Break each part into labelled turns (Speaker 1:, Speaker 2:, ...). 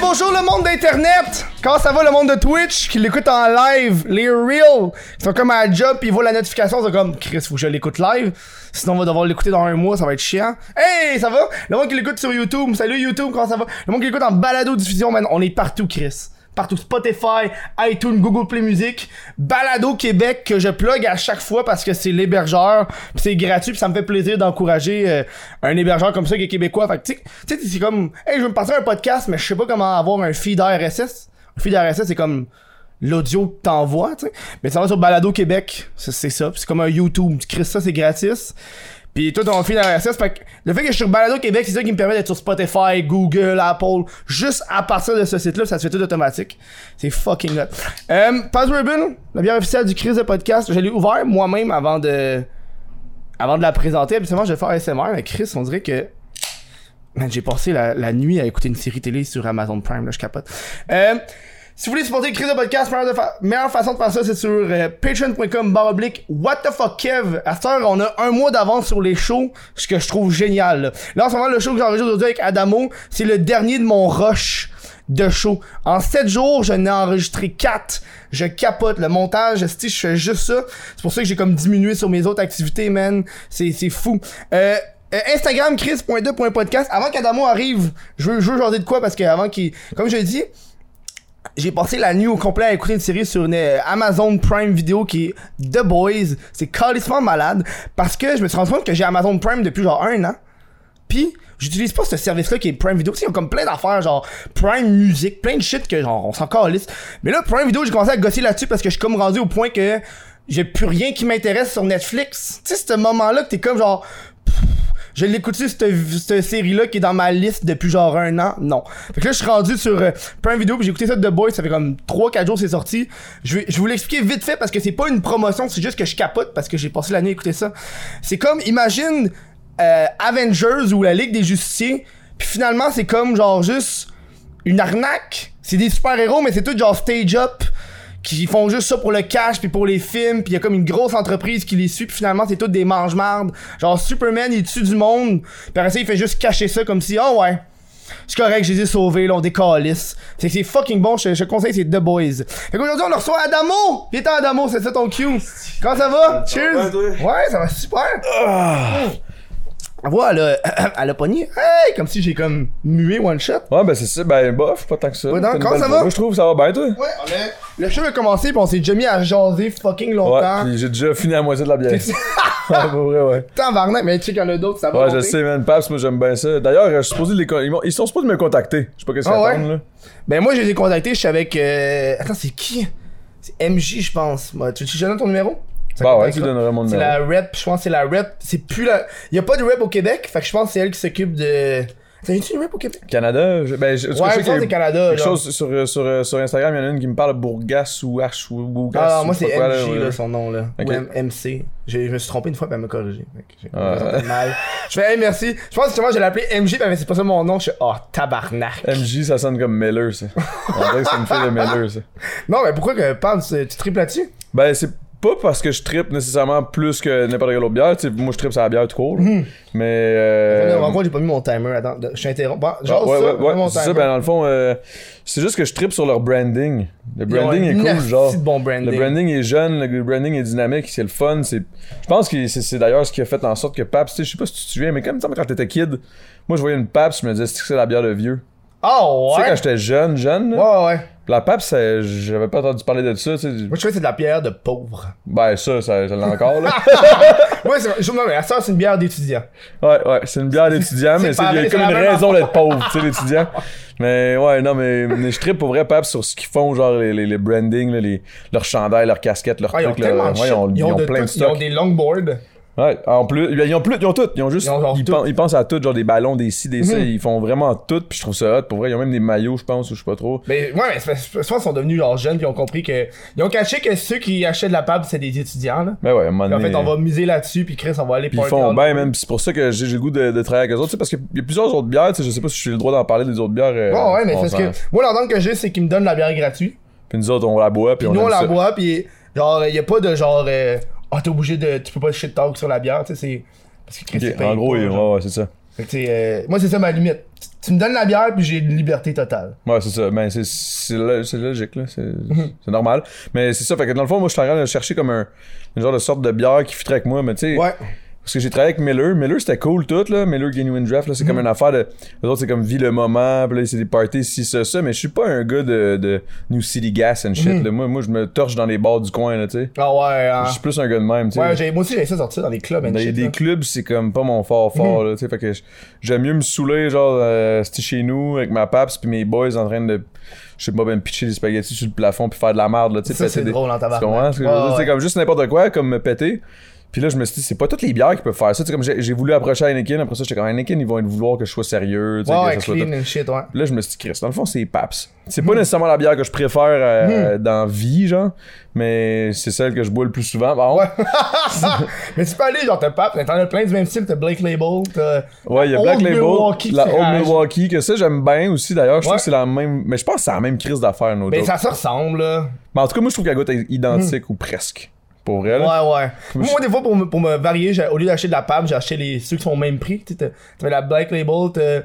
Speaker 1: Bonjour le monde d'Internet! Comment ça va le monde de Twitch qui l'écoute en live? Les Reels qui sont comme à la job puis ils voient la notification, ils sont comme Chris, faut que je l'écoute live. Sinon, on va devoir l'écouter dans un mois, ça va être chiant. Hey, ça va? Le monde qui l'écoute sur YouTube, salut YouTube, comment ça va? Le monde qui l'écoute en balado diffusion, man, on est partout, Chris. Partout, Spotify, iTunes, Google Play Music, Balado Québec que je plug à chaque fois parce que c'est l'hébergeur, puis c'est gratuit, puis ça me fait plaisir d'encourager euh, un hébergeur comme ça qui est québécois. Fait que tu sais- tu sais, c'est comme, hey, je veux me passer un podcast, mais je sais pas comment avoir un feed RSS. Un feed RSS, c'est comme l'audio que t'envoies, tu sais. Mais ça va sur Balado Québec, c'est c'est ça. Puis C'est comme un YouTube. Tu crées ça, c'est gratis. Puis toi, ton fil RSS, fait que le fait que je suis sur Balado Québec, c'est ça qui me permet d'être sur Spotify, Google, Apple, juste à partir de ce site-là, ça se fait tout automatique. C'est fucking hot. Euh, Paz Ribbon, la bière officielle du Chris de podcast, je l'ai ouvert moi-même avant de avant de la présenter. Habituellement, je vais faire SMR, mais Chris, on dirait que Man, j'ai passé la, la nuit à écouter une série télé sur Amazon Prime, là, je capote. Euh, si vous voulez supporter Chris de Podcast, meilleure, de fa- meilleure façon de faire ça, c'est sur euh, patreon.com barre oblique What the fuck Kev. À cette heure, on a un mois d'avance sur les shows, ce que je trouve génial. Là, Là, en ce moment, le show que j'enregistre aujourd'hui avec Adamo, c'est le dernier de mon rush de show. En 7 jours, je n'ai enregistré 4. Je capote le montage, esti, je fais juste ça. C'est pour ça que j'ai comme diminué sur mes autres activités, man. C'est c'est fou. Euh, euh, Instagram chris.2.podcast avant qu'Adamo arrive, je veux je veux jaser de quoi parce que avant qu'il comme je l'ai dit, j'ai passé la nuit au complet à écouter une série sur une euh, Amazon Prime Video qui est The Boys. C'est carrément malade parce que je me suis rendu compte que j'ai Amazon Prime depuis genre un an. Puis j'utilise pas ce service-là qui est Prime Video. Tu sais, Ils ont comme plein d'affaires, genre Prime Music, plein de shit que genre on s'en calisse. Mais là, Prime Video, j'ai commencé à gosser là-dessus parce que je suis comme rendu au point que j'ai plus rien qui m'intéresse sur Netflix. Tu sais, ce moment-là que t'es comme genre. pff, Je l'écoute sur cette, cette série-là qui est dans ma liste depuis genre un an? Non. Fait que là, je suis rendu sur euh, Prime Video, puis j'ai écouté ça de The Boys, ça fait comme 3-4 jours c'est sorti. Je vais, je vais vous l'expliquer vite fait parce que c'est pas une promotion, c'est juste que je capote parce que j'ai passé la nuit à écouter ça. C'est comme, imagine, euh, Avengers ou la Ligue des Justiciers. Puis finalement, c'est comme genre juste une arnaque. C'est des super-héros, mais c'est tout genre stage up qui font juste ça pour le cash puis pour les films puis il y a comme une grosse entreprise qui les suit puis finalement c'est tout des mange-mardes genre Superman il tue du monde puis après ça il fait juste cacher ça comme si ah ouais c'est correct, je les ai sauvés, là, on décalisse. C'est c'est fucking bon, je, je conseille, c'est The Boys. Fait qu'aujourd'hui, on le reçoit Adamo! Viens t'en, Adamo, c'est ça ton cue. Comment ça va?
Speaker 2: va,
Speaker 1: Cheers!
Speaker 2: toi? Ah.
Speaker 1: ouais, ça va super! La voix, elle a, elle a pogné. Hey! Comme si j'ai comme mué one shot.
Speaker 2: Ouais, ben c'est ça, ben bof, pas tant que ça.
Speaker 1: Ouais, non,
Speaker 2: T'as une
Speaker 1: comment
Speaker 2: belle
Speaker 1: ça
Speaker 2: voix.
Speaker 1: va?
Speaker 2: Moi, je trouve que ça va bien, toi.
Speaker 1: Ouais, on a... Le show a commencé, pis on s'est déjà mis à jaser fucking longtemps.
Speaker 2: puis j'ai déjà fini la moitié de la bière. ah, pour vrai, ouais.
Speaker 1: Tant varnac, mais tu sais qu'il y en a d'autres, ça va.
Speaker 2: Ouais, je
Speaker 1: monter.
Speaker 2: sais, man. Paps, moi, j'aime bien ça. D'ailleurs, euh, je suis supposé les con- ils, m'ont- ils sont supposés me contacter. Je sais pas qu'est-ce qu'ils
Speaker 1: Ah ouais?
Speaker 2: attendent, là.
Speaker 1: Ben, moi, je les ai contactés, je suis avec. euh, Attends, c'est qui C'est MJ, je pense. Bah, tu tu donnes ton numéro Ça
Speaker 2: Bah ouais,
Speaker 1: contacte
Speaker 2: tu
Speaker 1: ça.
Speaker 2: donneras mon
Speaker 1: C'est
Speaker 2: numéro.
Speaker 1: la rep, je pense que c'est la rep. C'est plus la. Y'a pas de rep au Québec, fait que je pense que c'est elle qui s'occupe de. T'as tu une rep au Québec
Speaker 2: Canada, je- ben, je, en tout cas,
Speaker 1: Ouais,
Speaker 2: je
Speaker 1: je
Speaker 2: sais qu'il y
Speaker 1: pense
Speaker 2: a
Speaker 1: que c'est Canada.
Speaker 2: quelque
Speaker 1: là.
Speaker 2: chose sur, euh, sur, euh, sur Instagram, il y en a une qui me parle de Bourgas ou Arch ou Bourgas.
Speaker 1: Ah,
Speaker 2: ou
Speaker 1: moi
Speaker 2: je sais
Speaker 1: c'est
Speaker 2: pas quoi,
Speaker 1: MJ
Speaker 2: ouais.
Speaker 1: là, son nom là.
Speaker 2: Ok.
Speaker 1: Ou M- MC. J'ai- Je me suis trompé une fois, puis elle m'a corrigé. Fait que j'ai-
Speaker 2: Ah.
Speaker 1: ça me fait mal. Je fais, hey, merci. Je pense que justement, je l'ai appelé MJ, puis elle m'a dit, c'est pas ça mon nom. Je suis, oh, tabarnak.
Speaker 2: MJ, ça sonne comme Meller, ça. On dirait que c'est une fille de Meller, ça.
Speaker 1: Non, mais pourquoi que parle, tu tu triples là-dessus?
Speaker 2: Ben, c'est pas parce que je tripe nécessairement plus que n'importe quelle autre bière. Tu sais, moi, je tripe sur la bière tout court. là.
Speaker 1: Hmm.
Speaker 2: Mais. euh,
Speaker 1: Non, En gros, j'ai pas mis mon timer. Attends, de- je t'interromps. Bon,
Speaker 2: Ah,
Speaker 1: genre
Speaker 2: ouais,
Speaker 1: ça,
Speaker 2: ouais, ouais,
Speaker 1: mets mon
Speaker 2: c'est
Speaker 1: timer.
Speaker 2: ça, ben dans le fond, euh, c'est juste que je tripe sur leur branding. Le
Speaker 1: Ils ont
Speaker 2: branding
Speaker 1: un
Speaker 2: est cool,
Speaker 1: nasty
Speaker 2: genre.
Speaker 1: de bon
Speaker 2: Le
Speaker 1: branding.
Speaker 2: branding est jeune, le branding est dynamique, c'est le fun. c'est- Je pense que c'est c'est d'ailleurs ce qui a fait en sorte que Paps, tu sais, je sais pas si tu te souviens, mais comme quand t'étais kid, moi je voyais une Paps, je me disais, c'est que c'est la bière de vieux.
Speaker 1: Ah
Speaker 2: Tu sais, quand
Speaker 1: ouais.
Speaker 2: j'étais jeune, jeune, là,
Speaker 1: Ouais, ouais.
Speaker 2: la Paps, ça- j'avais pas entendu parler de ça. tu sais.
Speaker 1: Moi, je trouve que c'est de la bière de pauvre.
Speaker 2: Ben ça, ça, ça l'a encore, là.
Speaker 1: Ouais, c'est je- Non, mais la sœur, c'est une bière d'étudiant.
Speaker 2: Ouais, ouais, c'est une bière d'étudiant, mais
Speaker 1: c'est
Speaker 2: c'est il y
Speaker 1: pareil,
Speaker 2: a comme
Speaker 1: c'est
Speaker 2: une
Speaker 1: la même
Speaker 2: raison d'être pauvre, tu sais, l'étudiant. Mais ouais, non, mais, mais je tripe pour vrai, Paps, sur ce qu'ils font, genre les, les, les branding, là, les, leurs chandails, leurs casquettes, leurs
Speaker 1: Ah, ils ont
Speaker 2: trucs, là.
Speaker 1: tellement de
Speaker 2: Ouais,
Speaker 1: shit.
Speaker 2: ils ont, ils ont
Speaker 1: de
Speaker 2: plein de
Speaker 1: tout. Ils ont
Speaker 2: stocks.
Speaker 1: des longboards.
Speaker 2: Ouais, en plus, ben, ils ont, plus, ils ont tout, ils ont juste,
Speaker 1: Ils ont genre
Speaker 2: ils,
Speaker 1: tout.
Speaker 2: pen- ils pensent à tout, genre des ballons, des ci, des ça,
Speaker 1: Mhm.
Speaker 2: ils font vraiment tout, puis je trouve ça hot, pour vrai, ils ont même des maillots, je pense, ou je sais pas trop.
Speaker 1: Mais ouais, mais c'est parce que je pense qu'ils sont devenus genre jeunes puis ils ont compris que. Ils ont caché que ceux qui achètent de la pâte, c'est des étudiants là.
Speaker 2: Mais Ben ouais, à un moment
Speaker 1: Puis en
Speaker 2: donné-
Speaker 1: fait, on va miser là-dessus puis Chris, on va aller
Speaker 2: Puis ils
Speaker 1: party
Speaker 2: font
Speaker 1: all
Speaker 2: bien,
Speaker 1: night.
Speaker 2: même. Puis c'est pour ça que j'ai j'ai le goût de, de travailler avec eux autres. tu sais, parce qu'il y a plusieurs autres bières. tu sais, Je sais pas si je suis le droit d'en parler des autres bières. euh,
Speaker 1: Ouais, ouais, mais
Speaker 2: on
Speaker 1: c'est parce
Speaker 2: s'en-
Speaker 1: que. Moi, l'entente que j'ai, c'est qu'ils me donnent la bière gratuite.
Speaker 2: Puis nous autres, on la boit.
Speaker 1: Puis
Speaker 2: Puis, on
Speaker 1: nous, on
Speaker 2: aime
Speaker 1: la
Speaker 2: ça.
Speaker 1: boit puis genre, il y a pas de genre. euh, Ah, t'es obligé de. Tu peux pas shit talk sur la bière, tu sais, c'est. Parce que Chris,
Speaker 2: Ok,
Speaker 1: il paye
Speaker 2: En gros,
Speaker 1: pas,
Speaker 2: il-
Speaker 1: genre.
Speaker 2: ouais, ouais, c'est ça.
Speaker 1: Fait que, tu sais, euh, moi, c'est ça ma limite. Tu- Tu me donnes la bière, puis j'ai une liberté totale.
Speaker 2: Ouais, c'est ça. Ben, c'est- c'est lo- c'est logique, là. C'est
Speaker 1: Mhm.
Speaker 2: c'est normal. Mais c'est ça. Fait que dans le fond, moi, je suis en train de chercher comme un, une genre de sorte de bière qui fitterait avec moi. Mais tu sais,
Speaker 1: Ouais.
Speaker 2: parce que j'ai travaillé avec Miller. Miller, c'était cool tout, là. Miller Genuine Draft, là. C'est
Speaker 1: Mhm.
Speaker 2: comme une affaire de. Les autres, c'est comme vie le moment. Puis là, c'est des parties, ci, ça, ça. Mais je suis pas un gars de, de New City Gas and shit, là. Moi, moi, je me torche dans les bars du coin, là, tu sais.
Speaker 1: Mhm. Ah ouais, hein.
Speaker 2: Je suis plus un gars de même, tu sais.
Speaker 1: Ouais, j'ai- moi aussi, j'ai ça sorti dans les clubs, and
Speaker 2: Dans les-
Speaker 1: shit, hein. Hmm.
Speaker 2: des
Speaker 1: là.
Speaker 2: clubs, c'est comme pas mon fort fort, là, tu sais. Fait que j- j'aime mieux me saouler, genre, euh, c'était chez nous, avec ma paps, puis mes boys en train de, je sais pas, ben, pitcher des spaghettis sur le plafond, puis faire de la merde, là, tu sais.
Speaker 1: Ça,
Speaker 2: péter
Speaker 1: c'est
Speaker 2: des-
Speaker 1: drôle en
Speaker 2: Tu
Speaker 1: tabarnak.
Speaker 2: comprends ce que je veux
Speaker 1: Ouais,
Speaker 2: dire?
Speaker 1: ouais.
Speaker 2: C'est comme juste n'importe quoi, comme me péter. Puis là, je me suis dit, c'est pas toutes les bières qui peuvent faire ça. Tu sais, comme j'ai j'ai voulu approcher Anakin, après ça, j'étais comme Anakin, ils vont vouloir que je sois sérieux, tu sais,
Speaker 1: Ouais,
Speaker 2: que
Speaker 1: ouais,
Speaker 2: ça soit
Speaker 1: clean Hmm. and shit, ouais.
Speaker 2: Là, je me suis dit, Chris, dans le fond, c'est Paps. C'est pas nécessairement la bière que je préfère
Speaker 1: Hmm.
Speaker 2: euh, dans vie, genre, mais c'est celle que je bois le plus souvent. Par contre.
Speaker 1: Mais tu peux aller, genre, t'as Pape, t'en as plein du même style, t'as Blake Label, t'as.
Speaker 2: Ouais, il y a
Speaker 1: Old
Speaker 2: Black Label,
Speaker 1: Milwaukee
Speaker 2: la
Speaker 1: qui
Speaker 2: Old
Speaker 1: rage.
Speaker 2: Milwaukee, que ça j'aime bien aussi d'ailleurs. Je
Speaker 1: Ouais.
Speaker 2: trouve que c'est la même. Mais je pense que c'est la même crise d'affaires, nos
Speaker 1: Ben,
Speaker 2: jokes.
Speaker 1: ça se ressemble, là.
Speaker 2: Mais en tout cas, moi je trouve qu'elle goûte identique ou presque. Pour vrai,
Speaker 1: Ouais,
Speaker 2: là.
Speaker 1: ouais. Moi, des fois, pour me, pour me varier, j'ai- au lieu d'acheter de la PAP, j'ai acheté les, ceux qui sont au même prix. Tu sais, t'as- t'avais la Black Label, t'as.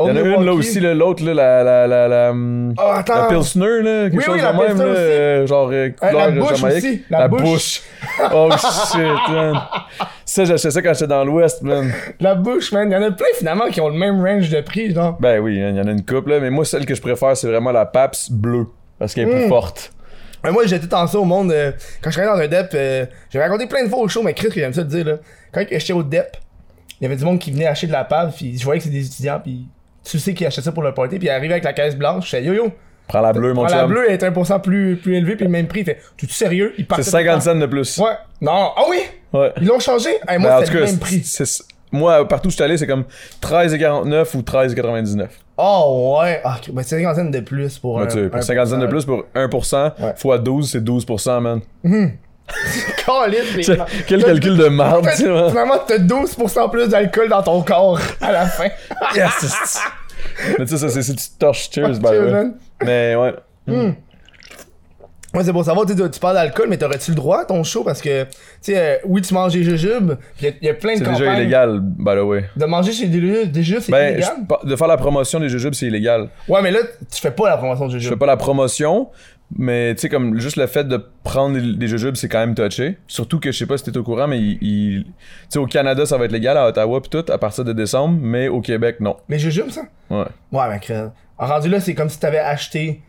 Speaker 2: Il y en a une là aussi, là, l'autre, là, la. la, la, la, hum,
Speaker 1: Ah, attends.
Speaker 2: la Pilsner, là, quelque
Speaker 1: Oui,
Speaker 2: chose
Speaker 1: oui,
Speaker 2: de
Speaker 1: la
Speaker 2: même,
Speaker 1: Pilsner
Speaker 2: là,
Speaker 1: aussi.
Speaker 2: euh, genre euh,
Speaker 1: Euh, la
Speaker 2: couleur
Speaker 1: bouche
Speaker 2: jamaïque.
Speaker 1: aussi, la bouche.
Speaker 2: oh shit, man. Ça, j'achetais ça quand j'étais dans l'Ouest, man.
Speaker 1: La bouche, man. Il y en a plein, finalement, qui ont le même range de prix, genre.
Speaker 2: Ben oui, hein, il y en a une couple, là, mais moi, celle que je préfère, c'est vraiment la Paps bleue. Parce qu'elle est
Speaker 1: Hmm.
Speaker 2: plus forte.
Speaker 1: Mais moi, j'étais tant ça au monde. euh, quand je travaillais dans un DEP, euh, j'ai raconté plein de fois au show, mais Chris, que j'aime ça le dire, là. Quand j'étais au DEP, il y avait du monde qui venait acheter de la PAP, puis je voyais que c'est des étudiants, puis tu sais qu'ils achetaient ça pour le party, puis ils arrivaient avec la caisse blanche, je fais yo yo.
Speaker 2: Prends la bleue, mon
Speaker 1: Prends la
Speaker 2: chum.
Speaker 1: bleue, elle est 1% plus, plus élevée, puis le même prix. Il fait, tu sérieux? Il
Speaker 2: C'est 50 cents de plus.
Speaker 1: Ouais. Non. Ah oui?
Speaker 2: Ouais.
Speaker 1: Ils l'ont changé? Hey,
Speaker 2: Ben,
Speaker 1: moi,
Speaker 2: en
Speaker 1: c'était
Speaker 2: tout
Speaker 1: le
Speaker 2: cas,
Speaker 1: même
Speaker 2: c'est-
Speaker 1: prix.
Speaker 2: c'est- moi, partout où je suis allé, c'est comme 13,49 ou 13,99.
Speaker 1: Oh, ouais. Ah, ok. ben, c'est 50 cents de plus pour.
Speaker 2: Ouais,
Speaker 1: un-
Speaker 2: Ben, tu sais,
Speaker 1: un-
Speaker 2: pour 50 cents de plus pour 1%,
Speaker 1: Ouais.
Speaker 2: fois 12, c'est 12%, man.
Speaker 1: Caliste, les-
Speaker 2: Quel quel calcul de merde,
Speaker 1: T'as-
Speaker 2: tu sais, man.
Speaker 1: Finalement, t'as 12% plus d'alcool dans ton corps à la fin.
Speaker 2: Yes! c'est- Mais tu sais, ça, c'est c'est tu torches, cheers, by the
Speaker 1: Cheers,
Speaker 2: way.
Speaker 1: man.
Speaker 2: Mais ouais.
Speaker 1: Moi, c'est pour savoir, tu sais, tu parles d'alcool, mais t'aurais-tu le droit à ton show? Parce que, tu sais, euh, oui, tu manges des jujubes, pis il y, a plein de
Speaker 2: C'est
Speaker 1: campagnes.
Speaker 2: déjà illégal, by the way.
Speaker 1: De manger chez des jujubes, des jujubes, c'est
Speaker 2: Ben,
Speaker 1: illégal?
Speaker 2: je par- de faire la promotion des jujubes, c'est illégal.
Speaker 1: Ouais, mais là, tu fais pas la promotion de
Speaker 2: Je fais
Speaker 1: jujubes.
Speaker 2: pas la promotion, mais tu sais, comme juste le fait de prendre des, des jujubes, c'est quand même touché. Surtout que je sais pas si t'es au courant, mais il- il- tu sais, au Canada, ça va être légal, à Ottawa, pis tout, à partir de décembre, mais au Québec, non.
Speaker 1: Les jujubes, ça?
Speaker 2: Ouais.
Speaker 1: Ouais, mais crème. En rendu là, c'est comme si t'avais acheté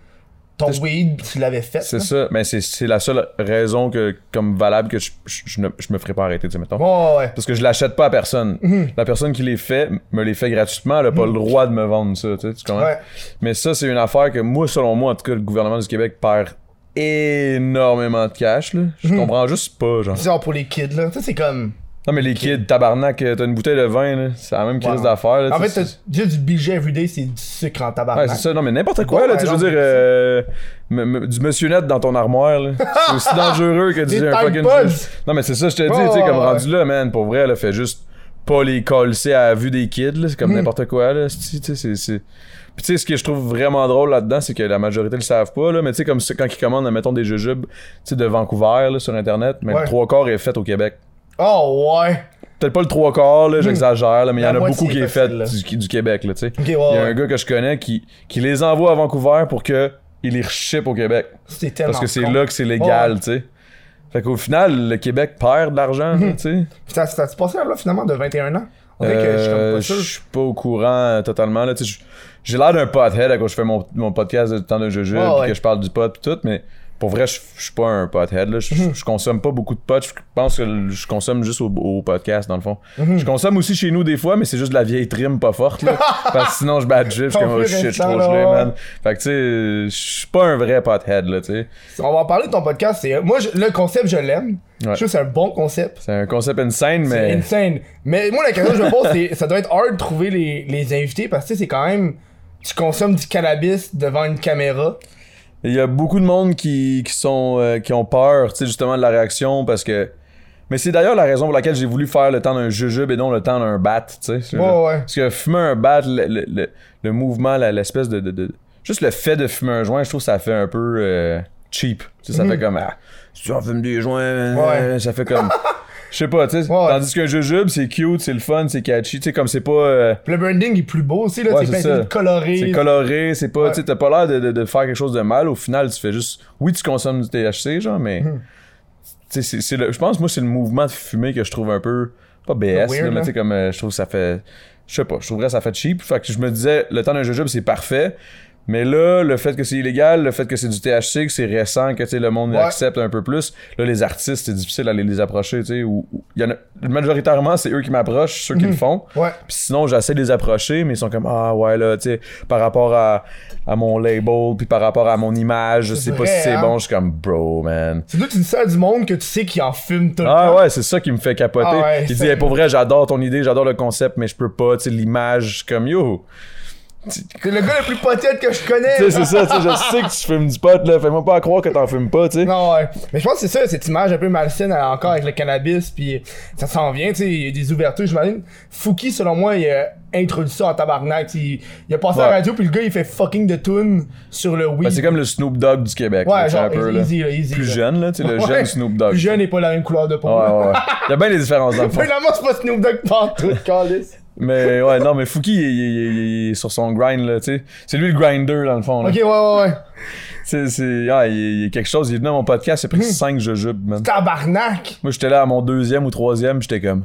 Speaker 1: ton weed pis tu l'avais fait.
Speaker 2: C'est
Speaker 1: là.
Speaker 2: ça, mais c'est- c'est la seule raison que, comme valable que je, je, je ne- je me ferais pas arrêter, tu sais, mettons.
Speaker 1: Ouais, ouais, ouais.
Speaker 2: Parce que je l'achète pas à personne. La personne qui les fait me les fait gratuitement, elle a pas le droit de me vendre ça, tu sais, tu comprends?
Speaker 1: Ouais.
Speaker 2: Mais ça, c'est une affaire que moi, selon moi, en tout cas, le gouvernement du Québec perd énormément de cash, là. Je comprends juste pas, genre.
Speaker 1: C'est genre pour les kids, là. Ça, c'est comme.
Speaker 2: Non, mais les kids, tabarnak, euh, t'as une bouteille de vin, là. C'est la même crise
Speaker 1: Ouais.
Speaker 2: d'affaires, là.
Speaker 1: En
Speaker 2: tu
Speaker 1: fait,
Speaker 2: sais,
Speaker 1: t'as juste du budget everyday, c'est du sucre en
Speaker 2: Ouais,
Speaker 1: tabarnak.
Speaker 2: c'est ça. Non, mais n'importe quoi,
Speaker 1: bon, ben,
Speaker 2: là. tu sais, je
Speaker 1: par
Speaker 2: veux
Speaker 1: exemple.
Speaker 2: dire, euh, me- me- du monsieur net dans ton armoire, là. C'est aussi dangereux que
Speaker 1: Des
Speaker 2: du un
Speaker 1: Tide
Speaker 2: fucking.
Speaker 1: Pods.
Speaker 2: Non, mais c'est ça, je te dis,
Speaker 1: Ouais,
Speaker 2: tu sais,
Speaker 1: ouais,
Speaker 2: comme
Speaker 1: ouais.
Speaker 2: rendu là, man, pour vrai, là, fais juste pas les coller à la vue des kids, là. C'est
Speaker 1: Hmm.
Speaker 2: comme n'importe quoi, là. c'ti, Tu sais, c'est- c'est. Puis, tu sais, ce que je trouve vraiment drôle là-dedans, c'est que la majorité le savent pas, là. Mais, tu sais, comme ceux- quand ils commandent, mettons, des jujubes, tu sais, de Vancouver, là, sur Internet, mais
Speaker 1: Ouais.
Speaker 2: le trois quarts est fait au Québec.
Speaker 1: Oh, ouais.
Speaker 2: Peut-être pas le trois quarts, là, j'exagère, là, mais il y
Speaker 1: La
Speaker 2: en a
Speaker 1: moitié
Speaker 2: beaucoup qui est fait
Speaker 1: facile, là.
Speaker 2: du, du Québec, là, tu sais.
Speaker 1: Ok, ouais,
Speaker 2: Il y a
Speaker 1: ouais.
Speaker 2: un gars que je connais qui, qui les envoie à Vancouver pour que il les reship au Québec.
Speaker 1: C'est tellement.
Speaker 2: Parce que c'est
Speaker 1: con.
Speaker 2: là que c'est légal,
Speaker 1: Ouais.
Speaker 2: tu sais. Fait qu'au final, le Québec perd de l'argent,
Speaker 1: Mhm.
Speaker 2: tu sais.
Speaker 1: Ça, ça se passait là, finalement, de 21 ans. On dirait que je suis comme
Speaker 2: Euh,
Speaker 1: pas
Speaker 2: Je
Speaker 1: sûr.
Speaker 2: suis pas au courant euh, totalement, là, tu sais. je- J'ai l'air d'un pothead à cause que je fais mon, mon podcast de temps d'un jeu
Speaker 1: Ouais, ouais.
Speaker 2: que je parle du pot pis tout, mais pour vrai, je je suis pas un pothead, là. Je
Speaker 1: Mhm.
Speaker 2: je consomme pas beaucoup de pot. Je pense que je consomme juste au, au podcast, dans le fond.
Speaker 1: Mhm.
Speaker 2: Je consomme aussi chez nous des fois, mais c'est juste de la vieille trim pas forte, là. parce que sinon, je bats de je suis
Speaker 1: Ton
Speaker 2: comme, oh
Speaker 1: vieux
Speaker 2: shit, je suis
Speaker 1: restant,
Speaker 2: trop
Speaker 1: là,
Speaker 2: gelé,
Speaker 1: ouais.
Speaker 2: man. Fait que, tu sais, je suis pas un vrai pothead, là, tu sais.
Speaker 1: On va en parler de ton podcast. c'est- Moi, je- le concept, je l'aime.
Speaker 2: Ouais.
Speaker 1: Je trouve que c'est un bon concept.
Speaker 2: C'est un concept insane,
Speaker 1: C'est
Speaker 2: mais.
Speaker 1: insane. Mais moi, la question que je me pose, c'est ça doit être hard de trouver les, les invités parce que tu sais, c'est quand même. Tu consommes du cannabis devant une caméra.
Speaker 2: Il y a beaucoup de monde qui, qui sont euh, qui ont peur, tu sais, justement de la réaction parce que. Mais c'est d'ailleurs la raison pour laquelle j'ai voulu faire le temps d'un jujube et non le temps d'un bat, tu sais.
Speaker 1: Ouais, ouais.
Speaker 2: Parce que fumer un bat, le, le- le- le mouvement, la- l'espèce de, de- de- Juste le fait de fumer un joint, je trouve que ça fait un peu euh, cheap. Tu sais, ça fait comme. Ah, si tu en fumes des joints, euh,
Speaker 1: Mhm. Ouais.
Speaker 2: ça fait comme. Je sais pas, tu sais.
Speaker 1: Ouais, ouais.
Speaker 2: Tandis qu'un jujube, c'est cute, c'est le fun, c'est catchy. Tu sais, comme c'est pas. euh,
Speaker 1: Puis le branding est plus beau, tu sais, là,
Speaker 2: Ouais,
Speaker 1: t'es
Speaker 2: c'est
Speaker 1: peinté
Speaker 2: ça.
Speaker 1: de coloré.
Speaker 2: c'est coloré, c'est pas.
Speaker 1: Ouais.
Speaker 2: Tu sais, t'as pas l'air de, de- de faire quelque chose de mal. Au final, tu fais juste. Oui, tu consommes du THC, genre, mais.
Speaker 1: Hmm.
Speaker 2: Tu sais, c'est- c'est le- je pense, moi, c'est le mouvement de fumée que je trouve un peu. Pas
Speaker 1: Ah,
Speaker 2: BS,
Speaker 1: Weird,
Speaker 2: là, mais
Speaker 1: là.
Speaker 2: tu sais, comme euh, je trouve que ça fait. Je sais pas, je trouverais que ça fait cheap. Fait que je me disais, le temps d'un jujube, c'est parfait. Mais là, le fait que c'est illégal, le fait que c'est du THC, que c'est récent, que tu sais, le monde
Speaker 1: Ouais.
Speaker 2: accepte un peu plus, là, les artistes, c'est difficile d'aller les approcher, tu sais. ou- ou- il y en a- Majoritairement, c'est eux qui m'approchent, ceux qui le font.
Speaker 1: Hmm. Ouais.
Speaker 2: Puis sinon, j'essaie de les approcher, mais ils sont comme Ah ouais, là, tu sais, par rapport à, à mon label, puis par rapport à mon image, je sais pas
Speaker 1: vrai,
Speaker 2: si c'est
Speaker 1: hein?
Speaker 2: bon. Je suis comme Bro, man.
Speaker 1: C'est toi, tu dis ça à du monde que tu sais qui en fume tout le
Speaker 2: Ah
Speaker 1: temps.
Speaker 2: ouais, c'est ça qui me fait capoter.
Speaker 1: Ah ouais,
Speaker 2: il dit
Speaker 1: c'est-
Speaker 2: Hey, Pour vrai, j'adore ton idée, j'adore le concept, mais je peux pas, tu sais, l'image, je suis comme Yo.
Speaker 1: T'es le gars le plus potette que je connais.
Speaker 2: Tu sais, c'est ça, tu sais, je sais que tu fumes du pot, là. Fais-moi pas à croire que t'en fumes pas, tu sais.
Speaker 1: Non, ouais. Mais je pense que c'est ça, cette image un peu malsaine euh, encore avec le cannabis, puis ça s'en vient, tu sais, il y a des ouvertures, j'imagine. Fouki, selon moi, il a introduit ça en tabarnak, tu sais, il, il a passé à
Speaker 2: Ouais.
Speaker 1: la radio, puis le gars, il fait fucking de tunes sur le weed.
Speaker 2: Ben, c'est comme le Snoop Dogg du Québec. là,
Speaker 1: ouais,
Speaker 2: tu sais,
Speaker 1: genre,
Speaker 2: un peu, là.
Speaker 1: easy, là, easy.
Speaker 2: Plus
Speaker 1: là.
Speaker 2: jeune, là, tu sais, le
Speaker 1: Ouais.
Speaker 2: jeune Snoop Dogg.
Speaker 1: Plus jeune et pas la même couleur de peau.
Speaker 2: Ouais, ouais, ouais. Il y a bien des différences dans le fond.
Speaker 1: Finalement, c'est pas Snoop Dogg partout, calice.
Speaker 2: Mais ouais, non, mais Fouki, il, il- il- il est sur son grind, là, tu sais. C'est lui le grinder, dans le fond, là.
Speaker 1: Ok, ouais, ouais, ouais.
Speaker 2: C'est, c'est, ah, il, il y a quelque chose. Il est venu à mon podcast, il a pris
Speaker 1: Hmm.
Speaker 2: 5 jujubes, man.
Speaker 1: Tabarnak!
Speaker 2: Moi, j'étais là à mon deuxième ou troisième, j'étais comme.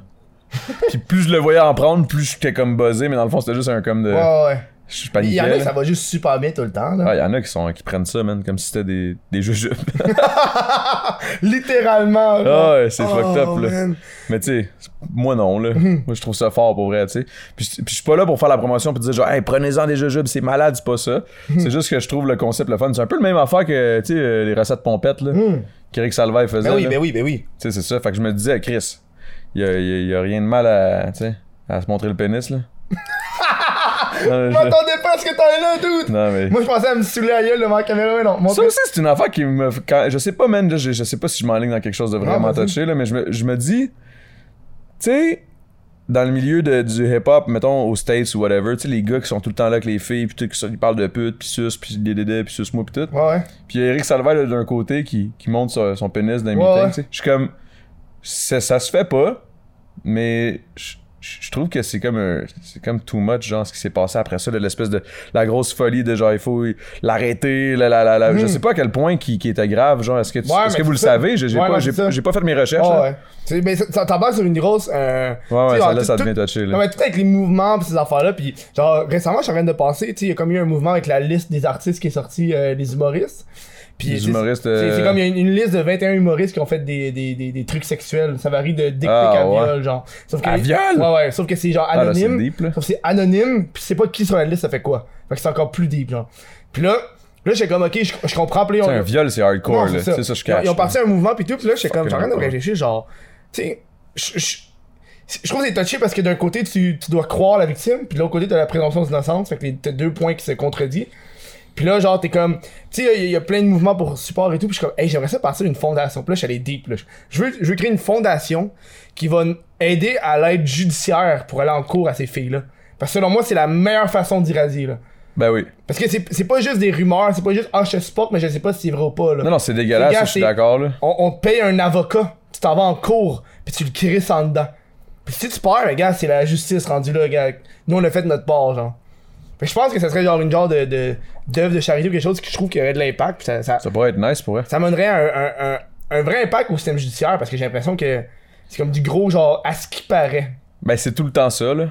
Speaker 2: Puis plus je le voyais en prendre, plus j'étais comme buzzé, mais dans le fond, c'était juste un comme de.
Speaker 1: Ouais, ouais, ouais.
Speaker 2: Je
Speaker 1: Il y en a,
Speaker 2: paniquais.
Speaker 1: ça
Speaker 2: là.
Speaker 1: va juste super bien tout le temps, là.
Speaker 2: Ah, Il y en a qui, sont, qui prennent ça, man, comme si c'était des, des jujubes.
Speaker 1: Littéralement.
Speaker 2: ah,
Speaker 1: là.
Speaker 2: ouais, c'est fucked
Speaker 1: Oh,
Speaker 2: up, là.
Speaker 1: man.
Speaker 2: Mais tu sais, moi non, là.
Speaker 1: Mhm.
Speaker 2: Moi, je trouve ça fort pour vrai, tu sais. Puis, puis je suis pas là pour faire la promotion puis dire genre, hey, prenez-en des jujubes, c'est malade, c'est pas ça.
Speaker 1: Mhm.
Speaker 2: C'est juste que je trouve le concept le fun. C'est un peu le même affaire que, tu sais, euh, les recettes pompettes, là. Qu'Éric Salvaille faisait.
Speaker 1: Mhm. Ben oui,
Speaker 2: là.
Speaker 1: ben oui, ben oui.
Speaker 2: Tu sais, c'est ça. Fait que je me disais, Chris, il y a, y a- y a rien de mal à, tu sais, à se montrer le pénis, là. non, mais
Speaker 1: Je
Speaker 2: je-
Speaker 1: m'attendais pas à ce que t'en aies là, dude!
Speaker 2: non, mais-
Speaker 1: Moi, je pensais à me saouler la gueule devant la caméra, mais non. Mon
Speaker 2: Ça aussi, c'est une affaire qui me. quand- je sais pas, man, là, je, je sais pas si je m'enligne dans quelque chose de vraiment
Speaker 1: vas-y.
Speaker 2: touché, là, mais je me, je me dis. Tu sais, dans le milieu de- du hip-hop, mettons aux States ou whatever, tu sais, les gars qui sont tout le temps là avec les filles, pis tout, qui sont- ils parlent de pute, pis sus, pis dédédé, pis sus moi, pis tout.
Speaker 1: Ouais, ouais.
Speaker 2: Puis Eric Salvaire, là, d'un côté, qui, qui monte son, son pénis dans les
Speaker 1: Ouais, ouais.
Speaker 2: meetings, tu sais. Je suis comme. Ça, ça se fait pas, mais. je- je je trouve que c'est comme un- c'est comme too much genre ce qui s'est passé après ça de l'espèce de la grosse folie de genre il faut l'arrêter la, la, la, la- je sais pas à quel point qui, qui était grave genre est-ce que, tu-
Speaker 1: Mhm. Ouais,
Speaker 2: est-ce
Speaker 1: mais
Speaker 2: que vous le
Speaker 1: c'est ça.
Speaker 2: savez j'ai j'ai
Speaker 1: Ouais,
Speaker 2: pas
Speaker 1: non,
Speaker 2: j'ai,
Speaker 1: c'est ça.
Speaker 2: j'ai pas fait mes recherches
Speaker 1: Ah
Speaker 2: là.
Speaker 1: ouais. Tu sais, ben, ça- ça t'embarque sur une grosse. Euh,
Speaker 2: ouais,
Speaker 1: tu sais,
Speaker 2: ça,
Speaker 1: genre,
Speaker 2: là,
Speaker 1: tout-
Speaker 2: ça devient
Speaker 1: tout-
Speaker 2: touché là.
Speaker 1: Non, mais tout avec les mouvements pis ces affaires-là. Puis, genre, récemment, je suis en train de penser, tu sais, il y a comme eu un mouvement avec la liste des artistes qui est sortie, euh, des humoristes. Puis,
Speaker 2: Les
Speaker 1: tu sais,
Speaker 2: humoristes,
Speaker 1: c'est- C'est
Speaker 2: euh,
Speaker 1: c'est comme il y a une, une liste de 21 humoristes qui ont fait des, des, des, des trucs sexuels. Ça varie de dick pic
Speaker 2: Ah,
Speaker 1: à
Speaker 2: ouais.
Speaker 1: viol, genre. Sauf que,
Speaker 2: À viol? Ah,
Speaker 1: Ouais, ouais. Sauf que c'est genre
Speaker 2: là, c'est
Speaker 1: anonyme.
Speaker 2: deep, là.
Speaker 1: sauf que c'est anonyme, puis c'est pas qui sur la liste, ça fait quoi. Fait que c'est encore plus deep, genre. Puis là, là, j'étais comme, ok, je, je comprends, puis là,
Speaker 2: Tu
Speaker 1: on-
Speaker 2: sais, un viol c'est
Speaker 1: non,
Speaker 2: hardcore là
Speaker 1: c'est
Speaker 2: c'est ça je
Speaker 1: Ils ont-
Speaker 2: cache
Speaker 1: Ils ont parti un mouvement puis tout, puis là j'étais comme
Speaker 2: Fucking
Speaker 1: j'ai rien de
Speaker 2: hardcore.
Speaker 1: réfléchir genre tu sais je- je je trouve que c'est touché parce que d'un côté tu, tu dois croire la victime, puis de l'autre côté t'as la présomption d'innocence, fait que les- t'as deux points qui se contredisent. Puis là genre t'es comme tu sais il y, a plein de mouvements pour support et tout, puis je suis comme hey, j'aimerais ça partir d'une fondation. Puis là je suis allé deep là. Je veux je veux créer une fondation qui va n- aider à l'aide judiciaire pour aller en cours à ces filles là. Parce que selon moi c'est la meilleure façon d'y raser là.
Speaker 2: ben oui
Speaker 1: Parce que c'est c'est pas juste des rumeurs, c'est pas juste ah je sport mais je sais pas si c'est vrai ou pas là.
Speaker 2: non non c'est dégueulasse
Speaker 1: gars,
Speaker 2: ça, je suis
Speaker 1: c'est-
Speaker 2: d'accord là
Speaker 1: On, on te paye un avocat, tu t'en vas en cours, puis tu le crisses en dedans. Puis si tu perds, gars, c'est la justice rendue là, gars. Nous, on a fait notre part, genre. Fait que je pense que ça serait genre une genre de de- d'œuvre de, charité ou quelque chose qui je trouve qui aurait de l'impact. puis Ça, ça,
Speaker 2: ça pourrait être nice pour vrai
Speaker 1: ça mènerait un, un, un, un vrai impact au système judiciaire parce que j'ai l'impression que c'est comme du gros genre à ce qui paraît.
Speaker 2: ben c'est tout le temps ça là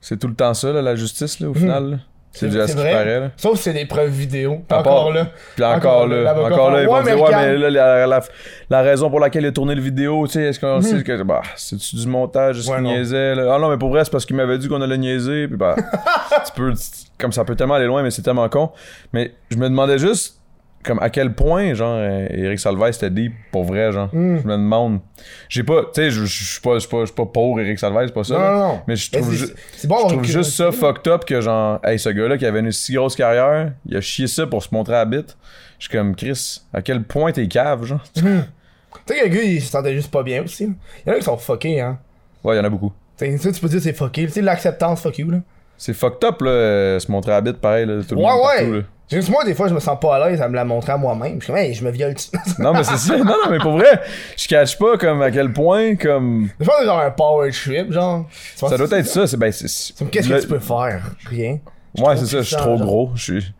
Speaker 2: c'est tout le temps ça là la justice
Speaker 1: Mhm.
Speaker 2: là au final là. c'est déjà ce qui paraît là
Speaker 1: Sauf si c'est des preuves vidéo. Puis
Speaker 2: À part-
Speaker 1: Encore là.
Speaker 2: Puis encore, là,
Speaker 1: l'avocat
Speaker 2: encore là,
Speaker 1: fait,
Speaker 2: ils vont dire, ouais,
Speaker 1: regarde.
Speaker 2: mais là, la, la- la raison pour laquelle il a tourné le vidéo, tu sais, est-ce qu'on sait que, bah, c'est-tu du montage,
Speaker 1: Mhm.
Speaker 2: est-ce
Speaker 1: Ouais,
Speaker 2: qu'il
Speaker 1: non.
Speaker 2: niaisait, là? Ah non, mais pour vrai, c'est parce qu'il m'avait dit qu'on allait niaiser, puis bah, tu peux, comme ça peut tellement aller loin, mais c'est tellement con. Mais je me demandais juste, comme, à quel point, genre, euh, Eric Salvaille, c'était deep pour vrai, genre.
Speaker 1: Mhm.
Speaker 2: Je me demande. J'ai pas, tu sais, je je suis pas, je suis pas, je suis pas pour Eric Salvaille, c'est pas ça.
Speaker 1: Non,
Speaker 2: là.
Speaker 1: non, non.
Speaker 2: Mais je
Speaker 1: Mais
Speaker 2: trouve
Speaker 1: c'est-
Speaker 2: juste.
Speaker 1: c'est bon,
Speaker 2: Je
Speaker 1: on
Speaker 2: trouve
Speaker 1: recule.
Speaker 2: juste ça fucked up que genre, hey, ce gars-là qui avait une si grosse carrière, il a chié ça pour se montrer à la bite. Je suis comme, Chris, à quel point t'es cave, genre?
Speaker 1: Tu sais que le gars, il se sentait juste pas bien aussi. là. Il y en a qui sont fuckés, hein.
Speaker 2: Ouais, il y en a beaucoup.
Speaker 1: T'sais, ça, tu peux dire c'est fucké. Tu sais, l'acceptance, fuck you, là.
Speaker 2: C'est fucked up, là, euh, se montrer à la bite, pareil, là, tout le
Speaker 1: Ouais,
Speaker 2: monde
Speaker 1: ouais.
Speaker 2: partout, là.
Speaker 1: Juste moi, des fois, je me sens pas à l'aise à me la montrer à moi-même. Je suis comme, hey, je me viole. dessus.
Speaker 2: Non, mais c'est ça. Non, non, mais pour vrai, je cache pas, comme, à quel point, comme...
Speaker 1: Je pense que c'est genre un power trip, genre.
Speaker 2: Ça doit être ça, c'est... Ben, c'est...
Speaker 1: Comme, Qu'est-ce
Speaker 2: le-
Speaker 1: que tu peux faire? Rien.
Speaker 2: Ouais,
Speaker 1: trop
Speaker 2: c'est ça, je suis
Speaker 1: puissant,
Speaker 2: trop
Speaker 1: genre.
Speaker 2: gros, je suis...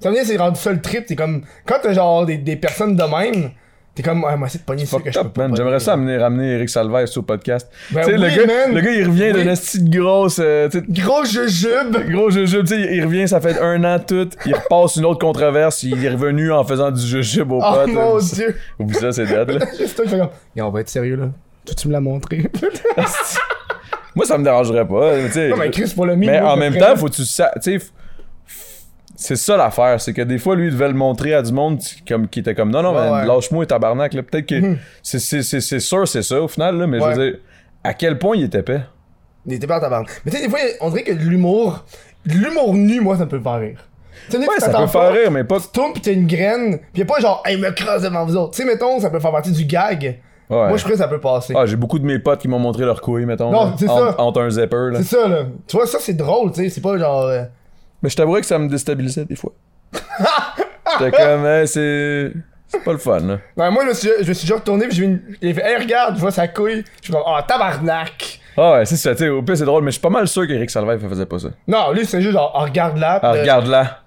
Speaker 1: Ça veut dire, c'est rendu ça le trip. T'es comme, quand t'as genre des, des personnes de même, t'es comme, ah, moi, c'est de pogner ça que
Speaker 2: Fuck
Speaker 1: je peux
Speaker 2: up,
Speaker 1: pas.
Speaker 2: man.
Speaker 1: pogner.
Speaker 2: J'aimerais ça amener, ramener Eric Salvaire sur le podcast.
Speaker 1: Ben
Speaker 2: tu sais,
Speaker 1: oui,
Speaker 2: le, gars,
Speaker 1: man.
Speaker 2: le gars, il revient
Speaker 1: Oui.
Speaker 2: d'une petite grosse. euh, tu sais,
Speaker 1: Gros jujube!
Speaker 2: Gros jujube, tu sais, il revient, ça fait un an tout, il repasse une autre controverse, il est revenu en faisant du jujube aux
Speaker 1: Oh
Speaker 2: potes.
Speaker 1: mon
Speaker 2: là.
Speaker 1: dieu!
Speaker 2: Oublie ça, c'est dead, là.
Speaker 1: C'est toi qui fais comme, Yo, on va être sérieux là. Toi, tu me l'as montré.
Speaker 2: Moi, ça me dérangerait pas, tu sais.
Speaker 1: non, mais Chris, pour le mime.
Speaker 2: Mais
Speaker 1: moi,
Speaker 2: en
Speaker 1: je
Speaker 2: même
Speaker 1: ferais-
Speaker 2: temps, faut que tu sa- tu sais, f- f- c'est ça l'affaire, c'est que des fois, lui, il devait le montrer à du monde qui- comme, qui était comme non, non,
Speaker 1: Ouais,
Speaker 2: man,
Speaker 1: ouais. Hmm.
Speaker 2: lâche-moi, tabarnak. là. Peut-être que c'est- c'est c'est- c'est sûr, c'est ça au final, là, mais
Speaker 1: Ouais.
Speaker 2: je veux dire, à quel point il était épais.
Speaker 1: Il était pas dans ta bande. Mais tu sais, des fois, on dirait que de l'humour. de L'humour nu, moi, ça me peut faire rire. Tu sais, des fois,
Speaker 2: Ouais, ça
Speaker 1: t'attends
Speaker 2: peut
Speaker 1: pas,
Speaker 2: faire rire, mais pas.
Speaker 1: Tu tournes pis t'as une graine, pis y'a pas genre, hey, me crosse devant vous autres. Tu sais, mettons, ça peut faire partie du gag.
Speaker 2: Ouais.
Speaker 1: Moi, je crois que ça peut passer.
Speaker 2: Ah, j'ai beaucoup de mes potes qui m'ont montré leur couille, mettons.
Speaker 1: Non,
Speaker 2: là,
Speaker 1: c'est
Speaker 2: entre,
Speaker 1: ça.
Speaker 2: entre un zipper, là.
Speaker 1: C'est ça, là. Tu vois, ça, c'est drôle, tu sais. C'est pas genre. euh,
Speaker 2: Mais je t'avouerais que ça me déstabilisait des fois. J'étais comme, Hey, c'est. C'est pas le fun, là.
Speaker 1: Ouais, moi, je me suis, je me suis déjà retourné pis j'ai vu une. J'ai fait, hey, regarde, je vois sa couille. Je suis comme, ah, tabarnak.
Speaker 2: Ah ouais, c'est ça, tu sais, au pire, c'est drôle, mais je suis pas mal sûr qu'Éric Salvaire faisait pas ça.
Speaker 1: Non, lui, c'est juste genre, Ah, regarde là.
Speaker 2: Ah, regarde-la.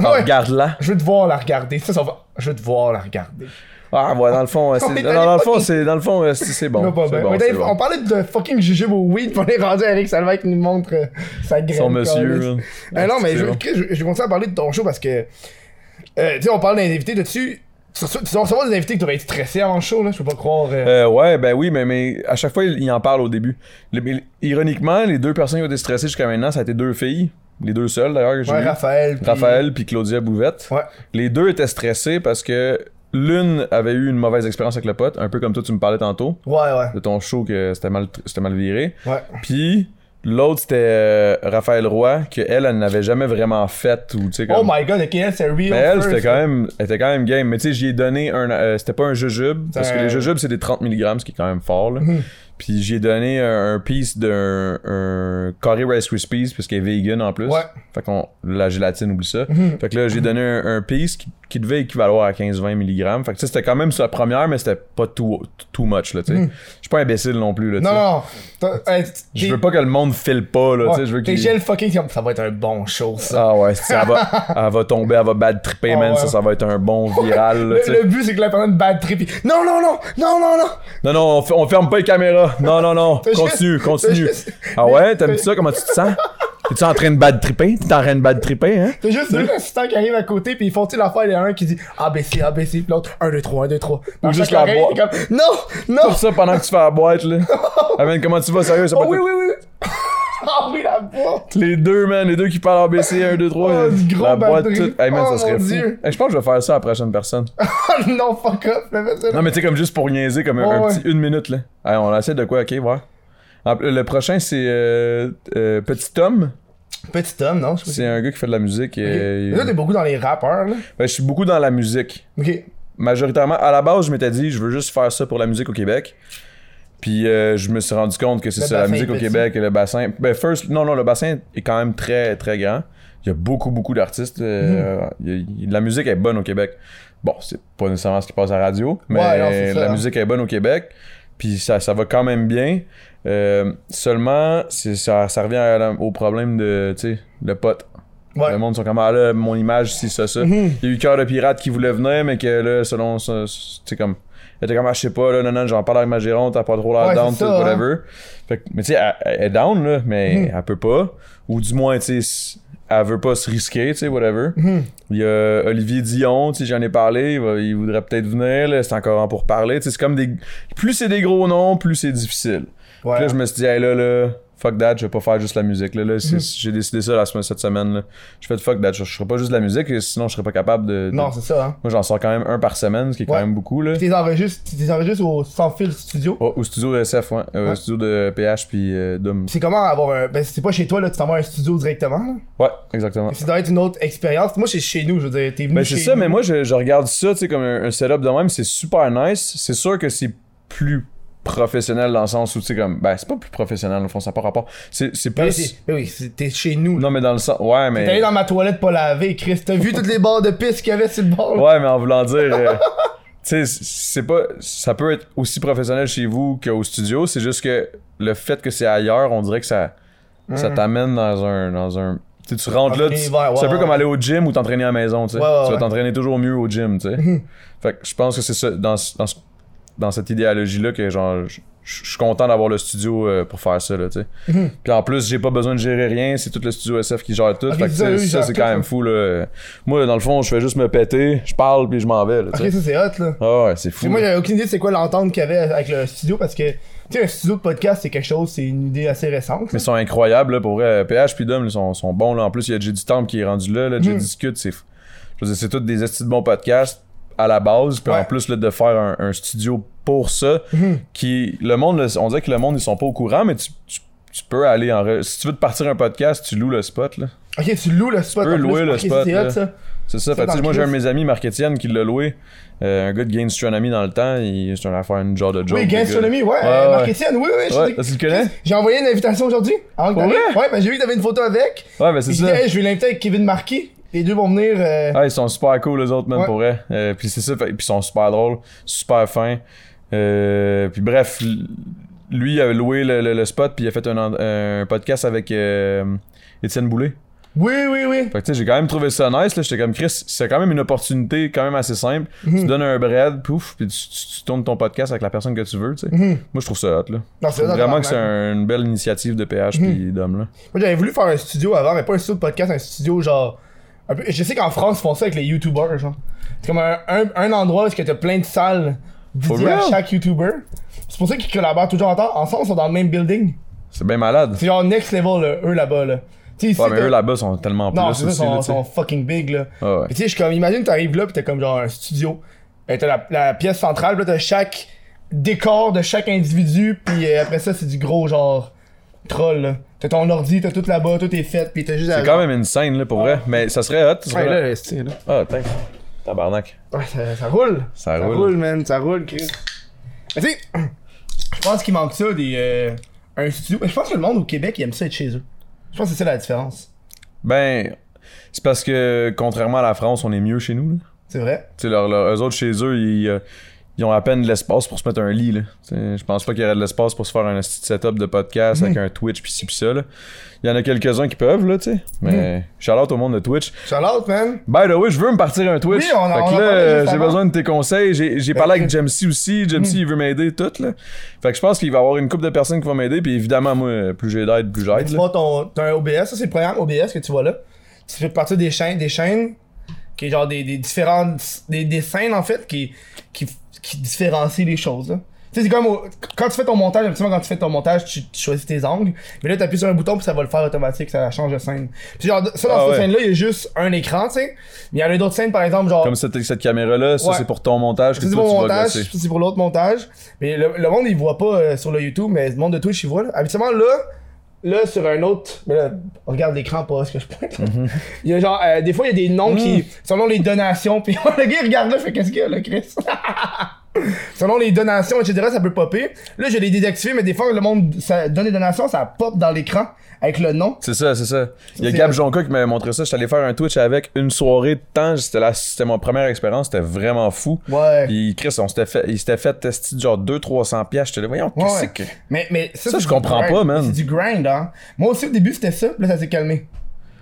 Speaker 2: Ah,
Speaker 1: Ouais.
Speaker 2: regarde-la.
Speaker 1: Je veux te voir la regarder. Ça, ça va. Je veux te voir la regarder.
Speaker 2: Ah, ouais, dans le fond, euh,
Speaker 1: On est
Speaker 2: c'est. Non,
Speaker 1: allé
Speaker 2: dans le fond,
Speaker 1: fucking-
Speaker 2: c'est. Dans le fond, euh, c'est c'est bon.
Speaker 1: Non, pas
Speaker 2: C'est
Speaker 1: bien.
Speaker 2: bon,
Speaker 1: Mais
Speaker 2: c'est
Speaker 1: d'ailleurs,
Speaker 2: bon.
Speaker 1: On parlait de fucking jujube au weed, puis on est rendu à Eric Salvaire qui nous montre euh, sa graine.
Speaker 2: Son monsieur.
Speaker 1: câlisse.
Speaker 2: là.
Speaker 1: Euh, non, mais
Speaker 2: C'est
Speaker 1: je,
Speaker 2: bon.
Speaker 1: Chris, je, je continue à parler de ton show parce que. euh, tu sais, on parle d'un invité dessus. Tu reçois- tu dois recevoir des invités qui doivent être stressés avant le show, là. Je peux pas croire. euh.
Speaker 2: Euh, ouais, ben oui, mais, mais à chaque fois, il, il en parle au début. Le- mais ironiquement, les deux personnes qui ont été stressées jusqu'à maintenant, ça a été deux filles. Les deux seules, d'ailleurs, que j'ai
Speaker 1: ouais,
Speaker 2: eues.
Speaker 1: Raphaël. puis-
Speaker 2: Raphaël puis Claudia Bouvette.
Speaker 1: Ouais.
Speaker 2: Les deux étaient stressés parce que l'une avait eu une mauvaise expérience avec le pote, un peu comme toi tu me parlais tantôt
Speaker 1: Ouais, ouais.
Speaker 2: de ton show que c'était mal c'était mal viré.
Speaker 1: Ouais.
Speaker 2: Puis l'autre c'était euh, Raphaël Roy que elle elle n'avait jamais vraiment fait ou tu sais
Speaker 1: Oh
Speaker 2: comme-
Speaker 1: my god, ok, elle, c'est real.
Speaker 2: mais elle
Speaker 1: first,
Speaker 2: c'était quand même elle était quand même game mais tu sais j'y ai donné un euh, c'était pas un jujube parce que
Speaker 1: Euh.
Speaker 2: les jujubes c'est des 30 mg ce qui est quand même fort là.
Speaker 1: Mhm.
Speaker 2: Puis j'ai donné un, un piece d'un un carré Rice Krispies parce qu'elle est vegan en plus.
Speaker 1: Ouais. Mhm.
Speaker 2: Fait qu'on la gélatine oublie ça. Fait que là j'ai donné un, un piece qui, qui devait équivaloir à 15-20 mg. Fait que ça c'était quand même sur la première mais c'était pas too, too much là tu sais. Je suis pas imbécile non plus là tu
Speaker 1: Mhm. Non,
Speaker 2: sais.
Speaker 1: non. T'as- hey, t-
Speaker 2: Je
Speaker 1: t'es-
Speaker 2: veux pas que le monde file pas là
Speaker 1: ouais,
Speaker 2: tu sais, je veux
Speaker 1: T'es
Speaker 2: qu'il
Speaker 1: gel fucking. comme, Ça va être un bon show, ça.
Speaker 2: Ah ouais, c'est- elle va, elle va tomber, elle va bad tripper,
Speaker 1: Ah
Speaker 2: man.
Speaker 1: ouais.
Speaker 2: Ça, ça va être un bon viral. Ah, là,
Speaker 1: Le,
Speaker 2: tu sais.
Speaker 1: le but, c'est que la personne bad trip. puis, Non, non, non, non, non, non.
Speaker 2: Non, non, on, f- on ferme pas les caméras. Non, non, non.
Speaker 1: T'as
Speaker 2: Continue,
Speaker 1: juste-
Speaker 2: continue.
Speaker 1: t'as juste-
Speaker 2: Ah ouais, t'aimes-tu ça? Comment tu te sens? T'es-tu en train de bad tripper? T'es en train de bad tripper, hein?
Speaker 1: T'as juste deux assistants qui arrivent à côté, puis ils font, tu sais, l'affaire, il y en a un qui dit ABC, ABC, puis l'autre 1, 2, 3, 1, 2, 3. Dans
Speaker 2: juste
Speaker 1: chaque
Speaker 2: la
Speaker 1: oreille,
Speaker 2: voix.
Speaker 1: t'es comme, non, non.
Speaker 2: Pour ça, pendant que tu fais la boîte, là. Ah, man, comment tu vas, sérieux? Ça
Speaker 1: Oh
Speaker 2: peut
Speaker 1: oui,
Speaker 2: être-
Speaker 1: oui, oui. Ah oui, la voix.
Speaker 2: Les deux, man, les deux qui parlent ABC, 1, 2, 3.
Speaker 1: Oh, du gros
Speaker 2: la
Speaker 1: bad
Speaker 2: boîte,
Speaker 1: trip.
Speaker 2: Hey, man,
Speaker 1: Oh,
Speaker 2: ça serait
Speaker 1: mon
Speaker 2: fou.
Speaker 1: Dieu.
Speaker 2: Hey, je pense que je vais faire ça à la prochaine personne.
Speaker 1: Ah non, fuck off, mais fais ça.
Speaker 2: Non, mais tu sais, comme juste pour niaiser, comme un,
Speaker 1: Ouais,
Speaker 2: un
Speaker 1: Oh, ouais.
Speaker 2: petit une minute, là. Hey, on essaie de quoi, ok, voir. En- Le prochain, c'est euh, euh, Petit Tom.
Speaker 1: Petit homme, non? Je sais
Speaker 2: C'est un gars qui fait de la musique.
Speaker 1: pas.
Speaker 2: et-
Speaker 1: Mais Là, t'es beaucoup dans les rappeurs, là.
Speaker 2: Ben, je suis beaucoup dans la musique.
Speaker 1: Ok.
Speaker 2: majoritairement, à la base, je m'étais dit, je veux juste faire ça pour la musique au Québec. Puis euh, je me suis rendu compte que c'est
Speaker 1: Le
Speaker 2: ça, la
Speaker 1: bassin est
Speaker 2: musique au
Speaker 1: petit.
Speaker 2: Québec et le bassin. Ben, first, non, non, le bassin est quand même très, très grand. Il y a beaucoup, beaucoup d'artistes. euh,
Speaker 1: Mhm.
Speaker 2: il y a- il- la musique est bonne au Québec. Bon, c'est pas nécessairement ce qui passe à la radio, mais
Speaker 1: Ouais, non, c'est ça,
Speaker 2: la
Speaker 1: hein.
Speaker 2: musique est bonne au Québec. Puis ça, ça va quand même bien. Euh, seulement, c'est- ça, ça revient à la- au problème de, tu sais, le pote.
Speaker 1: Ouais.
Speaker 2: Le monde sont comme ah là, mon image, si ça, ça.
Speaker 1: Mhm.
Speaker 2: Il y a eu Cœur de Pirate qui voulait venir, mais que là, selon ça, c'est comme. Elle était comme, ah, je sais pas, là, non, non, j'en parle avec ma gérante, t'as pas trop l'air
Speaker 1: Ouais,
Speaker 2: down,
Speaker 1: c'est
Speaker 2: tout,
Speaker 1: ça, hein.
Speaker 2: whatever. Fait que, mais tu sais, elle, elle est down, là, mais
Speaker 1: Hmm.
Speaker 2: elle peut pas. Ou du moins, tu sais, elle veut pas se risquer, tu sais, whatever.
Speaker 1: Hmm.
Speaker 2: Il y a Olivier Dion, tu sais, j'en ai parlé, il, va- il voudrait peut-être venir, là, c'est encore en pour parler. Tu sais, c'est comme des. Plus c'est des gros noms, plus c'est difficile.
Speaker 1: Ouais.
Speaker 2: Puis là, je me suis dit, hey, là, là, fuck that, je vais pas faire juste la musique. Là, là, c'est-
Speaker 1: Mhm.
Speaker 2: J'ai décidé ça la semaine, cette semaine. Là. Je fais de fuck that, je, je ferai pas juste de la musique, et sinon je serais pas capable de. de-
Speaker 1: Non, c'est ça, hein.
Speaker 2: Moi, j'en sors quand même un par semaine, ce qui est
Speaker 1: Ouais.
Speaker 2: quand même beaucoup. Là.
Speaker 1: Puis T'es enregistres, t'es enregistres au Sans Fil Studio.
Speaker 2: Oh, au studio de SF, ouais. Euh,
Speaker 1: Ouais.
Speaker 2: Au studio de PH, puis euh, Dom.
Speaker 1: C'est comment avoir un. Ben, c'est pas chez toi, là, tu t'en vas à un studio directement, là.
Speaker 2: Ouais, exactement.
Speaker 1: Ça doit être une autre expérience. Moi, c'est chez nous, je veux dire. T'es venu
Speaker 2: Ben, c'est
Speaker 1: chez
Speaker 2: ça,
Speaker 1: nous.
Speaker 2: mais moi, je, je regarde ça, tu sais, comme un, un setup de même, c'est super nice. C'est sûr que c'est plus professionnel dans le sens où, tu sais, comme, ben, c'est pas plus professionnel, au fond, ça n'a pas rapport. C'est c'est
Speaker 1: Ben oui,
Speaker 2: plus.
Speaker 1: c'est- ben oui, c'est- t'es chez nous.
Speaker 2: Non, mais dans le sens. Ouais,
Speaker 1: T'es allé
Speaker 2: mais.
Speaker 1: dans ma toilette pas lavée, Chris. T'as vu toutes les barres de pisse qu'il y avait sur le bord? là?
Speaker 2: Ouais, mais en voulant dire. euh, tu sais, c'est pas. Ça peut être aussi professionnel chez vous qu'au studio, c'est juste que le fait que c'est ailleurs, on dirait que ça.
Speaker 1: Mm-hmm.
Speaker 2: Ça t'amène dans un. Dans un tu sais, tu rentres
Speaker 1: Dans
Speaker 2: là,
Speaker 1: un
Speaker 2: tu-
Speaker 1: univers, ouais,
Speaker 2: c'est un peu
Speaker 1: ouais,
Speaker 2: comme
Speaker 1: ouais.
Speaker 2: aller au gym ou t'entraîner à la maison, tu sais.
Speaker 1: Ouais, ouais,
Speaker 2: tu vas
Speaker 1: ouais.
Speaker 2: t'entraîner toujours mieux au gym, tu sais. fait que je pense que c'est ça, dans, ce- dans, ce- dans cette idéologie-là que genre, je je- je suis content d'avoir le studio euh, pour faire ça, là, tu sais.
Speaker 1: Mm-hmm.
Speaker 2: Puis en plus, j'ai pas besoin de gérer rien, c'est tout le studio SF qui gère tout.
Speaker 1: Ok,
Speaker 2: fait que
Speaker 1: c'est ça,
Speaker 2: tu sais,
Speaker 1: eux, ils
Speaker 2: ça,
Speaker 1: gèrent
Speaker 2: c'est
Speaker 1: tout,
Speaker 2: quand
Speaker 1: là.
Speaker 2: même fou, là. Moi, dans le fond, je fais juste me péter, je parle, puis je m'en vais, là, tu
Speaker 1: Ok,
Speaker 2: sais.
Speaker 1: ça c'est hot là.
Speaker 2: Ah ouais, c'est fou.
Speaker 1: Puis moi,
Speaker 2: là.
Speaker 1: j'avais aucune idée de c'est quoi l'entente qu'il y avait avec le studio parce que, tu sais, un studio de podcast, c'est quelque chose, c'est une idée assez récente.
Speaker 2: Mais ils sont incroyables, là, pour vrai. PH puis Dom, ils sont, sont bons, là. En plus, il y a J du Temple qui est rendu là, là. J
Speaker 1: Hmm.
Speaker 2: discute, c'est. f- Je veux dire, c'est tous des estis de bons podcasts à la base. Puis
Speaker 1: Ouais. Hmm.
Speaker 2: en plus, là, de faire un, un studio pour ça, qui. Le monde, là, on dirait que le monde, ils sont pas au courant, mais tu. tu- tu peux aller en. re- Si tu veux te partir un podcast, tu loues le spot, là.
Speaker 1: Ok, tu loues le spot.
Speaker 2: Tu peux
Speaker 1: en plus.
Speaker 2: louer le
Speaker 1: Ok,
Speaker 2: spot,
Speaker 1: C'est
Speaker 2: là.
Speaker 1: hot ça.
Speaker 2: C'est ça.
Speaker 1: Ça,
Speaker 2: Fait que, tu sais,
Speaker 1: dans
Speaker 2: moi,
Speaker 1: le
Speaker 2: j'ai un de
Speaker 1: Christ.
Speaker 2: mes amis, Marc Etienne, qui l'a loué. Euh, un gars de Gastronomie dans le temps. Il, c'est un affaire, une genre de joke.
Speaker 1: Oui,
Speaker 2: le gars.
Speaker 1: Gastronomie, ouais.
Speaker 2: Ouais,
Speaker 1: euh,
Speaker 2: ouais.
Speaker 1: Marc-Étienne, oui, oui. je
Speaker 2: Ouais,
Speaker 1: sais-
Speaker 2: tu le connais?
Speaker 1: J'ai envoyé une invitation aujourd'hui. avant que
Speaker 2: Pour
Speaker 1: t'arrives.
Speaker 2: vrai?
Speaker 1: Ouais, mais j'ai vu que t'avais une photo avec.
Speaker 2: Ouais, ben c'est
Speaker 1: Puis je
Speaker 2: ça.
Speaker 1: dis, hey, je vais l'inviter avec Kevin Marquis. Les deux vont venir. euh,
Speaker 2: Ah, ils sont super cool, les autres, même
Speaker 1: Ouais.
Speaker 2: pour vrai. Euh, puis c'est ça, fait- puis ils sont super drôles, super fins. Euh, puis bref, l- lui, il a loué le, le- le spot, puis il a fait un, en- un podcast avec euh, Étienne Boulay.
Speaker 1: Oui, oui, oui.
Speaker 2: Fait que tu sais, j'ai quand même trouvé ça nice, là. J'étais comme Chris, c'est quand même une opportunité, quand même assez simple.
Speaker 1: Mm-hmm.
Speaker 2: Tu donnes un bread, pouf, puis tu, tu- tu tournes ton podcast avec la personne que tu veux, tu sais. Moi, je trouve ça hot, là.
Speaker 1: Mm-hmm. Non,
Speaker 2: Je trouve
Speaker 1: hot,
Speaker 2: Vraiment que c'est
Speaker 1: tabarnak.
Speaker 2: un- une belle initiative de PH
Speaker 1: Mm-hmm.
Speaker 2: puis d'homme, là.
Speaker 1: Moi, j'avais voulu faire un studio avant, mais pas un studio de podcast, un studio genre. un peu- Je sais qu'en France, ils font ça avec les YouTubers, genre. C'est comme un, un, un endroit où est-ce que t'as plein de salles dédiées à
Speaker 2: real?
Speaker 1: chaque YouTuber. C'est pour ça qu'ils collaborent toujours ensemble. Ensemble, ils sont dans le même building.
Speaker 2: C'est bien malade.
Speaker 1: C'est genre next level, là, eux là-bas, là. Tu sais, ici,
Speaker 2: Ouais, mais
Speaker 1: t'as-
Speaker 2: eux là-bas sont tellement plus
Speaker 1: Non, c'est ça,
Speaker 2: aussi, là,
Speaker 1: sont,
Speaker 2: tu sais.
Speaker 1: sont fucking big, là.
Speaker 2: Ah ouais.
Speaker 1: Puis tu sais, je suis comme, imagine, t'arrives là, pis t'as comme genre un studio. Euh, T'as la, la pièce centrale, pis là, t'as chaque décor de chaque individu, puis euh, après ça, c'est du gros genre troll, là. T'as ton ordi, t'as tout là-bas, tout est fait, pis t'as juste à.
Speaker 2: C'est quand même une scène, là, pour vrai. Mais ça serait hot. ça
Speaker 1: Ouais,
Speaker 2: serait hot.
Speaker 1: là, c'est, là.
Speaker 2: Ah, t'es. Tabarnak.
Speaker 1: Ouais, ça, ça roule.
Speaker 2: Ça
Speaker 1: Ça roule.
Speaker 2: roule.
Speaker 1: man. Ça roule, Chris. Mais tu sais, je pense qu'il manque ça, des. euh, un studio. Je pense que le monde au Québec, il aime ça être chez eux. Je pense que c'est ça la différence.
Speaker 2: Ben, c'est parce que, contrairement à la France, on est mieux chez nous, là.
Speaker 1: C'est vrai.
Speaker 2: Tu sais, leur, leur- eux autres, chez eux, ils, euh, ils ont à peine de l'espace pour se mettre un lit, là. Tu sais, Je pense pas qu'il y aurait de l'espace pour se faire un petit setup de podcast
Speaker 1: Mhm.
Speaker 2: avec un Twitch pis ci pis ça, là. Il y en a quelques-uns qui peuvent, là, tu sais.
Speaker 1: Mhm.
Speaker 2: Mais, shout-out au monde de Twitch.
Speaker 1: Shout out, man.
Speaker 2: By the way, je veux me partir un Twitch.
Speaker 1: Oui, on en-
Speaker 2: fait
Speaker 1: on en
Speaker 2: que là,
Speaker 1: parlait juste
Speaker 2: euh, j'ai
Speaker 1: avant.
Speaker 2: besoin de tes conseils. J'ai j'ai
Speaker 1: Ben,
Speaker 2: parlé
Speaker 1: ok. Hmm.
Speaker 2: avec Jamsey aussi. Jamsey, il veut m'aider, tout, là. Fait que je pense qu'il va y avoir une couple de personnes qui vont m'aider. Puis évidemment, moi, plus j'ai d'aide, plus
Speaker 1: Mais
Speaker 2: j'aide.
Speaker 1: tu
Speaker 2: là.
Speaker 1: vois ton, t'as un OBS, ça c'est le programme OBS que tu vois là. Tu fais partie des chaînes, des chaînes qui est genre des, des différentes, des, des scènes en fait qui, qui, qui différencient les choses. là. Tu sais, c'est comme au- quand tu fais ton montage, habituellement quand tu fais ton montage, tu, tu choisis tes angles, mais là tu appuies sur un bouton puis ça va le faire automatique, ça change de scène. Puis genre, ça dans
Speaker 2: Ah
Speaker 1: cette
Speaker 2: ouais.
Speaker 1: scène-là, il y a juste un écran, tu sais. Mais il y en a d'autres scènes par exemple, genre.
Speaker 2: Comme cette, cette caméra-là, ça
Speaker 1: Ouais.
Speaker 2: c'est pour ton montage.
Speaker 1: Ça,
Speaker 2: que
Speaker 1: c'est
Speaker 2: toi,
Speaker 1: pour
Speaker 2: tu
Speaker 1: mon
Speaker 2: vas
Speaker 1: montage,
Speaker 2: glacer.
Speaker 1: ça, c'est pour l'autre montage. Mais le, le monde, il voit pas euh, sur le YouTube, mais le monde de Twitch, il voit. Là. Habituellement, là, là, sur un autre. Mais là, regarde l'écran, pas ce que je pointe. là.
Speaker 2: Mhm.
Speaker 1: Il y a genre, euh, des fois, il y a des noms
Speaker 2: Mm.
Speaker 1: qui. Selon les donations, puis le gars, il regarde là, fait qu'est-ce qu'il y a, là, Chris Selon les donations, etc., ça peut popper. Là, je l'ai désactivé, mais des fois, le monde ça donne des donations, ça pop dans l'écran avec le nom.
Speaker 2: C'est ça, c'est ça. Il y a
Speaker 1: c'est-
Speaker 2: Gab Jonka qui m'avait montré ça. J'étais allé faire un Twitch avec une soirée de temps. C'était la- c'était ma première expérience. C'était vraiment fou.
Speaker 1: Ouais.
Speaker 2: Puis Chris, on s'était fait, il s'était fait tester genre 200-300 piastres. J'étais là, voyons,
Speaker 1: Ouais,
Speaker 2: qu'est-ce
Speaker 1: ouais.
Speaker 2: que.
Speaker 1: Mais, mais ça,
Speaker 2: Ça,
Speaker 1: c'est
Speaker 2: je
Speaker 1: du
Speaker 2: comprends
Speaker 1: grind.
Speaker 2: pas, man.
Speaker 1: C'est du grind, hein. Moi aussi, au début, c'était ça, puis là, ça s'est calmé.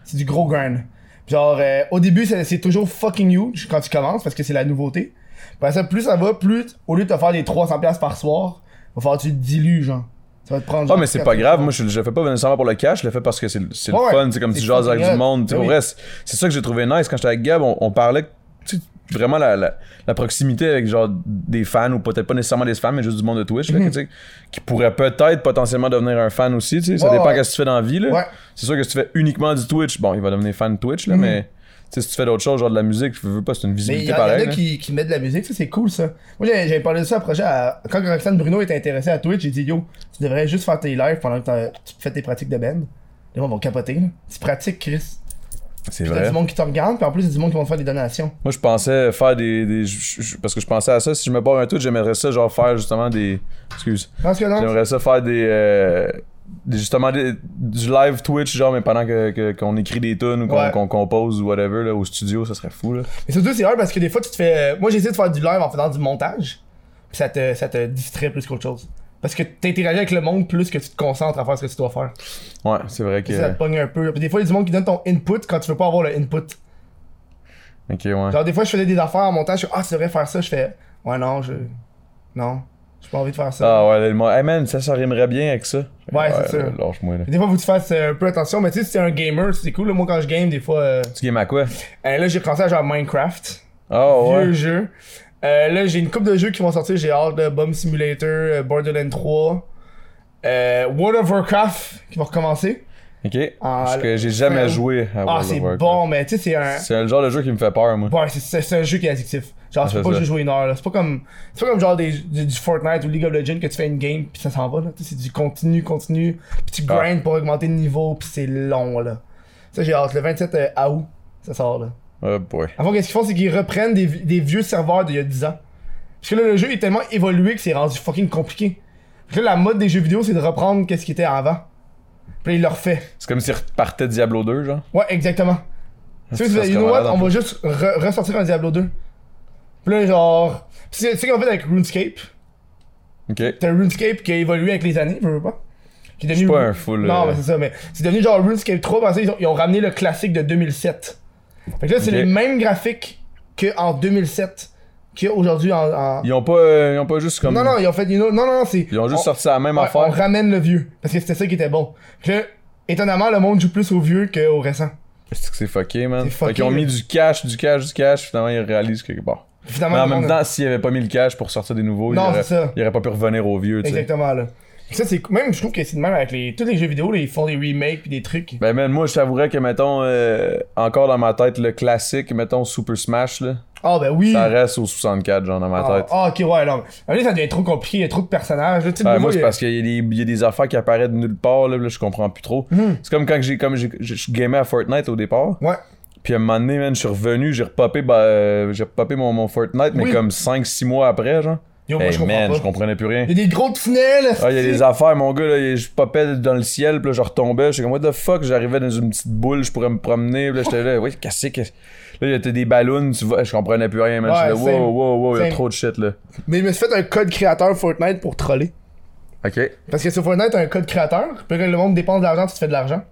Speaker 1: C'est du gros grind. Genre, euh, au début, c'est c'est toujours fucking huge quand tu commences, parce que c'est la nouveauté. Puis après ça, plus ça va, plus, au lieu de te faire des 300$ piastres par soir, va falloir que tu te dilues, genre. Ça va te prendre.
Speaker 2: Ah,
Speaker 1: genre,
Speaker 2: mais c'est
Speaker 1: 400
Speaker 2: pas grave. Moi, je, je le fais pas nécessairement pour le cash. Je le fais parce que c'est le c'est le
Speaker 1: Ouais, ouais.
Speaker 2: fun. C'est comme
Speaker 1: C'est
Speaker 2: tu jases avec
Speaker 1: fucking
Speaker 2: du
Speaker 1: hot.
Speaker 2: monde. tu sais,
Speaker 1: Ben
Speaker 2: pour
Speaker 1: oui.
Speaker 2: vrai, c'est c'est ça que j'ai trouvé nice. Quand j'étais avec Gab, on, on parlait tu sais, vraiment la, la, la proximité avec genre des fans ou peut-être pas nécessairement des fans, mais juste du monde de Twitch
Speaker 1: Mhm.
Speaker 2: là, que, tu sais, qui pourrait peut-être potentiellement devenir un fan aussi. tu sais. Ça
Speaker 1: Ouais,
Speaker 2: dépend
Speaker 1: ouais.
Speaker 2: qu'est-ce que tu fais dans la vie. là.
Speaker 1: Ouais. Mhm.
Speaker 2: C'est sûr que si tu fais uniquement du Twitch, bon, il va devenir fan de Twitch, là, mais tu sais, si tu fais d'autres choses, genre de la musique, je veux pas, c'est
Speaker 1: Mais
Speaker 2: une
Speaker 1: il y,
Speaker 2: visibilité
Speaker 1: en
Speaker 2: pareille.
Speaker 1: a
Speaker 2: là.
Speaker 1: qui, qui mettent de la musique, ça c'est cool ça. Moi j'avais j'avais parlé de ça à projet à- quand Roxane Bruno était intéressée à Twitch, j'ai dit yo, tu devrais juste faire tes lives pendant que t'as- tu fais tes pratiques de band. Les gens vont capoter là. Tu pratiques Chris.
Speaker 2: C'est
Speaker 1: Puis t'as
Speaker 2: vrai.
Speaker 1: du monde qui te regarde, puis en plus, il y a du monde qui vont te faire des donations.
Speaker 2: Moi, je pensais faire des. des- je- je- parce que je pensais à ça, si je me pars un tout, j'aimerais ça, genre, faire justement des. Excuse.
Speaker 1: Je pense que non.
Speaker 2: J'aimerais ça faire des. euh, des- justement, des- du live Twitch, genre, mais pendant que- que- qu'on écrit des tunes ou qu'on
Speaker 1: Ouais.
Speaker 2: qu'on compose ou whatever, là, au studio, ça serait fou, là.
Speaker 1: Mais surtout, c'est rare parce que des fois, tu te fais. euh, Moi, j'ai essayé de faire du live en faisant du montage. Puis ça te, ça te distrait plus qu'autre chose. Parce que t'interagis avec le monde plus que tu te concentres à faire ce que tu dois faire.
Speaker 2: Ouais, c'est vrai que.
Speaker 1: Puis ça te pogne un peu. Puis des fois, il y a du monde qui donne ton input quand tu veux pas avoir le input.
Speaker 2: Ok, ouais.
Speaker 1: Genre, des fois, je faisais des affaires en montage. je fais, Ah, tu devrais faire ça. Je fais Ouais, non, je. Non, j'ai pas envie de faire ça.
Speaker 2: Ah ouais, là, le mot. Hey man, ça, ça rimerait bien avec ça.
Speaker 1: Ouais, c'est ça.
Speaker 2: là, Lâche-moi, là.
Speaker 1: Des fois, faut que tu fasses euh, un peu attention. Mais tu sais, si t'es un gamer, c'est cool. là. Moi, quand je game, des fois. euh,
Speaker 2: Tu games à quoi?
Speaker 1: euh, là, j'ai commencé à jouer à Minecraft.
Speaker 2: Ah
Speaker 1: vieux
Speaker 2: ouais.
Speaker 1: jeu. Euh, là, j'ai une coupe de jeux qui vont sortir. J'ai hâte de Bomb Simulator, euh, Borderlands 3, euh, World of Warcraft qui va recommencer.
Speaker 2: Ok.
Speaker 1: Ah,
Speaker 2: Parce que j'ai
Speaker 1: frère.
Speaker 2: jamais joué à
Speaker 1: Ah,
Speaker 2: World
Speaker 1: c'est
Speaker 2: of Warcraft.
Speaker 1: bon, mais tu sais, c'est un.
Speaker 2: C'est le genre de jeu qui me fait peur, moi.
Speaker 1: Ouais, c'est- c'est c'est un jeu qui est addictif. Genre, tu peux
Speaker 2: Ah, c'est
Speaker 1: pas
Speaker 2: ça.
Speaker 1: juste jouer une heure. là. C'est pas comme, c'est pas comme genre des, du, du Fortnite ou League of Legends que tu fais une game puis ça s'en va. là. Tu sais, C'est du continu, continu. Puis tu
Speaker 2: Ah.
Speaker 1: grindes pour augmenter le niveau puis c'est long là. Ça, j'ai hâte. Le 27 euh, août, ça sort là.
Speaker 2: Oh boy.
Speaker 1: Avant, qu'est-ce qu'ils font, c'est qu'ils reprennent des, vi- des vieux serveurs d'il y a 10 ans. Parce que là, le jeu est tellement évolué que c'est rendu fucking compliqué. Parce que là, la mode des jeux vidéo, c'est de reprendre qu'est-ce qui était avant. Puis là, il le refait.
Speaker 2: C'est comme s'il repartait Diablo 2, genre.
Speaker 1: Ouais, exactement. Tu sais,
Speaker 2: Ça serait
Speaker 1: you know what,
Speaker 2: malade,
Speaker 1: on
Speaker 2: en
Speaker 1: va juste re- ressortir un Diablo 2. Puis là, genre... Tu sais, tu sais qu'en fait, avec RuneScape,
Speaker 2: Ok.
Speaker 1: t'as RuneScape qui a évolué avec les années, je veux pas. Qui est devenu...
Speaker 2: Je suis pas un euh, fou, là.
Speaker 1: Non, mais c'est ça, mais c'est devenu genre RuneScape 3 parce qu'ils ont, ils ont ramené le classique de 2007. Fait que là, c'est
Speaker 2: Ok.
Speaker 1: les mêmes graphiques qu'en 2007, qu'aujourd'hui en... en...
Speaker 2: Ils ont pas, euh, ils ont pas juste comme.
Speaker 1: Non, non, ils ont fait une autre. Non, non, non, c'est.
Speaker 2: Ils ont juste
Speaker 1: on-
Speaker 2: sorti la même
Speaker 1: ouais, On
Speaker 2: affaire.
Speaker 1: ramène le vieux. Parce que c'était ça qui était bon. Fait Que, étonnamment, le monde joue plus au vieux qu'au récent.
Speaker 2: C'est que c'est fucké, man.
Speaker 1: C'est
Speaker 2: Fait qu'ils
Speaker 1: fucké,
Speaker 2: ont mis
Speaker 1: là. Ah,
Speaker 2: du cash, du cash, du cash. Finalement, ils réalisent que bon.
Speaker 1: Finalement,
Speaker 2: Mais en
Speaker 1: le
Speaker 2: même
Speaker 1: monde-
Speaker 2: temps, s'ils avaient pas mis le cash pour sortir des nouveaux,
Speaker 1: Non,
Speaker 2: ils, auraient,
Speaker 1: c'est ça.
Speaker 2: ils auraient pas pu revenir aux vieux, tu sais.
Speaker 1: Exactement, là. Ça, c'est. Même, je trouve que c'est de même avec les. Tous les jeux vidéo, là, ils font des remakes pis des trucs.
Speaker 2: Ben, man, moi, je t'avouerais que, mettons, euh, encore dans ma tête, le classique, mettons, Super Smash, là,
Speaker 1: Ah, ben oui.
Speaker 2: ça reste au 64, genre, dans ma
Speaker 1: Ah,
Speaker 2: tête.
Speaker 1: ah, ok, ouais, non. mais- Là, ça devient trop compliqué. Il y a trop de personnages. Là, tu sais,
Speaker 2: Ben,
Speaker 1: le
Speaker 2: moi,
Speaker 1: nouveau,
Speaker 2: c'est
Speaker 1: il-
Speaker 2: parce qu'il y, a des- il y a des affaires qui apparaissent de nulle part, là, là, je comprends plus trop.
Speaker 1: Hmm.
Speaker 2: C'est comme quand j'ai, comme j'ai, je je gamais à Fortnite au départ,
Speaker 1: Ouais.
Speaker 2: puis à un moment donné, man, je suis revenu, j'ai repopé, bah, euh, j'ai repopé mon, mon Fortnite, mais
Speaker 1: Oui.
Speaker 2: comme 5-6 mois après, genre.
Speaker 1: Yo, moi,
Speaker 2: Hey,
Speaker 1: je comprends
Speaker 2: man,
Speaker 1: pas.
Speaker 2: je comprenais plus rien.
Speaker 1: Il y a des gros tunnels.
Speaker 2: Ah, il y a des affaires, mon gars, là, je popais dans le ciel, puis là, je retombais, j'étais comme, what the fuck, j'arrivais dans une petite boule, je pourrais me promener, puis là, j'étais là, oui, cassé, que... Là, il y a des ballons, tu vois, je comprenais plus rien, man,
Speaker 1: Ouais,
Speaker 2: j'étais là,
Speaker 1: same.
Speaker 2: wow, wow, wow, il y a
Speaker 1: Same.
Speaker 2: trop de shit, là.
Speaker 1: Mais je me suis fait un code créateur Fortnite pour troller.
Speaker 2: Ok.
Speaker 1: Parce que sur Fortnite, t'as un code créateur. Puis quand le monde dépense de l'argent, tu te fais de l'argent.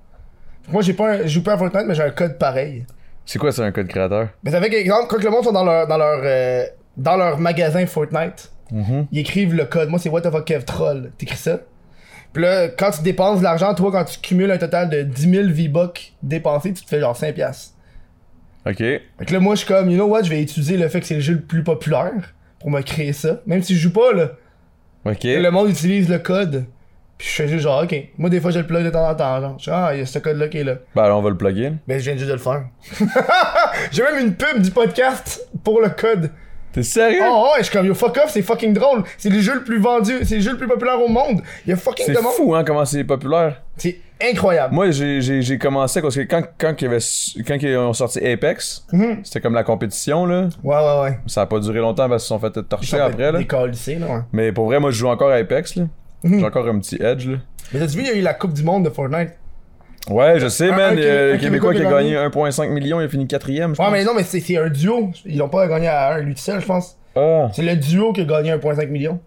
Speaker 1: Moi, j'ai pas un- je joue pas à Fortnite, mais j'ai un code pareil.
Speaker 2: C'est quoi, ça, un code créateur?
Speaker 1: Mais ça fait qu'exemple, quand le monde sont dans leur, dans leur, euh, dans leur magasin Fortnite, ils écrivent le code. Moi, c'est What the fuck Kev Troll. T'écris ça. Puis là, quand tu dépenses de l'argent, toi, quand tu cumules un total de 10 000 V-Bucks dépensés, tu te fais genre 5 piastres.
Speaker 2: Ok.
Speaker 1: Fait que là, moi, je suis comme, you know what, je vais utiliser le fait que c'est le jeu le plus populaire pour me créer ça. Même si je joue pas, là.
Speaker 2: Ok.
Speaker 1: Et le monde utilise le code. Puis je fais juste genre, ok. Moi, des fois, je le plug de temps en temps. Genre, Je fais, ah, il y a ce code-là qui est là.
Speaker 2: Ben, alors, on va le plugin.
Speaker 1: Mais je viens juste de le faire. J'ai même une pub du podcast pour le code.
Speaker 2: T'es sérieux?
Speaker 1: Oh, ouais, je suis comme, yo, fuck off, c'est fucking drôle. C'est le jeu le plus vendu, c'est le jeu le plus populaire au monde. Il y a fucking
Speaker 2: c'est
Speaker 1: de monde.
Speaker 2: fou, hein, comment c'est populaire.
Speaker 1: C'est incroyable.
Speaker 2: Moi, j'ai- j'ai j'ai commencé parce que quand, quand, il y avait, quand ils ont sorti Apex,
Speaker 1: Mhm.
Speaker 2: c'était comme la compétition, là.
Speaker 1: Ouais, ouais, ouais.
Speaker 2: Ça a pas duré longtemps parce qu'ils se sont fait torcher après, là.
Speaker 1: Décalissé, là, ouais.
Speaker 2: Mais pour vrai, moi, je joue encore à Apex, là.
Speaker 1: Mhm.
Speaker 2: J'ai encore un petit edge, là.
Speaker 1: Mais t'as-tu vu, il y a eu la Coupe du Monde de Fortnite.
Speaker 2: Ouais, je sais,
Speaker 1: Un-
Speaker 2: man.
Speaker 1: un
Speaker 2: euh,
Speaker 1: Ah, Québécois
Speaker 2: le Québécois qui a
Speaker 1: qui a
Speaker 2: gagné 1,5 million, il a fini quatrième, je
Speaker 1: Ouais,
Speaker 2: pense.
Speaker 1: mais non, mais c'est c'est un duo. Ils l'ont pas gagné à un, lui tout seul, je pense.
Speaker 2: Ah,
Speaker 1: C'est le duo qui a gagné 1,5 million.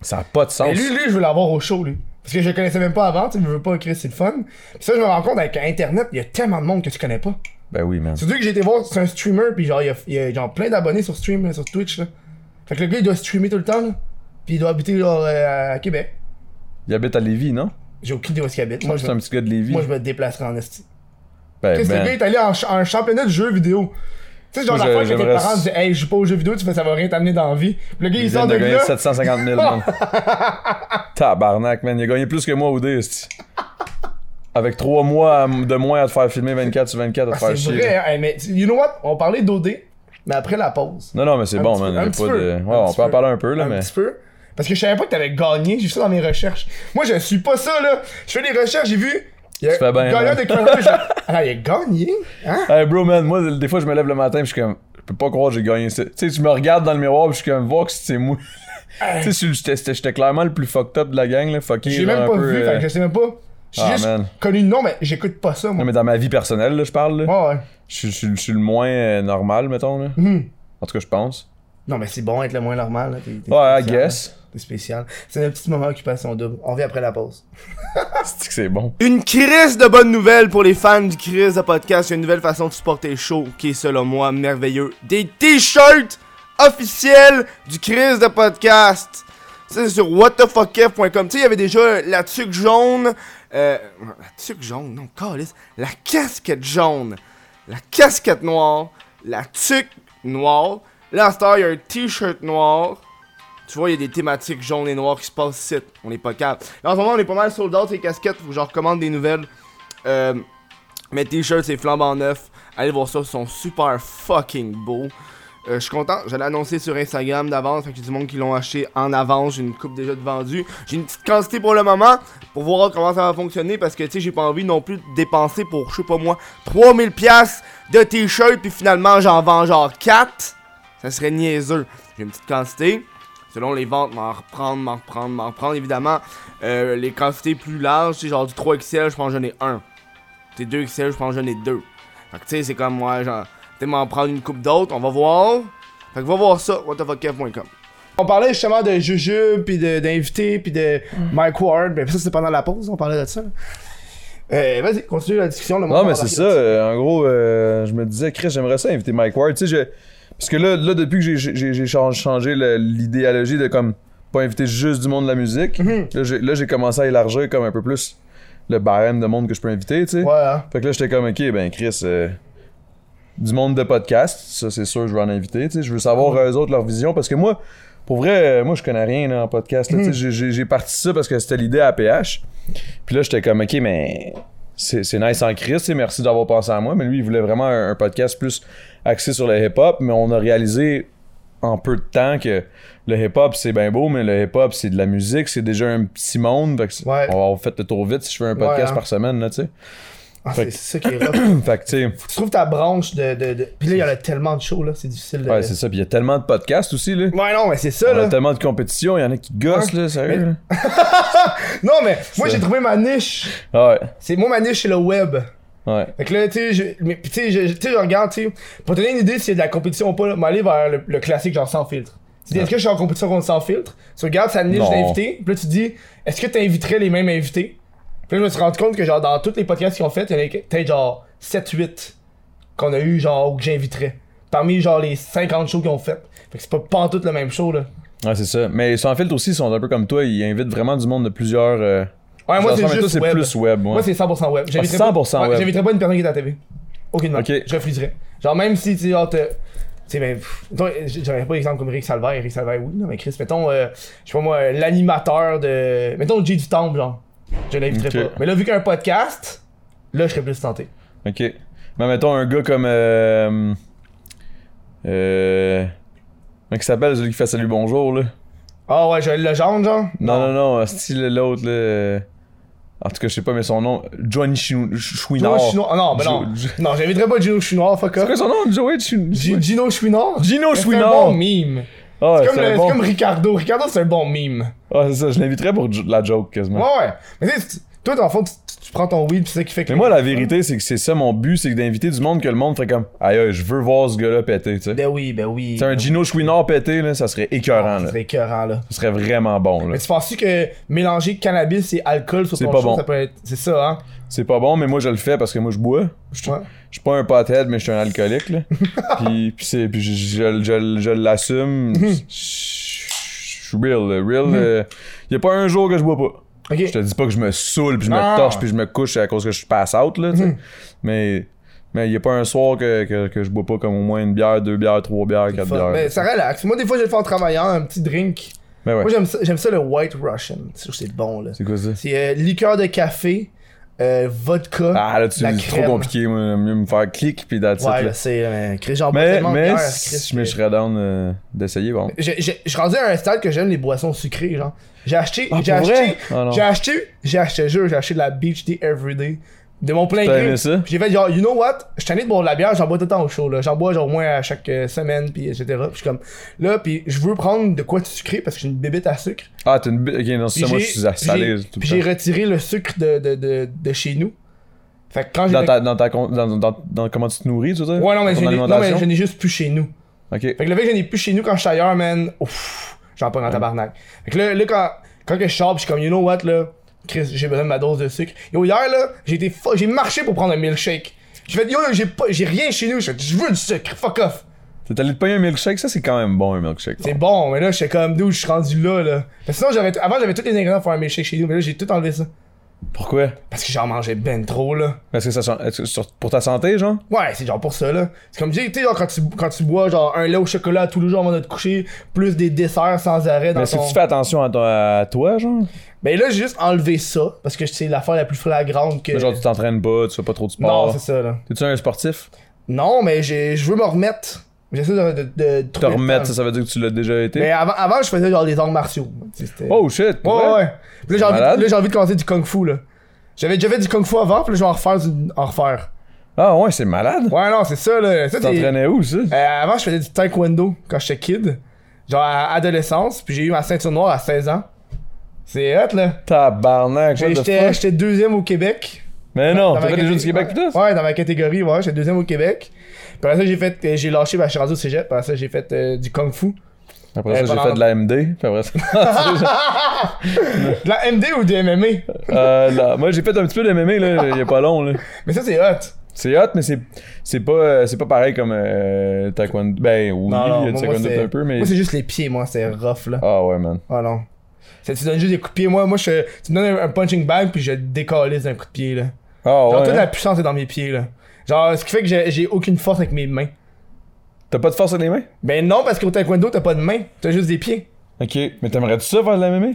Speaker 2: ça a pas de sens.
Speaker 1: Mais lui, lui, je veux l'avoir au show, lui. Parce que je le connaissais même pas avant, tu sais, je veux pas créer, c'est le fun. Puis ça, je me rends compte, avec Internet, il y a tellement de monde que tu connais pas.
Speaker 2: Ben oui, man.
Speaker 1: Surtout que j'ai été voir, c'est un streamer, puis genre, il y a, il y a genre plein d'abonnés sur stream, là, sur Twitch, là. Fait que le gars, il doit streamer tout le temps, là. Puis il doit habiter, genre, euh, à Québec.
Speaker 2: Il habite à Lévis, non?
Speaker 1: J'ai aucune idée où est-ce qu'il habite. Moi, je,
Speaker 2: C'est un
Speaker 1: me-
Speaker 2: petit gars de Lévis.
Speaker 1: moi, je me déplacerai en esti.
Speaker 2: Ben,
Speaker 1: Qu'est-ce que le gars
Speaker 2: ben.
Speaker 1: est allé en, ch- en championnat de jeux vidéo? Tu sais, genre,
Speaker 2: Moi,
Speaker 1: la fois
Speaker 2: je-
Speaker 1: que tes
Speaker 2: j'aimerais
Speaker 1: parents
Speaker 2: s-
Speaker 1: disaient, hey, je joue pas aux jeux vidéo, tu fais, ça va rien t'amener dans la vie. Puis le gars, il,
Speaker 2: Il
Speaker 1: sort
Speaker 2: vient
Speaker 1: de
Speaker 2: de gagner
Speaker 1: là.
Speaker 2: 750 000, man. Tabarnak, man. Il a gagné plus que moi au dé, c'ti. Avec 3 mois à- de moins à te faire filmer 24 sur 24, à te faire
Speaker 1: C'est
Speaker 2: chier.
Speaker 1: vrai, hein. Hey, mais, you know what? On parlait d'OD, mais après la pause.
Speaker 2: Non, non, mais c'est
Speaker 1: Un
Speaker 2: bon,
Speaker 1: petit
Speaker 2: man.
Speaker 1: peu,
Speaker 2: Il y a
Speaker 1: un
Speaker 2: pas
Speaker 1: petit peu,
Speaker 2: de...
Speaker 1: un
Speaker 2: Ouais, on
Speaker 1: petit
Speaker 2: peut en
Speaker 1: peu,
Speaker 2: parler un peu, là,
Speaker 1: un
Speaker 2: mais...
Speaker 1: petit peu. Parce que je savais pas que t'avais gagné, j'ai vu ça dans mes recherches. Moi, je suis pas ça, là. Je fais des recherches, j'ai vu Il a
Speaker 2: Tu fais bien,
Speaker 1: gagné un
Speaker 2: hein.
Speaker 1: des Clever, je- Ah, il a gagné? Hein?
Speaker 2: Hey bro, man, moi, des fois, je me lève le matin, pis je suis comme, je peux pas croire que j'ai gagné ça. Tu sais, je me regarde dans le miroir, pis je suis comme, voir que c'est moi. tu sais, je- j'étais- j'étais j'étais clairement le plus fucked up de la gang, là. Fucké.
Speaker 1: J'ai
Speaker 2: genre,
Speaker 1: même
Speaker 2: un
Speaker 1: pas
Speaker 2: peu,
Speaker 1: vu,
Speaker 2: euh,
Speaker 1: fait que je sais même pas. J'ai
Speaker 2: ah,
Speaker 1: juste
Speaker 2: man.
Speaker 1: connu le nom, mais j'écoute pas ça,
Speaker 2: Non,
Speaker 1: moi. Ah,
Speaker 2: mais dans ma vie personnelle, là, je parle, là.
Speaker 1: Ouais, ouais.
Speaker 2: Je suis- je suis je suis le moins euh, normal, mettons, là.
Speaker 1: Mhm.
Speaker 2: En tout cas, je pense.
Speaker 1: Non, mais c'est bon être le moins normal. Là. T'es, t'es
Speaker 2: Ouais, I
Speaker 1: spécial,
Speaker 2: guess.
Speaker 1: là. T'es spécial. C'est un petit moment occupation double. On vient après la pause.
Speaker 2: C'est que c'est bon.
Speaker 1: Une crise de bonnes nouvelles pour les fans du crise de podcast. Il y a une nouvelle façon de supporter le show qui est, selon moi, merveilleux. Des t-shirts officiels du crise de podcast. Ça, C'est sur whatthefuckf.com. Tu sais, il y avait déjà la tuque jaune. Euh, la tuque jaune, non, calice. La casquette jaune. La casquette noire. La tuque noire. Là, à cette heure, il y a un t-shirt noir. Tu vois, il y a des thématiques jaunes et noires qui se passent ici. On n'est pas capable. Là, en ce moment, on est pas mal sold out, les casquettes. Faut que j'en recommande des nouvelles. Euh, mes t-shirts, c'est flambant neuf. Allez voir ça, ils sont super fucking beaux. Euh, je suis content, je l'ai annoncé sur Instagram d'avance, fait que j'ai du monde qui l'ont acheté en avance, j'ai une coupe déjà de vendus. J'ai une petite quantité pour le moment, pour voir comment ça va fonctionner, parce que tu sais, j'ai pas envie non plus de dépenser pour, je sais pas moi, 3000$ piastres de t-shirts, puis finalement j'en vends genre 4. Ça serait niaiseux. J'ai une petite quantité. Selon les ventes, m'en reprendre, m'en reprendre, m'en reprendre. Évidemment, euh, les quantités plus larges, c'est genre du 3XL, je pense que j'en ai un. Des 2XL, je pense que j'en ai deux. Fait que tu sais, c'est comme moi, genre, peut-être m'en prendre une coupe d'autres, on va voir. Fait que va voir ça, whatthefuckf.com. On parlait justement de Juju, puis d'invité, puis de Mike Ward, mais ça c'était pendant la pause, on parlait de ça. Euh, Vas-y, continue la discussion.
Speaker 2: Non, mais c'est ça. euh, en gros, euh, je me disais, Chris, j'aimerais ça inviter Mike Ward. Tu sais, je... Parce que là, là depuis que j'ai- j'ai j'ai chang- changé le- l'idéologie de comme pas inviter juste du monde de la musique, là, j'ai- là, j'ai commencé à élargir comme un peu plus le barème de monde que je peux inviter, tu sais.
Speaker 1: Voilà.
Speaker 2: Fait que là, j'étais comme, ok, ben Chris, euh, du monde de podcast, ça c'est sûr, je vais en inviter. tu sais. Je veux savoir eux autres leur vision parce que moi, pour vrai, euh, moi je connais rien là, en podcast. là, tu
Speaker 1: Hmm.
Speaker 2: sais, j'ai- J'ai j'ai parti ça parce que c'était l'idée à APH. Puis là, j'étais comme, ok, mais c'est c'est nice en Chris, tu sais, merci d'avoir pensé à moi. Mais lui, il voulait vraiment un, un podcast plus axé sur le hip-hop, mais on a réalisé en peu de temps que le hip-hop c'est bien beau, mais le hip-hop c'est de la musique, c'est déjà un petit monde. Fait que c'est-
Speaker 1: Ouais.
Speaker 2: On va avoir fait le tour vite si je fais un
Speaker 1: Ouais,
Speaker 2: podcast
Speaker 1: hein.
Speaker 2: par semaine, là, tu sais.
Speaker 1: Ah,
Speaker 2: Fait
Speaker 1: c'est
Speaker 2: que-
Speaker 1: ça qui est rough.
Speaker 2: Fait que, tu sais.
Speaker 1: tu trouves ta branche de. de, de... Puis là, il y en a tellement de shows, là, c'est difficile de.
Speaker 2: Ouais, c'est ça. Puis il y a tellement de podcasts aussi, là.
Speaker 1: Ouais, non, mais c'est ça,
Speaker 2: Il y a
Speaker 1: là.
Speaker 2: tellement de compétitions, il y en a qui gossent, là, sérieux.
Speaker 1: Non, mais moi,
Speaker 2: Ça.
Speaker 1: j'ai trouvé ma niche.
Speaker 2: là.
Speaker 1: C'est moi, ma niche, c'est le web.
Speaker 2: Ouais, ouais.
Speaker 1: Fait que là, tu sais, je, mais, puis tu sais, je, je- tu sais, je regarde, tu sais. Pour te donner une idée s'il y a de la compétition ou pas, là, m'aller vers le, le classique, genre sans filtre. Tu dis, est-ce que je suis en compétition contre sans filtre? Tu regardes sa niche
Speaker 2: Non.
Speaker 1: d'invités, puis là, tu dis, est-ce que t'inviterais les mêmes invités? Puis là, je me suis rendu compte que, genre, dans tous les podcasts qu'ils ont fait, il y en a peut-être, genre, 7-8 qu'on a eu, genre, ou que j'inviterais. Parmi, genre, les 50 shows qu'ils ont fait. Fait que c'est pas, pas en tout le même show, là.
Speaker 2: Ouais, c'est ça. Mais sans filtre aussi, ils sont un peu comme toi, ils invitent vraiment du monde de plusieurs. euh,
Speaker 1: Ouais, Ah, moi, c'est
Speaker 2: genres. Mais toi,
Speaker 1: juste
Speaker 2: c'est
Speaker 1: web.
Speaker 2: plus web, ouais.
Speaker 1: Moi, c'est 100% web. J'inviterais
Speaker 2: Ah, 100%
Speaker 1: pas, ouais,
Speaker 2: web.
Speaker 1: J'inviterais pas une personne qui est à la TV. Aucunement.
Speaker 2: Ok.
Speaker 1: Je refuserais. Genre, même si, tu sais, genre, t'as- tu sais, ben, pff, toi, j- j'aurais pas exemple comme Rick Salvaire. Rick Salvaire, oui, non, mais Chris, mettons, euh, je sais pas moi, l'animateur de. Mettons, Jay du Temple, genre. Je l'inviterais
Speaker 2: Ok.
Speaker 1: pas. Mais là, vu qu'il y a un podcast, là, je serais plus tenté.
Speaker 2: Ok. Mais mettons un gars comme. Euh. Euh. Comment il s'appelle celui qui fait Salut Bonjour, là.
Speaker 1: Ah ouais, Joël Legendre, genre.
Speaker 2: Non, non, non, euh, style l'autre, là. euh, En tout cas, je sais pas, mais son nom. Johnny Chou- Chouinard.
Speaker 1: Gino Chouinard. Ah non, ben non.
Speaker 2: Jo- Jo-
Speaker 1: Non, j'inviterais pas Gino Chouinard, fuck
Speaker 2: C'est
Speaker 1: off.
Speaker 2: quoi son nom? Joey Chou-
Speaker 1: G- Gino Chouinard.
Speaker 2: Gino
Speaker 1: C'est
Speaker 2: Chouinard.
Speaker 1: un bon meme.
Speaker 2: Ah,
Speaker 1: C'est comme,
Speaker 2: un
Speaker 1: le- c'est
Speaker 2: bon-
Speaker 1: comme Ricardo. Ricardo, c'est un bon meme.
Speaker 2: Ah, c'est ça, je l'inviterais pour jo- la joke quasiment.
Speaker 1: Ouais, ouais. Mais tu sais, tu- toi, dans le fond, tu, tu- tu prends ton weed, pis c'est ça qui fait que.
Speaker 2: Mais moi, la vérité, c'est que c'est ça mon but, c'est que d'inviter du monde que le monde ferait comme Aïe, aïe, je veux voir ce gars-là péter, tu sais.
Speaker 1: Ben oui, ben oui.
Speaker 2: C'est un Gino Chouinard pété, là, ça serait écœurant, là.
Speaker 1: C'est écœurant, là.
Speaker 2: Ça serait vraiment bon, là.
Speaker 1: Mais tu penses que mélanger cannabis et alcool sur
Speaker 2: C'est
Speaker 1: ton
Speaker 2: pas
Speaker 1: show,
Speaker 2: bon.
Speaker 1: ça peut être. C'est ça, hein?
Speaker 2: C'est pas bon, mais moi, je le fais parce que moi, je bois. Je
Speaker 1: Ouais.
Speaker 2: je suis pas un pothead, mais je suis un alcoolique, là. puis puis, c'est- puis je, je- je- je l'assume. Je je- je suis real, là. Real, euh, y a pas un jour que je bois pas.
Speaker 1: Ok.
Speaker 2: Je te dis pas que je me saoule, puis je
Speaker 1: Ah.
Speaker 2: me torche, puis je me couche à cause que je passe out, là, tu
Speaker 1: Mhm.
Speaker 2: sais. Mais mais y a pas un soir que, que, que je bois pas comme au moins une bière, deux bières, trois bières, quatre
Speaker 1: Fuck.
Speaker 2: bières.
Speaker 1: Mais ça relaxe. Moi, des fois, je le fais en travaillant, un petit drink.
Speaker 2: Mais ouais.
Speaker 1: Moi, j'aime ça, j'aime ça le White Russian. Je trouve que C'est bon, là.
Speaker 2: C'est quoi ça?
Speaker 1: C'est euh, liqueur de café, euh, vodka.
Speaker 2: Ah, là, tu
Speaker 1: la
Speaker 2: c'est trop
Speaker 1: crème.
Speaker 2: compliqué, moi. Mieux me faire clic pis that's it,
Speaker 1: Ouais,
Speaker 2: là.
Speaker 1: là, c'est. euh, Chris, j'en bois
Speaker 2: Mais,
Speaker 1: tellement de
Speaker 2: mais,
Speaker 1: bière,
Speaker 2: si
Speaker 1: Chris,
Speaker 2: je me
Speaker 1: que-
Speaker 2: serais down euh, d'essayer, bon.
Speaker 1: J'ai- j'ai- Je suis rendu à un stade que j'aime les boissons sucrées, genre. J'ai acheté,
Speaker 2: Ah,
Speaker 1: j'ai
Speaker 2: pour vrai?
Speaker 1: acheté,
Speaker 2: Ah, non.
Speaker 1: j'ai acheté, j'ai acheté, jure, j'ai acheté de la Beach Tea Everyday. De mon plein
Speaker 2: T'as
Speaker 1: gré.
Speaker 2: aimé ça?
Speaker 1: Puis J'ai fait genre, you know what? Je suis tanné de boire de la bière, j'en bois tout le temps au show, là. J'en bois genre au moins à chaque euh, semaine, puis etc. Puis je suis comme, là, puis je veux prendre de quoi de sucré parce que j'ai une bébête à sucre.
Speaker 2: Ah, t'es une. bi- Ok, non, c'est
Speaker 1: Puis
Speaker 2: ça, moi, je
Speaker 1: j'ai-
Speaker 2: suis à salé
Speaker 1: j'ai-
Speaker 2: tout
Speaker 1: Puis j'ai
Speaker 2: le temps.
Speaker 1: retiré le sucre de, de, de, de chez nous. Fait que quand j'ai.
Speaker 2: Dans ta. Dans ta. con- Dans, dans, dans, dans comment tu te nourris, tu veux dire?
Speaker 1: Ouais, non, mais
Speaker 2: Ton
Speaker 1: je n'ai- non, mais
Speaker 2: alimentation?
Speaker 1: je n'ai juste plus chez nous.
Speaker 2: Ok.
Speaker 1: Fait que le fait que j'en ai plus chez nous quand je suis ailleurs, man, ouf, j'en prends en tabarnak. Fait que là, là quand, quand que je sors, pis je suis comme, you know what, là, Chris, j'ai besoin de ma dose de sucre. Yo, hier, là, j'ai été fo- j'ai marché pour prendre un milkshake. J'ai fait, yo, j'ai pas- j'ai rien chez nous, je fais, je veux du sucre, fuck off.
Speaker 2: T'es allé te payer un milkshake, ça, c'est quand même bon, un milkshake.
Speaker 1: C'est bon, mais là, j'étais comme, d'où je suis rendu là, là. Parce que sinon, j'avais, avant, j'avais tous les ingrédients pour faire un milkshake chez nous, mais là, j'ai tout enlevé ça.
Speaker 2: Pourquoi?
Speaker 1: Parce que j'en mangeais ben trop, là.
Speaker 2: Parce que ça sent- est-ce que sur- pour ta santé, genre?
Speaker 1: Ouais, c'est genre pour ça, là. C'est comme, tu sais, tu sais, genre, quand tu, quand tu bois, genre, un lait au chocolat tous les jours avant de te coucher, plus des desserts sans arrêt dans
Speaker 2: Mais est-ce
Speaker 1: ton...
Speaker 2: que tu fais attention à, ton- à toi, genre?
Speaker 1: Ben là, j'ai juste enlevé ça, parce que c'est l'affaire la plus flagrante que...
Speaker 2: Mais Genre, tu t'entraînes pas, tu fais pas trop de
Speaker 1: non,
Speaker 2: sport.
Speaker 1: c'est ça, là.
Speaker 2: T'es-tu un sportif?
Speaker 1: Non, mais j'ai- je veux me remettre. J'essaie de... de, de- de
Speaker 2: Te
Speaker 1: trouver le
Speaker 2: remettre, ça,
Speaker 1: temps.
Speaker 2: ça veut dire que tu l'as déjà été?
Speaker 1: Mais avant, avant, je faisais genre des arts martiaux. Tu sais, c'était-
Speaker 2: Oh shit! pour
Speaker 1: ouais,
Speaker 2: vrai?
Speaker 1: ouais. Puis là, j'ai envie,
Speaker 2: malade.
Speaker 1: là, j'ai envie de commencer du kung-fu, là. J'avais déjà fait du kung-fu avant, puis là, je vais en refaire. du- En refaire.
Speaker 2: Ah ouais, c'est malade!
Speaker 1: Ouais, non, c'est ça, là. Ça,
Speaker 2: Tu
Speaker 1: c'est-
Speaker 2: t'entraînais où, ça?
Speaker 1: Euh, avant, je faisais du taekwondo quand j'étais kid. Genre à adolescence, puis j'ai eu ma ceinture noire à 16 ans. C'est hot, là.
Speaker 2: Tabarnak, what
Speaker 1: J'ai-
Speaker 2: the
Speaker 1: J'étais
Speaker 2: fuck?
Speaker 1: j'étais deuxième au Québec.
Speaker 2: Mais non,
Speaker 1: Dans
Speaker 2: t'as
Speaker 1: ma
Speaker 2: fait des
Speaker 1: catég-
Speaker 2: jeux du Québec,
Speaker 1: ouais,
Speaker 2: putain!
Speaker 1: Ouais, dans ma catégorie, ouais, j'étais deuxième au Québec. Puis après ça, j'ai fait, euh, j'ai lâché, bah, je suis rendu au cégep. Après ça, j'ai fait euh, du kung fu.
Speaker 2: Après
Speaker 1: Ouais,
Speaker 2: ça, j'ai
Speaker 1: pendant-
Speaker 2: fait de la MD, puis après ça...
Speaker 1: De la MD ou du MMA?
Speaker 2: Euh, là, Moi, j'ai fait un petit peu de MMA, là, il y a pas long, là.
Speaker 1: Mais ça, c'est hot.
Speaker 2: C'est hot, mais c'est c'est pas, euh, c'est pas pareil comme euh, Taekwondo. Ben oui, il y a du
Speaker 1: moi, moi,
Speaker 2: Taekwondo
Speaker 1: c'est-
Speaker 2: un peu, mais.
Speaker 1: Moi, c'est juste les pieds, moi, c'est rough, là.
Speaker 2: Ah ouais, man.
Speaker 1: Oh non. Ça, tu donnes juste des coups de pied. Moi, moi je, tu me donnes un, un punching bag, puis je décalise d'un coup de pied, là.
Speaker 2: Ah
Speaker 1: Genre,
Speaker 2: ouais.
Speaker 1: toute
Speaker 2: hein?
Speaker 1: la puissance est dans mes pieds, là. Genre, ce qui fait que j'ai j'ai aucune force avec mes mains.
Speaker 2: T'as pas de force sur les mains?
Speaker 1: Ben non, parce qu'au taekwondo, t'as pas de mains, t'as juste des pieds.
Speaker 2: Ok, mais t'aimerais-tu ça faire de la MMA?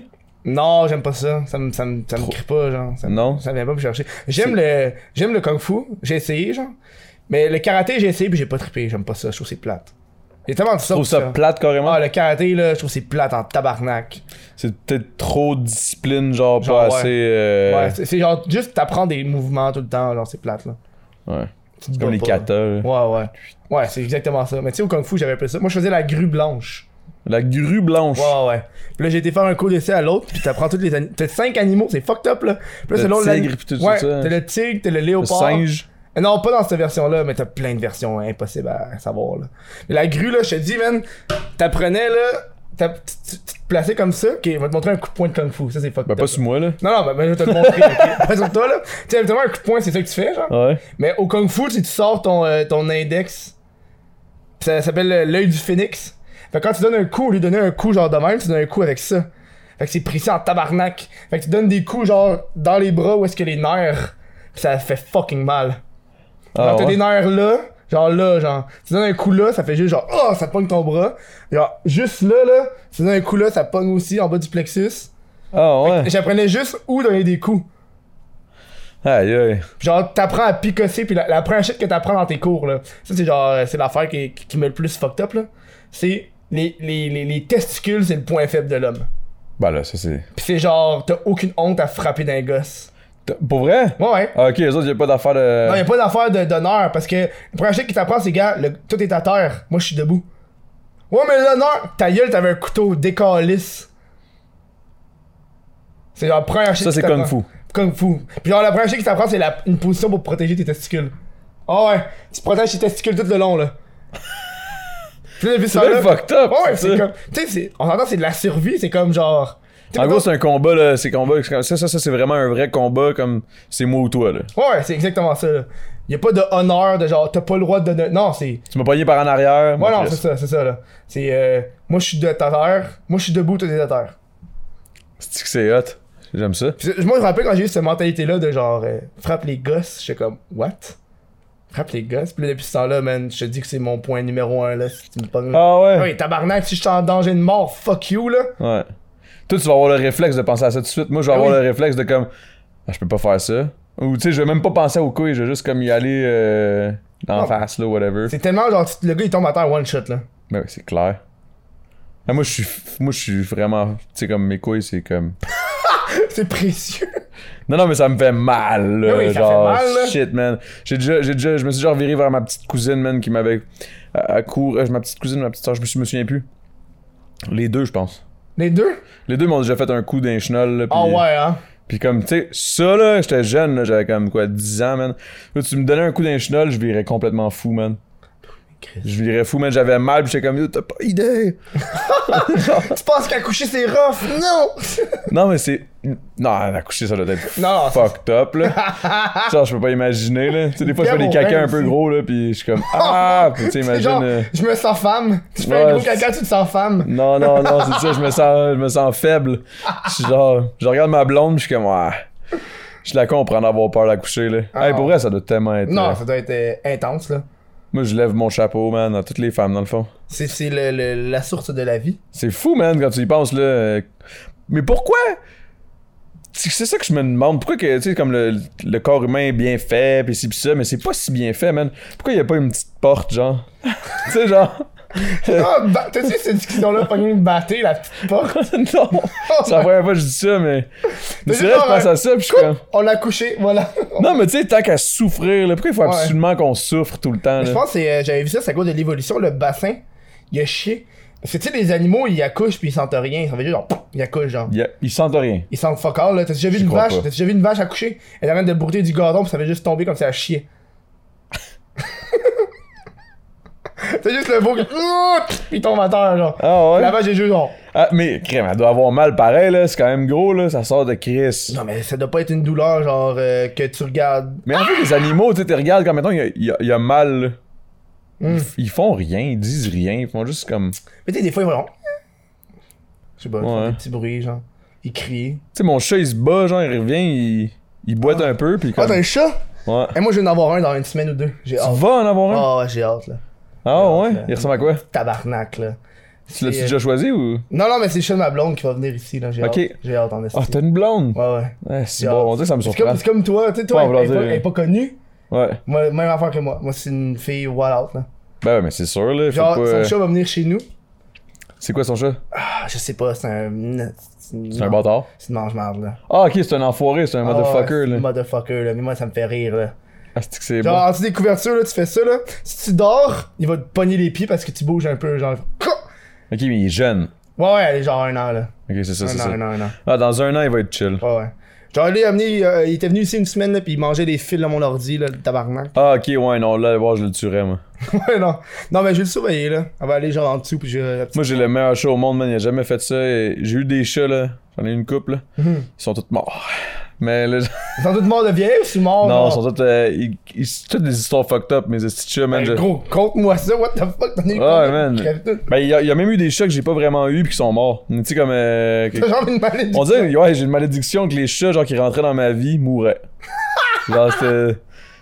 Speaker 1: Non, j'aime pas ça. Ça me, ça me, ça me crie pas, genre. Ça me-
Speaker 2: Non.
Speaker 1: Ça vient pas me chercher. J'aime le, j'aime le kung fu. J'ai essayé, genre. Mais le karaté, j'ai essayé, puis j'ai pas trippé. J'aime pas ça. Je trouve que c'est plate. J'ai tellement de ça.
Speaker 2: Je trouve
Speaker 1: pour
Speaker 2: ça plate carrément.
Speaker 1: Ah, le karaté, là, je trouve que c'est plate en tabarnak.
Speaker 2: C'est peut-être trop de discipline, genre,
Speaker 1: Genre,
Speaker 2: pas
Speaker 1: ouais.
Speaker 2: assez. euh,
Speaker 1: Ouais, c'est, c'est genre, juste t'apprends des mouvements tout le temps, genre, c'est plate, là.
Speaker 2: ouais.
Speaker 1: Tu te
Speaker 2: C'est comme
Speaker 1: bats
Speaker 2: les
Speaker 1: pas.
Speaker 2: katas. là.
Speaker 1: Ouais, ouais. Ouais, c'est exactement ça. Mais tu sais, au kung fu, j'avais appelé ça. Moi, je faisais la grue blanche.
Speaker 2: La grue blanche.
Speaker 1: Ouais, ouais. Puis là, j'ai été faire un cours d'essai à l'autre, puis t'apprends toutes les. an- T'as cinq animaux, c'est fucked up, là. Puis là,
Speaker 2: Le
Speaker 1: selon la-
Speaker 2: tigre, puis tout
Speaker 1: ouais,
Speaker 2: ça. hein.
Speaker 1: T'as le tigre, t'as le
Speaker 2: Le
Speaker 1: léopard.
Speaker 2: singe.
Speaker 1: Euh, Non, pas dans cette version-là, mais t'as plein de versions hein, impossibles à savoir. Là. Mais la grue, là, je te dis, man, t'apprenais, là, t'as- tu tu- tu te plaçais comme ça, ok, je vais te montrer un coup de poing de kung fu, ça c'est fucked
Speaker 2: Ben,
Speaker 1: up,
Speaker 2: pas
Speaker 1: là.
Speaker 2: sur moi, là.
Speaker 1: Non, non, ben, ben, je vais te le montrer, ok? Pas sur toi, là. Tu sais, évidemment, un coup de poing, c'est ça que tu fais, genre.
Speaker 2: Ah Ouais.
Speaker 1: Mais au kung fu, tu sais, tu sors ton, euh, ton index, ça s'appelle euh, l'œil du phénix. Fait que quand tu donnes un coup, au lieu de donner un coup genre de même, tu donnes un coup avec ça. Fait que c'est précis en tabarnak. Fait que tu donnes des coups genre dans les bras où est-ce que les nerfs, pis ça fait fucking mal. Genre,
Speaker 2: Ah,
Speaker 1: t'as
Speaker 2: ouais.
Speaker 1: des nerfs là, genre là, genre. Tu donnes un coup là, ça fait juste genre, oh, ça te pogne ton bras. Genre, juste là, là, tu donnes un coup là, ça te pogne aussi en bas du plexus.
Speaker 2: Ah ouais.
Speaker 1: J'apprenais juste où donner des coups.
Speaker 2: Aïe aïe.
Speaker 1: Genre, t'apprends à picosser, puis la, la première shit que t'apprends dans tes cours, là. Ça, c'est genre, euh, c'est l'affaire qui, qui, qui me le plus fucked up, là. C'est les, les, les, les testicules, c'est le point faible de l'homme.
Speaker 2: Ben là, ça c'est.
Speaker 1: Puis c'est genre, t'as aucune honte à frapper d'un gosse.
Speaker 2: T'as- Pour vrai?
Speaker 1: Ouais, ouais.
Speaker 2: Ah, ok, les autres, y'a pas d'affaire de.
Speaker 1: Non, y a pas d'affaire de- d'honneur, parce que la première shit qui t'apprend, c'est, gars, le, tout est à terre. Moi, je suis debout. Ouais, mais l'honneur, ta gueule, t'avais un couteau décalisse. C'est genre, la première shit
Speaker 2: Ça,
Speaker 1: qui
Speaker 2: c'est
Speaker 1: t'apprend.
Speaker 2: kung-fu.
Speaker 1: Kung Fu. Puis genre, la première chose qui t'apprend, c'est la- une position pour protéger tes testicules. Ah ouais, tu protèges tes testicules tout le long, là. Puis là, depuis ça,
Speaker 2: C'est
Speaker 1: là...
Speaker 2: bien fucked up!
Speaker 1: Ouais, ouais,
Speaker 2: ça.
Speaker 1: c'est comme... Tu sais, c'est- on entend, c'est de la survie, c'est comme genre... tu sais,
Speaker 2: En
Speaker 1: mettons-
Speaker 2: gros, c'est un combat, là. C'est combat. c'est comme- Ça, ça, ça, c'est vraiment un vrai combat, comme c'est moi ou toi, là.
Speaker 1: Ouais, c'est exactement ça, là. Y a pas de honneur, de genre, t'as pas le droit de... donner- Non, c'est...
Speaker 2: Tu m'as pogné par en arrière.
Speaker 1: Ouais,
Speaker 2: mon
Speaker 1: non,
Speaker 2: Christ.
Speaker 1: c'est ça, c'est ça, là. C'est, euh, Moi, je suis de ta terre. Moi, je suis debout, toi, t'es à terre.
Speaker 2: C'est que c'est hot. J'aime ça.
Speaker 1: Puis c'est- moi, je me rappelle quand j'ai eu cette mentalité-là de genre, euh, frappe les gosses, j'étais comme, what? Frappe les gosses. Puis là, depuis ce temps-là, man, je te dis que c'est mon point numéro un, là, si tu me pognes.
Speaker 2: Ah ouais.
Speaker 1: Oui, tabarnak, si je suis en danger de mort, fuck you, là.
Speaker 2: Ouais. Toi, tu vas avoir le réflexe de penser à ça tout de suite. Moi, je vais
Speaker 1: Ah
Speaker 2: avoir
Speaker 1: oui.
Speaker 2: le réflexe de comme. Ah, je peux pas faire ça. Ou tu sais, je vais même pas penser aux couilles, je vais juste comme y aller euh, en
Speaker 1: Non.
Speaker 2: face, là, whatever.
Speaker 1: C'est tellement genre, tu- le gars il tombe à terre one shot là.
Speaker 2: Mais ouais, c'est clair. Ah, moi, je suis moi, je suis vraiment. Tu sais, comme mes couilles, c'est comme.
Speaker 1: C'est précieux.
Speaker 2: Non, non, mais ça me fait mal, là.
Speaker 1: Ah oui, ça
Speaker 2: genre,
Speaker 1: fait mal, là.
Speaker 2: shit, man. J'ai déjà, j'ai déjà, je me suis déjà reviré vers ma petite cousine, man, qui m'avait. À, à court. euh, ma petite cousine, ma petite soeur, je me suis- me souviens plus. Les deux, je pense.
Speaker 1: Les deux?
Speaker 2: Les deux m'ont déjà fait un coup d'un chenol, là.
Speaker 1: Ah
Speaker 2: puis-
Speaker 1: ouais, hein.
Speaker 2: Puis comme, tu sais, ça là, j'étais jeune, là, j'avais comme quoi, 10 ans, man. Là, tu me donnais un coup d'un chenol, je virais complètement fou, man. Je virais fou, man, j'avais mal, pis j'étais comme, Yo, t'as pas idée.
Speaker 1: Tu penses qu'accoucher c'est rough? Non!
Speaker 2: non, mais c'est. Non, à coucher, ça doit être
Speaker 1: Non, non,
Speaker 2: fucked up, là. Genre, je peux pas imaginer, là. Tu sais, des fois, je fais des caca un peu gros, là, pis je suis comme, ah, pis tu sais,
Speaker 1: Oh c'est
Speaker 2: imagine.
Speaker 1: genre,
Speaker 2: euh,
Speaker 1: je me sens femme. Tu fais
Speaker 2: Ouais,
Speaker 1: un gros
Speaker 2: c'est-
Speaker 1: caca, tu te sens femme.
Speaker 2: Non, non, non, c'est ça, je me sens, je me sens faible. Je suis genre, je regarde ma blonde, pis je suis comme, ah. Je la comprends d'avoir peur d'accoucher, là.
Speaker 1: Ah.
Speaker 2: Hey, pour vrai, ça doit tellement être. euh,
Speaker 1: Non, ça doit être euh, intense là.
Speaker 2: Moi, je lève mon chapeau, man, à toutes les femmes, dans le fond.
Speaker 1: C'est, c'est le- le- la source de la vie.
Speaker 2: C'est fou, man, quand tu y penses, là. Euh, Mais pourquoi? C'est c'est ça que je me demande. Pourquoi que, tu sais, comme le, le corps humain est bien fait, pis ci pis ça, mais c'est pas si bien fait, man. Pourquoi y a pas une petite porte, genre? tu sais, genre...
Speaker 1: Ah, bah, t'as vu cette discussion-là, pas une battée, la petite porte.
Speaker 2: non! C'est la première fois que je dis ça, mais... Mais c'est vrai, je pense à ça, pis je suis comme...
Speaker 1: On l'a couché, voilà.
Speaker 2: Non, mais tu sais, tant qu'à souffrir, là, pourquoi il faut
Speaker 1: Ouais.
Speaker 2: absolument qu'on souffre tout le temps,
Speaker 1: Je
Speaker 2: là?
Speaker 1: pense que c'est, euh, j'avais vu ça, c'est à cause de l'évolution, le bassin, il a chié. Parce que tu sais, les animaux, ils accouchent puis ils sentent rien. Ils sont juste genre, pouf, ils accouchent genre.
Speaker 2: Il, y a- il sent rien.
Speaker 1: Ils sentent fuck all, là. T'as déjà vu
Speaker 2: J'y
Speaker 1: une
Speaker 2: crois
Speaker 1: vache,
Speaker 2: pas.
Speaker 1: t'as déjà vu une vache accoucher? Elle arrête de brouter du gazon puis ça fait juste tomber comme si elle chiait. c'est juste le beau qui. Ouh! Puis il tombe à terre, genre.
Speaker 2: Ah ouais?
Speaker 1: La vache est juste genre.
Speaker 2: Ah, mais, crème, elle doit avoir mal pareil, là. C'est quand même gros, là. Ça sort de Chris.
Speaker 1: Non, mais ça doit pas être une douleur, genre, euh, que tu regardes.
Speaker 2: Mais en fait, les animaux, tu sais, tu regardes comme mettons, il y a, il y a- il y a mal. là. Ils,
Speaker 1: Hmm.
Speaker 2: f- ils font rien, ils disent rien, ils font juste comme. Tu
Speaker 1: Mais tu sais, des fois, ils vont genre. Je sais pas, ils font
Speaker 2: Ouais.
Speaker 1: des petits bruits, genre. Ils crient.
Speaker 2: sais, mon chat, il se bat, genre, il revient, il, il boite un peu, puis
Speaker 1: Ah,
Speaker 2: comme.
Speaker 1: t'as un chat?
Speaker 2: ouais.
Speaker 1: Et moi, je vais en avoir un dans une semaine ou deux. J'ai
Speaker 2: Tu
Speaker 1: hâte.
Speaker 2: vas en avoir un?
Speaker 1: Ah, ouais, j'ai hâte, là.
Speaker 2: Ah ouais?
Speaker 1: euh,
Speaker 2: Il ressemble à quoi?
Speaker 1: Tabarnak, là.
Speaker 2: Tu l'as-tu
Speaker 1: c'est, euh,
Speaker 2: déjà choisi ou.
Speaker 1: Non, non, mais c'est le chat de ma blonde qui va venir ici, là. J'ai
Speaker 2: Ok.
Speaker 1: hâte. J'ai hâte, en
Speaker 2: Ah,
Speaker 1: estime.
Speaker 2: t'as une blonde?
Speaker 1: ouais, ouais.
Speaker 2: Ouais, c'est
Speaker 1: J'ai
Speaker 2: bon,
Speaker 1: hâte.
Speaker 2: on dirait que ça me
Speaker 1: C'est comme,
Speaker 2: surprend.
Speaker 1: c'est comme toi, tu sais,
Speaker 2: Pas
Speaker 1: toi, elle,
Speaker 2: en
Speaker 1: elle est
Speaker 2: vouloir
Speaker 1: pas,
Speaker 2: dire.
Speaker 1: elle est pas connue.
Speaker 2: Ouais.
Speaker 1: Moi, même affaire que moi. Moi, c'est une fille wild out, là.
Speaker 2: Ben ouais, mais c'est sûr, là. faut
Speaker 1: Genre,
Speaker 2: pas,
Speaker 1: son
Speaker 2: euh,
Speaker 1: chat va venir chez nous.
Speaker 2: C'est quoi son chat?
Speaker 1: Ah, je sais pas, c'est un.
Speaker 2: C'est un bâtard.
Speaker 1: C'est une mange-marde, là.
Speaker 2: Ah, ok, c'est un enfoiré, c'est un
Speaker 1: Ah,
Speaker 2: motherfucker,
Speaker 1: ouais, c'est un
Speaker 2: là.
Speaker 1: Motherfucker, là. Mais moi, ça me fait rire, là.
Speaker 2: Ah, c'est que c'est
Speaker 1: Genre,
Speaker 2: bon.
Speaker 1: en dessous des couvertures, là, tu fais ça, là. Si tu dors, il va te pogner les pieds parce que tu bouges un peu, genre.
Speaker 2: Ok, mais il est jeune.
Speaker 1: Ouais, ouais, elle est genre un an, là.
Speaker 2: Ok, c'est ça,
Speaker 1: Un
Speaker 2: c'est
Speaker 1: an,
Speaker 2: ça.
Speaker 1: un an, un an.
Speaker 2: Ah, dans un an, il va être chill.
Speaker 1: Ouais, ouais. Genre, lui, il, a amené- euh, il était venu ici une semaine, là, puis il mangeait des fils dans mon ordi, là, le tabarnak.
Speaker 2: Ah, ok, ouais, non, là, voir, je le tuerais, moi.
Speaker 1: Ouais, non. Non, mais je vais le surveiller, là. Elle va aller, genre, en dessous, puis je. la petite-
Speaker 2: Moi, j'ai le meilleur chat au monde, man. Il a jamais fait ça. Et J'ai eu des chats, là. J'en ai eu une couple, là.
Speaker 1: Mhm.
Speaker 2: Ils sont tous morts. Mais là,
Speaker 1: Ils sont tous morts de vieille ou ils sont morts? genre?
Speaker 2: non, ils sont tous. euh, ils- ils- c'est toutes des histoires fucked up, mes petits chats, man.
Speaker 1: Hey,
Speaker 2: Je-
Speaker 1: Ben, Gros, compte-moi ça, what the fuck, t'en as eu
Speaker 2: Ouais,
Speaker 1: combien?
Speaker 2: man.
Speaker 1: Je crève tout.
Speaker 2: Ben, il y, a- il y a même eu des chats que j'ai pas vraiment eu puis qui sont morts. Tu sais, comme. euh, que-
Speaker 1: T'as genre une maladie.
Speaker 2: On dirait, ouais, j'ai une malédiction que les chats, genre, qui rentraient dans ma vie, mouraient. genre, c'était.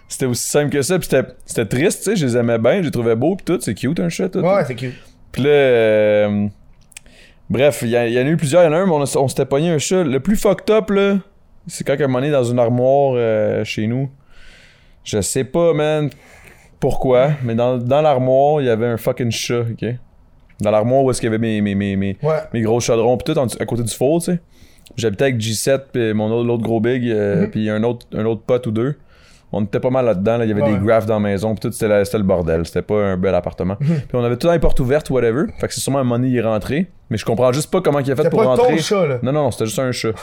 Speaker 2: C'était aussi simple que ça, pis c'était, c'était triste, tu sais, je les aimais bien, je les trouvais beaux, pis tout, c'est cute un chat, tout.
Speaker 1: Ouais, c'est cute.
Speaker 2: Puis là, euh, bref, il y, a- il y en a eu plusieurs. Il y en a un, mais on, a- on s'était pogné un chat. Le plus fucked up, là, c'est quand un moment donné, dans une armoire euh, chez nous. Je sais pas, man, pourquoi, mais dans, dans l'armoire, il y avait un fucking chat, ok? Dans l'armoire où est-ce qu'il y avait mes, mes, mes, mes,
Speaker 1: Ouais.
Speaker 2: mes gros chaudrons, pis tout, en- à côté du four, tu sais. J'habitais avec G7, pis mon autre, l'autre gros big, euh,
Speaker 1: Mhm.
Speaker 2: pis un autre, un autre pote ou deux. On était pas mal là-dedans, là. il y avait
Speaker 1: Ah Ouais.
Speaker 2: des graphes dans la maison, pis tout, c'était la- c'était le bordel, c'était pas un bel appartement.
Speaker 1: Mhm.
Speaker 2: Puis on avait tout dans les portes ouvertes, whatever. Fait que c'est sûrement un moment donné, il est rentré. Mais je comprends juste pas comment il a fait
Speaker 1: T'as
Speaker 2: pour
Speaker 1: pas
Speaker 2: rentrer.
Speaker 1: ton chat, là.
Speaker 2: Non, non, non, c'était juste un chat.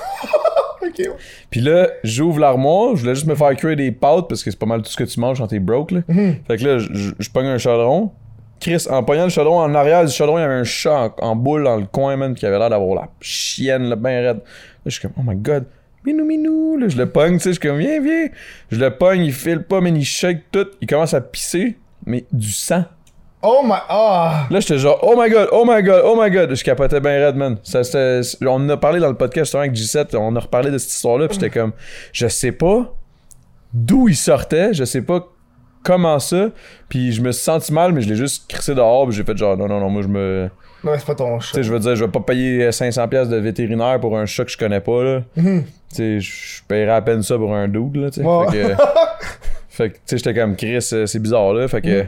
Speaker 1: Ok.
Speaker 2: Puis là, j'ouvre l'armoire, je voulais juste me faire cuire des pâtes parce que c'est pas mal tout ce que tu manges quand t'es broke. Là. Fait que là, je- je je pogne un chaudron. Chris, en pognant le chaudron, en arrière du chaudron, il y avait un chat en, en boule dans le coin, man, qui avait l'air d'avoir la chienne, là, ben raide. Là, je suis comme, oh my god, minou minou. Là, je le pogne, tu sais, je suis comme, viens, viens. Je le pogne, il file pas, man, il shake tout. Il commence à pisser, mais du sang.
Speaker 1: Oh my. Ah!
Speaker 2: Là, j'étais genre, oh my god, oh my god, oh my god. Je capotais bien raide, man. Ça, c'était- on en a parlé dans le podcast justement avec G7, on a reparlé de cette histoire-là, puis j'étais comme, je sais pas d'où il sortait, je sais pas comment ça, puis je me suis senti mal, mais je l'ai juste crissé dehors, puis j'ai fait genre, non, non, non, moi, je me.
Speaker 1: Non, c'est pas ton
Speaker 2: Tu
Speaker 1: chat.
Speaker 2: sais, je veux dire, je vais pas payer 500$ de vétérinaire pour un chat que je connais pas, là. Tu sais, je paierais à peine ça pour un dude, là, tu sais.
Speaker 1: Ouais.
Speaker 2: Fait que, fait que, tu sais, j'étais comme Chris, euh, c'est bizarre, là. Fait
Speaker 1: Mm.
Speaker 2: que.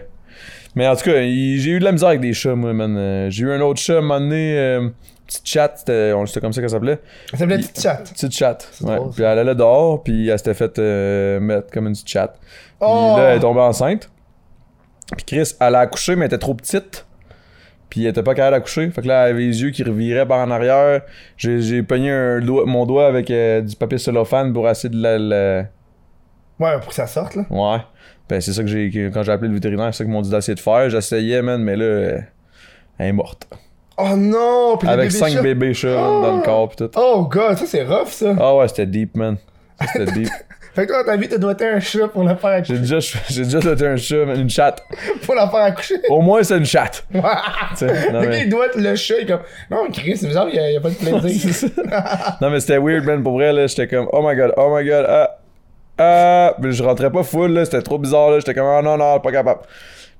Speaker 2: Mais en tout cas, il- j'ai eu de la misère avec des chats, moi, man. Euh, J'ai eu un autre chat, à un moment donné, euh, petite chatte, c'était- on c'était comme ça qu'elle s'appelait.
Speaker 1: Ça s'appelait Petite Chat.
Speaker 2: Petite chatte. Ouais.
Speaker 1: drôle, ça.
Speaker 2: Puis elle allait dehors, puis elle s'était faite euh, mettre comme une petite chatte. Puis
Speaker 1: Oh!
Speaker 2: là, elle est tombée enceinte. Puis Chris, elle a accouché, mais elle était trop petite. Puis elle était pas capable d'accoucher. Fait que là, elle avait les yeux qui reviraient par en arrière. J'ai, j'ai pogné un doigt- mon doigt avec euh, du papier cellophane pour essayer de la. la-
Speaker 1: Ouais, pour que ça sorte, là.
Speaker 2: Ouais. Ben, c'est ça que j'ai. que- Quand j'ai appelé le vétérinaire, c'est ça qu'ils m'ont dit d'essayer de faire. J'essayais, man, mais là, euh, elle est morte.
Speaker 1: Oh non! Puis le
Speaker 2: avec
Speaker 1: bébé
Speaker 2: cinq
Speaker 1: chat.
Speaker 2: bébés chats Ah! man, dans le corps, pis tout.
Speaker 1: Oh god, ça c'est rough ça.
Speaker 2: Ah ouais, c'était deep, man. Ça, C'était deep.
Speaker 1: Fait que toi, dans ta vie, t'as doigté un chat pour la faire
Speaker 2: J'ai
Speaker 1: accoucher.
Speaker 2: déjà, j'ai déjà doté un chat, man, une chatte.
Speaker 1: Pour la faire accoucher.
Speaker 2: Au moins, c'est une chatte. Tu
Speaker 1: Dès
Speaker 2: sais, non, mais,
Speaker 1: qu'il doit le chat, il est comme. Non, mais Chris, c'est bizarre, il y a, il y a pas de
Speaker 2: C'est
Speaker 1: plaisir.
Speaker 2: ça. Non, mais c'était weird, man. Pour vrai, là, j'étais comme, oh my god, oh my god, ah, ah. Mais je rentrais pas full, là. C'était trop bizarre, là. J'étais comme, oh non, non, pas capable.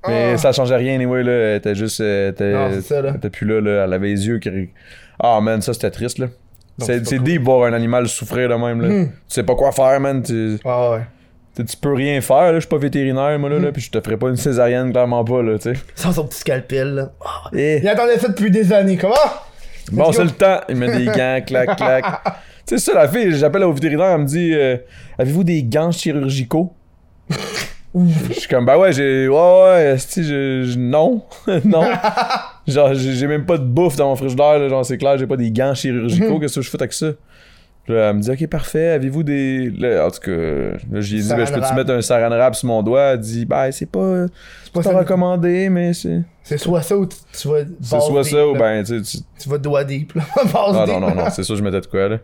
Speaker 2: Mais
Speaker 1: Ah.
Speaker 2: ça changeait rien, anyway, là. Elle était juste. euh, Elle était,
Speaker 1: Non, c'est ça, là.
Speaker 2: elle était plus là, là. Elle avait les yeux qui. Ah, man, ça, c'était triste, là.
Speaker 1: c'est
Speaker 2: C'est
Speaker 1: pas
Speaker 2: c'est
Speaker 1: cool. Hmm.
Speaker 2: deep voir un animal souffrir de même, là. Tu sais pas quoi faire, man. Tu,
Speaker 1: Ouais, ouais.
Speaker 2: tu tu peux rien faire, là. Je suis pas vétérinaire, moi, là,
Speaker 1: Hmm.
Speaker 2: là. Puis je te ferais pas une césarienne, clairement pas, là, tu sais.
Speaker 1: Sans son petit scalpel, là. Oh.
Speaker 2: Eh.
Speaker 1: Il attendait ça depuis des années, ah! comment?
Speaker 2: Bon,
Speaker 1: Let's
Speaker 2: c'est
Speaker 1: go.
Speaker 2: le temps. Il met des gants, clac, clac. tu sais, ça, la fille, j'appelle au vétérinaire, elle me dit euh, Avez-vous des gants chirurgicaux Je suis comme Bah ouais, j'ai. Ouais, ouais, esti, je- je- non. non. Genre, j'ai j'ai même pas de bouffe dans mon frigidaire, là, genre, c'est clair, j'ai pas des gants
Speaker 1: Mhm.
Speaker 2: chirurgicaux, qu'est-ce que je fais avec ça Puis là, elle me dit Ok, parfait, avez-vous des. Là, en tout cas, là, j'ai dit Ben, Je
Speaker 1: Saran
Speaker 2: peux-tu
Speaker 1: wrap.
Speaker 2: mettre un saran wrap sur mon doigt Elle dit Ben, c'est pas.
Speaker 1: C'est
Speaker 2: C'est
Speaker 1: pas
Speaker 2: pas
Speaker 1: ça.
Speaker 2: recommandé, mais c'est.
Speaker 1: C'est soit ça ou tu, tu vas.
Speaker 2: C'est soit ça ou ben, tu sais. tu-
Speaker 1: Tu vas doigt deep, là. Base
Speaker 2: Ah
Speaker 1: deep.
Speaker 2: non, non, non, c'est ça, je mettais de quoi, là.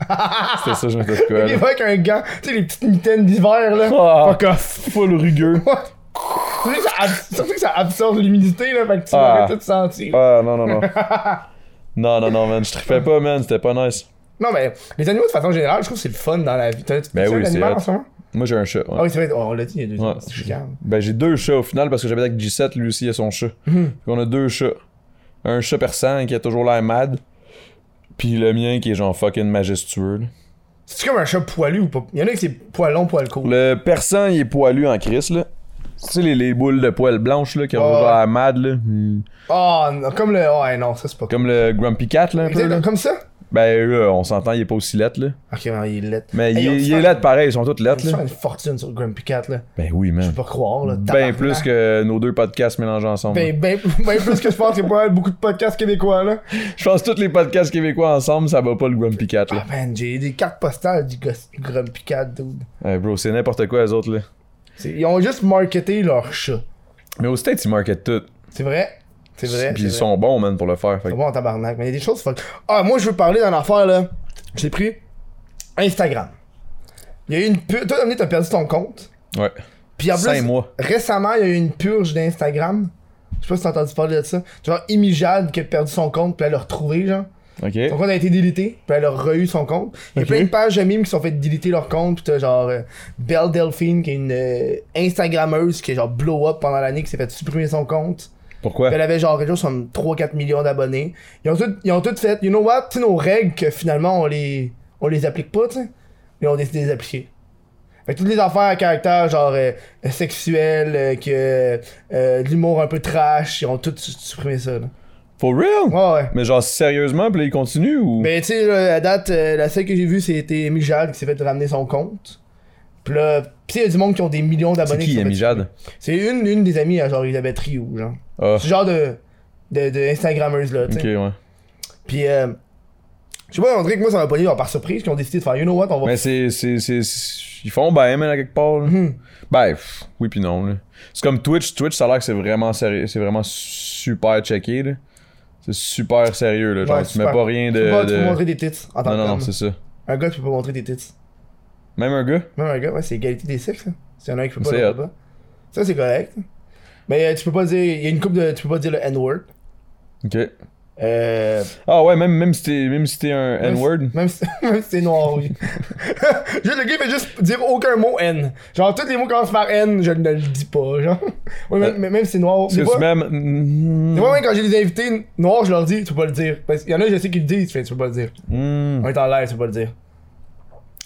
Speaker 2: C'était ça, je mettais de quoi,
Speaker 1: Il
Speaker 2: là.
Speaker 1: va avec un gant, tu sais, les petites mitaines d'hiver, là.
Speaker 2: Ah,
Speaker 1: Fuck off.
Speaker 2: full rugueux.
Speaker 1: Tu sais, ça ab- Surtout que ça absorbe l'humidité, là, fait que tu
Speaker 2: Ah.
Speaker 1: vas tout sentir.
Speaker 2: Ah, non, non, non. Non, non, non, man, je trippais pas, man, c'était pas nice.
Speaker 1: Non, mais les animaux, de façon générale, je trouve que c'est le fun dans la vie. T'as t'as
Speaker 2: Ben
Speaker 1: un
Speaker 2: oui, c'est
Speaker 1: animal
Speaker 2: hot.
Speaker 1: en ce moment?
Speaker 2: Moi, j'ai un chat. ouais.
Speaker 1: Ah oui, c'est vrai, oh, on l'a dit il y a deux
Speaker 2: Ouais.
Speaker 1: ans. C'est chiant.
Speaker 2: Ben, j'ai deux chats au final parce que j'avais avec G7, lui aussi, il a son chat. On a deux chats. Un chat persan qui a toujours l'air mad. Puis le mien qui est genre fucking majestueux. là.
Speaker 1: C'est comme un chat poilu ou pas? Il y en a qui c'est poil long, poil court.
Speaker 2: Le persan, il est poilu en crise, là. Tu sais, les, les boules de poils blanches, là, qui ont
Speaker 1: Ouais.
Speaker 2: toujours l'air mad, là. Mm.
Speaker 1: Ah, non, comme le. Ouais, non, ça c'est pas cool.
Speaker 2: Comme le Grumpy Cat, là, un peu, là.
Speaker 1: Exact, Comme ça?
Speaker 2: Ben, là, on s'entend, il est pas aussi lettre, là.
Speaker 1: Ok, non, il est lettre.
Speaker 2: Mais
Speaker 1: Hey,
Speaker 2: il,
Speaker 1: on se
Speaker 2: il
Speaker 1: fait-
Speaker 2: est là de pareil, ils sont tous
Speaker 1: On
Speaker 2: lettres
Speaker 1: se fait
Speaker 2: là.
Speaker 1: une fortune sur Grumpy Cat, là.
Speaker 2: Ben oui,
Speaker 1: Je
Speaker 2: man.
Speaker 1: peux pas croire, là.
Speaker 2: Ben
Speaker 1: tabarnak.
Speaker 2: plus que nos deux podcasts mélangés ensemble.
Speaker 1: Ben, ben, ben plus que je pense qu'il y a pas mal beaucoup de podcasts québécois, là.
Speaker 2: Je pense que tous les podcasts québécois ensemble, ça va pas le Grumpy Cat
Speaker 1: Ah,
Speaker 2: là.
Speaker 1: man, j'ai des cartes postales du gos- Grumpy Cat, dude.
Speaker 2: Ouais, bro, c'est n'importe quoi les autres là.
Speaker 1: C'est- Ils ont juste marketé leur chat.
Speaker 2: Mais aux States, ils marketent tout.
Speaker 1: C'est vrai? C'est vrai.
Speaker 2: Puis
Speaker 1: c'est
Speaker 2: ils
Speaker 1: vrai.
Speaker 2: sont bons, man, pour le faire. Fait
Speaker 1: C'est
Speaker 2: que-
Speaker 1: bon en tabarnak, mais il y a des choses fuck. Ah, moi je veux parler d'une affaire là. J'ai pris Instagram. Il y a eu une purge. Toi, Dominique, t'as perdu ton compte.
Speaker 2: Ouais.
Speaker 1: Puis en plus,
Speaker 2: Cinq mois.
Speaker 1: récemment, il y a eu une purge d'Instagram. Je sais pas si t'as entendu parler de ça. Tu vois, Imi Jade qui a perdu son compte, puis elle l'a retrouvé, genre. Son
Speaker 2: Ok.
Speaker 1: compte a été délité, puis elle a re-eu son compte. Il y a
Speaker 2: Ok.
Speaker 1: plein de pages de mimes qui se sont fait déliter leur compte, puis t'as genre euh, Belle Delphine qui est une euh, Instagrammeuse qui est genre blow up pendant l'année, qui s'est fait supprimer son compte.
Speaker 2: Pourquoi
Speaker 1: Puis Elle avait genre quelque chose comme 3-4 millions d'abonnés. Ils ont tout, ils ont tout fait. You know what? Tu sais, nos règles que finalement on les, on les applique pas, tu sais. Ils ont décidé de les appliquer. Fait que toutes les affaires à caractère genre euh, sexuel, euh, que euh, de l'humour un peu trash, ils ont tout su- supprimé ça. là.
Speaker 2: For real
Speaker 1: Ouais, Ben, ouais.
Speaker 2: Mais genre sérieusement, puis là, ils continuent ou
Speaker 1: Mais tu sais, là, à date, euh, la seule que j'ai vue, c'était Amy Jade qui s'est fait ramener son compte. Puis là, pis il y a du monde qui ont des millions
Speaker 2: C'est
Speaker 1: d'abonnés. qui
Speaker 2: qui,
Speaker 1: sont
Speaker 2: Amy
Speaker 1: fait-
Speaker 2: Jade
Speaker 1: C'est une, une des amies à genre Elisabeth Rioux, genre.
Speaker 2: Ah.
Speaker 1: Ce genre de, de, de Instagrammeuse là, tu sais.
Speaker 2: Ok, ouais.
Speaker 1: Puis, euh, je sais pas, on dirait que moi, ça m'a pogné genre, par surprise qu'ils ont décidé de faire, you know what, on va.
Speaker 2: Mais c'est, c'est, c'est, c'est- Ils font bien, man, à quelque part. là.
Speaker 1: hmm,
Speaker 2: Ben, pff, oui puis non. là. C'est comme Twitch. Twitch, ça a l'air que c'est vraiment sérieux. C'est vraiment super checké, là. C'est super sérieux, là. Genre,
Speaker 1: Ouais,
Speaker 2: tu
Speaker 1: super.
Speaker 2: mets pas rien de.
Speaker 1: tu peux pas, tu
Speaker 2: de-
Speaker 1: peux montrer des titres en tant
Speaker 2: Non,
Speaker 1: que
Speaker 2: non, non,
Speaker 1: homme.
Speaker 2: c'est ça.
Speaker 1: Un gars, tu peux pas montrer des titres.
Speaker 2: Même un gars.
Speaker 1: Même un gars, ouais, c'est égalité des sexes, hein. S'il y en a un qui peut pas,
Speaker 2: C'est
Speaker 1: l'autre
Speaker 2: hot.
Speaker 1: peut pas. Ça, c'est correct. Mais euh, tu peux pas dire, il y a une coupe de, tu peux pas dire le N-word.
Speaker 2: Ok.
Speaker 1: Euh,
Speaker 2: Ah ouais, même, même si t'es même si t'es un
Speaker 1: même si-
Speaker 2: N-word.
Speaker 1: Même si, même si t'es noir, oui. Juste, le gars, il fait juste dire aucun mot N. Genre, tous les mots commencent par N, je ne le dis pas, genre. Oui,
Speaker 2: Euh,
Speaker 1: même, mais même si c'est noir. Des
Speaker 2: Parce que
Speaker 1: fois,
Speaker 2: tu m'aimes. Mm,
Speaker 1: des fois, même quand j'ai des invités noirs, je leur dis, tu peux pas le dire. Parce qu'il y en a, je sais qu'ils le disent, fait, tu peux pas le dire.
Speaker 2: mm.
Speaker 1: On est en live, tu peux pas le dire.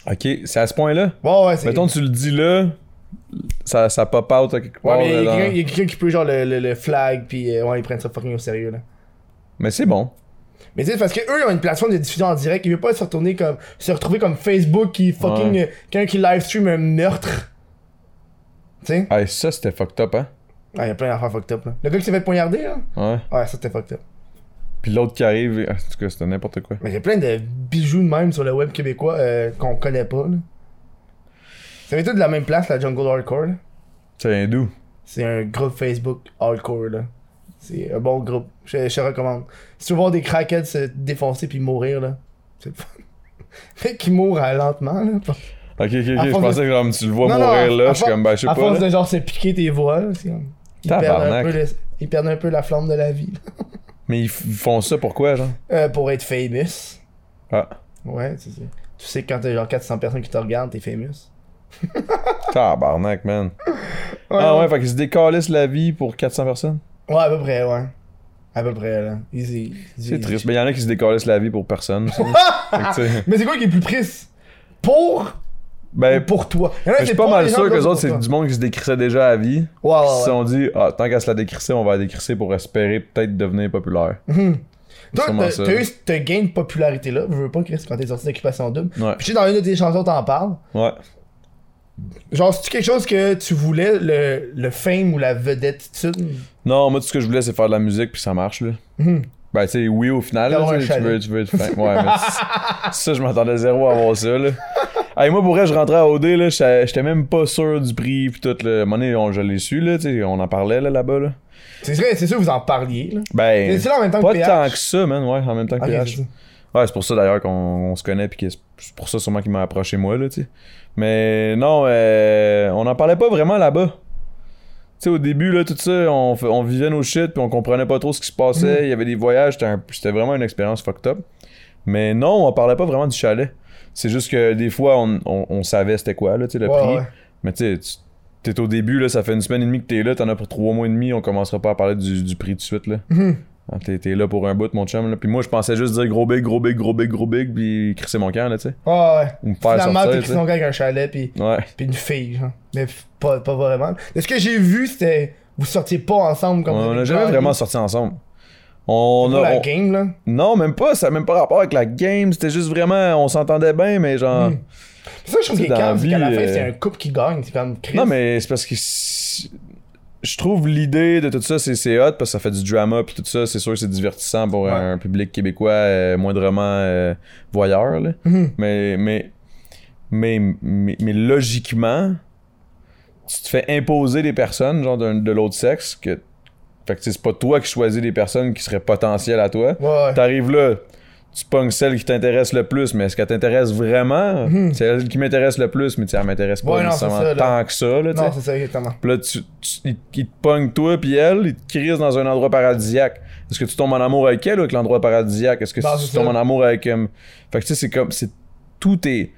Speaker 2: Ok, c'est à ce point-là.
Speaker 1: Bon, ouais, c'est.
Speaker 2: Mettons, tu le dis là, ça, ça pop out à quelque
Speaker 1: Ouais,
Speaker 2: part,
Speaker 1: mais il y a
Speaker 2: là, dans-
Speaker 1: quelqu'un- il y a quelqu'un qui peut, genre, le, le, le flag, pis ouais, ils prennent ça fucking au sérieux, là.
Speaker 2: Mais c'est bon.
Speaker 1: Mais tu sais, parce que eux, ils ont une plateforme de diffusion en direct. Ils veulent pas se retourner comme, se retrouver comme Facebook qui fucking,
Speaker 2: Ouais.
Speaker 1: euh, quelqu'un qui live stream un meurtre. Tu sais?
Speaker 2: Ah, ça, c'était fucked up, hein.
Speaker 1: Ah, il y a plein d'affaires fucked up, là. Le gars qui s'est fait poignarder, là.
Speaker 2: Ouais.
Speaker 1: Ouais, ça c'était fucked up.
Speaker 2: Puis l'autre qui arrive, ah, en tout cas, c'était n'importe quoi.
Speaker 1: Mais il y a plein de bijoux de même sur le web québécois euh, qu'on connaît pas, là. Ça vient tout de la même place, la Jungle Hardcore, là.
Speaker 2: C'est hindou.
Speaker 1: C'est un groupe Facebook hardcore, là. C'est un bon groupe. Je, je te recommande. Si tu veux voir des crackheads se défoncer puis mourir, là, c'est le fun. Fait qu'ils mourent à lentement, là.
Speaker 2: Ok, ok, ok,
Speaker 1: À
Speaker 2: je
Speaker 1: force
Speaker 2: pensais que genre, tu le vois
Speaker 1: Non, non,
Speaker 2: mourir
Speaker 1: à-
Speaker 2: là,
Speaker 1: à
Speaker 2: je suis
Speaker 1: for-
Speaker 2: comme, ben, je sais
Speaker 1: à
Speaker 2: pas.
Speaker 1: force
Speaker 2: là.
Speaker 1: de genre se piquer tes voix, là, c'est comme- Ils perdent, un
Speaker 2: Tabarnak.
Speaker 1: peu le- ils perdent un peu la flamme de la vie, là.
Speaker 2: Mais ils f- font ça pourquoi, genre
Speaker 1: Euh, Pour être famous.
Speaker 2: Ah,
Speaker 1: Ouais, c'est ça. Tu sais, que quand t'as genre 400 personnes qui te regardent, t'es famous.
Speaker 2: tabarnak, man. ah ouais, fait qu'ils se décalissent la vie pour 400 personnes.
Speaker 1: Ouais, à peu près, ouais. À peu près, là. Easy. easy. Ah!
Speaker 2: C'est triste. Mais il y en a qui se décalissent la vie pour personne. ça. Fait que, tu sais,
Speaker 1: Mais c'est quoi qui est plus triste Pour
Speaker 2: ben,
Speaker 1: ou pour toi Il y en a
Speaker 2: je
Speaker 1: qui
Speaker 2: suis
Speaker 1: c'est
Speaker 2: pas
Speaker 1: pour
Speaker 2: mal
Speaker 1: les gens,
Speaker 2: sûr que
Speaker 1: d'autres
Speaker 2: les autres,
Speaker 1: pour
Speaker 2: c'est
Speaker 1: toi.
Speaker 2: du monde qui se décrissait déjà à la vie.
Speaker 1: Ouais,
Speaker 2: Ils se
Speaker 1: ouais, ouais.
Speaker 2: sont dit, ah, tant qu'à se la décrisser, on va la décrisser pour espérer peut-être devenir populaire.
Speaker 1: Mhm. Toi,
Speaker 2: sûrement
Speaker 1: t'as-
Speaker 2: ça.
Speaker 1: t'as eu ce gain de popularité-là. Je veux pas, Chris, quand t'es sorti d'Occupation Double.
Speaker 2: Ouais.
Speaker 1: Puis tu sais, dans une de tes chansons, t'en parles.
Speaker 2: Ouais.
Speaker 1: Genre, c'est-tu quelque chose que tu voulais, le, le fame ou la vedettitude
Speaker 2: Non, moi, tout ce que je voulais, c'est faire de la musique, puis ça marche, là.
Speaker 1: Mhm.
Speaker 2: Ben, tu sais, oui, au final, là,
Speaker 1: D'avoir
Speaker 2: tu
Speaker 1: un
Speaker 2: sais, tu veux,
Speaker 1: chalet.
Speaker 2: tu veux être fin. Ouais, mais c- ça, je m'attendais zéro à avoir ça, là. Hey, moi, pour vrai, je rentrais à OD, là, j'étais j'étais même pas sûr du prix, puis tout, là. À un moment donné, on, je l'ai su, là, tu sais, on en parlait, là, là-bas, là.
Speaker 1: C'est vrai, c'est sûr, vous en parliez, là.
Speaker 2: Ben,
Speaker 1: C'est ça en même temps
Speaker 2: pas
Speaker 1: que PH.
Speaker 2: tant que ça, man, ouais, en même temps que
Speaker 1: Ok,
Speaker 2: PH.
Speaker 1: c'est ça.
Speaker 2: Ouais, c'est pour ça d'ailleurs qu'on on se connaît, puis que c'est c'est pour ça sûrement qu'il m'a approché moi, là, tu sais. Mais non, euh, on n'en parlait pas vraiment là-bas. Tu sais, au début, là, tout ça, on, fa- on vivait nos shit, puis on comprenait pas trop ce qui se passait.
Speaker 1: Mhm.
Speaker 2: Il y avait des voyages, c'était un- c'était vraiment une expérience fucked up. Mais non, on parlait pas vraiment du chalet. C'est juste que des fois, on, on- on savait c'était quoi, là, tu sais, le
Speaker 1: Ouais,
Speaker 2: prix.
Speaker 1: ouais.
Speaker 2: Mais tu sais, tu- t'es au début, là, ça fait une semaine et demie que t'es là, t'en as pour trois mois et demi, on commencera pas à parler du, du prix tout de suite, là.
Speaker 1: Mhm.
Speaker 2: Ah, T'es t'es là pour un bout, mon chum, là. Puis moi, je pensais juste dire gros big, gros big, gros big, gros big, puis crisser mon camp, là, tu sais.
Speaker 1: Ouais, ouais.
Speaker 2: Ou me faire
Speaker 1: Finalement, t'es
Speaker 2: sortir, tu sais.
Speaker 1: Christian Gay avec un chalet, puis
Speaker 2: Ouais.
Speaker 1: puis une fille, genre. Mais f- pas, pas vraiment. De ce que j'ai vu, c'était. Vous sortiez pas ensemble comme vous
Speaker 2: on
Speaker 1: avez
Speaker 2: a jamais
Speaker 1: parlé.
Speaker 2: vraiment sorti ensemble. On
Speaker 1: Pour
Speaker 2: a.
Speaker 1: la
Speaker 2: on-
Speaker 1: game, là.
Speaker 2: Non, même pas, ça a même pas rapport avec la game, c'était juste vraiment, on s'entendait bien, mais genre.
Speaker 1: Mhm. Ça, je trouve
Speaker 2: Tu
Speaker 1: que
Speaker 2: sais, dans
Speaker 1: calme, c'est
Speaker 2: la
Speaker 1: qu'à la
Speaker 2: vie,
Speaker 1: fin, c'est
Speaker 2: euh,
Speaker 1: un couple qui gagne. C'est comme Chris.
Speaker 2: Non, mais c'est parce que si- je trouve l'idée de tout ça, c'est, c'est hot parce que ça fait du drama puis tout ça. C'est sûr que c'est divertissant pour
Speaker 1: Ouais.
Speaker 2: un public québécois euh, moindrement euh, voyeur. là.
Speaker 1: Mhm.
Speaker 2: Mais, mais, mais, mais, mais logiquement, tu te fais imposer des personnes genre d'un- de l'autre sexe. Que, fait que tu sais, c'est pas toi qui choisis des personnes qui seraient potentielles à toi.
Speaker 1: Ouais, ouais.
Speaker 2: T'arrives là, tu pognes celle qui t'intéresse le plus, mais est-ce qu'elle t'intéresse vraiment?
Speaker 1: Mhm.
Speaker 2: C'est elle qui m'intéresse le plus, mais tu sais, elle m'intéresse pas
Speaker 1: Ouais, non, c'est
Speaker 2: nécessairement
Speaker 1: ça, là.
Speaker 2: tant que ça, là, tu sais.
Speaker 1: Non, c'est ça, exactement.
Speaker 2: Puis là, tu, tu- ils, ils te pognent toi puis elle, ils te crisent dans un endroit paradisiaque. Est-ce que tu tombes en amour avec elle ou avec l'endroit paradisiaque? Est-ce que
Speaker 1: Non,
Speaker 2: tu
Speaker 1: Bah, c'est
Speaker 2: tombes
Speaker 1: ça.
Speaker 2: en amour avec... euh, Fait que tu sais, c'est comme... c'est Tout est...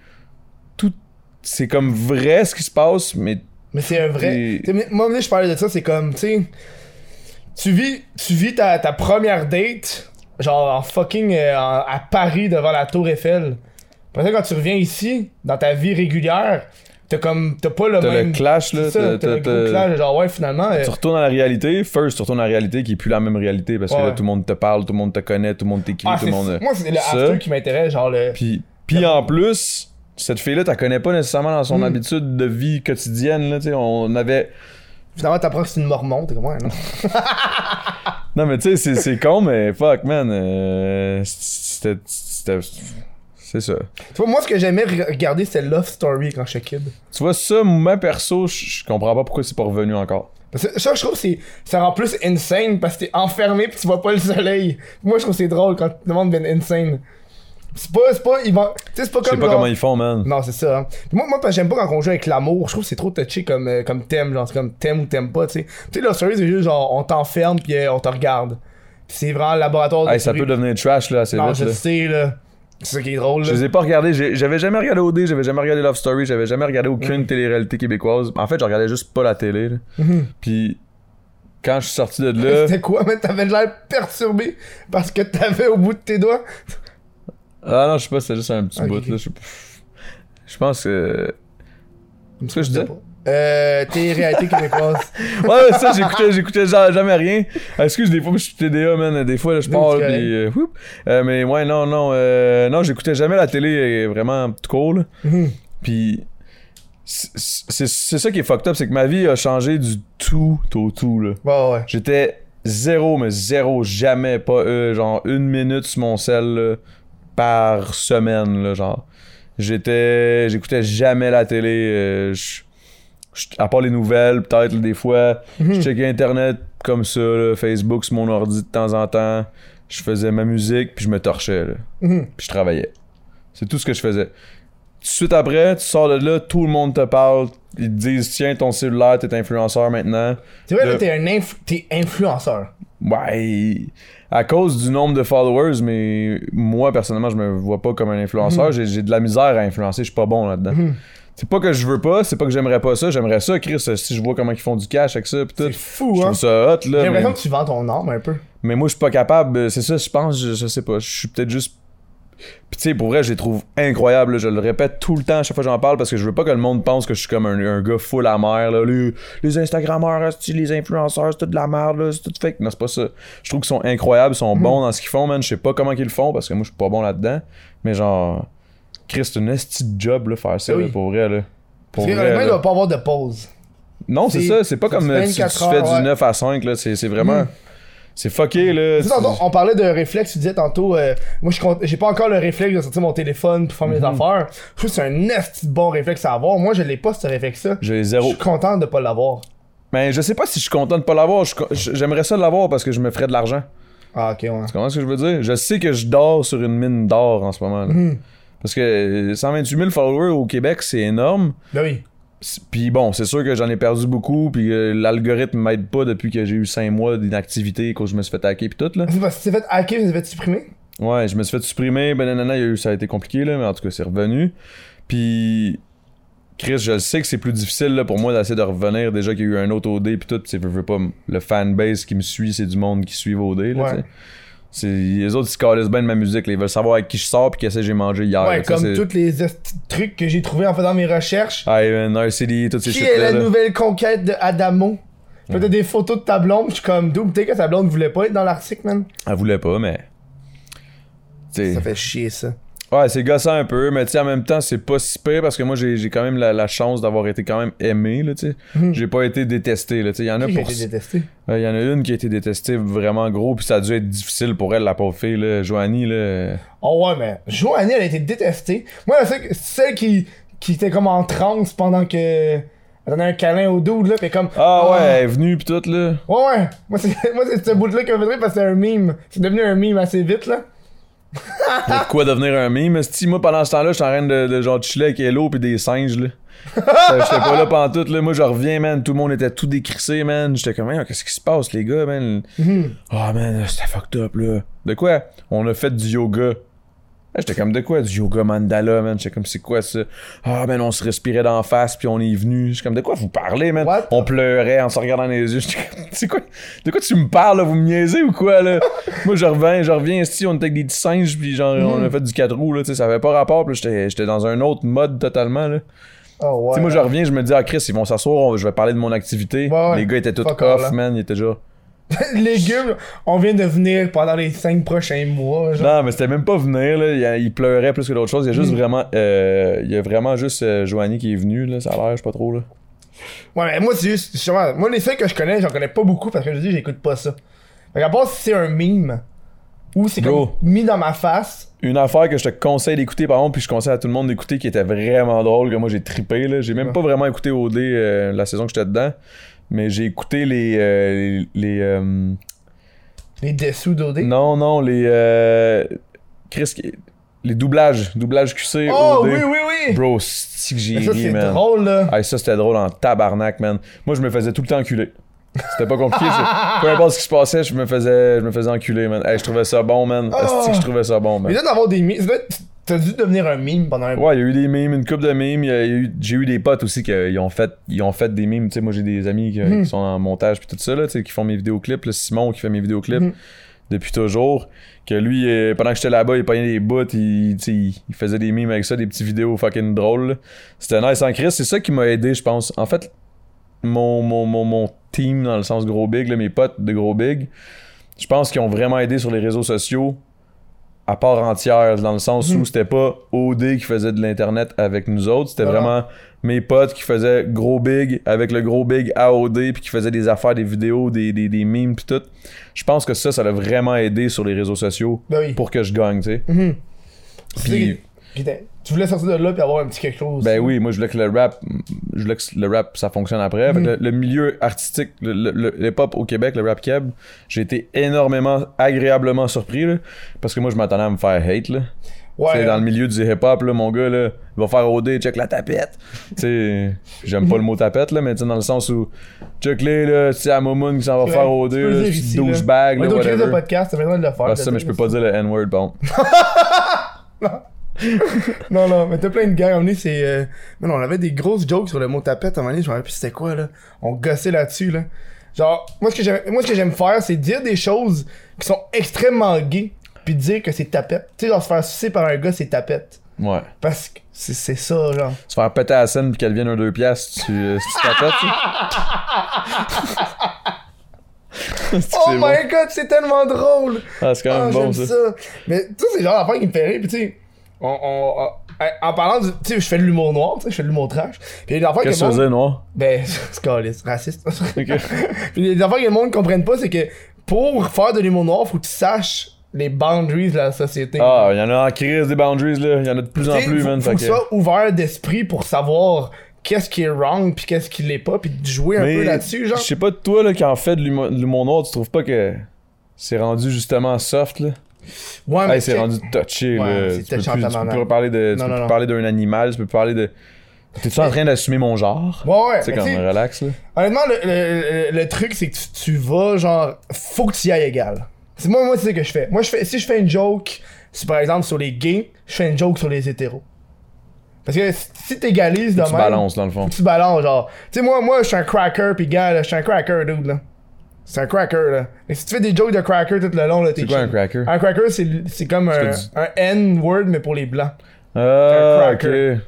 Speaker 2: Tout... C'est comme vrai ce qui se passe, mais...
Speaker 1: Mais c'est un vrai.
Speaker 2: Puis-
Speaker 1: T'sais, mais- Moi, je parlais de ça, c'est comme, tu sais. Tu vis, tu vis ta, ta première date, genre en fucking. euh, en- à Paris devant la Tour Eiffel. Après ça, quand tu reviens ici, dans ta vie régulière, t'as comme. T'as pas le
Speaker 2: T'as
Speaker 1: même.
Speaker 2: le clash, là.
Speaker 1: C'est ça,
Speaker 2: t'as-
Speaker 1: t'as le
Speaker 2: t'as-
Speaker 1: gros
Speaker 2: t'as-
Speaker 1: clash, genre ouais, finalement. euh,
Speaker 2: Tu retournes à la réalité. First, tu retournes à la réalité qui est plus la même réalité parce que
Speaker 1: Ouais.
Speaker 2: là, tout le monde te parle, tout le monde te connaît, tout le monde t'écrit,
Speaker 1: ah,
Speaker 2: tout le
Speaker 1: c'est-
Speaker 2: monde... euh,
Speaker 1: Moi, c'est le
Speaker 2: ça.
Speaker 1: after qui m'intéresse, genre le.
Speaker 2: Puis, puis en plus, cette fille-là, tu connais pas nécessairement dans
Speaker 1: Hmm.
Speaker 2: son habitude de vie quotidienne. Là, tu sais, on avait.
Speaker 1: Finalement, t'apprends que c'est une mormon, t'es comme ouais, non.
Speaker 2: Non, mais tu sais, c'est- c'est con, mais fuck, man. euh, c'était. c'était- C'est ça.
Speaker 1: tu vois, moi, ce que j'aimais re- regarder, c'est Love Story quand j'étais kid.
Speaker 2: Tu vois, ça, moi perso, je je comprends pas pourquoi c'est pas revenu encore.
Speaker 1: Parce que ça, je trouve, que c'est, ça rend plus insane parce que t'es enfermé pis tu vois pas le soleil. Moi, je trouve que c'est drôle quand le monde devient insane. C'est pas, c'est pas, ils vont, tu sais, c'est pas comme.
Speaker 2: Je sais pas
Speaker 1: genre-
Speaker 2: comment ils font, man.
Speaker 1: Non, c'est ça. hein. Puis Moi, moi, parce que j'aime pas quand on joue avec l'amour. Je trouve que c'est trop touché comme, euh, comme thème. Genre, c'est comme t'aimes ou t'aimes pas, tu sais. Tu sais, Love Story, c'est juste genre, on t'enferme pis euh, on te regarde. C'est vraiment le laboratoire de
Speaker 2: Hey, ça
Speaker 1: souris.
Speaker 2: peut devenir trash là, assez
Speaker 1: Non,
Speaker 2: vite.
Speaker 1: je
Speaker 2: Là.
Speaker 1: le sais, là. C'est ça qui est drôle,
Speaker 2: Je
Speaker 1: là.
Speaker 2: les ai pas regardés. J'ai- J'avais jamais regardé OD, j'avais jamais regardé Love Story, j'avais jamais regardé
Speaker 1: Hmm.
Speaker 2: aucune télé-réalité québécoise. En fait, je regardais juste pas la télé. là. Puis quand je suis sorti de là,
Speaker 1: C'était quoi, mais t'avais l'air perturbé parce que t'avais au bout de tes doigts.
Speaker 2: ah non, je sais pas, c'était juste un petit
Speaker 1: Ok,
Speaker 2: bout
Speaker 1: ok.
Speaker 2: là. Je, je pense que ce que je disais.
Speaker 1: Euh, t'es réalité québécoise.
Speaker 2: Ouais, ça, j'écoutais, j'écoutais ja- jamais rien. Ah, Excuse, des fois, je suis TDA, man. Des fois, là, je
Speaker 1: Non,
Speaker 2: pars,
Speaker 1: c'est
Speaker 2: là,
Speaker 1: correct.
Speaker 2: pis, euh, whoop. Euh, mais ouais, non, non, euh, non, j'écoutais jamais la télé euh, vraiment tout court, là.
Speaker 1: Mhm.
Speaker 2: Puis, c'est- c'est c'est ça qui est fucked up, c'est que ma vie a changé du tout au tout, là.
Speaker 1: Ouais, ouais.
Speaker 2: J'étais zéro, mais zéro, jamais, pas euh, genre une minute sur mon sel là, par semaine, là, genre. J'étais. J'écoutais jamais la télé. euh, je- je- à part les nouvelles, peut-être là, des fois. Je checkais Internet comme ça, là, Facebook sur mon ordi de temps en temps. Je faisais ma musique, puis je me torchais. là.
Speaker 1: Mhm.
Speaker 2: Puis je travaillais. C'est tout ce que je faisais. Tout de suite après, tu sors de là, tout le monde te parle. Ils te disent Tiens, ton cellulaire, t'es influenceur maintenant.
Speaker 1: Tu vois, là,
Speaker 2: Le-
Speaker 1: t'es un inf- t'es influenceur.
Speaker 2: Ouais, à cause du nombre de followers, mais moi, personnellement, je me vois pas comme un
Speaker 1: Hmm.
Speaker 2: influenceur. J'ai- J'ai de la misère à influencer, je suis pas bon là-dedans. C'est pas que je veux pas, c'est pas que j'aimerais pas ça, j'aimerais ça, Chris, si je vois comment ils font du cash avec ça, pis tout.
Speaker 1: C'est
Speaker 2: Je
Speaker 1: fou, hein.
Speaker 2: trouve ça hot,
Speaker 1: J'ai
Speaker 2: là. Mais,
Speaker 1: l'impression que tu vends ton âme un peu.
Speaker 2: mais moi, je suis pas capable, euh, c'est ça, je pense, je, je sais pas, je suis peut-être juste. Pis tu sais, pour vrai, je les trouve incroyables, là. je le répète tout le temps, à chaque fois que j'en parle, parce que je veux pas que le monde pense que je suis comme un, un gars full amer, là. Les, les Instagrammeurs, esti, les influenceurs, c'est tout de la merde, là, c'est tout fake. Non, c'est pas ça. Je trouve qu'ils sont incroyables, ils sont bons dans ce qu'ils font, man. Je sais pas comment qu'ils le font, parce que moi, je suis pas bon là-dedans. Mais genre, Chris, c'est une esti de job, là, faire ça,
Speaker 1: Ah oui.
Speaker 2: là, pour vrai, là. Pour
Speaker 1: Parce que
Speaker 2: vrai,
Speaker 1: honnêtement, il
Speaker 2: là.
Speaker 1: doit pas avoir de pause.
Speaker 2: Non, c'est
Speaker 1: C'est-
Speaker 2: ça, c'est pas
Speaker 1: c'est
Speaker 2: comme euh, tu, tu
Speaker 1: 24
Speaker 2: fais
Speaker 1: heures, ouais.
Speaker 2: du 9 à 5, là, c'est c'est vraiment. C'est fucké, là.
Speaker 1: Tu sais,
Speaker 2: tu-
Speaker 1: tantôt, on parlait de réflexe, tu disais tantôt, euh, moi je compte- j'ai pas encore le réflexe de sortir mon téléphone pour faire mes
Speaker 2: Mhm.
Speaker 1: affaires. Je trouve que c'est un esti de bon réflexe à avoir. Moi je l'ai pas ce réflexe-là.
Speaker 2: J'ai
Speaker 1: Je
Speaker 2: zéro.
Speaker 1: suis content de pas l'avoir.
Speaker 2: Mais je sais pas si je suis content de pas l'avoir. Je- je- J'aimerais ça l'avoir parce que je me ferais de l'argent.
Speaker 1: Ah ok, ouais.
Speaker 2: Tu comprends ce que je veux dire? Je sais que je dors sur une mine d'or en ce moment. là.
Speaker 1: Hmm.
Speaker 2: Parce que euh, 128 000 followers au Québec, c'est énorme.
Speaker 1: Ben oui.
Speaker 2: C'est- Puis bon, c'est sûr que j'en ai perdu beaucoup. Puis euh, l'algorithme m'aide pas depuis que j'ai eu 5 mois d'inactivité quand je me suis fait hacker. Puis tout, là.
Speaker 1: C'est parce que tu t'es fait hacker, tu t'es fait supprimer.
Speaker 2: Ouais, je me suis fait supprimer, ben nanana, il y a eu- ça a été compliqué, là, mais en tout cas, c'est revenu. Puis, Chris, je le sais que c'est plus difficile là, pour moi d'essayer de revenir déjà qu'il y a eu un autre OD, puis tout, puis c'est- je veux pas, m- le fanbase qui me suit, c'est du monde qui suit OD, là,
Speaker 1: Ouais.
Speaker 2: tu sais. C'est- Les autres, ils se calissent bien de ma musique, là, ils veulent savoir avec qui je sors, puis qu'est-ce que j'ai mangé hier.
Speaker 1: ouais,
Speaker 2: là, tu sais,
Speaker 1: comme
Speaker 2: c'est-
Speaker 1: tous les esti de trucs que j'ai trouvés en faisant mes recherches.
Speaker 2: Hey, man, RCD, toutes ces
Speaker 1: Qui
Speaker 2: shit
Speaker 1: est
Speaker 2: là.
Speaker 1: la nouvelle conquête de Adamo? Peut-être des photos de ta blonde, je suis comme double, peut-être que ta blonde voulait pas être dans l'article, man.
Speaker 2: Elle voulait pas, mais. tu sais.
Speaker 1: Ça fait chier ça.
Speaker 2: Ouais, c'est gossant un peu, mais tu sais, en même temps, c'est pas si pire parce que moi, j'ai j'ai quand même la, la chance d'avoir été quand même aimé, là, tu sais. J'ai pas été détesté, là, tu sais. Il y en a
Speaker 1: Mhm. J'ai
Speaker 2: pour.
Speaker 1: été détesté.
Speaker 2: Il y en a une qui a été détestée vraiment gros, puis ça a dû être difficile pour elle, la pauvre fille, là. Joanie, là.
Speaker 1: Oh ouais, mais Joanie, elle a été détestée. Moi, c'est celle qui, qui était comme en transe pendant que. Elle donnait un câlin au dude, là, pis comme. Ah,
Speaker 2: Ah ouais, elle est venue, puis tout, là.
Speaker 1: Ouais, ouais. Moi, c'est, moi, c'est ce bout-là qui m'a fait rire parce que c'est un meme. C'est devenu un meme assez vite, là. Ah.
Speaker 2: Pourquoi devenir un mime? Si moi, pendant ce temps-là, je suis en train de, de genre chiller avec Hello puis des singes, là. Euh, J'étais pas là pantoute, là. Moi, je reviens, man. Tout le monde était tout décrissé, man. J'étais comme, Hey, qu'est-ce qui se passe, les gars, man? Ah, man, c'était fucked up, là. De quoi? On a fait du yoga. Ah, J'étais comme, de quoi? Du yoga mandala, man. J'étais comme, c'est quoi ça? Ah, man, on se respirait d'en face, puis on est venu. J'étais comme, de quoi vous parlez, man?
Speaker 1: What?
Speaker 2: On pleurait en se regardant dans les yeux. J'étais comme, c'est quoi? De quoi tu me parles, là? Vous me niaisez ou quoi, là? Moi, je reviens, je reviens ici, on était avec des petits singes, puis genre, on a fait du 4 roues, là, tu sais, ça avait pas rapport, puis là, j'étais j'étais dans un autre mode totalement, là.
Speaker 1: Oh
Speaker 2: Tu
Speaker 1: ouais.
Speaker 2: sais, moi, je reviens, je me dis, ah, Chris, ils vont s'asseoir, on- je vais parler de mon activité.
Speaker 1: Ouais, ouais.
Speaker 2: Les gars étaient tous
Speaker 1: Fuck all,
Speaker 2: off,
Speaker 1: hein.
Speaker 2: man, ils étaient genre.
Speaker 1: Légumes, on vient de venir pendant les 5 prochains mois, genre.
Speaker 2: Non, mais c'était même pas venir, là. Il, y a- il pleurait plus que d'autres choses. Il y a juste
Speaker 1: Mm.
Speaker 2: vraiment. euh, il y a vraiment juste euh, Joanie qui est venue, là. Ça a l'air, je sais pas trop, là.
Speaker 1: Ouais, mais moi, c'est juste, justement, moi, les seuls que je connais, j'en connais pas beaucoup parce que je dis, j'écoute pas ça. Fait qu'à part si c'est un meme, ou c'est comme
Speaker 2: Bro.
Speaker 1: mis dans ma face,
Speaker 2: Une affaire que je te conseille d'écouter, par contre, puis je conseille à tout le monde d'écouter, qui était vraiment drôle, que moi j'ai trippé, là. J'ai même pas vraiment écouté OD euh, la saison que j'étais dedans, mais j'ai écouté les. euh, les. les, euh,
Speaker 1: les dessous d'OD.
Speaker 2: non, non, les. euh, Chris. qui- Les doublages. Doublages QC.
Speaker 1: Oh,
Speaker 2: OD.
Speaker 1: oui, oui, oui!
Speaker 2: Bro, c'est que j'ai
Speaker 1: Mais ça,
Speaker 2: ri,
Speaker 1: c'est
Speaker 2: man.
Speaker 1: drôle, là.
Speaker 2: Hey, ça, c'était drôle en tabarnak, man. Moi, je me faisais tout le temps enculer. C'était pas compliqué. c'est- Peu importe ce qui se passait, je me faisais, je me faisais enculer, man. Hey, je trouvais ça bon, man.
Speaker 1: Ah.
Speaker 2: Asti que je trouvais ça bon,
Speaker 1: Mais là,
Speaker 2: man.
Speaker 1: d'avoir des mimes, ça doit être- t'as dû devenir un mime pendant un
Speaker 2: Ouais, il y a eu des mimes, une coupe de mimes. il y a eu- J'ai eu des potes aussi qui euh, ils ont, fait, ils ont fait des mimes. Tu sais, moi, j'ai des amis qui,
Speaker 1: Hmm.
Speaker 2: qui sont en montage puis tout ça, là, tu sais, qui font mes vidéoclips. là, Simon qui fait mes vidéoclips
Speaker 1: Mhm.
Speaker 2: depuis toujours. Que lui, euh, pendant que j'étais là-bas, il pognait des bouts, il, tu sais, il, il faisait des mimes avec ça, des petites vidéos fucking drôles. là. C'était nice en crise. C'est ça qui m'a aidé, je pense. En fait, mon, mon, mon, mon team, dans le sens gros big, là, mes potes de gros big, je pense qu'ils ont vraiment aidé sur les réseaux sociaux à part entière, dans le sens où c'était pas OD qui faisait de l'internet avec nous autres, c'était
Speaker 1: Voilà.
Speaker 2: vraiment mes potes qui faisaient gros big avec le gros big à OD puis qui faisaient des affaires, des vidéos, des, des, des memes puis tout. Je pense que ça, ça l'a vraiment aidé sur les réseaux sociaux
Speaker 1: Ben oui.
Speaker 2: pour que je gagne, tu sais. Puis-
Speaker 1: Putain, tu voulais sortir de là puis avoir un petit quelque chose.
Speaker 2: Ben oui, moi je voulais que le rap, je voulais que le rap ça fonctionne après.
Speaker 1: Mm.
Speaker 2: Fait que le, le milieu artistique, le- le- le- l'hip-hop au Québec, le rap keb, j'ai été énormément, agréablement surpris là, parce que moi je m'attendais à me faire hate là. Tu
Speaker 1: ouais.
Speaker 2: sais, dans le milieu du hip-hop, là, mon gars, là, il va faire OD, check la tapette. Tu sais, j'aime pas le mot tapette, là, mais tu sais, dans le sens où, check les, là, tu sais, à Momoun qui s'en va
Speaker 1: Ouais,
Speaker 2: faire
Speaker 1: tu
Speaker 2: OD,
Speaker 1: peux le
Speaker 2: là,
Speaker 1: dire
Speaker 2: ce
Speaker 1: ici,
Speaker 2: douchebag,
Speaker 1: On est
Speaker 2: là,
Speaker 1: au crise de
Speaker 2: whatever.
Speaker 1: podcast, t'as besoin de le faire.
Speaker 2: Ah, ça, mais je peux pas dire le N-word, bon.
Speaker 1: Non, non, mais t'as plein de gars. À un moment donné, c'est. euh, Man, on avait des grosses jokes sur le mot tapette. À un moment donné, je me rappelle plus c'était quoi, là. On gossait là-dessus, là. Genre, moi, ce que j'aime, moi, ce que j'aime faire, c'est dire des choses qui sont extrêmement gays, puis dire que c'est tapette. Tu sais, genre, se faire sucer par un gars, c'est tapette.
Speaker 2: Ouais.
Speaker 1: Parce que c'est, c'est ça, genre.
Speaker 2: Se faire péter à la scène puis qu'elle vienne un deux piastres, tu, euh, si tu tapettes, ça. C'est
Speaker 1: Oh my
Speaker 2: bon.
Speaker 1: god, c'est tellement drôle!
Speaker 2: Ah, c'est quand
Speaker 1: Ah,
Speaker 2: même bon,
Speaker 1: j'aime
Speaker 2: ça.
Speaker 1: ça. Mais tu sais, c'est le genre d'affaire qui me fait rire. Puis tu sais, on, on- on- en parlant du. Tu sais, je fais de l'humour noir, tu sais, je fais de l'humour trash. Puis il y a des affaires que.
Speaker 2: Qu'est-ce que
Speaker 1: le
Speaker 2: tu
Speaker 1: monde-
Speaker 2: faisais, noir?
Speaker 1: Ben, c'est caliste, raciste.
Speaker 2: Ok.
Speaker 1: Puis il y a des affaires que le monde comprenne pas, c'est que pour faire de l'humour noir, faut que tu saches les boundaries de la société.
Speaker 2: Ah, il y en a en crise des boundaries, là. Il y en a de plus en
Speaker 1: Tu sais,
Speaker 2: plus,
Speaker 1: faut,
Speaker 2: man.
Speaker 1: faut
Speaker 2: fait
Speaker 1: que tu
Speaker 2: que-
Speaker 1: sois ouvert d'esprit pour savoir qu'est-ce qui est wrong puis qu'est-ce qui l'est pas puis de jouer un peu là-dessus genre
Speaker 2: Je sais pas, toi, là, qui en fait de l'humour de l'humour noir, tu trouves pas que c'est rendu justement soft, là?
Speaker 1: ouais
Speaker 2: Hey, c'est
Speaker 1: check.
Speaker 2: rendu touché,
Speaker 1: Ouais,
Speaker 2: là.
Speaker 1: c'est
Speaker 2: Tu peux,
Speaker 1: touché en
Speaker 2: plus, tu
Speaker 1: tabarnak.
Speaker 2: peux parler de, tu
Speaker 1: Non,
Speaker 2: peux
Speaker 1: non,
Speaker 2: plus
Speaker 1: non.
Speaker 2: parler d'un animal, tu peux parler de. T'es-tu en train d'assumer mon genre?
Speaker 1: ouais ouais
Speaker 2: Tu sais,
Speaker 1: mais
Speaker 2: comme
Speaker 1: tu sais,
Speaker 2: relax, là.
Speaker 1: Honnêtement, le, le- le- le truc, c'est que tu, tu vas, genre, faut que tu y ailles égal. C'est moi, moi, c'est ce que je fais. Moi, je fais, si je fais une joke, si par exemple sur les gays, je fais une joke sur les hétéros. Parce que si t'égalises de
Speaker 2: Tu
Speaker 1: même,
Speaker 2: balances, dans le fond.
Speaker 1: Tu balances, genre. Tu sais, moi, moi, je suis un cracker, pis gars, là, je suis un cracker, dude, là. C'est un cracker, là. Et si tu fais des jokes de cracker tout le long, là, t'es
Speaker 2: C'est quoi un
Speaker 1: chill.
Speaker 2: cracker?
Speaker 1: Un cracker, c'est c'est comme un,
Speaker 2: du-
Speaker 1: un N-word, mais pour les blancs.
Speaker 2: Ah,
Speaker 1: un cracker.
Speaker 2: ok.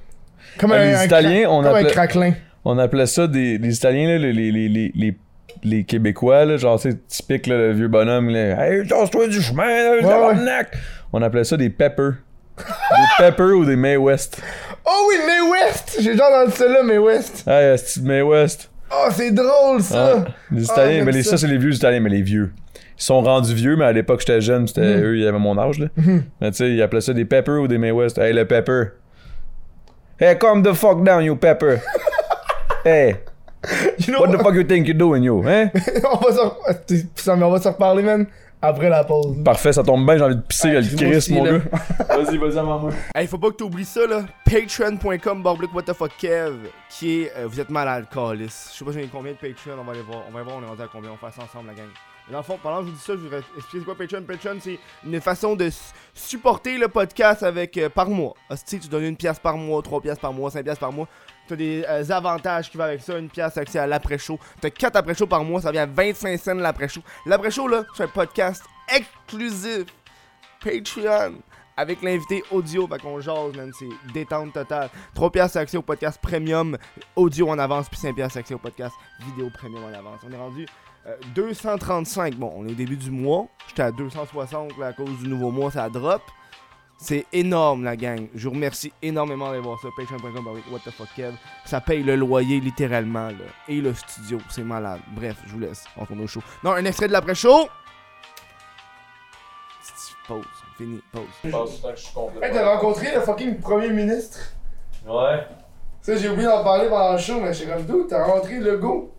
Speaker 1: Comme
Speaker 2: Ah, les
Speaker 1: cra-
Speaker 2: Italiens, on
Speaker 1: Comme
Speaker 2: appelait-
Speaker 1: un craquelin.
Speaker 2: On appelait ça des, les Italiens, là, les, les, les, les, les- les Québécois, là, genre, tu sais, typique, là, le vieux bonhomme, là. Hey, tasse-toi du chemin, là, le
Speaker 1: Ouais, ouais.
Speaker 2: tabarnak! On appelait ça des peppers. des peppers ou des May West.
Speaker 1: Oh oui, mais West! J'ai genre dans le là, mais West.
Speaker 2: Hey, c'est May West.
Speaker 1: Oh, c'est drôle ça!
Speaker 2: Ah, les
Speaker 1: Ah,
Speaker 2: Italiens,
Speaker 1: j'aime
Speaker 2: mais les, ça,
Speaker 1: ça.
Speaker 2: c'est les vieux Italiens, mais les vieux. Ils sont rendus vieux, mais à l'époque, j'étais jeune, c'était eux, ils avaient mon âge, là. Mais tu sais, ils appelaient ça des peppers ou des May West. Hey, le pepper. Hey, come the fuck down, you pepper. hey,
Speaker 1: You know
Speaker 2: what the fuck you think you're doing, you, hein?
Speaker 1: on va se ça, mais on va se reparler même après la pause.
Speaker 2: Parfait, ça tombe bien, j'ai envie de pisser à le
Speaker 1: excuse-moi
Speaker 2: Chris,
Speaker 1: aussi,
Speaker 2: mon
Speaker 1: là.
Speaker 2: gars. Vas-y, vas-y, avant moi.
Speaker 1: Hey, faut pas que t'oublies ça là. Patreon.com barblick what the fuck Kev qui est euh, vous êtes malade calice. Je sais pas j'en ai combien de Patreon, on va aller voir. On va aller voir on est rendu à combien, on fait ça ensemble la gang. Mais dans le fond, pendant que je vous dis ça, je voudrais expliquer c'est quoi Patreon. Patreon, c'est une façon de s- supporter le podcast avec euh, par mois. Hostie, tu donnes une pièce par mois, trois pièces par mois, cinq pièces par mois. T'as des euh, avantages qui vont avec ça, une pièce accès à l'après-show. T'as 4 après-show par mois, ça vient à 25 cents l'après-show. L'après-show, là, c'est un podcast exclusif. Patreon avec l'invité audio, fait qu'on jase, man, c'est détente totale. 3 piastres accès au podcast premium, audio en avance, puis 5 piastres accès au podcast vidéo premium en avance. On est rendu euh, 235, bon, on est au début du mois, j'étais à 260 là, à cause du nouveau mois, ça drop. C'est énorme la gang, je vous remercie énormément d'aller voir ça, patreon.com, barre bah what the fuck Kev. Ça paye le loyer littéralement, là, et le studio, c'est malade. Bref, je vous laisse, on tourne au show. Non, un extrait de l'après-show! Pause, fini, pause.
Speaker 2: Je pense que je suis complet.
Speaker 1: Hey, t'as rencontré le fucking premier ministre?
Speaker 2: Ouais.
Speaker 1: Ça, j'ai oublié d'en parler pendant le show, mais j'étais comme d'où? T'as rencontré le go?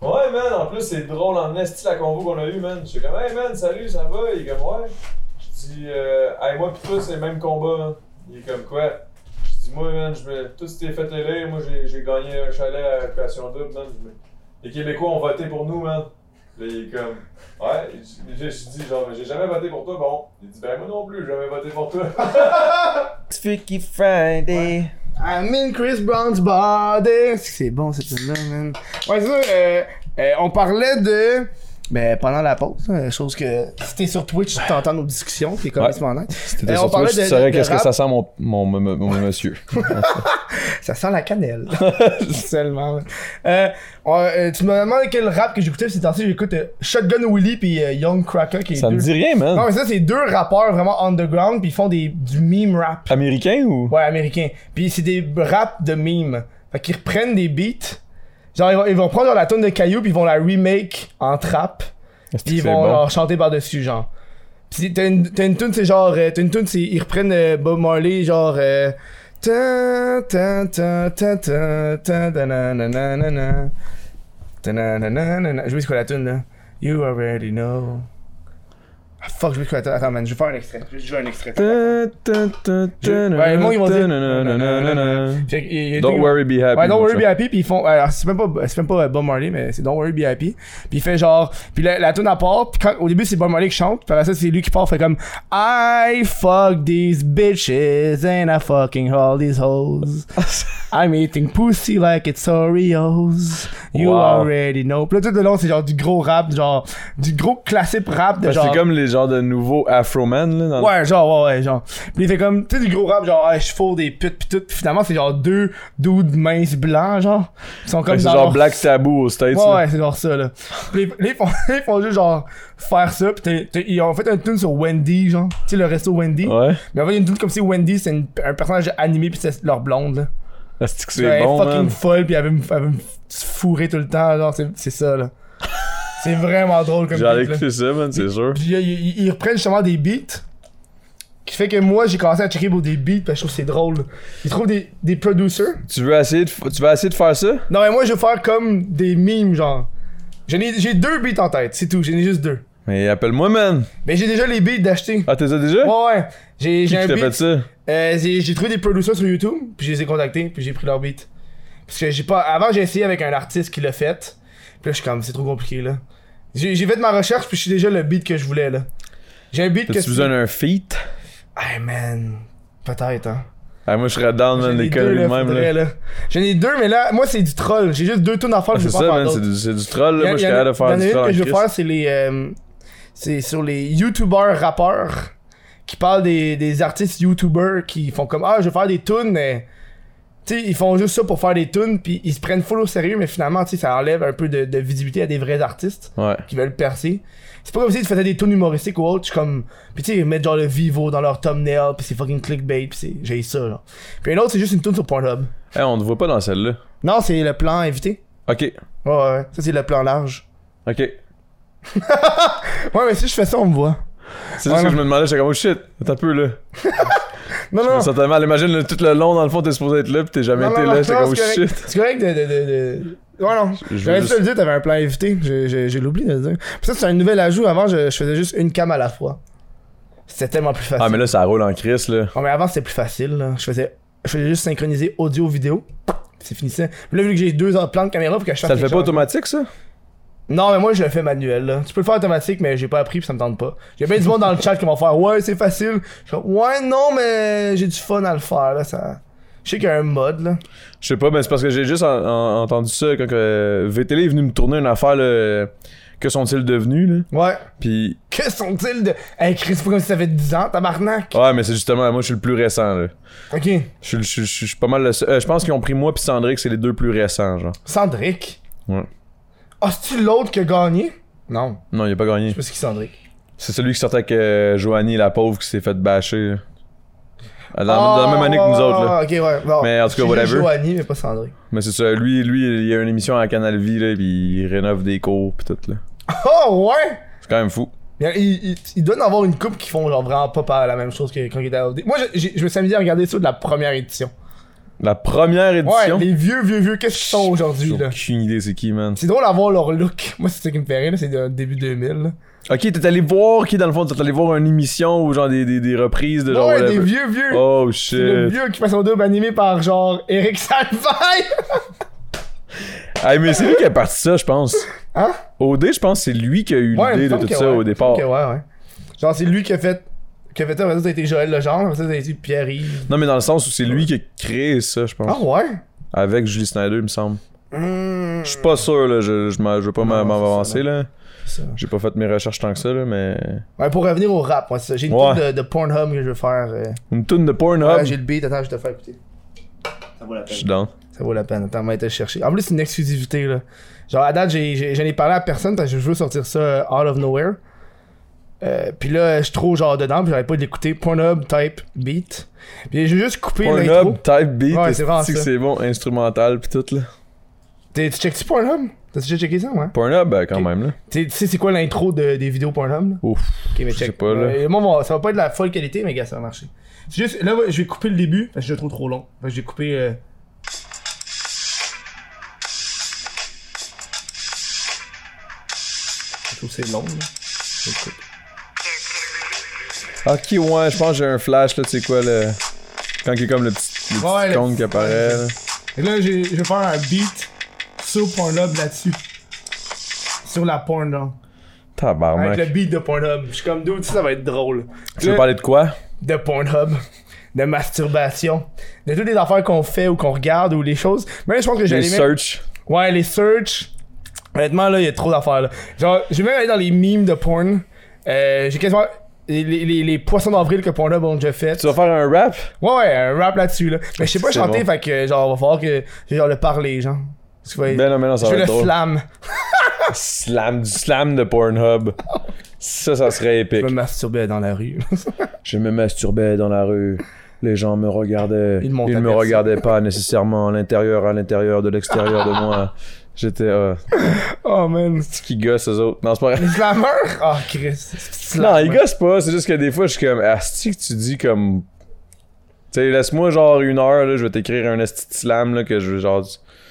Speaker 2: Ouais, man, en plus, c'est drôle en esti la convo qu'on a eue, man. Je suis comme, hey, man, salut, ça va? Il est comme, ouais. Je dis, euh, hey, moi pis toi, c'est le même combat, man. Il est comme, quoi? Je dis, moi, man, je me... tout s'était fait élire, moi, j'ai, j'ai gagné un chalet à création double, man. Je me- les Québécois ont voté pour nous, man. Là, il est comme. Ouais, il- j'ai j'ai dit, genre, j'ai jamais voté pour toi, bon. Il dit, ben moi non plus, j'ai jamais voté pour toi.
Speaker 3: Freaky Friday.
Speaker 1: I'm in Chris Brown's body. C'est bon cette tune là man. Ouais, c'est ça. euh, euh, on parlait de. Ben, pendant la pause, hein, chose que si t'es sur Twitch, tu t'entends nos discussions, t'es comme
Speaker 2: Ouais.
Speaker 1: Si
Speaker 2: T'étais sur Twitch, tu saurais qu'est-ce que ça sent, mon, mon, mon, mon- mon monsieur.
Speaker 1: Ça sent la cannelle. Seulement. là. Euh, on- euh, tu me demandes quel rap que j'écoutais ces temps-ci. J'écoute euh, Shotgun Willie puis euh, Young Cracker. Qui est
Speaker 2: Ça me
Speaker 1: deux-
Speaker 2: dit rien,
Speaker 1: Non,
Speaker 2: man.
Speaker 1: mais ça, c'est deux rappeurs vraiment underground puis ils font des, du meme rap.
Speaker 2: Américain ou.
Speaker 1: Ouais, américain. Puis c'est des raps de meme. Fait qu'ils reprennent des beats. Genre, ils vont, ils vont prendre genre, la tonne de cailloux puis ils vont la remake en trap.
Speaker 2: Est-ce que
Speaker 1: Puis ils
Speaker 2: c'est
Speaker 1: vont
Speaker 2: bon?
Speaker 1: leur chanter par-dessus, genre. Pis t'as une, t'as une tune, c'est genre. euh, T'as une tune, c'est. Ils reprennent euh, Bob Marley, genre. Euh, ta ta ta ta ta ta da na na na na na. Ta na na na na na. Je sais c'est quoi la tune là. You already know. Ah fuck, je sais c'est quoi la tune. Attends, man, je vais faire un extrait. Je vais jouer un extrait. Ouais, moi, Ben, ils vont dire- Fait que, il- il-
Speaker 2: Don't worry, be happy.
Speaker 1: Ouais, Don't
Speaker 2: mon
Speaker 1: Worry
Speaker 2: chat.
Speaker 1: Be Happy, puis ils font. euh, Alors, c'est même pas, c'est même pas euh, Bob Marley, mais c'est Don't Worry Be Happy. Puis il fait genre. Puis la, la tune à part, puis quand, au début c'est Bob Marley qui chante, puis après ça c'est lui qui part, fait comme I fuck these bitches and I fucking all these hoes. I'm eating pussy like it's Oreos. You
Speaker 2: Wow.
Speaker 1: already know. Puis là tout le long c'est genre du gros rap, genre. Du gros classique rap de
Speaker 2: Parce que
Speaker 1: genre.
Speaker 2: Ben, C'est comme les genres de nouveaux Afro-Man, là. Dans...
Speaker 1: Ouais, genre, ouais, ouais, genre. Puis il fait comme, tu sais, du gros rap, genre, ah, je fourre des putes pis tout. Puis finalement, c'est genre deux dudes minces blancs, genre. Ils sont
Speaker 2: Fait
Speaker 1: comme
Speaker 2: que C'est
Speaker 1: dans
Speaker 2: genre
Speaker 1: leur-
Speaker 2: Black Taboo aux States.
Speaker 1: Ouais,
Speaker 2: là.
Speaker 1: ouais, c'est genre ça, là. Puis les- les- ils, font, ils font juste, genre, faire ça. Pis t'es- t'es- ils ont fait une tune sur Wendy, genre. Tu sais, le resto Wendy.
Speaker 2: Ouais.
Speaker 1: Mais en fait, une tune comme si Wendy, c'est une- un personnage animé pis c'est leur blonde, là.
Speaker 2: Est-ce que
Speaker 1: Elle
Speaker 2: c'est
Speaker 1: est
Speaker 2: bon,
Speaker 1: fucking
Speaker 2: man?
Speaker 1: folle pis elle veut me elle veut me fourrer tout le temps, genre, c'est- c'est ça, là. c'est vraiment drôle comme
Speaker 2: J'allais
Speaker 1: beat, là.
Speaker 2: écouter ça, man, c'est sûr.
Speaker 1: Puis là, ils, ils- ils reprennent justement des beats. Qui fait que moi, j'ai commencé à checker pour des beats parce que je trouve que c'est drôle. Ils trouvent des, des producers.
Speaker 2: Tu veux essayer de, f- tu veux essayer de faire ça?
Speaker 1: Non, mais moi, je veux faire comme des mimes, genre. J'en ai- J'ai deux beats en tête, c'est tout. J'en ai juste deux.
Speaker 2: Mais appelle-moi, man.
Speaker 1: Mais j'ai déjà les beats d'acheter.
Speaker 2: Ah, t'es ça déjà?
Speaker 1: Ouais, ouais. J'ai j'ai
Speaker 2: Qui
Speaker 1: un
Speaker 2: t'a
Speaker 1: beat.
Speaker 2: fait ça?
Speaker 1: Euh, j'ai j'ai trouvé des producers sur YouTube, puis je les ai contactés, puis j'ai pris leur beat. Parce que j'ai pas. Avant, j'ai essayé avec un artiste qui l'a fait. Puis là, je suis comme, c'est trop compliqué, là. J'ai j'ai fait ma recherche, puis je suis déjà le beat que je voulais, là. J'ai un beat que
Speaker 2: T'as-tu besoin d'un feat?
Speaker 1: Hey man, peut-être hein.
Speaker 2: Ah, moi, je serais down,
Speaker 1: J'en
Speaker 2: man,
Speaker 1: ai
Speaker 2: l'école
Speaker 1: deux là,
Speaker 2: lui-même,
Speaker 1: faudrait,
Speaker 2: là.
Speaker 1: là. J'en ai deux mais là, moi c'est du troll. J'ai juste deux tunes à faire.
Speaker 2: Ah,
Speaker 1: je
Speaker 2: C'est
Speaker 1: vais pas
Speaker 2: ça,
Speaker 1: faire
Speaker 2: man, c'est
Speaker 1: d'autres.
Speaker 2: du, c'est du
Speaker 1: Y
Speaker 2: troll, là.
Speaker 1: en-
Speaker 2: Moi, je suis
Speaker 1: y en a-
Speaker 2: capable de
Speaker 1: y
Speaker 2: faire
Speaker 1: en a
Speaker 2: du
Speaker 1: une
Speaker 2: troll.
Speaker 1: que
Speaker 2: en
Speaker 1: je veux
Speaker 2: Christ.
Speaker 1: faire, c'est les, euh, c'est sur les youtubeurs rappeurs qui parlent des, des artistes youtubeurs qui font comme ah je vais faire des tunes mais tu sais ils font juste ça pour faire des tunes puis ils se prennent full au sérieux mais finalement tu sais ça enlève un peu de, de visibilité à des vrais artistes
Speaker 2: Ouais.
Speaker 1: qui veulent percer. C'est pas comme si tu faisais des tunes humoristiques ou autre, je suis comme puis tu sais ils mettent genre le vivo dans leur thumbnail puis c'est fucking clickbait puis c'est j'ai ça genre. Puis un autre c'est juste une tune sur Pornhub.
Speaker 2: Eh, on te voit pas dans celle-là.
Speaker 1: Non, c'est le plan invité.
Speaker 2: Ok.
Speaker 1: Ouais ouais, ouais. ça c'est le plan large.
Speaker 2: Ok.
Speaker 1: Ouais, mais si je fais ça on me voit.
Speaker 2: C'est
Speaker 1: Ouais,
Speaker 2: juste
Speaker 1: non.
Speaker 2: que je me demandais, j'étais comme, oh shit, attends un peu, là.
Speaker 1: Non
Speaker 2: Je
Speaker 1: non.
Speaker 2: me sentais mal. Imagine, là, tout le long, dans le fond, t'es supposé être là, pis t'es jamais
Speaker 1: Ah. non,
Speaker 2: été
Speaker 1: non, non,
Speaker 2: là. J'étais
Speaker 1: non,
Speaker 2: comme, oh
Speaker 1: c'est correct.
Speaker 2: shit.
Speaker 1: C'est correct de, de, de, de- Ouais, non.
Speaker 2: Je veux
Speaker 1: J'aurais dû te
Speaker 2: juste-
Speaker 1: le dire, t'avais un plan invité. J'ai- J'ai j'ai l'oublié de le dire. Puis ça, c'est un nouvel ajout. Avant, je, je faisais juste une cam à la fois. C'était tellement plus facile.
Speaker 2: Ah, mais là, ça roule en crise, là.
Speaker 1: Ouais, mais avant, c'était plus facile. là. Je, faisais, je faisais juste synchroniser audio-vidéo. C'est fini ça. Puis là, vu que j'ai deux autres plans de caméra, pour que je fasse
Speaker 2: Ça le fait
Speaker 1: quelque
Speaker 2: pas
Speaker 1: chose-
Speaker 2: automatique, ça?
Speaker 1: Non, mais moi, je le fais manuel. Là. Tu peux le faire automatique, mais j'ai pas appris puis ça me tente pas. J'ai bien du monde dans le chat qui vont faire Ouais, c'est facile. Je fais, Ouais, non, mais j'ai du fun à le faire. Là, ça... Je sais qu'il y a un mode. là.
Speaker 2: Je sais pas, mais c'est parce que j'ai juste en- en- entendu ça quand que euh, VTL est venu me tourner une affaire, là. euh, Que sont-ils devenus, là?
Speaker 1: Ouais.
Speaker 2: Pis.
Speaker 1: Que sont-ils de. Hey, Chris, c'est pas comme si ça fait 10 ans, tabarnak.
Speaker 2: Ouais, mais c'est justement, moi, je suis le plus récent, là.
Speaker 1: Ok.
Speaker 2: Je suis- je suis- je suis je suis pas mal le seul. euh, je pense qu'ils ont pris moi pis Sandrick, c'est les deux plus récents, genre.
Speaker 1: Sandrick.
Speaker 2: Ouais.
Speaker 1: Ah, c'est-tu l'autre qui a gagné Non.
Speaker 2: Non, il a pas
Speaker 1: Je
Speaker 2: gagné.
Speaker 1: sais pas ce qui Sandrick.
Speaker 2: C'est celui qui sortait avec euh, Joanie, la pauvre, qui s'est fait bâcher, là. Dans, la-
Speaker 1: Ah,
Speaker 2: dans la même année que nous
Speaker 1: ouais,
Speaker 2: autres, là.
Speaker 1: ouais, ouais, Ok, ouais. Bon.
Speaker 2: Mais en tout cas,
Speaker 1: J'ai
Speaker 2: whatever.
Speaker 1: Joanie, mais pas Sandrick.
Speaker 2: Mais c'est ça, lui, lui, il y a une émission à Canal Vie, là, pis il rénove des cours pis tout, là.
Speaker 1: Oh ouais!
Speaker 2: C'est quand même fou.
Speaker 1: Mais Il, il, il doit en avoir une coupe qui font genre vraiment pas par la même chose que quand il était à OD. Moi, je, j'ai- je me suis amusé à regarder ça de la première édition.
Speaker 2: La première
Speaker 1: Ouais,
Speaker 2: édition.
Speaker 1: les vieux, vieux, vieux, qu'est-ce qu'ils sont aujourd'hui,
Speaker 2: J'ai
Speaker 1: là?
Speaker 2: aucune idée c'est qui, man.
Speaker 1: C'est drôle à voir leur look. Moi, c'est ça qui me fait rire, là, c'est de- début 2000. là.
Speaker 2: Ok, t'es allé voir qui dans le fond T'es allé voir une émission ou genre des, des, des reprises de genre.
Speaker 1: ouais, des
Speaker 2: whatever.
Speaker 1: vieux, vieux.
Speaker 2: Oh
Speaker 1: C'est le
Speaker 2: shit.
Speaker 1: vieux qui passe en double animé par genre Eric Salvaille.
Speaker 2: Hey, mais c'est lui qui a parti ça, je pense.
Speaker 1: Hein?
Speaker 2: OD, je pense que c'est lui qui a eu
Speaker 1: Ouais, il me
Speaker 2: l'idée de
Speaker 1: semble
Speaker 2: tout
Speaker 1: que
Speaker 2: ça
Speaker 1: ouais,
Speaker 2: au
Speaker 1: il me
Speaker 2: départ.
Speaker 1: semble que ouais, ouais. Genre, c'est lui qui a fait. Qui a fait ça, après ça, ça a été Joël Legendre, après ça, ça a été Pierre-Yves.
Speaker 2: Non, mais dans le sens où c'est lui qui a créé ça, je pense.
Speaker 1: Ah ouais?
Speaker 2: Avec Julie Snyder, il me semble.
Speaker 1: Hum,
Speaker 2: Je suis pas sûr, là. Je, je, m'en- je veux pas
Speaker 1: Non, c'est
Speaker 2: m'en-
Speaker 1: ça,
Speaker 2: m'avancer, là.
Speaker 1: ça.
Speaker 2: J'ai pas fait mes recherches tant que ça, là, mais.
Speaker 1: Ouais, pour revenir au rap, moi, c'est ça. J'ai une
Speaker 2: Ouais.
Speaker 1: tune de, de Pornhub que je veux faire. euh.
Speaker 2: Une toune de Pornhub.
Speaker 1: Ouais, j'ai le beat, attends, je vais te le faire écouter. Ça vaut la
Speaker 2: je
Speaker 1: peine.
Speaker 2: suis down.
Speaker 1: Ça vaut la peine, attends, on va aller te le chercher. En plus, c'est une exclusivité, là. Genre, à date, j'ai- j'ai- j'en ai, parlé à personne parce que je veux sortir ça euh, out of nowhere. Euh, puis là, je suis trop genre dedans, puis j'arrête pas de l'écouter. Pornhub type beat. Puis j'ai juste coupé l'intro.
Speaker 2: Pornhub, type beat.
Speaker 1: Ouais, c'est
Speaker 2: est-ce
Speaker 1: vraiment
Speaker 2: que
Speaker 1: ça.
Speaker 2: c'est bon, instrumental, pis tout, là.
Speaker 1: T'es- Tu checkes-tu Pornhub? T'as déjà checké ça, ouais?
Speaker 2: Pornhub, ben, quand
Speaker 1: Ok.
Speaker 2: même, là.
Speaker 1: Tu sais- tu sais, c'est quoi l'intro de- des vidéos Pornhub? là?
Speaker 2: Ouf.
Speaker 1: Ok, mais
Speaker 2: Je sais
Speaker 1: check.
Speaker 2: pas, là.
Speaker 1: Euh, moi, moi, ça va pas être de la folle qualité, mais gars, ça va marcher. C'est juste, là, ouais, je vais couper le début, parce que je le trouve trop long. Fait que je vais couper. euh, Je trouve que c'est long, là. Je le coupe.
Speaker 2: Ok, ouais, je pense que j'ai un flash, là, tu sais quoi, là. Quand il y a comme le petit, le petit
Speaker 1: Ouais, le
Speaker 2: icône
Speaker 1: petit-
Speaker 2: qui apparaît, là.
Speaker 1: Et là, j'ai- je vais faire un beat sur Pornhub là-dessus. Sur la Pornhub. Avec
Speaker 2: Tabarnak.
Speaker 1: le beat de Pornhub. Je suis comme d'où, ça va être drôle.
Speaker 2: Tu veux
Speaker 1: Là-
Speaker 2: parler de quoi?
Speaker 1: de Pornhub, de masturbation, de toutes les affaires qu'on fait ou qu'on regarde ou les choses. Mais je pense que
Speaker 2: Les
Speaker 1: j'allais même...
Speaker 2: search.
Speaker 1: Ouais, les search. Honnêtement, là, il y a trop d'affaires, là. Genre, je vais même aller dans les memes de porn. Euh, j'ai quasiment... Les, les- les- les poissons d'avril que Pornhub ont déjà fait.
Speaker 2: Tu vas faire un rap?
Speaker 1: Ouais, ouais, un rap là-dessus, là. Mais je sais pas
Speaker 2: C'est
Speaker 1: chanter,
Speaker 2: bon.
Speaker 1: fait que, genre, va falloir que... j'ai Genre, le parler, genre. Parce que va être-
Speaker 2: Ben non, mais non, ça
Speaker 1: je
Speaker 2: va
Speaker 1: veux le
Speaker 2: être drôle.
Speaker 1: slam.
Speaker 2: Slam, du slam de Pornhub. Ça, ça serait épique.
Speaker 1: Je me masturbais dans la rue.
Speaker 2: Je me masturbais dans la rue. Les gens me regardaient.
Speaker 1: Ils
Speaker 2: Ils,
Speaker 1: m'ont
Speaker 2: me
Speaker 1: aperçu.
Speaker 2: regardaient pas nécessairement à l'intérieur, à l'intérieur, de l'extérieur de moi. J'étais. Euh,
Speaker 1: oh, man.
Speaker 2: qui gosse, eux autres. Non, c'est pas vrai.
Speaker 1: Les slammeurs? Oh, Christ.
Speaker 2: Non, ils gossent pas. C'est juste que des fois, je suis comme. Asti, que tu dis comme. Tu sais, laisse-moi genre une heure, là, je vais t'écrire un asti de slam, là, que je veux genre.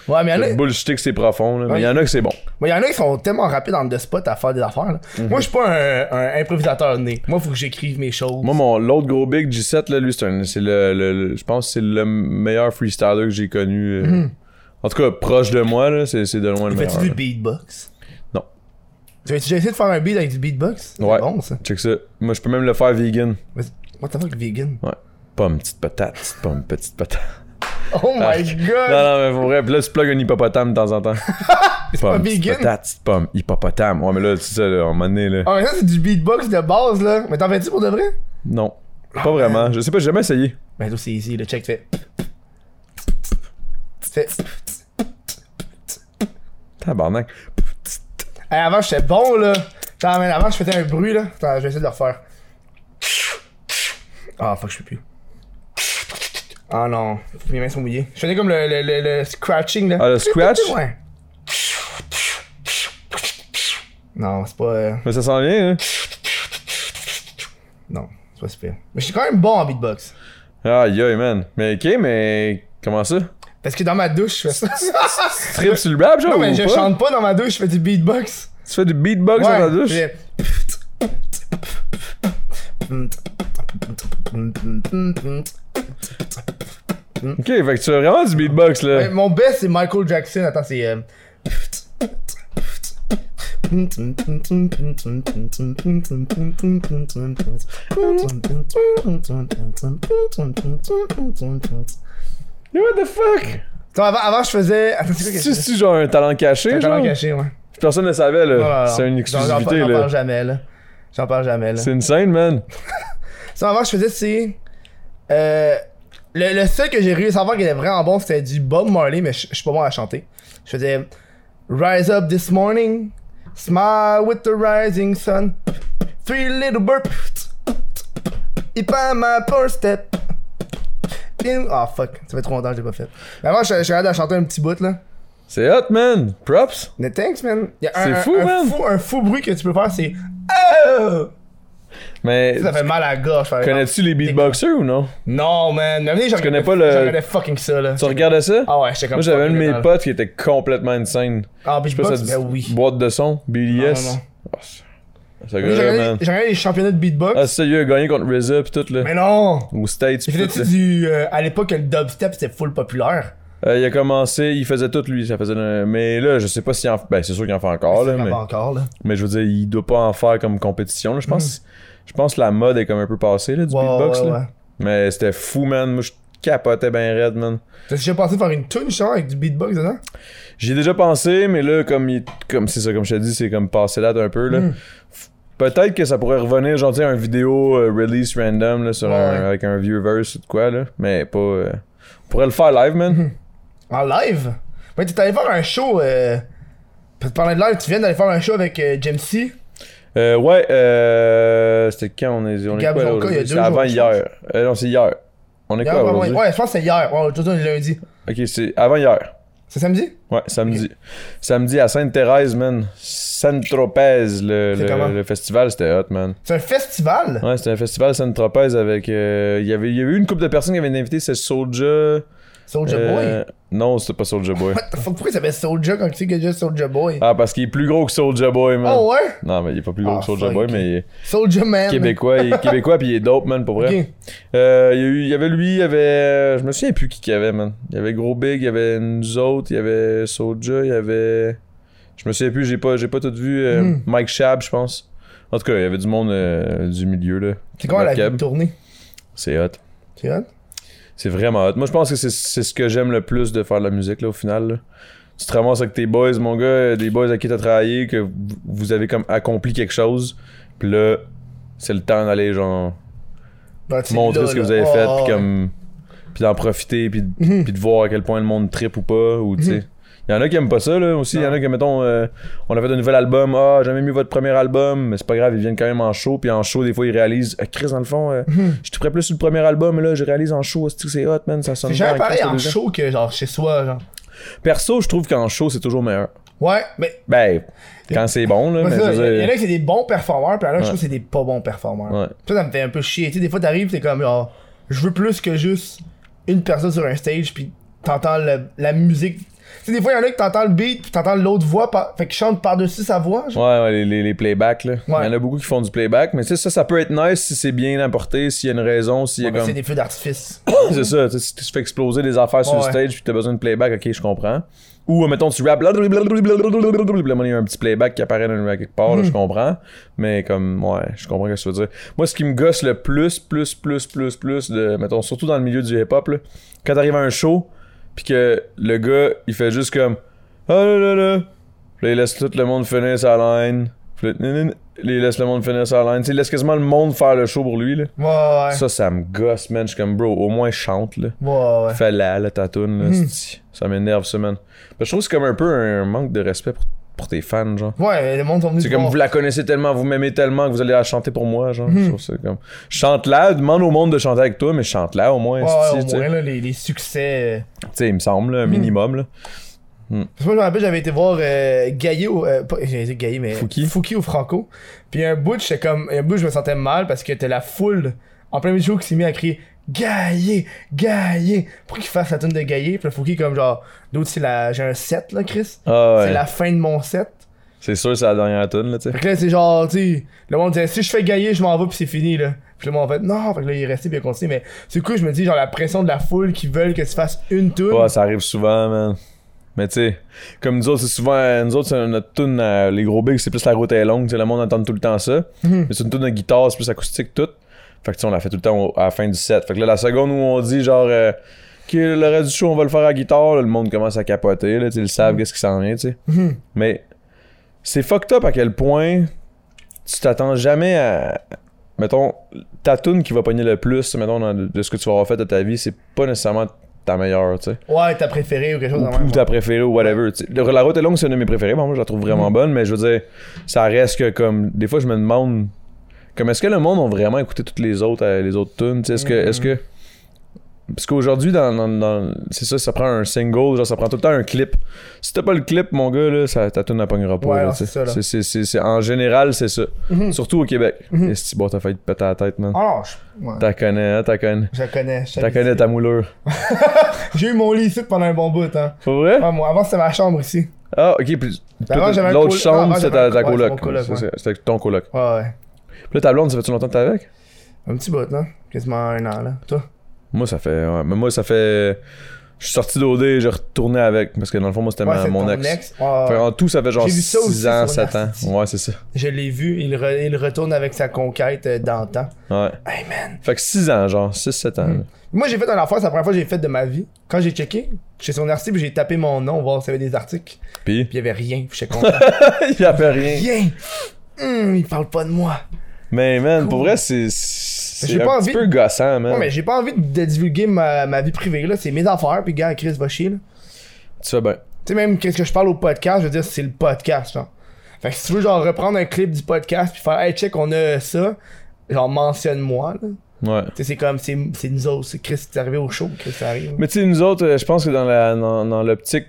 Speaker 1: Ouais, mais il y en a-
Speaker 2: Le bullshit que c'est profond, là.
Speaker 1: Ouais.
Speaker 2: Mais il y en a que c'est bon.
Speaker 1: Mais il y en a qui sont tellement rapides dans le spot à faire des affaires. là.
Speaker 2: Mhm.
Speaker 1: Moi, je suis pas un, un improvisateur né. Moi, il faut que j'écrive mes choses.
Speaker 2: Moi, mon l'autre gros big G7, là, lui, c'est un- c'est le, le- le- Je pense que c'est le meilleur freestyler que j'ai connu. euh, En tout cas, proche de moi, là, c'est c'est de loin le meilleur.
Speaker 1: Mm-hmm. Fais-tu du
Speaker 2: là.
Speaker 1: beatbox?
Speaker 2: Non.
Speaker 1: Tu as déjà essayé de faire un beat avec du beatbox? C'est
Speaker 2: Ouais.
Speaker 1: bon, ça.
Speaker 2: Check ça. Moi, je peux même le faire vegan.
Speaker 1: Mais- What the fuck, vegan?
Speaker 2: Ouais. Pomme, petite patate, petite pomme, petite patate.
Speaker 1: Oh my god!
Speaker 2: Euh, Non, non, mais pour vrai, puis là, tu plugues un hippopotame de temps en temps.
Speaker 1: pas
Speaker 2: pomme, petite
Speaker 1: vegan?
Speaker 2: patate, petite pomme, hippopotame. Ouais, mais là, c'est ça, là, à un moment donné, là.
Speaker 1: Ah, mais ça, c'est du beatbox de base, là. Mais t'en fais-tu pour de vrai?
Speaker 2: Non. Pas vraiment. Je sais pas, j'ai jamais essayé.
Speaker 1: Mais toi, c'est easy. Le check fait. Tu fais.
Speaker 2: Tabarnak.
Speaker 1: Hey, avant, j'étais bon, là. Attends, mais avant, je faisais un bruit, là. Attends, je vais essayer de le refaire. Ah, fuck, je peux plus. Ah non, mes mains sont mouillées. Je faisais comme le, le, le, le scratching, là.
Speaker 2: Ah, le scratch?
Speaker 1: Ouais. Non, c'est pas... euh,
Speaker 2: Mais ça sent bien, hein?
Speaker 1: non, c'est pas super. Mais je suis quand même bon en beatbox.
Speaker 2: Aïe, aïe, man. Mais ok, mais. Comment ça?
Speaker 1: Parce que dans ma douche, je fais ça.
Speaker 2: Tu tripes sur le rap, genre?
Speaker 1: non, mais
Speaker 2: ou
Speaker 1: je
Speaker 2: pas?
Speaker 1: chante pas dans ma douche, je fais du beatbox.
Speaker 2: Tu fais du beatbox dans ta douche?
Speaker 1: j'ai-
Speaker 2: Ok, fait que tu fais vraiment du beatbox là.
Speaker 1: Ouais, Euh, Mon best, c'est Michael Jackson. Attends, c'est. euh,
Speaker 2: Yo, What the fuck?
Speaker 1: Attends, avant, avant, je faisais. Attends, c'est quoi que je
Speaker 2: C'est
Speaker 1: faisais?
Speaker 2: tu genre un talent caché?
Speaker 1: Un
Speaker 2: genre?
Speaker 1: talent caché, ouais.
Speaker 2: Personne ne savait là.
Speaker 1: Non, non, non.
Speaker 2: C'est une
Speaker 1: J'en- j'en-
Speaker 2: exclusivité
Speaker 1: J'en
Speaker 2: là.
Speaker 1: parle jamais, là. J'en parle jamais, là.
Speaker 2: C'est une scène, man.
Speaker 1: Ça, avant, je faisais, c'est. Euh, le, le seul que j'ai réussi à voir qui était vraiment bon, c'était du Bob Marley, mais je je suis pas bon à chanter. Je faisais Rise up this morning, smile with the rising sun, three little burp, it by my poor step. In- Ah fuck, ça fait trop longtemps que j'ai pas fait. Mais avant, je je suis allé à chanter un petit bout là.
Speaker 2: C'est hot, man. Props.
Speaker 1: Mais thanks man. Y a un-
Speaker 2: C'est
Speaker 1: un-
Speaker 2: fou,
Speaker 1: un
Speaker 2: man.
Speaker 1: Fou, un fou bruit que tu peux faire, c'est. Oh!
Speaker 2: Mais
Speaker 1: Ça fait mal à la gorge. par exemple.
Speaker 2: connais-tu les beatboxers ou non?
Speaker 1: Non, man. Mais venez, je
Speaker 2: connais pas le-
Speaker 1: Je regardais fucking ça, là.
Speaker 2: Tu regardais ça?
Speaker 1: Ah ouais, j'étais comme
Speaker 2: Moi j'avais un de
Speaker 1: fucking
Speaker 2: mes
Speaker 1: dedans.
Speaker 2: potes qui était complètement insane.
Speaker 1: Ah, puis
Speaker 2: Je
Speaker 1: je
Speaker 2: sais pas
Speaker 1: boxe,
Speaker 2: si ça
Speaker 1: ben
Speaker 2: dit-
Speaker 1: oui.
Speaker 2: Boîte de son, BDS.
Speaker 1: Non, non, non.
Speaker 2: Oh, c'est- ce
Speaker 1: J'ai
Speaker 2: gars-là, Euh, man.
Speaker 1: regardé, j'ai regardé les championnats de beatbox.
Speaker 2: Ah, c'est ça, il a gagné contre RZA pis tout là.
Speaker 1: mais non!
Speaker 2: Au States
Speaker 1: J'ai
Speaker 2: pis tout
Speaker 1: fait
Speaker 2: là.
Speaker 1: du. euh, à l'époque, le dubstep c'était full populaire.
Speaker 2: Euh, il a commencé, il faisait tout lui, ça faisait. un- Mais là, je sais pas s'il en. Ben, c'est sûr qu'il en fait encore, là,
Speaker 1: C'est
Speaker 2: mais,
Speaker 1: pas encore, là.
Speaker 2: mais je veux dire, il doit pas en faire comme compétition. Là. Je pense, je pense que la mode est comme un peu passée là, du
Speaker 1: Hmm. Ouais,
Speaker 2: beatbox.
Speaker 1: ouais,
Speaker 2: là.
Speaker 1: ouais.
Speaker 2: Mais c'était fou, man. Moi, je capotais ben raide, man.
Speaker 1: T'as déjà pensé faire une tune, genre, avec du beatbox dedans?
Speaker 2: J'y ai déjà pensé, mais là, comme il- comme c'est ça, comme je te dis, c'est comme passé date un peu. Là.
Speaker 1: Mm.
Speaker 2: F- Peut-être que ça pourrait revenir, genre, tu sais, un vidéo euh, release random là, sur
Speaker 1: Ouais,
Speaker 2: un-
Speaker 1: ouais.
Speaker 2: avec un vieux verse ou de quoi, là. Mais pas. euh, On pourrait le faire live, man.
Speaker 1: Hmm. En live? Ouais, t'es allé faire un show, euh... Pour te parler de live, tu viens d'aller faire un show avec euh, James C.
Speaker 2: Euh, ouais, euh, c'était quand on est, on est
Speaker 1: Gab
Speaker 2: quoi là,
Speaker 1: Zonka,
Speaker 2: aujourd'hui?
Speaker 1: il y a deux
Speaker 2: C'est avant
Speaker 1: jours, je
Speaker 2: hier. Euh, non, c'est hier. On est
Speaker 1: Hier,
Speaker 2: quoi
Speaker 1: ouais,
Speaker 2: aujourd'hui?
Speaker 1: ouais, je pense que c'est hier. Ouais, aujourd'hui, on est lundi.
Speaker 2: Ok, c'est avant hier.
Speaker 1: C'est samedi?
Speaker 2: Ouais, samedi. Samedi à Sainte-Thérèse, man. Sainte-Tropez, le,
Speaker 1: C'est
Speaker 2: le-
Speaker 1: comment?
Speaker 2: le festival, c'était hot, man.
Speaker 1: C'est un festival?
Speaker 2: Ouais, c'était un festival Sainte-Tropez avec. euh, Il y avait- il y avait eu une couple de personnes qui avaient été invitées, c'est Soulja.
Speaker 1: Soulja Boy?
Speaker 2: euh, Non, c'était pas Soulja Boy.
Speaker 1: What the fuck, pourquoi il s'appelle Soulja quand tu sais que déjà Soulja Boy?
Speaker 2: ah, parce qu'il est plus gros que Soulja Boy, man.
Speaker 1: oh ouais?
Speaker 2: Non, mais il est pas plus gros
Speaker 1: Ah,
Speaker 2: que Soulja
Speaker 1: fuck,
Speaker 2: Boy,
Speaker 1: ok.
Speaker 2: mais il est
Speaker 1: Soulja Man.
Speaker 2: québécois, il est québécois puis il est dope, man, pour vrai.
Speaker 1: Ok.
Speaker 2: Euh, il y a eu- il y avait lui, il y avait. euh, Je me souviens plus qui qu'il y avait, man. Il y avait Gros Big, il y avait nous autres, il y avait Soja, il y avait. Je me souviens plus, j'ai pas, j'ai pas tout vu. euh,
Speaker 1: Hmm.
Speaker 2: Mike Shab, je pense. En tout cas, il y avait du monde euh, du milieu, là.
Speaker 1: C'est quoi la
Speaker 2: Notre
Speaker 1: vie
Speaker 2: cab.
Speaker 1: de tournée?
Speaker 2: C'est hot.
Speaker 1: Tu vois?
Speaker 2: C'est vraiment hot. Moi, je pense que c'est, c'est ce que j'aime le plus de faire de la musique, là, au final. là. Tu te ramasses avec tes boys, mon gars, euh, des boys à qui t'as travaillé, que vous- vous avez comme accompli quelque chose. Puis là, c'est le temps d'aller, genre,
Speaker 1: Ben, c'est
Speaker 2: montrer
Speaker 1: là,
Speaker 2: ce que
Speaker 1: là.
Speaker 2: vous avez
Speaker 1: Oh,
Speaker 2: fait,
Speaker 1: oh,
Speaker 2: puis comme. Puis d'en profiter, puis de-
Speaker 1: Mhm.
Speaker 2: puis de voir à quel point le monde tripe ou pas, ou tu sais. Il y en a qui aiment pas ça, là, aussi. Il y en a qui, mettons, euh, on a fait un nouvel album, ah, j'ai jamais mis votre premier album, mais c'est pas grave, ils viennent quand même en show, puis en show, des fois, ils réalisent, ah, Chris, dans le fond, euh,
Speaker 1: Mhm.
Speaker 2: je te ferais plus sur le premier album, mais là, je réalise en show, c'est c'est hot, man, ça sonne
Speaker 1: C'est jamais
Speaker 2: bien, Chris,
Speaker 1: pareil
Speaker 2: ça
Speaker 1: en
Speaker 2: devient-
Speaker 1: show que genre chez soi, genre.
Speaker 2: Perso, je trouve qu'en show, c'est toujours meilleur.
Speaker 1: Ouais, mais.
Speaker 2: Ben, quand c'est bon, là,
Speaker 1: Il
Speaker 2: mais je veux
Speaker 1: y en
Speaker 2: dire-
Speaker 1: a qui c'est des bons performeurs, puis il y en a que je trouve
Speaker 2: Ouais.
Speaker 1: que c'est des pas bons performeurs.
Speaker 2: Ouais.
Speaker 1: Ça, ça me fait un peu chier. Tu sais, des fois, t'arrives, t'es comme, genre, je veux plus que juste une personne sur un stage, puis t'entends le- la musique. Tu sais, des fois, il y en a que t'entends le beat, puis t'entends l'autre voix, par- fait qu'il chante par-dessus sa voix. genre.
Speaker 2: Ouais, ouais, les, les, les playbacks, là. Il
Speaker 1: Ouais.
Speaker 2: y en a beaucoup qui font du playback, mais tu sais, ça, ça peut être nice si c'est bien apporté, s'il y a une raison, s'il y a
Speaker 1: Mais
Speaker 2: comme.
Speaker 1: Ah, ben, C'est des feux d'artifice.
Speaker 2: C'est ça, tu sais, si tu fais exploser des affaires sur
Speaker 1: Ouais.
Speaker 2: le stage puis t'as besoin de playback, ok, je comprends. Ou, euh, mettons, tu rap, blablabla, il y a un petit playback qui apparaît dans le quelque part, là, je comprends. Mais comme, ouais, je comprends ce que tu veux dire. Moi, ce qui me gosse le plus, plus, plus, plus, plus, de, mettons, surtout dans le milieu du hip-hop, là, quand t'arrives à un show, puis que le gars, il fait juste comme, ah là là là, Puis là, il laisse tout le monde finir sa line. Puis là, nan, nan, nan. Là, il laisse le monde finir sa line. Tu sais, il laisse quasiment le monde faire le show pour lui, là.
Speaker 1: Ouais, ouais.
Speaker 2: Ça, ça me gosse, man. Je suis comme, bro, au moins chante, là.
Speaker 1: Ouais, Hmm. ouais.
Speaker 2: Fais-la, là, ta toune, là. c'ti. Ça m'énerve, ça, man. Parce que je trouve que c'est comme un peu un manque de respect pour, pour tes fans, genre.
Speaker 1: Ouais, le monde sont venus.
Speaker 2: C'est
Speaker 1: te
Speaker 2: comme
Speaker 1: voir.
Speaker 2: vous la connaissez tellement, vous m'aimez tellement que vous allez la chanter pour moi,
Speaker 1: Hmm.
Speaker 2: genre. Je trouve ça comme. Chante-la, demande au monde de chanter avec toi, mais chante-la au moins,
Speaker 1: Ouais,
Speaker 2: c'ti,
Speaker 1: ouais, au
Speaker 2: tu sais.
Speaker 1: moins, Hmm. là, les, les succès. euh,
Speaker 2: Tu sais, il me semble, là, un minimum, là.
Speaker 1: Parce que moi, je me rappelle, j'avais été voir euh, Gaillé au. euh, pas- j'avais dit Gaillé, mais.
Speaker 2: Fouki.
Speaker 1: au Franco. Puis un bout, j'étais comme. Un bout, je me sentais mal parce que t'as la foule en plein milieu du show qui s'est mis à crier Gaillé, Gaillé, pour qu'il fasse la tune de Gaillé. Puis le Fouki, comme genre. D'autres, c'est la. J'ai un set, là, Chris.
Speaker 2: Ah
Speaker 1: C'est
Speaker 2: ouais.
Speaker 1: la fin de mon set.
Speaker 2: C'est sûr, c'est la dernière toune, là, tu sais.
Speaker 1: Fait que là, c'est genre, tu sais, le monde disait, si je fais gailler, je m'en vais, puis c'est fini, là. Puis le monde, en fait, non, fait que là, il est resté, puis il a continué. Mais c'est cool, je me dis, genre, la pression de la foule qui veulent que tu fasses une tune.
Speaker 2: Ouais, ça arrive souvent, man. Mais tu sais, comme nous autres, c'est souvent. euh, Nous autres, c'est notre tune, euh, les gros bigs, c'est plus la route est longue. tu sais, Le monde entend tout le temps ça. Mais c'est une tune de guitare, c'est plus acoustique, tout. Fait que tu sais, on la fait tout le temps au- à la fin du set. Fait que là, la seconde où on dit genre. euh, Ok, le reste du show, on va le faire à guitare. là, le monde commence à capoter. Là, tu sais, ils savent qu'est-ce qui s'en vient. tu sais. Mais c'est fucked up à quel point tu t'attends jamais à. Mettons, ta tune qui va pogner le plus, mettons, dans- de ce que tu vas avoir fait de ta vie, c'est pas nécessairement ta meilleure. tu sais
Speaker 1: Ouais, t'as préféré ou quelque chose. de
Speaker 2: ou,
Speaker 1: même,
Speaker 2: ou ta préférée ou whatever. tu sais. Le- La route est longue, c'est une de mes préférées. Bon, moi, je la trouve
Speaker 1: Mm.
Speaker 2: vraiment bonne, mais je veux dire, ça reste que comme. Des fois, je me demande. Comme est-ce que le monde a vraiment écouté toutes les autres, euh, les autres tunes? tu sais, Est-ce que. Est-ce que
Speaker 1: Mm-hmm.
Speaker 2: parce qu'aujourd'hui, dans, dans- dans- c'est ça, ça prend un single, genre ça prend tout le temps un clip. Si t'as pas le clip, mon gars, là, ça, ta tune ne pognera pas.
Speaker 1: Ouais,
Speaker 2: là,
Speaker 1: alors,
Speaker 2: tu sais.
Speaker 1: c'est ça, là. Mm-hmm.
Speaker 2: C'est- c'est- c'est- c'est- en général, c'est ça. Surtout au Québec. Et si bon, t'as failli te péter la tête, man.
Speaker 1: Ah, non, je... ouais.
Speaker 2: T'as connais, hein, t'as connais.
Speaker 1: Je la connais. je
Speaker 2: T'as
Speaker 1: savais.
Speaker 2: connais ta moulure.
Speaker 1: J'ai eu mon lit ici pendant un bon bout, hein.
Speaker 2: Faut vrai?
Speaker 1: Ouais, moi, avant, c'était ma chambre ici.
Speaker 2: Ah, ok. Puis
Speaker 1: Avant,
Speaker 2: toi,
Speaker 1: Ben j'avais un
Speaker 2: l'autre
Speaker 1: colo- ah,
Speaker 2: chambre,
Speaker 1: avant,
Speaker 2: c'était
Speaker 1: j'avais
Speaker 2: ta,
Speaker 1: un
Speaker 2: ta
Speaker 1: colo- ouais,
Speaker 2: coloc.
Speaker 1: c'est mon coloc,
Speaker 2: C'est-
Speaker 1: ouais.
Speaker 2: c'est- C'était ton coloc.
Speaker 1: Ouais, ouais.
Speaker 2: Puis là, ta blonde, ça fait-tu longtemps que t'es avec
Speaker 1: Un petit bout, hein. Quasiment un an, là. Toi.
Speaker 2: Moi, ça fait. ouais, mais moi, ça fait. Je suis sorti d'OD, j'ai retourné avec. Parce que dans le fond, moi, c'était
Speaker 1: Ouais,
Speaker 2: ma-
Speaker 1: c'est
Speaker 2: mon
Speaker 1: ton
Speaker 2: ex.
Speaker 1: ex. Ouais,
Speaker 2: Fait,
Speaker 1: ouais.
Speaker 2: en tout, ça fait genre
Speaker 1: J'ai vu ça aussi
Speaker 2: 6 ans,
Speaker 1: sur
Speaker 2: 7 ans.
Speaker 1: Nasty.
Speaker 2: Ouais, c'est ça.
Speaker 1: Je l'ai vu, il, re- il retourne avec sa conquête euh, d'antan.
Speaker 2: Ouais.
Speaker 1: Hey man.
Speaker 2: Fait que 6 ans, genre, 6-7
Speaker 1: Hmm.
Speaker 2: ans. là.
Speaker 1: Moi j'ai fait un affaire, c'est la première fois que j'ai fait de ma vie. Quand j'ai checké, j'ai son article, j'ai tapé mon nom, voir s'il y avait des articles.
Speaker 2: Puis,
Speaker 1: Puis il y avait rien, puis j'étais content.
Speaker 2: il y avait rien.
Speaker 1: rien! Hum, il parle pas de moi.
Speaker 2: Mais man, pour vrai, c'est. C'est
Speaker 1: J'ai
Speaker 2: un
Speaker 1: pas
Speaker 2: petit
Speaker 1: envie-
Speaker 2: peu gossant, man.
Speaker 1: Ouais, mais j'ai pas envie de, de divulguer ma, ma vie privée, là. C'est mes affaires, puis gars, Chris va chier, là.
Speaker 2: Tu fais bien.
Speaker 1: Tu sais, même qu'est-ce que je parle au podcast, je veux dire, c'est le podcast, genre. Fait que si tu veux, genre, reprendre un clip du podcast, puis faire, hey, check, on a ça, genre, mentionne-moi, là.
Speaker 2: Ouais.
Speaker 1: Tu sais, c'est comme, c'est c'est nous autres, c'est Chris, t'es arrivé au show, Chris, ça arrive.
Speaker 2: Mais tu sais, nous autres, euh, je pense que dans la dans, dans l'optique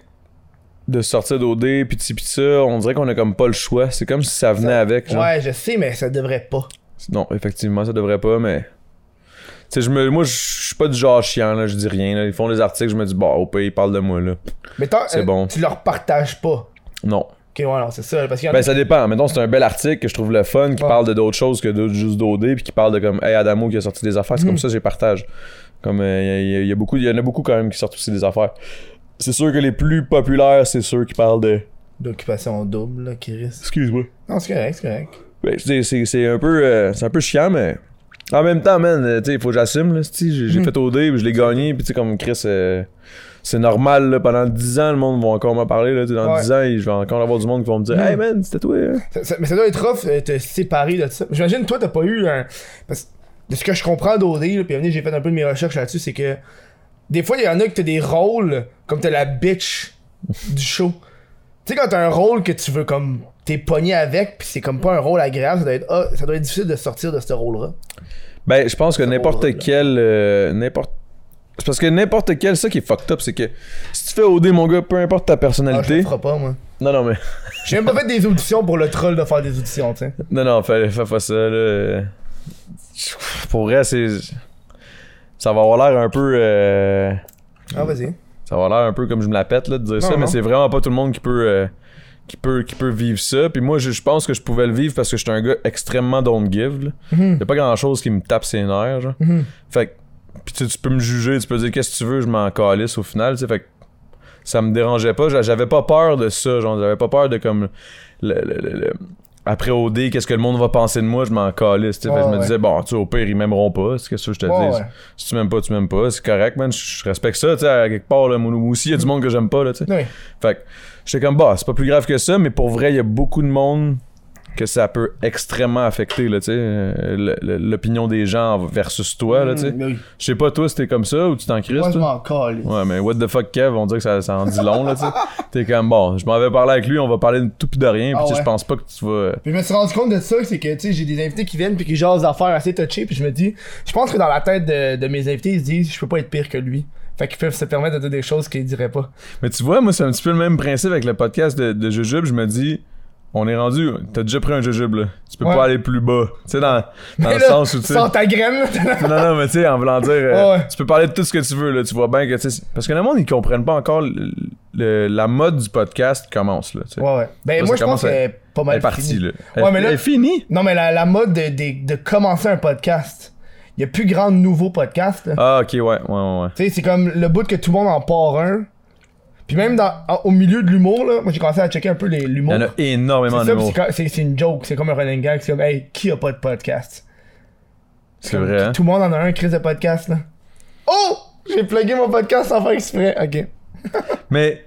Speaker 2: de sortir d'OD, pis ci, pis ça, on dirait qu'on a comme pas le choix. C'est comme si ça venait avec. Genre.
Speaker 1: ouais, je sais, mais ça devrait pas.
Speaker 2: Non, effectivement, ça devrait pas, mais. Tu sais, je me- moi, je suis pas du genre chiant, là, je dis rien. Là. Ils font des articles, je me dis, bon, au pays, ils parlent de moi, là.
Speaker 1: Mais tant, euh,
Speaker 2: C'est bon.
Speaker 1: tu leur partages pas.
Speaker 2: Non.
Speaker 1: Ok, ouais, non, c'est ça, parce qu'il y en a-
Speaker 2: Ben, ça dépend. Mettons, c'est un bel article que je trouve le fun, qui
Speaker 1: Ouais.
Speaker 2: parle de d'autres choses que d'autres juste d'OD, puis qui parle de comme, hey, Adamo qui a sorti des affaires. C'est
Speaker 1: Mm.
Speaker 2: comme ça, j'ai partage. Comme, euh, il y, a- il y a beaucoup, il y en a beaucoup quand même qui sortent aussi des affaires. C'est sûr que les plus populaires, c'est ceux qui parlent de.
Speaker 1: d'occupation double, là, Chris.
Speaker 2: Excuse-moi.
Speaker 1: Non, c'est correct, c'est correct.
Speaker 2: Ben, tu sais, c'est, c'est un peu, euh, c'est un peu chiant, mais en même temps, man, euh, tu sais, il faut que j'assume, là, c'ti, j'ai, j'ai
Speaker 1: Mm.
Speaker 2: fait OD, puis je l'ai gagné, puis tu sais, comme Chris, euh, c'est normal, là, pendant 10 ans, le monde va encore m'en parler, là, tu sais, dans
Speaker 1: Ouais.
Speaker 2: 10 ans, je vais encore avoir du monde qui va me dire,
Speaker 1: Mm.
Speaker 2: hey, man, c'était toi, hein?
Speaker 1: Ça- ça- mais ça doit être rough euh, te séparer de ça. J'imagine toi t'as pas eu un. Parce de ce que je comprends d'OD, là, puis venez, j'ai fait un peu de mes recherches là-dessus, c'est que des fois il y en a que t'as des rôles comme t'as la bitch du show. Tu sais quand t'as un rôle que tu veux comme t'es pogné avec, puis c'est comme pas un rôle agréable, ça doit être ah, ça doit être difficile de sortir de ce rôle-là.
Speaker 2: Ben, je pense que n'importe
Speaker 1: drôle, là.
Speaker 2: quel. euh, n'importe... C'est parce que n'importe quel, ça qui est fucked up, c'est que si tu fais OD, mon gars, peu importe ta
Speaker 1: Ah, je le
Speaker 2: personnalité.
Speaker 1: ferai pas moi.
Speaker 2: non, non, mais.
Speaker 1: J'ai même pas fait des auditions pour le troll de faire des auditions, tu sais.
Speaker 2: Non, non, fais, fais pas ça, là. Pour vrai, c'est. Ça va avoir l'air un peu. euh,
Speaker 1: Ah vas-y.
Speaker 2: Ça va avoir l'air un peu comme je me la pète, là, de dire ça,
Speaker 1: non.
Speaker 2: mais c'est vraiment pas tout le monde qui peut. euh, Qui peut, qui peut vivre ça. Puis moi, je, je pense que je pouvais le vivre parce que j'étais un gars extrêmement don't give. Là.
Speaker 1: Mhm.
Speaker 2: Y a pas grand chose qui me tape ses nerfs, genre.
Speaker 1: Mhm.
Speaker 2: Fait que, pis tu, tu peux me juger, tu peux dire qu'est-ce que tu veux, je m'en calisse au final, tu sais. Fait que, ça me dérangeait pas, j'a- j'avais pas peur de ça, genre, j'avais pas peur de comme. le- le- le- le- Après OD, qu'est-ce que le monde va penser de moi, je m'en calisse, tu sais. Fait
Speaker 1: Ouais,
Speaker 2: que je me
Speaker 1: ouais.
Speaker 2: disais, bon, tu sais, au pire, ils m'aimeront pas, c'est qu'est-ce que je te
Speaker 1: Ouais,
Speaker 2: dis.
Speaker 1: ouais.
Speaker 2: Si tu m'aimes pas, tu m'aimes pas, c'est correct, man, je je respecte ça, tu sais, à quelque part, là, moi moi aussi, il y a du monde que j'aime pas, là, tu sais.
Speaker 1: Oui.
Speaker 2: Fait que j'étais comme bah, c'est pas plus grave que ça, mais pour vrai, il y a beaucoup de monde que ça peut extrêmement affecter, là, tu sais, euh, le- le- l'opinion des gens versus toi, là, tu sais.
Speaker 1: Mais oui.
Speaker 2: Je sais pas, toi, si t'es comme ça ou tu t'en crises,
Speaker 1: Moi Mm. je
Speaker 2: toi?
Speaker 1: m'en calisse.
Speaker 2: Ouais, mais what the fuck, Kev, on dirait que ça, ça en dit long, là, tu sais. T'es comme bon, je m'en vais parler avec lui, on va parler de tout pis de rien, pis
Speaker 1: Ah
Speaker 2: tu sais,
Speaker 1: ouais.
Speaker 2: je pense pas que tu vas.
Speaker 1: Puis je me suis rendu compte de ça, c'est que tu sais, j'ai des invités qui viennent puis qui jasent d'affaires assez touchées, puis je me dis, je pense que dans la tête de, de mes invités, ils se disent, je peux pas être pire que lui. Fait qu'ils peuvent se permettre de dire des choses qu'ils diraient pas.
Speaker 2: Mais tu vois, moi, c'est un petit peu le même principe avec le podcast de, de Jujube. Je me dis, on est rendu, t'as déjà pris un Jujube, là. Tu peux
Speaker 1: Ouais.
Speaker 2: pas aller plus bas. Tu sais, dans, dans
Speaker 1: Mais
Speaker 2: le
Speaker 1: là,
Speaker 2: sens où tu sais.
Speaker 1: Sors ta graine, là.
Speaker 2: non, non, mais tu sais, en voulant dire, euh,
Speaker 1: Ouais, ouais.
Speaker 2: tu peux parler de tout ce que tu veux, là. Tu vois bien que, tu sais, c'est- parce que le monde, ils comprennent pas encore le- le- la mode du podcast commence, là. tu sais.
Speaker 1: Ouais, ouais. Ben, moi,
Speaker 2: Ça, ça
Speaker 1: je pense
Speaker 2: commence à-
Speaker 1: que c'est pas mal.
Speaker 2: Elle est partie,
Speaker 1: fini.
Speaker 2: là.
Speaker 1: Ouais, mais là-
Speaker 2: Elle est finie.
Speaker 1: Non, mais la, la mode de, de- de commencer un podcast, il y a plus grand nouveau podcast. là.
Speaker 2: Ah, ok, ouais, ouais, ouais. ouais.
Speaker 1: Tu sais, c'est comme le bout que tout le monde en part un. Puis même dans, en- au milieu de l'humour, là, moi, j'ai commencé à checker un peu les-
Speaker 2: Il y
Speaker 1: l'humour.
Speaker 2: en a énormément
Speaker 1: C'est
Speaker 2: de
Speaker 1: ça, puis
Speaker 2: mots.
Speaker 1: c'est comme- c'est c'est une joke, c'est comme un running gag, c'est comme, hey, qui a pas de podcast?
Speaker 2: C'est vrai, hein.
Speaker 1: Tout le monde en a un, crise de podcast, là. Oh! J'ai plugué mon podcast sans faire exprès. Ok.
Speaker 2: Mais.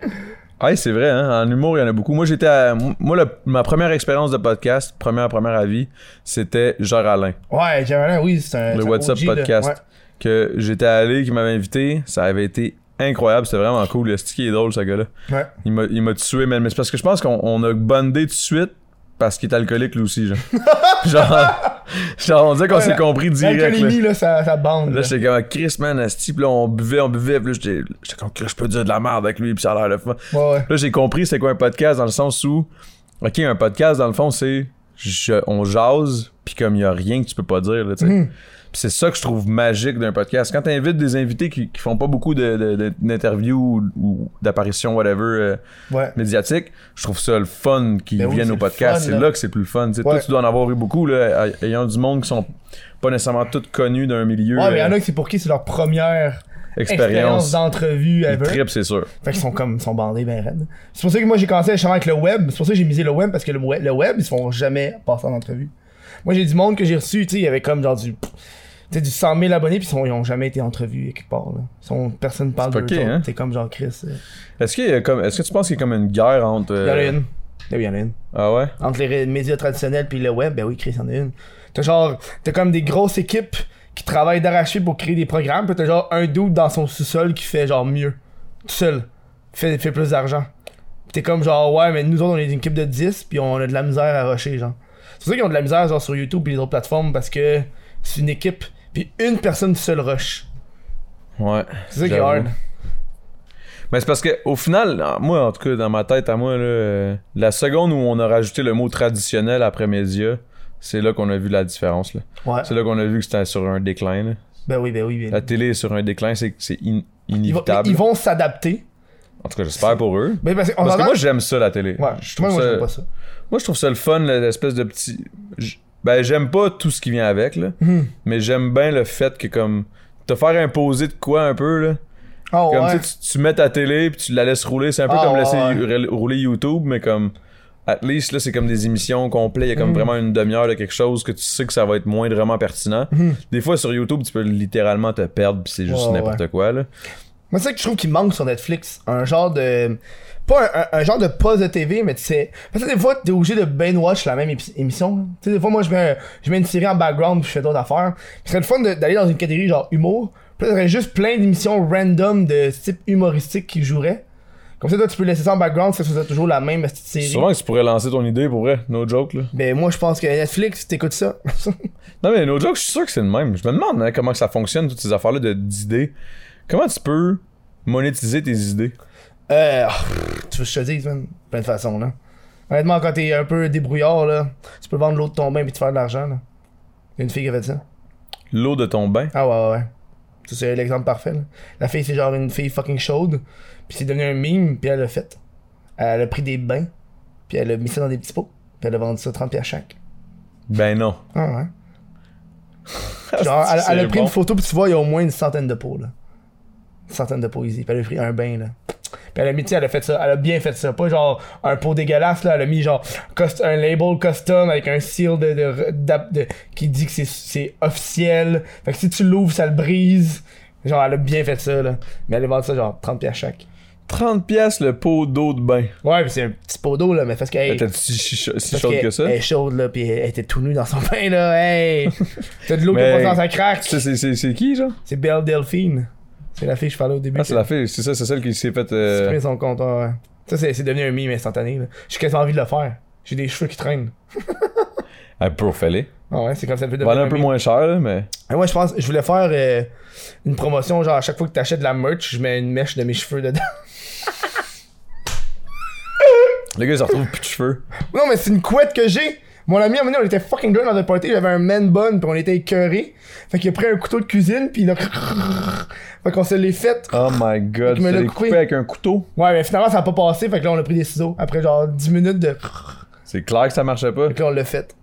Speaker 2: Ouais, c'est vrai, hein? en humour, il y en a beaucoup. Moi, j'étais à- Moi, le- ma première expérience de podcast, première, première avis, c'était Jean Alain.
Speaker 1: Ouais, Geraldin, oui, c'est un.
Speaker 2: le
Speaker 1: c'est un
Speaker 2: WhatsApp
Speaker 1: OG, là.
Speaker 2: podcast
Speaker 1: Ouais.
Speaker 2: que j'étais allé, qui m'avait invité, ça avait été incroyable, c'était vraiment cool. Le stick est drôle, ce gars-là.
Speaker 1: Ouais.
Speaker 2: Il m'a, il m'a tué, man. mais c'est parce que je pense qu'on on a bondé tout de suite parce qu'il est alcoolique lui aussi, genre. genre, genre, on dirait qu'on
Speaker 1: Ouais,
Speaker 2: s'est
Speaker 1: la-
Speaker 2: compris direct. Là.
Speaker 1: L'alcoolémie, là, ça, ça bande.
Speaker 2: Là,
Speaker 1: là.
Speaker 2: j'étais comme Chris, man, asti, Puis là, on buvait, on buvait, puis là, j'étais, j'étais comme Chris, je peux dire de la merde avec lui, puis ça a l'air le fun.
Speaker 1: Ouais, ouais.
Speaker 2: Là, j'ai compris c'est quoi un podcast dans le sens où, ok, un podcast dans le fond, c'est je- on jase, puis comme il y a rien que tu peux pas dire, là, tu sais.
Speaker 1: Mhm.
Speaker 2: Puis c'est ça que je trouve magique d'un podcast. Quand t'invites des invités qui, qui font pas beaucoup de- de- de- d'interviews ou, ou d'apparitions, whatever, euh,
Speaker 1: Ouais.
Speaker 2: médiatiques, je trouve ça le fun qu'ils
Speaker 1: Ben oui,
Speaker 2: viennent
Speaker 1: c'est
Speaker 2: au
Speaker 1: le
Speaker 2: podcast.
Speaker 1: fun,
Speaker 2: C'est
Speaker 1: là.
Speaker 2: là que c'est plus le fun. tu sais.
Speaker 1: Ouais.
Speaker 2: Toi, tu dois en avoir eu beaucoup, là, a- ayant du monde qui sont pas nécessairement tous connus d'un milieu.
Speaker 1: Ouais, mais il y
Speaker 2: euh,
Speaker 1: en a qui c'est pour qui c'est leur première expérience
Speaker 2: expérience.
Speaker 1: d'entrevue
Speaker 2: Ils
Speaker 1: ever.
Speaker 2: tripent, c'est sûr.
Speaker 1: Fait qu'ils sont comme, ils sont bandés ben raides. C'est pour ça que moi j'ai commencé justement avec le web. C'est pour ça que j'ai misé le web parce que le web, le web ils se font jamais passer en entrevue. Moi j'ai du monde que j'ai reçu, tu sais, il y avait comme genre du, tu sais, du 100 000 abonnés puis ils, sont- ils ont jamais été entrevus quelque part. Là. Ils sont- personne parle
Speaker 2: C'est
Speaker 1: de
Speaker 2: pas ok, hein?
Speaker 1: C'est comme genre Chris. euh,
Speaker 2: Est-ce qu'il y a comme, est-ce que tu penses qu'il y a comme une guerre entre.
Speaker 1: Il y en a
Speaker 2: euh,
Speaker 1: une. Il y en a une.
Speaker 2: Ah ouais?
Speaker 1: Entre les ré- médias traditionnels puis le web, ben oui, Chris, il y en a une. T'as genre, t'as comme des grosses équipes qui travaillent d'arrache-pied pour créer des programmes, puis t'as genre un dude dans son sous-sol qui fait genre mieux. Tout seul. Qui fait, fait plus d'argent. Puis t'es comme genre, ouais, mais nous autres, on est une équipe de 10, puis on a de la misère à rusher, genre. C'est pour ça qu'ils ont de la misère, genre, sur YouTube puis les autres plateformes, parce que c'est une équipe, puis une personne seule rush.
Speaker 2: Ouais.
Speaker 1: C'est ça qui est
Speaker 2: J'avoue.
Speaker 1: hard.
Speaker 2: Mais c'est parce que au final, en- moi en tout cas dans ma tête à moi là, euh, la seconde où on a rajouté le mot traditionnel après média, c'est là qu'on a vu la différence là.
Speaker 1: Ouais.
Speaker 2: C'est là qu'on a vu que c'était sur un déclin. là.
Speaker 1: Ben oui, ben oui, ben
Speaker 2: La télé est sur un déclin, c'est c'est in-
Speaker 1: Ils vont-
Speaker 2: inévitable.
Speaker 1: Ils vont s'adapter.
Speaker 2: En tout cas, j'espère pour eux.
Speaker 1: Ben parce qu'on
Speaker 2: Parce que
Speaker 1: s'entend-
Speaker 2: moi j'aime ça la télé.
Speaker 1: Ouais,
Speaker 2: Je
Speaker 1: moi,
Speaker 2: trouve
Speaker 1: moi,
Speaker 2: ça-
Speaker 1: j'aime pas ça.
Speaker 2: moi, je trouve ça le fun là, l'espèce de petit j- ben j'aime pas tout ce qui vient avec là,
Speaker 1: Mhm.
Speaker 2: mais j'aime bien le fait que comme te faire imposer de quoi un peu là.
Speaker 1: Ah
Speaker 2: Comme
Speaker 1: ouais.
Speaker 2: tu, sais, tu, tu mets ta télé puis tu la laisses rouler, c'est un peu
Speaker 1: Ah,
Speaker 2: comme
Speaker 1: ouais,
Speaker 2: laisser
Speaker 1: ouais.
Speaker 2: rel- rouler YouTube, mais comme at least là c'est comme des émissions complètes, il y a comme
Speaker 1: Mm.
Speaker 2: vraiment une demi-heure de quelque chose que tu sais que ça va être moindrement pertinent.
Speaker 1: Mhm.
Speaker 2: Des fois sur YouTube tu peux littéralement te perdre puis c'est juste
Speaker 1: Ouais,
Speaker 2: n'importe quoi là.
Speaker 1: Moi, c'est ça que je trouve qu'il manque sur Netflix. Un genre de. Pas un, un- un genre de pause de TV, mais tu sais. Parce que des fois, t'es obligé de ben watch la même épi- émission. là. Tu sais, des fois, moi, je mets, un- je mets une série en background puis je fais d'autres affaires. Ce serait le fun de- d'aller dans une catégorie genre humour. Puis là, t'aurais juste plein d'émissions random de type humoristique qui joueraient. Comme ça, toi, tu peux laisser ça en background, ça faisait toujours la même petite série.
Speaker 2: Souvent que tu pourrais lancer ton idée pour vrai, no joke là.
Speaker 1: Ben, moi, je pense que Netflix, t'écoutes ça.
Speaker 2: Non mais no joke, je suis sûr que c'est le même. Je me demande hein, comment que ça fonctionne toutes ces affaires là d'idées. Comment tu peux monétiser tes idées
Speaker 1: Euh, tu veux que je te dise, man? Plein de façons, là. Honnêtement, quand t'es un peu débrouillard, là, tu peux vendre l'eau de ton bain puis te faire de l'argent, là. Y a une fille qui a fait ça.
Speaker 2: L'eau de ton bain.
Speaker 1: Ah ouais, ouais, ouais. Ça, c'est l'exemple parfait, là. La fille, c'est genre une fille fucking chaude, puis c'est devenu un meme, puis elle l'a fait. Elle a pris des bains, puis elle a mis ça dans des petits pots, puis elle a vendu ça 30$ piastres chaque.
Speaker 2: Ben non.
Speaker 1: Ah ouais. Genre, elle, elle a
Speaker 2: Ah, C'est
Speaker 1: pris
Speaker 2: bon.
Speaker 1: une photo, puis tu vois, il y a au moins une centaine de pots, là. Une centaine de pots ici. Puis elle a pris un bain, là. Puis elle a mis, tu sais, elle a fait ça, elle a bien fait ça. Pas genre un pot dégueulasse, là. Elle a mis genre cost- un label custom avec un seal de, de- d'ap- de- qui dit que c'est, c'est officiel. Fait que si tu l'ouvres, ça le brise. Genre, elle a bien fait ça, là. Mais elle a vendu ça, genre, 30 pièces chaque.
Speaker 2: 30 pièces le pot d'eau de bain.
Speaker 1: Ouais, puis c'est un petit pot d'eau, là. Mais parce que, hey,
Speaker 2: T'as si, si- si
Speaker 1: parce
Speaker 2: chaude que
Speaker 1: qu'elle-
Speaker 2: ça?
Speaker 1: Elle est chaude, là, puis elle était tout nue dans son bain, là. Hey! T'as de l'eau qui
Speaker 2: Mais-
Speaker 1: passe dans sa craque.
Speaker 2: Ça, c'est- c'est c'est qui, genre?
Speaker 1: C'est Belle Delphine. C'est la fille que je parlais au début.
Speaker 2: Ah, c'est la fille, c'est ça, c'est celle qui s'est faite.
Speaker 1: Qui a
Speaker 2: euh,
Speaker 1: supprimé son compte. ouais, ouais. Ça, c'est c'est devenu un meme instantané. là. J'ai quasiment envie de le faire. J'ai des cheveux qui traînent.
Speaker 2: à Profilé.
Speaker 1: Ah ouais, c'est comme ça peut devenir
Speaker 2: Valait un peu
Speaker 1: meme.
Speaker 2: moins cher, là, mais.
Speaker 1: Et moi, je pense, je voulais faire euh, une promotion, genre à chaque fois que t'achètes de la merch, je mets une mèche de mes cheveux dedans.
Speaker 2: Le gars, il se retrouve plus de cheveux.
Speaker 1: non, mais c'est une couette que j'ai. Mon ami, à un moment donné, on était fucking drunk dans un party, j'avais un man bun, puis on était écœurés. Fait qu'il a pris un couteau de cuisine, puis il a... Fait qu'on se l'est fait.
Speaker 2: Oh my god,
Speaker 1: Il me
Speaker 2: tu
Speaker 1: l'a
Speaker 2: l'as
Speaker 1: coupé.
Speaker 2: coupé avec un couteau.
Speaker 1: Ouais, mais finalement, ça a pas passé, fait que là, on a pris des ciseaux. Après genre 10 minutes de...
Speaker 2: C'est clair que ça marchait pas.
Speaker 1: Fait que là, on l'a fait.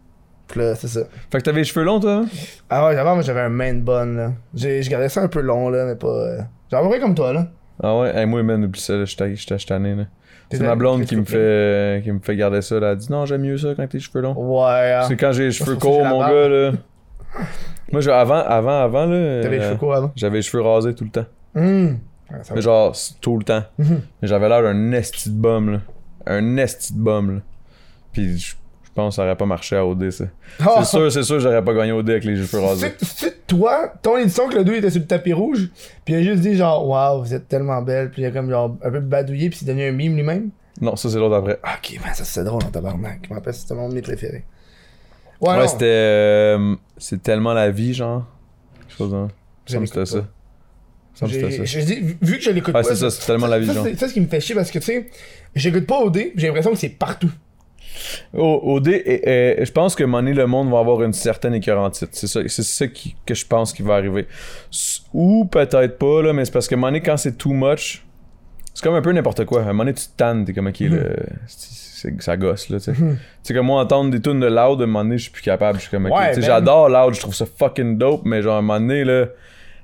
Speaker 1: Fait que là, c'est ça.
Speaker 2: Fait que t'avais les cheveux longs, toi? hein?
Speaker 1: Ah ouais, avant, moi, j'avais un main bun, là. J'ai, je gardais ça un peu long, là, mais pas. euh, Genre, à peu près comme toi, là.
Speaker 2: Ah ouais, hey, moi, man, oublie ça, là, j'étais j'étais tanné, là.
Speaker 1: T'es
Speaker 2: C'est
Speaker 1: tanné,
Speaker 2: ma blonde
Speaker 1: qu'est-ce
Speaker 2: qui
Speaker 1: que
Speaker 2: me
Speaker 1: tu
Speaker 2: fait euh, qui me fait garder ça, là. Elle dit non, j'aime mieux ça quand t'as les cheveux longs.
Speaker 1: Ouais. ah,
Speaker 2: C'est quand j'ai les cheveux
Speaker 1: c'est pour ça que j'ai
Speaker 2: courts,
Speaker 1: la
Speaker 2: mon
Speaker 1: barbe.
Speaker 2: gars, là. Moi, j'ai- avant, avant, avant, là.
Speaker 1: T'avais les
Speaker 2: euh,
Speaker 1: cheveux courts avant.
Speaker 2: J'avais les cheveux rasés tout le temps.
Speaker 1: Hum. Ouais, ça va.
Speaker 2: Mais genre, c'est tout le temps.
Speaker 1: Mhm.
Speaker 2: Mais J'avais l'air d'un esti de bum, là. Un esti de bum, là. Puis je je pense que ça aurait pas marché à OD, ça.
Speaker 1: Oh!
Speaker 2: C'est sûr, c'est sûr, j'aurais pas gagné OD avec les cheveux rasés.
Speaker 1: C'est, c'est toi, ton édition que le dos était sur le tapis rouge, puis il a juste dit genre, waouh, vous êtes tellement belle, puis il a comme genre un peu badouillé, puis c'est devenu un mime lui-même.
Speaker 2: Non, ça, c'est l'autre après.
Speaker 1: Ah, Ok, ben ça c'est drôle en tabarnak. Je me rappelle, c'était mon de mes préférés. Ouais,
Speaker 2: ouais,
Speaker 1: Ah non,
Speaker 2: c'était. euh, c'est tellement la vie, genre. Quelque chose, hein.
Speaker 1: je
Speaker 2: Ça me
Speaker 1: l'écoute
Speaker 2: c'était ça.
Speaker 1: pas.
Speaker 2: Ça me
Speaker 1: J'ai-
Speaker 2: c'était ça.
Speaker 1: je dis, vu- vu que je l'écoute
Speaker 2: Ouais,
Speaker 1: pas,
Speaker 2: c'est ça, c'est tellement la vie,
Speaker 1: ça,
Speaker 2: genre.
Speaker 1: c'est, ça, ce qui me fait chier parce que tu sais, j'écoute pas OD, j'ai l'impression que c'est partout.
Speaker 2: Oh, OD, et, et- je pense que Money le monde va avoir une certaine écœurantite. C'est ça, c'est ça qui- que je pense qui va arriver. S- Ou peut-être pas, là, mais c'est parce que Money, quand c'est too much, c'est comme un peu n'importe quoi. À Money, tu te tannes, t'es comme, ok, là,
Speaker 1: Mm-hmm.
Speaker 2: c'est- c'est- ça gosse, là, tu sais. Tu sais, comme moi, entendre des tunes de Loud, à un moment donné, je suis plus capable. Je suis comme, ok,
Speaker 1: Ouais, ben
Speaker 2: tu sais,
Speaker 1: man.
Speaker 2: j'adore Loud, je trouve ça fucking dope, mais genre, à un moment donné, là,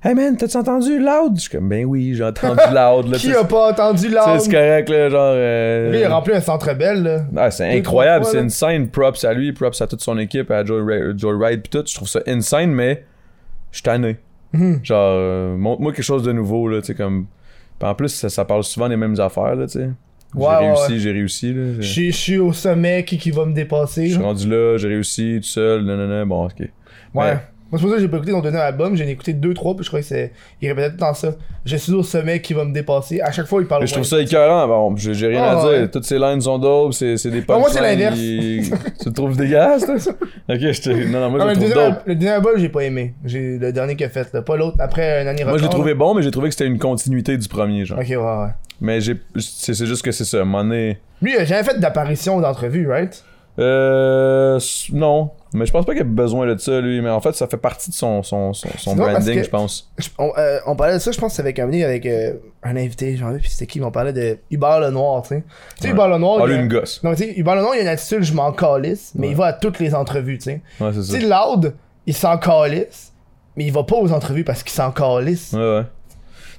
Speaker 2: Hey man, t'as-tu entendu Loud? Je suis comme, ben oui, j'ai entendu Loud. Là,
Speaker 1: Qui a pas entendu
Speaker 2: Tu sais,
Speaker 1: l'âme?
Speaker 2: c'est correct, là, genre. euh,
Speaker 1: Lui, il a rempli un centre belle, là.
Speaker 2: Ah, c'est
Speaker 1: Deux,
Speaker 2: incroyable,
Speaker 1: trois fois,
Speaker 2: c'est
Speaker 1: là.
Speaker 2: insane. Props à lui, props à toute son équipe, à Joe, Ra- Joe Ride pis tout. Je trouve ça insane, mais je suis tanné.
Speaker 1: Hmm.
Speaker 2: Genre, euh, montre-moi quelque chose de nouveau, là, tu sais, comme. Pis en plus, ça, ça parle souvent des mêmes affaires, là, tu sais.
Speaker 1: Ouais, ouais,
Speaker 2: j'ai réussi,
Speaker 1: ouais.
Speaker 2: j'ai réussi, là.
Speaker 1: Je
Speaker 2: Je
Speaker 1: suis- je suis au sommet, qui, qui va me dépasser?
Speaker 2: suis
Speaker 1: là.
Speaker 2: rendu là, j'ai réussi, tout seul, nanana, bon, ok.
Speaker 1: Ouais.
Speaker 2: Ouais.
Speaker 1: Moi, c'est pour ça que j'ai pas écouté son dernier album. J'en ai écouté deux, trois, puis je crois que c'est. Il répétait tout le temps ça. Je suis au sommet qui va me dépasser. À chaque fois, il parle.
Speaker 2: Mais
Speaker 1: au
Speaker 2: je trouve
Speaker 1: moins.
Speaker 2: ça écœurant, bon, j'ai j'ai rien
Speaker 1: Ah,
Speaker 2: à dire.
Speaker 1: ouais.
Speaker 2: Toutes ces lines sont dope, c'est c'est des
Speaker 1: Non, moi, c'est
Speaker 2: punchlines,
Speaker 1: l'inverse.
Speaker 2: ils- tu le trouves dégueulasse, toi? Ok, je te. Non, non, moi,
Speaker 1: Non,
Speaker 2: je
Speaker 1: Ah, mais
Speaker 2: le
Speaker 1: le,
Speaker 2: trouve
Speaker 1: deuxième,
Speaker 2: dope.
Speaker 1: le dernier album, j'ai pas aimé. J'ai le dernier qu'il a fait, là. Pas l'autre. Après un année
Speaker 2: Moi, je l'ai
Speaker 1: record,
Speaker 2: trouvé bon, mais j'ai trouvé que c'était une continuité du premier, genre.
Speaker 1: là. Ok, ouais, ouais.
Speaker 2: Mais j'ai. C'est c'est juste que c'est ça. M'en est.
Speaker 1: Lui, il a jamais fait d'apparition ou d'entrevue, right?
Speaker 2: Euh. s- Non. Mais je pense pas qu'il ait besoin de ça, lui. Mais en fait, ça fait partie de son, son, son, son
Speaker 1: C'est drôle parce
Speaker 2: branding,
Speaker 1: que-
Speaker 2: je pense.
Speaker 1: Je- on, euh, on parlait de ça, je pense, que c'est avec un venu avec euh, un invité, j'en veux, puis c'était qui mais On parlait de Hubert Lenoir, tu sais. Tu sais,
Speaker 2: Ouais.
Speaker 1: Hubert Lenoir.
Speaker 2: Ah,
Speaker 1: il
Speaker 2: lui,
Speaker 1: a-
Speaker 2: une gosse.
Speaker 1: Non, mais tu sais, Hubert Lenoir, il a une attitude, je m'en calisse, mais
Speaker 2: Ouais.
Speaker 1: il va à toutes les entrevues, tu sais.
Speaker 2: Ouais, c'est ça.
Speaker 1: Tu sais, Loud, il s'en calisse, mais il va pas aux entrevues parce qu'il s'en calisse.
Speaker 2: Ouais, ouais.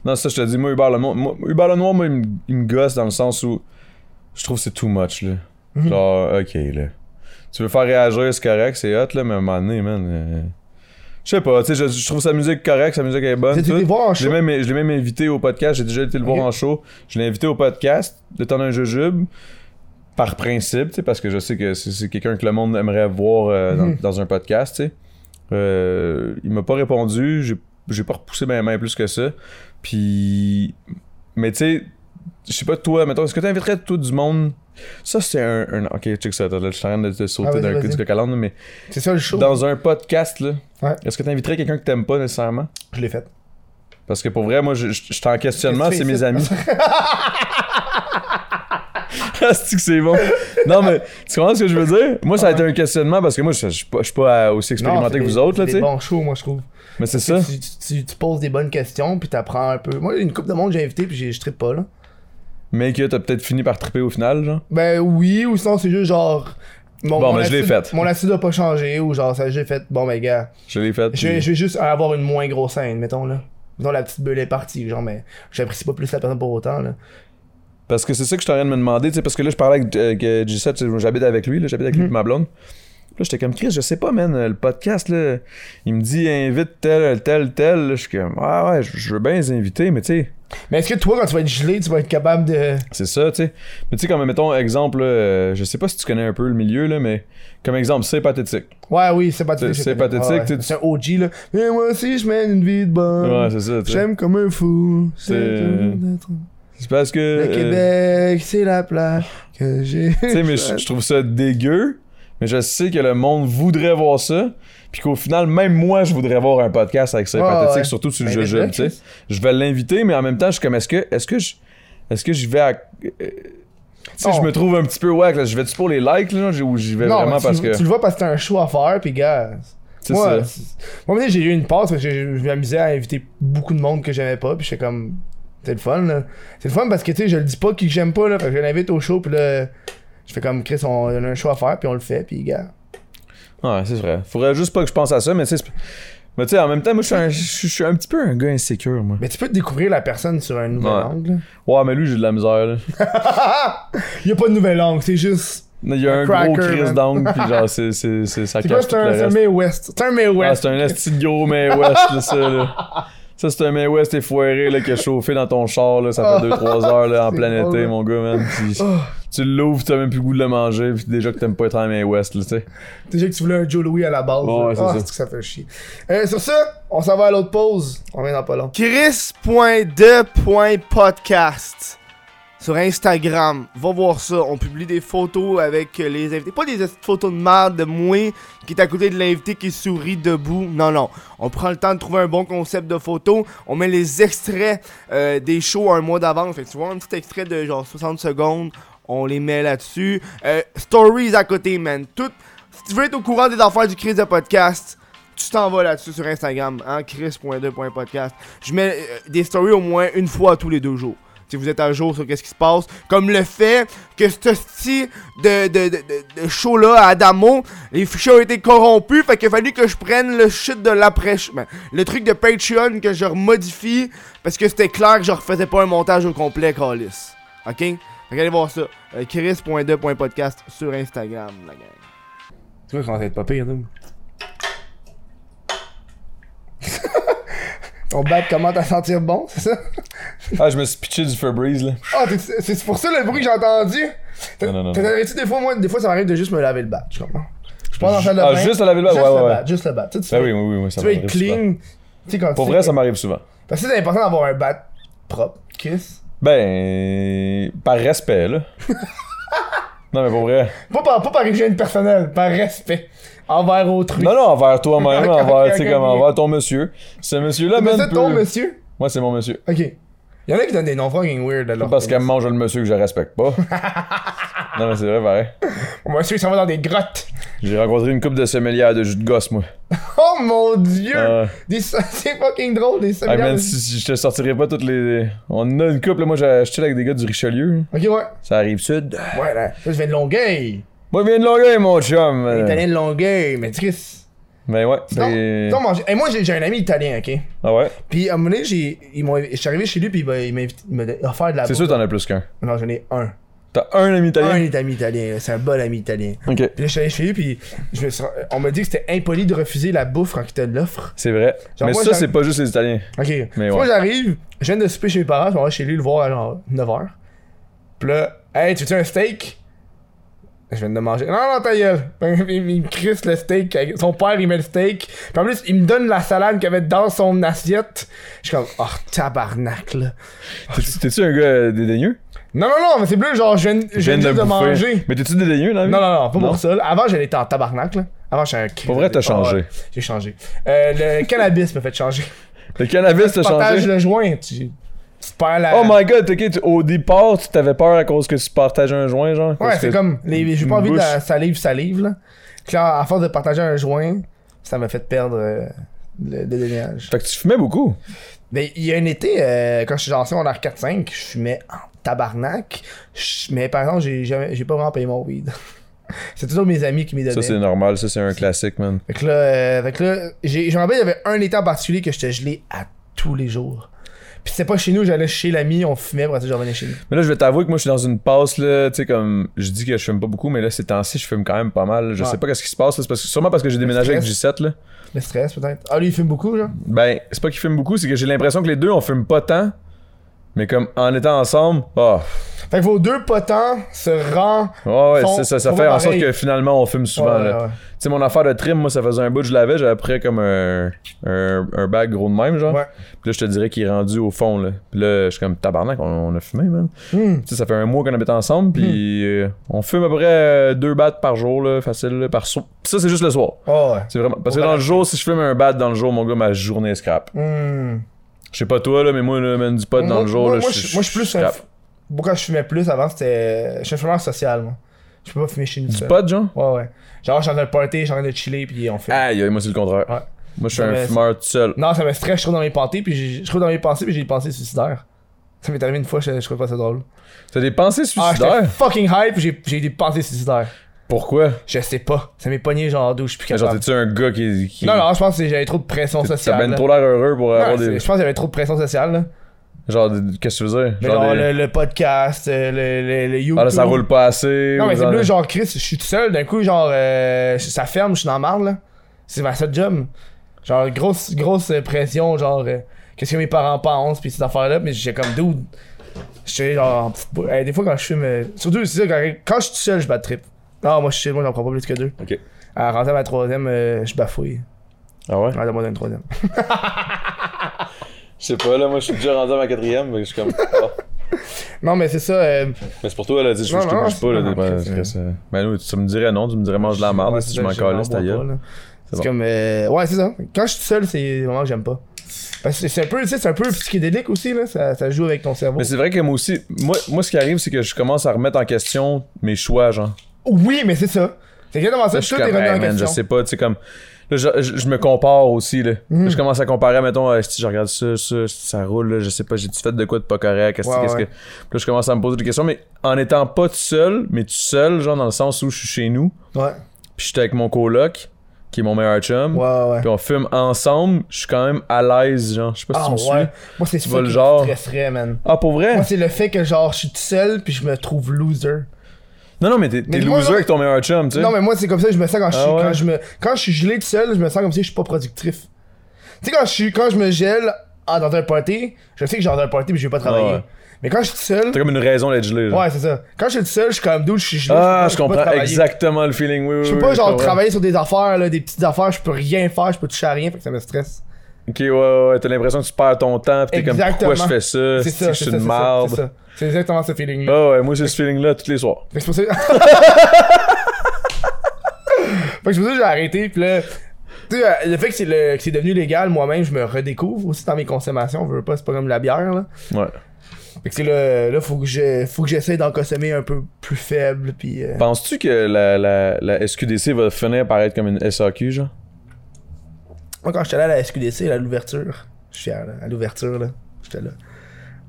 Speaker 2: Non, ça, je te dis, moi, Hubert Lenoir, moi, Hubert Lenoir, moi, il me- il me gosse dans le sens où je trouve que c'est too much, là.
Speaker 1: Mhm.
Speaker 2: Genre, ok, là. Tu veux faire réagir, c'est correct, c'est hot, là, mais à un moment donné, man. euh, Je sais pas, tu sais, je- je trouve sa musique correcte, sa musique est bonne.
Speaker 1: Tu sais, tu
Speaker 2: tout.
Speaker 1: les vois en
Speaker 2: Je l'ai
Speaker 1: show.
Speaker 2: même, je l'ai même invité au podcast. J'ai déjà été le
Speaker 1: Ok.
Speaker 2: voir en show. Je l'ai invité au podcast, le temps d'un jujube, par principe, tu sais, parce que je sais que c'est, c'est quelqu'un que le monde aimerait voir euh, dans,
Speaker 1: Mhm.
Speaker 2: dans un podcast. tu sais. Euh, il m'a pas répondu. J'ai, j'ai pas repoussé ma main plus que ça. Puis. Mais tu sais, je sais pas, toi, mettons, est-ce que tu inviterais tout du monde Ça, c'est un. un- ok, check ça. attends, là, je suis en train de te sauter
Speaker 1: Ah, vas-y,
Speaker 2: d'un coup
Speaker 1: vas-y.
Speaker 2: du coq à l'âne, mais
Speaker 1: C'est ça le show.
Speaker 2: dans un podcast, là,
Speaker 1: Ouais.
Speaker 2: est-ce que tu inviterais quelqu'un que t'aimes pas nécessairement
Speaker 1: Je l'ai fait.
Speaker 2: parce que pour vrai, moi, je, je, je suis en questionnement,
Speaker 1: Qu'est-ce
Speaker 2: c'est
Speaker 1: que tu
Speaker 2: mes
Speaker 1: fais
Speaker 2: amis.
Speaker 1: ici?
Speaker 2: Ah, c'est-tu que c'est bon. Non, mais tu comprends ce que je veux dire? Moi, ça a été un questionnement parce que moi, je je suis pas, je suis pas euh, aussi
Speaker 1: Ah Non,
Speaker 2: expérimenté
Speaker 1: c'est
Speaker 2: que vous
Speaker 1: des-
Speaker 2: autres, là,
Speaker 1: c'est
Speaker 2: tu
Speaker 1: des
Speaker 2: sais.
Speaker 1: bons shows, moi, je trouve.
Speaker 2: Mais c'est ça.
Speaker 1: Tu, tu- tu- tu poses des bonnes questions, puis t'apprends un peu. Moi, une coupe de monde, j'ai invité, puis j'ai- je trippe pas, là.
Speaker 2: Mais que t'as peut-être fini par triper au final, genre.
Speaker 1: Ben oui, ou sinon, c'est juste genre. Mon,
Speaker 2: Bon,
Speaker 1: mon
Speaker 2: ben, je l'ai
Speaker 1: attitude-
Speaker 2: faite.
Speaker 1: Mon attitude a pas changé, ou genre, ça, j'ai fait. Bon, ben, gars,
Speaker 2: Je l'ai fait.
Speaker 1: je vais,
Speaker 2: puis-
Speaker 1: je vais juste avoir une moins grosse scène, mettons, là. Mettons, la petite bulle est partie, genre, mais j'apprécie pas plus la personne pour autant, là.
Speaker 2: Parce que c'est ça que je t'aurais de me demander, tu sais, parce que là, je parlais avec, euh, que G7, tu sais, j'habite avec lui, là, j'habite avec lui
Speaker 1: Mhm.
Speaker 2: et ma blonde. Là, j'étais comme, Chris, je sais pas, man, euh, le podcast, là, il me dit, invite tel, tel, tel. Là, je suis comme, ah ouais, je je veux bien les inviter, mais tu sais,
Speaker 1: Mais est-ce que toi, quand tu vas être gelé, tu vas être capable de.
Speaker 2: C'est ça, tu sais. Mais tu sais, comme, mettons, exemple, là, euh, je sais pas si tu connais un peu le milieu, là, mais comme exemple, c'est pathétique.
Speaker 1: Ouais, oui, c'est pathétique.
Speaker 2: C'est- c'est
Speaker 1: je connais.
Speaker 2: pathétique,
Speaker 1: Ouais, ouais.
Speaker 2: tu sais, tu-
Speaker 1: C'est un OG, là. Mais moi aussi, je mène une vie de bonne.
Speaker 2: Ouais, c'est ça, tu sais.
Speaker 1: Hum. J'aime comme un fou. C'est.
Speaker 2: C'est- C'est parce que.
Speaker 1: Le
Speaker 2: euh,
Speaker 1: Québec, c'est la plage que j'ai.
Speaker 2: Tu sais, mais je je trouve ça dégueu, mais je sais que le monde voudrait voir ça, puis qu'au final, même moi, je voudrais voir un podcast avec c'est
Speaker 1: Ouais,
Speaker 2: pathétique,
Speaker 1: ouais.
Speaker 2: surtout sur le
Speaker 1: Ben,
Speaker 2: jeu
Speaker 1: invite-le,
Speaker 2: tu sais.
Speaker 1: Chris.
Speaker 2: Je vais l'inviter, mais en même temps, je suis comme, est-ce que, est-ce que je. Est-ce que j'y vais à. euh, tu sais, je
Speaker 1: Oh.
Speaker 2: me trouve un petit peu wack, là. Je vais-tu pour les likes, là, ou j'y vais
Speaker 1: Non, mais
Speaker 2: vraiment
Speaker 1: tu,
Speaker 2: parce que.
Speaker 1: tu le vois parce que t'as un show à faire, pis gars.
Speaker 2: C'est
Speaker 1: Moi,
Speaker 2: ça.
Speaker 1: c'est- moi maintenant, j'ai eu une passe parce que je je m'amusais à inviter beaucoup de monde que j'aimais pas, pis j'étais comme. C'est le fun, là. C'est le fun parce que, tu sais, je le dis pas qui que j'aime pas, là. Fait que je l'invite au show, pis là. Je fais comme Chris, on a un show à faire, puis on le fait, puis gars.
Speaker 2: Ouais, c'est vrai. Faudrait juste pas que je pense à ça, mais tu sais, c'est- mais tu sais, en même temps, moi, je suis un, je suis- je suis un petit peu un gars insécure, moi.
Speaker 1: Mais tu peux découvrir la personne sur un nouvel
Speaker 2: Ouais.
Speaker 1: angle.
Speaker 2: Ouais, mais lui, j'ai de la misère, là.
Speaker 1: Il y a pas de nouvel angle, c'est juste.
Speaker 2: Il y a
Speaker 1: Un
Speaker 2: un,
Speaker 1: cracker,
Speaker 2: gros crise
Speaker 1: man.
Speaker 2: d'angle, pis genre, c'est, c'est, c'est, ça
Speaker 1: C'est quoi,
Speaker 2: cache tout
Speaker 1: c'est
Speaker 2: le
Speaker 1: un, c'est un
Speaker 2: reste.
Speaker 1: May West. C'est un May
Speaker 2: Ah,
Speaker 1: West.
Speaker 2: c'est un esti de gros May West, là, ça, là. Ça, c'est un May West effoiré, là, qui a chauffé dans ton char, là. Ça fait 2-3 heures, là, en
Speaker 1: C'est
Speaker 2: plein
Speaker 1: drôle, Ah.
Speaker 2: été,
Speaker 1: hein.
Speaker 2: mon gars, man. Puis tu l'ouvres, t'as même plus le goût de le manger, pis déjà que t'aimes pas être un May West, là, tu sais.
Speaker 1: Déjà que tu voulais un Joe Louis à la base.
Speaker 2: Ouais,
Speaker 1: là.
Speaker 2: c'est
Speaker 1: Ah,
Speaker 2: ça.
Speaker 1: c'est que ça fait chier. Euh, sur ça, on s'en va à l'autre pause. On revient dans pas long. Chris.de.podcast sur Instagram. Va voir ça. On publie des photos avec euh, les invités. Pas des photos de merde de moi qui est à côté de l'invité qui sourit debout. Non, non. On prend le temps de trouver un bon concept de photo. On met les extraits euh, des shows un mois d'avance. Fait que tu vois un petit extrait de genre 60 secondes. On les met là-dessus. Euh, stories à côté, man. Tout. Si tu veux être au courant des affaires du Chris de podcast, tu t'en vas là-dessus sur Instagram, hein, chris.2.podcast. Je mets euh, des stories au moins une fois tous les deux jours.
Speaker 4: si vous êtes à jour sur qu'est-ce qui se passe. Comme le fait que ce style de, de, de, de- de show-là à Adamo, les fichiers ont été corrompus, fait qu'il a fallu que je prenne le shit de l'après... ben, le truc de Patreon que je remodifie, parce que c'était clair que je refaisais pas un montage au complet, Calis. Ok? Fait qu'allez voir ça. Euh, Chris.de.podcast sur Instagram, la gang.
Speaker 1: Tu vois, je commence à être pas pire, nous. Ton bat commence à sentir bon, c'est ça?
Speaker 2: Ah, je me suis pitché du Febreze, là.
Speaker 1: Ah, t'es- c'est c'est pour ça le bruit que j'ai entendu? T'as-
Speaker 2: Non, non, non,
Speaker 1: T'as
Speaker 2: non.
Speaker 1: arrivé-tu des fois, moi, des fois, ça m'arrive de juste me laver le bat, tu comprends? Je pars dans la salle de
Speaker 2: Ah,
Speaker 1: bain,
Speaker 2: juste à laver le bat,
Speaker 1: juste
Speaker 2: ouais, ouais,
Speaker 1: le
Speaker 2: ouais.
Speaker 1: bat, Juste le bat, tu sais, tu
Speaker 2: Ah
Speaker 1: veux-
Speaker 2: oui, oui, oui, oui, ça
Speaker 1: tu veux être
Speaker 2: m'arrive souvent.
Speaker 1: clean. Tu sais, quand
Speaker 2: Pour
Speaker 1: tu-
Speaker 2: vrai, ça m'arrive souvent.
Speaker 1: Parce que c'est important d'avoir un bat propre, Chris.
Speaker 2: Ben, par respect, là. non, mais pour vrai.
Speaker 1: Pas par, pas par hygiène personnelle, par respect envers autrui.
Speaker 2: Non, non, envers toi-même,
Speaker 1: Ok,
Speaker 2: envers,
Speaker 1: ok,
Speaker 2: tu sais,
Speaker 1: ok,
Speaker 2: comme
Speaker 1: ok.
Speaker 2: envers ton monsieur. Ce monsieur-là,
Speaker 1: mais
Speaker 2: man,
Speaker 1: c'est
Speaker 2: peut-
Speaker 1: ton monsieur?
Speaker 2: Moi, c'est mon monsieur.
Speaker 1: Ok. Y'en a qui donnent des noms fucking weird, alors.
Speaker 2: Parce qu'elle me mange le monsieur que je respecte pas. non, mais c'est vrai, pareil.
Speaker 1: Mon monsieur, il s'en va dans des grottes.
Speaker 2: J'ai rencontré une couple de sommelières de jus de gosse, moi.
Speaker 1: Oh mon dieu!
Speaker 2: Ah.
Speaker 1: Des- C'est fucking drôle, des
Speaker 2: Hey,
Speaker 1: séminaires.
Speaker 2: man, si, si je te sortirais pas toutes les. On a une couple, là, moi, j'ai acheté avec des gars du Richelieu.
Speaker 1: Ok, ouais.
Speaker 2: Ça arrive sud.
Speaker 1: Ouais, là. Là, je viens de Longueuil.
Speaker 2: Moi, je viens de Longueuil, mon chum. euh.
Speaker 1: Italien de Longueuil, mais Chris.
Speaker 2: Ben ouais. c'est-
Speaker 1: Non, non, manger- Hey, moi, j'ai j'ai un ami italien, ok?
Speaker 2: Ah ouais.
Speaker 1: Puis à un moment donné, j'ai- ils m'ont- je suis arrivé chez lui, puis il m'a- il m'a invité- il m'a offert de la
Speaker 2: C'est sûr, t'en as plus qu'un.
Speaker 1: Non, j'en ai un.
Speaker 2: T'as un ami
Speaker 1: Un
Speaker 2: italien.
Speaker 1: est ami italien, là. c'est un bon ami italien.
Speaker 2: Ok.
Speaker 1: Puis là, je suis allé chez lui, puis je me suis- on m'a dit que c'était impoli de refuser la bouffe quand il te l'offre.
Speaker 2: C'est vrai.
Speaker 1: Genre,
Speaker 2: mais
Speaker 1: moi,
Speaker 2: ça,
Speaker 1: j'en-
Speaker 2: c'est pas juste les Italiens.
Speaker 1: Ok.
Speaker 2: Mais
Speaker 1: Moi,
Speaker 2: ouais.
Speaker 1: j'arrive, je viens de souper chez mes parents, je m'en vais chez lui le voir à genre 9h. Puis là, hey, tu veux un steak? Je viens de le manger. Non, non, ta gueule. Il me crisse le steak. avec- Son père, il met le steak. Puis en plus, il me donne la salade qu'il avait dans son assiette. Je suis comme, oh, tabarnak, là.
Speaker 2: T'es- T'es-tu un gars euh, dédaigneux?
Speaker 1: Non, non, non, mais c'est bleu, genre, je viens, je viens juste de
Speaker 2: bouffer.
Speaker 1: manger.
Speaker 2: Mais t'es-tu dédaigneux, là?
Speaker 1: Non, non, non, pas pour ça. là. Avant, j'étais en tabarnak, là. Avant, j'étais un cri-
Speaker 2: Pour vrai, t'as changé.
Speaker 1: ouais, J'ai changé. Euh, le cannabis m'a fait changer.
Speaker 2: Le cannabis t'a
Speaker 1: Partage
Speaker 2: changé.
Speaker 1: le joint. Tu, tu perds la.
Speaker 2: Oh my god, ok, tu- au départ, tu t'avais peur à cause que tu partageais un joint, genre.
Speaker 1: Ouais,
Speaker 2: parce
Speaker 1: c'est
Speaker 2: que-
Speaker 1: comme. Les, j'ai pas
Speaker 2: une
Speaker 1: envie de la
Speaker 2: bouche.
Speaker 1: salive, salive, là. Puis là, à force de partager un joint, ça m'a fait perdre euh, le dédaignage.
Speaker 2: Fait que tu fumais beaucoup.
Speaker 1: Mais il y a un été, euh, quand je suis lancé en r 4-5, je fumais en tabarnak. Je- mais par exemple, j'ai, jamais- j'ai pas vraiment payé mon weed. c'est toujours mes amis qui m'y donnaient.
Speaker 2: Ça, c'est normal, ça, c'est un classique, man.
Speaker 1: Fait que là, euh, fait que là j'ai, je me rappelle, il y avait un été en particulier que j'étais gelé à tous les jours. Puis c'était pas chez nous, j'allais chez l'ami, on fumait, après ça, je revenais chez nous.
Speaker 2: Mais là, je vais t'avouer que moi, je suis dans une passe, là, tu sais, comme, je dis que je fume pas beaucoup, mais là, ces temps-ci, je fume quand même pas mal. Je
Speaker 1: Ouais.
Speaker 2: sais pas qu'est-ce qui se passe, là, c'est parce que, sûrement parce que j'ai déménagé avec G7, là.
Speaker 1: Le stress, peut-être. Ah, lui, il fume beaucoup, genre.
Speaker 2: Ben, c'est pas qu'ils fument beaucoup, c'est que j'ai l'impression que les deux, on fume pas tant, mais comme, en étant ensemble, oh,
Speaker 1: Fait que vos deux potents se rendent.
Speaker 2: ouais, ouais,
Speaker 1: Sont-
Speaker 2: c'est ça, ça
Speaker 1: sont
Speaker 2: fait
Speaker 1: pas
Speaker 2: en sorte
Speaker 1: pareils.
Speaker 2: que finalement, on fume souvent,
Speaker 1: Ouais,
Speaker 2: là.
Speaker 1: ouais.
Speaker 2: Tu sais, mon affaire de trim, moi, ça faisait un bout, je l'avais, j'avais pris comme un, un, un bag gros de même, genre.
Speaker 1: Ouais.
Speaker 2: Puis là, je te dirais qu'il est rendu au fond, là. Puis là, je suis comme, tabarnak, on, on a fumé, man.
Speaker 1: Hmm.
Speaker 2: Tu sais, ça fait un mois qu'on habite ensemble, puis euh, on fume à peu près euh, deux battes par jour, là, facile, là, par so- Puis ça, c'est juste le soir.
Speaker 1: Ah ouais.
Speaker 2: C'est vraiment. Parce que dans le jour, si je fume un bat dans le jour, mon gars, ma journée est scrap.
Speaker 1: Hmm.
Speaker 2: Je sais pas toi, là, mais moi, là, man, du pot dans
Speaker 1: Moi-
Speaker 2: le jour,
Speaker 1: moi,
Speaker 2: là,
Speaker 1: moi, je, moi, je suis plus. un
Speaker 2: scrap.
Speaker 1: f- Pourquoi je fumais plus avant, c'était. Je suis un fumeur social, moi. Je peux pas fumer chez nous.
Speaker 2: Du
Speaker 1: seul.
Speaker 2: pot, genre?
Speaker 1: Ouais, ouais. Genre, je suis en train de party, je suis en train de chiller, puis on fait.
Speaker 2: Aïe, aïe, moi, c'est le contraire.
Speaker 1: Ouais.
Speaker 2: Moi, je suis
Speaker 1: Ça
Speaker 2: un
Speaker 1: me-
Speaker 2: fumeur tout seul.
Speaker 1: Non, ça me stresse, je trouve dans mes pensées, puis j'ai- je trouve dans mes pensées, puis j'ai des pensées suicidaires. Ça m'est arrivé une fois, je, je trouvais pas ça drôle.
Speaker 2: T'as des pensées
Speaker 1: Ah,
Speaker 2: suicidaires?
Speaker 1: j'étais fucking hype, puis j'ai j'ai eu des pensées suicidaires.
Speaker 2: Pourquoi?
Speaker 1: Je sais pas. Ça m'est pogné, genre, d'où je suis plus
Speaker 2: Genre,
Speaker 1: capable.
Speaker 2: t'es-tu un gars qui. qui-
Speaker 1: Non, non, je pense que j'avais trop de pression
Speaker 2: T'as
Speaker 1: sociale.
Speaker 2: ben
Speaker 1: là.
Speaker 2: trop l'air heureux pour
Speaker 1: Ouais,
Speaker 2: avoir
Speaker 1: c'est-
Speaker 2: des.
Speaker 1: Je pense que j'avais trop de pression sociale, là.
Speaker 2: Genre, des- qu'est-ce que tu veux dire?
Speaker 1: Mais
Speaker 2: Genre,
Speaker 1: genre,
Speaker 2: des-
Speaker 1: le, le podcast, euh, le, le, le YouTube.
Speaker 2: Ah là, ça roule pas assez.
Speaker 1: Non,
Speaker 2: ou
Speaker 1: mais c'est
Speaker 2: genre-
Speaker 1: plus genre Chris, je suis tout seul, d'un coup, genre, euh, ça ferme, je suis dans la marde, là. C'est ma seule job. Genre, grosse, grosse euh, pression, genre, euh, qu'est-ce que mes parents pensent, pis ces affaires-là, mais j'ai comme dude. J'étais genre, en petite bou- Eh, des fois quand je fume, euh, surtout, c'est ça, quand, quand je suis tout seul, je bats de trip. Non, moi, je suis seul, moi, j'en prends pas plus que deux.
Speaker 2: Ok.
Speaker 1: À rentrer à ma troisième, euh, je bafouille.
Speaker 2: Ah ouais?
Speaker 1: Ouais, donne-moi une troisième.
Speaker 2: Je sais pas, là, moi, je suis déjà rendu à ma quatrième, mais je suis comme. ah.
Speaker 1: Non, mais c'est ça, euh,
Speaker 2: Mais c'est pour toi, là, dis- je
Speaker 1: Non,
Speaker 2: je
Speaker 1: non,
Speaker 2: t'oblige
Speaker 1: c'est
Speaker 2: pas, là.
Speaker 1: pas
Speaker 2: de-
Speaker 1: grave,
Speaker 2: ouais,
Speaker 1: c'est-
Speaker 2: que ça- Ben, nous, tu me dirais non, tu me dirais mange de la merde
Speaker 1: Ouais,
Speaker 2: si
Speaker 1: c'est
Speaker 2: je
Speaker 1: ça,
Speaker 2: m'en calais,
Speaker 1: j'en
Speaker 2: ta
Speaker 1: bois pas,
Speaker 2: gueule.
Speaker 1: là. C'est
Speaker 2: bon.
Speaker 1: comme. euh, ouais, c'est ça. Quand je suis tout seul, c'est des moments que j'aime pas. Parce que c'est- c'est un peu, tu sais, c'est un peu psychédélique aussi, là. Ça, ça joue avec ton cerveau.
Speaker 2: Mais c'est vrai que moi aussi, moi, moi, ce qui arrive, c'est que je commence à remettre en question mes choix, genre.
Speaker 1: Oui, mais c'est ça. C'est exactement ça.
Speaker 2: Là,
Speaker 1: Tout est remis
Speaker 2: hey,
Speaker 1: en
Speaker 2: man, je
Speaker 1: question.
Speaker 2: sais pas, tu sais, comme. Là, je, je- je me compare aussi, là.
Speaker 1: Hmm.
Speaker 2: Je commence à comparer, mettons, euh, si je regarde ça, ça, si ça roule, là, je sais pas, j'ai-tu fait de quoi de pas correct, est-ce que-
Speaker 1: Ouais,
Speaker 2: qu'est-ce
Speaker 1: ouais.
Speaker 2: que... Puis Là, je commence à me poser des questions, mais en étant pas tout seul, mais tout seul, genre dans le sens où je suis chez nous,
Speaker 1: Ouais.
Speaker 2: puis j'étais avec mon coloc, qui est mon meilleur chum,
Speaker 1: Ouais, ouais.
Speaker 2: puis on filme ensemble, je suis quand même à l'aise, genre. Je sais pas si
Speaker 1: Ah
Speaker 2: tu me suis.
Speaker 1: ouais. Moi, c'est ça
Speaker 2: vois
Speaker 1: qui
Speaker 2: le genre.
Speaker 1: me stresserait, man.
Speaker 2: Ah, pour vrai?
Speaker 1: Moi, c'est le fait que genre, je suis tout seul puis je me trouve loser.
Speaker 2: Non, non, mais t'es t'es
Speaker 1: moi,
Speaker 2: loser
Speaker 1: non.
Speaker 2: avec ton meilleur chum, tu sais.
Speaker 1: Non, mais moi, c'est comme ça que je me sens quand je, suis-
Speaker 2: Ah ouais?
Speaker 1: quand je me. Quand je suis gelé tout seul, je me sens comme si je suis pas productif. Tu sais, quand je suis. Quand je me gèle ah, dans un party, je sais que j'ai dans un party mais je vais pas travailler.
Speaker 2: Ah ouais.
Speaker 1: Mais quand je suis tout seul.
Speaker 2: T'as comme une raison d'être gelé, genre.
Speaker 1: Ouais, c'est ça. Quand je suis tout seul, je suis comme d'où je suis gelé.
Speaker 2: Ah, je
Speaker 1: peux pas- peux pas
Speaker 2: comprends
Speaker 1: travailler.
Speaker 2: exactement le feeling, oui, oui.
Speaker 1: Je peux
Speaker 2: oui,
Speaker 1: pas, genre,
Speaker 2: comprends.
Speaker 1: travailler sur des affaires, là, des petites affaires, je peux rien faire, je peux toucher à rien, fait que ça me stresse.
Speaker 2: Ok, ouais, ouais, ouais, t'as l'impression que tu perds ton temps, pis t'es comme pourquoi je
Speaker 1: Exactement.
Speaker 2: fais ça,
Speaker 1: C'est ça,
Speaker 2: que
Speaker 1: c'est
Speaker 2: Euh, je
Speaker 1: ça,
Speaker 2: suis
Speaker 1: c'est
Speaker 2: une
Speaker 1: ça, c'est
Speaker 2: merde.
Speaker 1: ça. C'est exactement ce feeling-là.
Speaker 2: Ah ouais, moi j'ai ce feeling-là tous les soirs.
Speaker 1: Fait que c'est pour ça que... Fait que c'est pour ça que j'ai arrêté, pis là... Tu sais, euh, le fait que c'est le- que c'est devenu légal, moi-même, je me redécouvre aussi dans mes consommations, je veux pas, c'est pas comme la bière, là.
Speaker 2: Ouais.
Speaker 1: Fait que c'est là, là, faut que je- faut que j'essaie d'en consommer un peu plus faible, pis... euh,
Speaker 2: Penses-tu que la, la, la SQDC va finir par être comme une SAQ, genre?
Speaker 1: Moi, quand j'étais allé à la SQDC, là, à l'ouverture, je suis fier, là, à l'ouverture, là, j'étais là.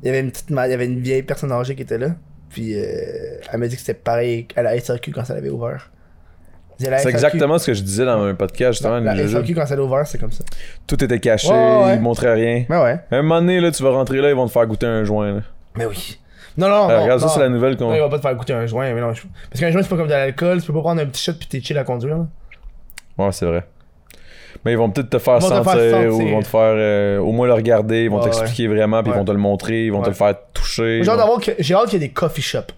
Speaker 1: Il y avait une petite ma- il y avait une vieille personne âgée qui était là, puis euh, elle m'a dit que c'était pareil à la SRQ quand ça l'avait ouvert. Elle disait, la
Speaker 2: C'est
Speaker 1: SRQ
Speaker 2: exactement ce que je disais dans un podcast, justement,
Speaker 1: La
Speaker 2: le jeu.
Speaker 1: SRQ quand ça l'a ouvert, c'est comme ça.
Speaker 2: Tout était caché,
Speaker 1: Ouais, ouais.
Speaker 2: ils montraient rien.
Speaker 1: Mais ouais.
Speaker 2: À un moment donné, là, tu vas rentrer là, ils vont te faire goûter un joint, là.
Speaker 1: Mais Ben oui. Non, non,
Speaker 2: Euh,
Speaker 1: non,
Speaker 2: regarde,
Speaker 1: non.
Speaker 2: ça, c'est la nouvelle qu'on.
Speaker 1: Non, il va pas te faire goûter un joint, mais non. je- Parce qu'un joint, c'est pas comme de l'alcool, tu peux pas prendre un petit shot puis t'es chill à conduire, là.
Speaker 2: Ouais, c'est vrai. Mais ils vont peut-être te faire
Speaker 1: Ils vont te
Speaker 2: sentir,
Speaker 1: faire
Speaker 2: ou
Speaker 1: sentir.
Speaker 2: ils vont te faire euh, au moins le regarder, ils vont
Speaker 1: Ouais,
Speaker 2: t'expliquer vraiment, puis ils
Speaker 1: Ouais.
Speaker 2: vont te le montrer, ils vont te le
Speaker 1: Ouais.
Speaker 2: faire toucher.
Speaker 1: J'ai
Speaker 2: ils
Speaker 1: hâte
Speaker 2: vont-
Speaker 1: d'avoir que- j'ai hâte qu'il y ait des coffee shops.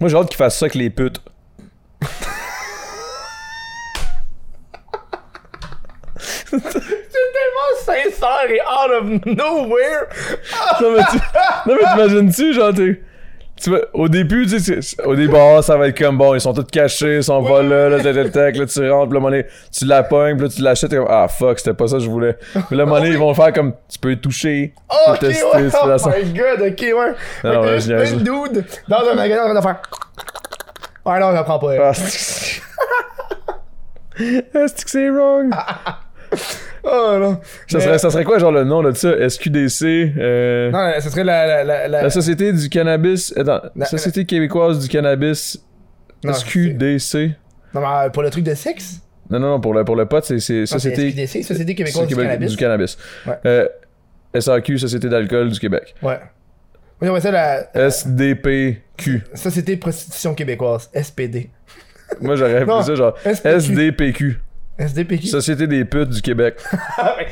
Speaker 2: Moi j'ai hâte qu'ils fassent ça avec les putes.
Speaker 1: C'est tellement sincère et out of nowhere.
Speaker 2: non mais tu non, mais t'imagines-tu genre t'es- tu vas- au début tu sais c'est- au début ah, ça va être comme bon ils sont tous cachés ils sont pas là là tac, tac, tac, là tu rentres puis là, à un moment donné, tu la pognes puis là tu l'achètes t'es comme ah fuck c'était pas ça que je voulais puis là à un moment donné, ils vont faire comme tu peux toucher tu peux
Speaker 1: ok,
Speaker 2: tester,
Speaker 1: ouais,
Speaker 2: tu peux
Speaker 1: oh
Speaker 2: la sentir.
Speaker 1: my god, ok, ouais. Fait
Speaker 2: Non,
Speaker 1: que
Speaker 2: ouais,
Speaker 1: juste
Speaker 2: je niaise.
Speaker 1: plein de dudes dans un magasin en train de faire. Ouais, non, j'apprends pas.
Speaker 2: Ah, c'est- est-ce que c'est wrong
Speaker 1: Oh non.
Speaker 2: ça
Speaker 1: Ah, Mais-
Speaker 2: serait, ça serait quoi genre le nom là, de ça SQDC euh,
Speaker 1: Non, ce serait la. la, la, la...
Speaker 2: la société du cannabis attends
Speaker 1: La-
Speaker 2: société québécoise du cannabis
Speaker 1: non,
Speaker 2: SQDC
Speaker 1: c'est- Non, mais euh, pour le truc de sexe
Speaker 2: Non, non, non, pour le, pour le pote, c'est- c'est
Speaker 1: Non, Ah, c'est
Speaker 2: Société,
Speaker 1: SQDC, Société québécoise
Speaker 2: Société
Speaker 1: du
Speaker 2: Québec-
Speaker 1: cannabis.
Speaker 2: du cannabis.
Speaker 1: Ouais.
Speaker 2: Euh, SAQ, Société d'alcool du Québec.
Speaker 1: Ouais. Oui, ouais, ça, la
Speaker 2: SDPQ.
Speaker 1: Société de prostitution québécoise, SPD.
Speaker 2: Moi, j'aurais
Speaker 1: Non,
Speaker 2: appelé ça genre
Speaker 1: SPQ.
Speaker 2: SDPQ.
Speaker 1: SDPQ.
Speaker 2: Société des putes du Québec.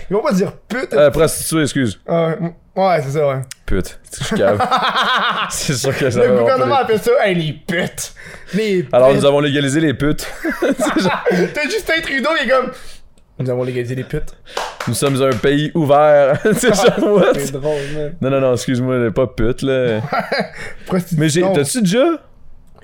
Speaker 1: Ils vont pas dire pute.
Speaker 2: Euh, prostituée, excuse.
Speaker 1: Ah, ouais, ouais, c'est ça, ouais.
Speaker 2: Pute. Je suis cave. c'est sûr que ça
Speaker 1: Le
Speaker 2: va avoir
Speaker 1: gouvernement
Speaker 2: plaisir.
Speaker 1: appelle ça, hey, les putes. Les putes.
Speaker 2: Alors, nous avons légalisé les putes.
Speaker 1: T'as Justin Trudeau, il est comme. Nous avons légalisé les putes.
Speaker 2: Nous sommes un pays ouvert. c'est genre, what?
Speaker 1: Ah, C'est drôle, man.
Speaker 2: Non, non, non, excuse-moi, pas pute, là.
Speaker 1: Prostitution.
Speaker 2: Mais j'ai. T'as-tu déjà?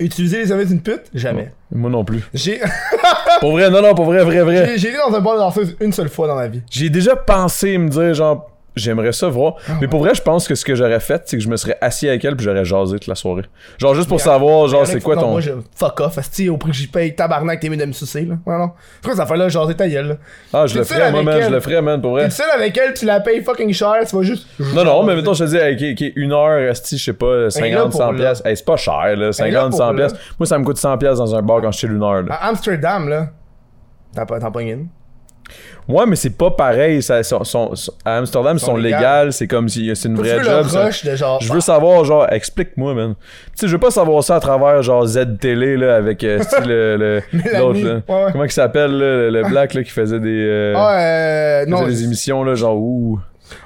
Speaker 1: Utiliser les hommes d'une pute Jamais. Ah!
Speaker 2: Moi non plus.
Speaker 1: J'ai
Speaker 2: Pour vrai, non, non, pour vrai, vrai, vrai.
Speaker 1: j'ai été dans un bar de danseuse une seule fois dans ma vie.
Speaker 2: J'ai déjà pensé me dire genre j'aimerais ça voir,
Speaker 1: Ah
Speaker 2: mais pour vrai je pense que ce que j'aurais fait c'est que je me serais assis avec elle puis j'aurais jasé toute la soirée. Genre juste pour savoir genre c'est quoi
Speaker 1: Non,
Speaker 2: ton
Speaker 1: Moi, je fuck off. Asti, au prix que j'y paye, tabarnak, t'es mieux de me sucer, là. Ouais, non. C'est quoi cette affaire-là, genre, ta gueule, là.
Speaker 2: Ah, je
Speaker 1: T'es
Speaker 2: le
Speaker 1: seul
Speaker 2: ferais moi
Speaker 1: avec
Speaker 2: man, je
Speaker 1: elle.
Speaker 2: le ferais man pour
Speaker 1: T'es
Speaker 2: vrai.
Speaker 1: le seul avec elle, tu la payes fucking cher, tu vas juste.
Speaker 2: Non non, mais mettons je te dis hey, ok, ok, une heure asti je sais pas 50
Speaker 1: pour
Speaker 2: 100
Speaker 1: là.
Speaker 2: pièces. Hey, c'est pas cher là,
Speaker 1: là,
Speaker 2: 50
Speaker 1: pour
Speaker 2: 100
Speaker 1: là. Ah.
Speaker 2: pièces. Moi ça me coûte 100 pièces dans un bar quand je suis une heure là.
Speaker 1: À Amsterdam, là. T'en pas- t'en pognes une.
Speaker 2: Ouais, mais c'est pas pareil, ça sont- sont- sont- à Amsterdam ils sont,
Speaker 1: sont
Speaker 2: légales,
Speaker 1: légales.
Speaker 2: c'est comme si c'est une
Speaker 1: Tu
Speaker 2: vraie
Speaker 1: veux
Speaker 2: job.
Speaker 1: le
Speaker 2: ça-
Speaker 1: rush de genre.
Speaker 2: Je veux savoir, genre, explique-moi, man. Tu sais, je veux pas savoir ça à travers, genre, Z-Télé, là, avec, euh, style, le, le-
Speaker 1: Mélanie,
Speaker 2: l'autre, là.
Speaker 1: ouais, ouais.
Speaker 2: Comment il s'appelle, là, le, le Black, là, qui faisait des, euh,
Speaker 1: Ah, euh,
Speaker 2: faisait
Speaker 1: non.
Speaker 2: des émissions, là, genre, ouh.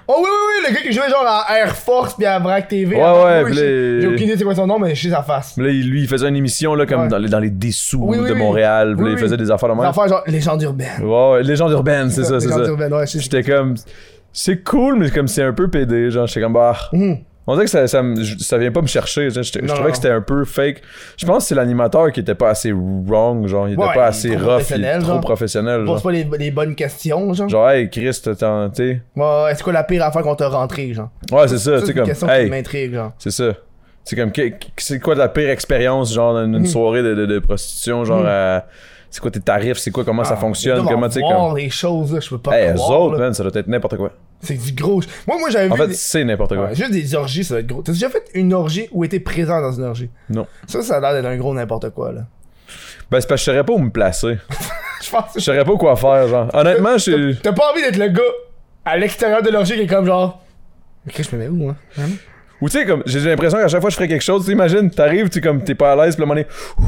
Speaker 1: Oh oui, oui, oui, le gars qui jouait genre à Air Force puis à Vrac TV.
Speaker 2: Ouais,
Speaker 1: Ah,
Speaker 2: ouais,
Speaker 1: oui,
Speaker 2: puis
Speaker 1: j'ai-
Speaker 2: les-
Speaker 1: J'ai aucune idée c'est quoi son nom, mais je sais sa face.
Speaker 2: Mais Là, il- lui, il faisait une émission, là, comme
Speaker 1: Ouais.
Speaker 2: dans, les, dans les dessous
Speaker 1: Oui, oui,
Speaker 2: de
Speaker 1: oui.
Speaker 2: Montréal. puis là,
Speaker 1: Oui,
Speaker 2: il faisait
Speaker 1: oui.
Speaker 2: des affaires de
Speaker 1: Des
Speaker 2: même.
Speaker 1: affaires genre légende urbaine.
Speaker 2: Ouais, ouais, légende urbaine, c'est ça, c'est ça.
Speaker 1: Légende urbaine, ouais, je sais.
Speaker 2: J'étais comme, c'est cool, mais comme c'est un peu PD, genre, j'étais comme, bah. On dirait que ça, ça, me- ça vient pas me chercher. tu sais, j'étais- Je,
Speaker 1: Mhm. Non,
Speaker 2: trouvais
Speaker 1: non.
Speaker 2: que c'était un peu fake. Je pense que c'est l'animateur qui était pas assez wrong, genre. Il était
Speaker 1: Ouais, il est
Speaker 2: pas assez
Speaker 1: trop
Speaker 2: rough, il est
Speaker 1: professionnel,
Speaker 2: trop
Speaker 1: genre.
Speaker 2: professionnel.
Speaker 1: Pose
Speaker 2: Genre,
Speaker 1: pas les, les bonnes questions, genre.
Speaker 2: genre hey Chris, t'as tenté.
Speaker 1: Ouais, ouais, c'est quoi la pire affaire qu'on t'a rentrée, genre?
Speaker 2: Ouais, c'est ça,
Speaker 1: Ça, c'est
Speaker 2: tu sais,
Speaker 1: une
Speaker 2: comme.
Speaker 1: question qui
Speaker 2: Hey,
Speaker 1: m'intrigue, genre.
Speaker 2: c'est ça. C'est comme, que- que- c'est quoi la pire expérience, genre, d'une
Speaker 1: Mhm.
Speaker 2: d'une soirée de, de- de prostitution, genre, à- c'est quoi tes tarifs, c'est quoi,
Speaker 1: Ah,
Speaker 2: comment ça fonctionne, comment, tu sais,
Speaker 1: voir
Speaker 2: comme.
Speaker 1: les choses, là, je peux pas
Speaker 2: Hey, eux
Speaker 1: croire,
Speaker 2: autres,
Speaker 1: là.
Speaker 2: man, ça doit être n'importe quoi.
Speaker 1: C'est du gros... Moi, moi, j'avais
Speaker 2: En
Speaker 1: vu...
Speaker 2: fait,
Speaker 1: des-
Speaker 2: c'est n'importe quoi.
Speaker 1: Ouais, juste des orgies, ça doit être gros. T'as déjà fait une orgie ou été présent dans une orgie?
Speaker 2: Non.
Speaker 1: Ça, ça a l'air d'être un gros n'importe quoi, là.
Speaker 2: Ben, c'est parce que je saurais pas où me placer.
Speaker 1: Je pense que
Speaker 2: Je saurais pas quoi faire, genre. Honnêtement, je.
Speaker 1: T'as pas envie d'être le gars à l'extérieur de l'orgie qui est comme genre. Ok, je me mets où, hein?
Speaker 2: Ou tu sais, comme, j'ai l'impression qu'à chaque fois que je ferais quelque chose, tu imagines, t'arrives, tu comme, t'es pas à l'aise, pis le moment donné, Ouh,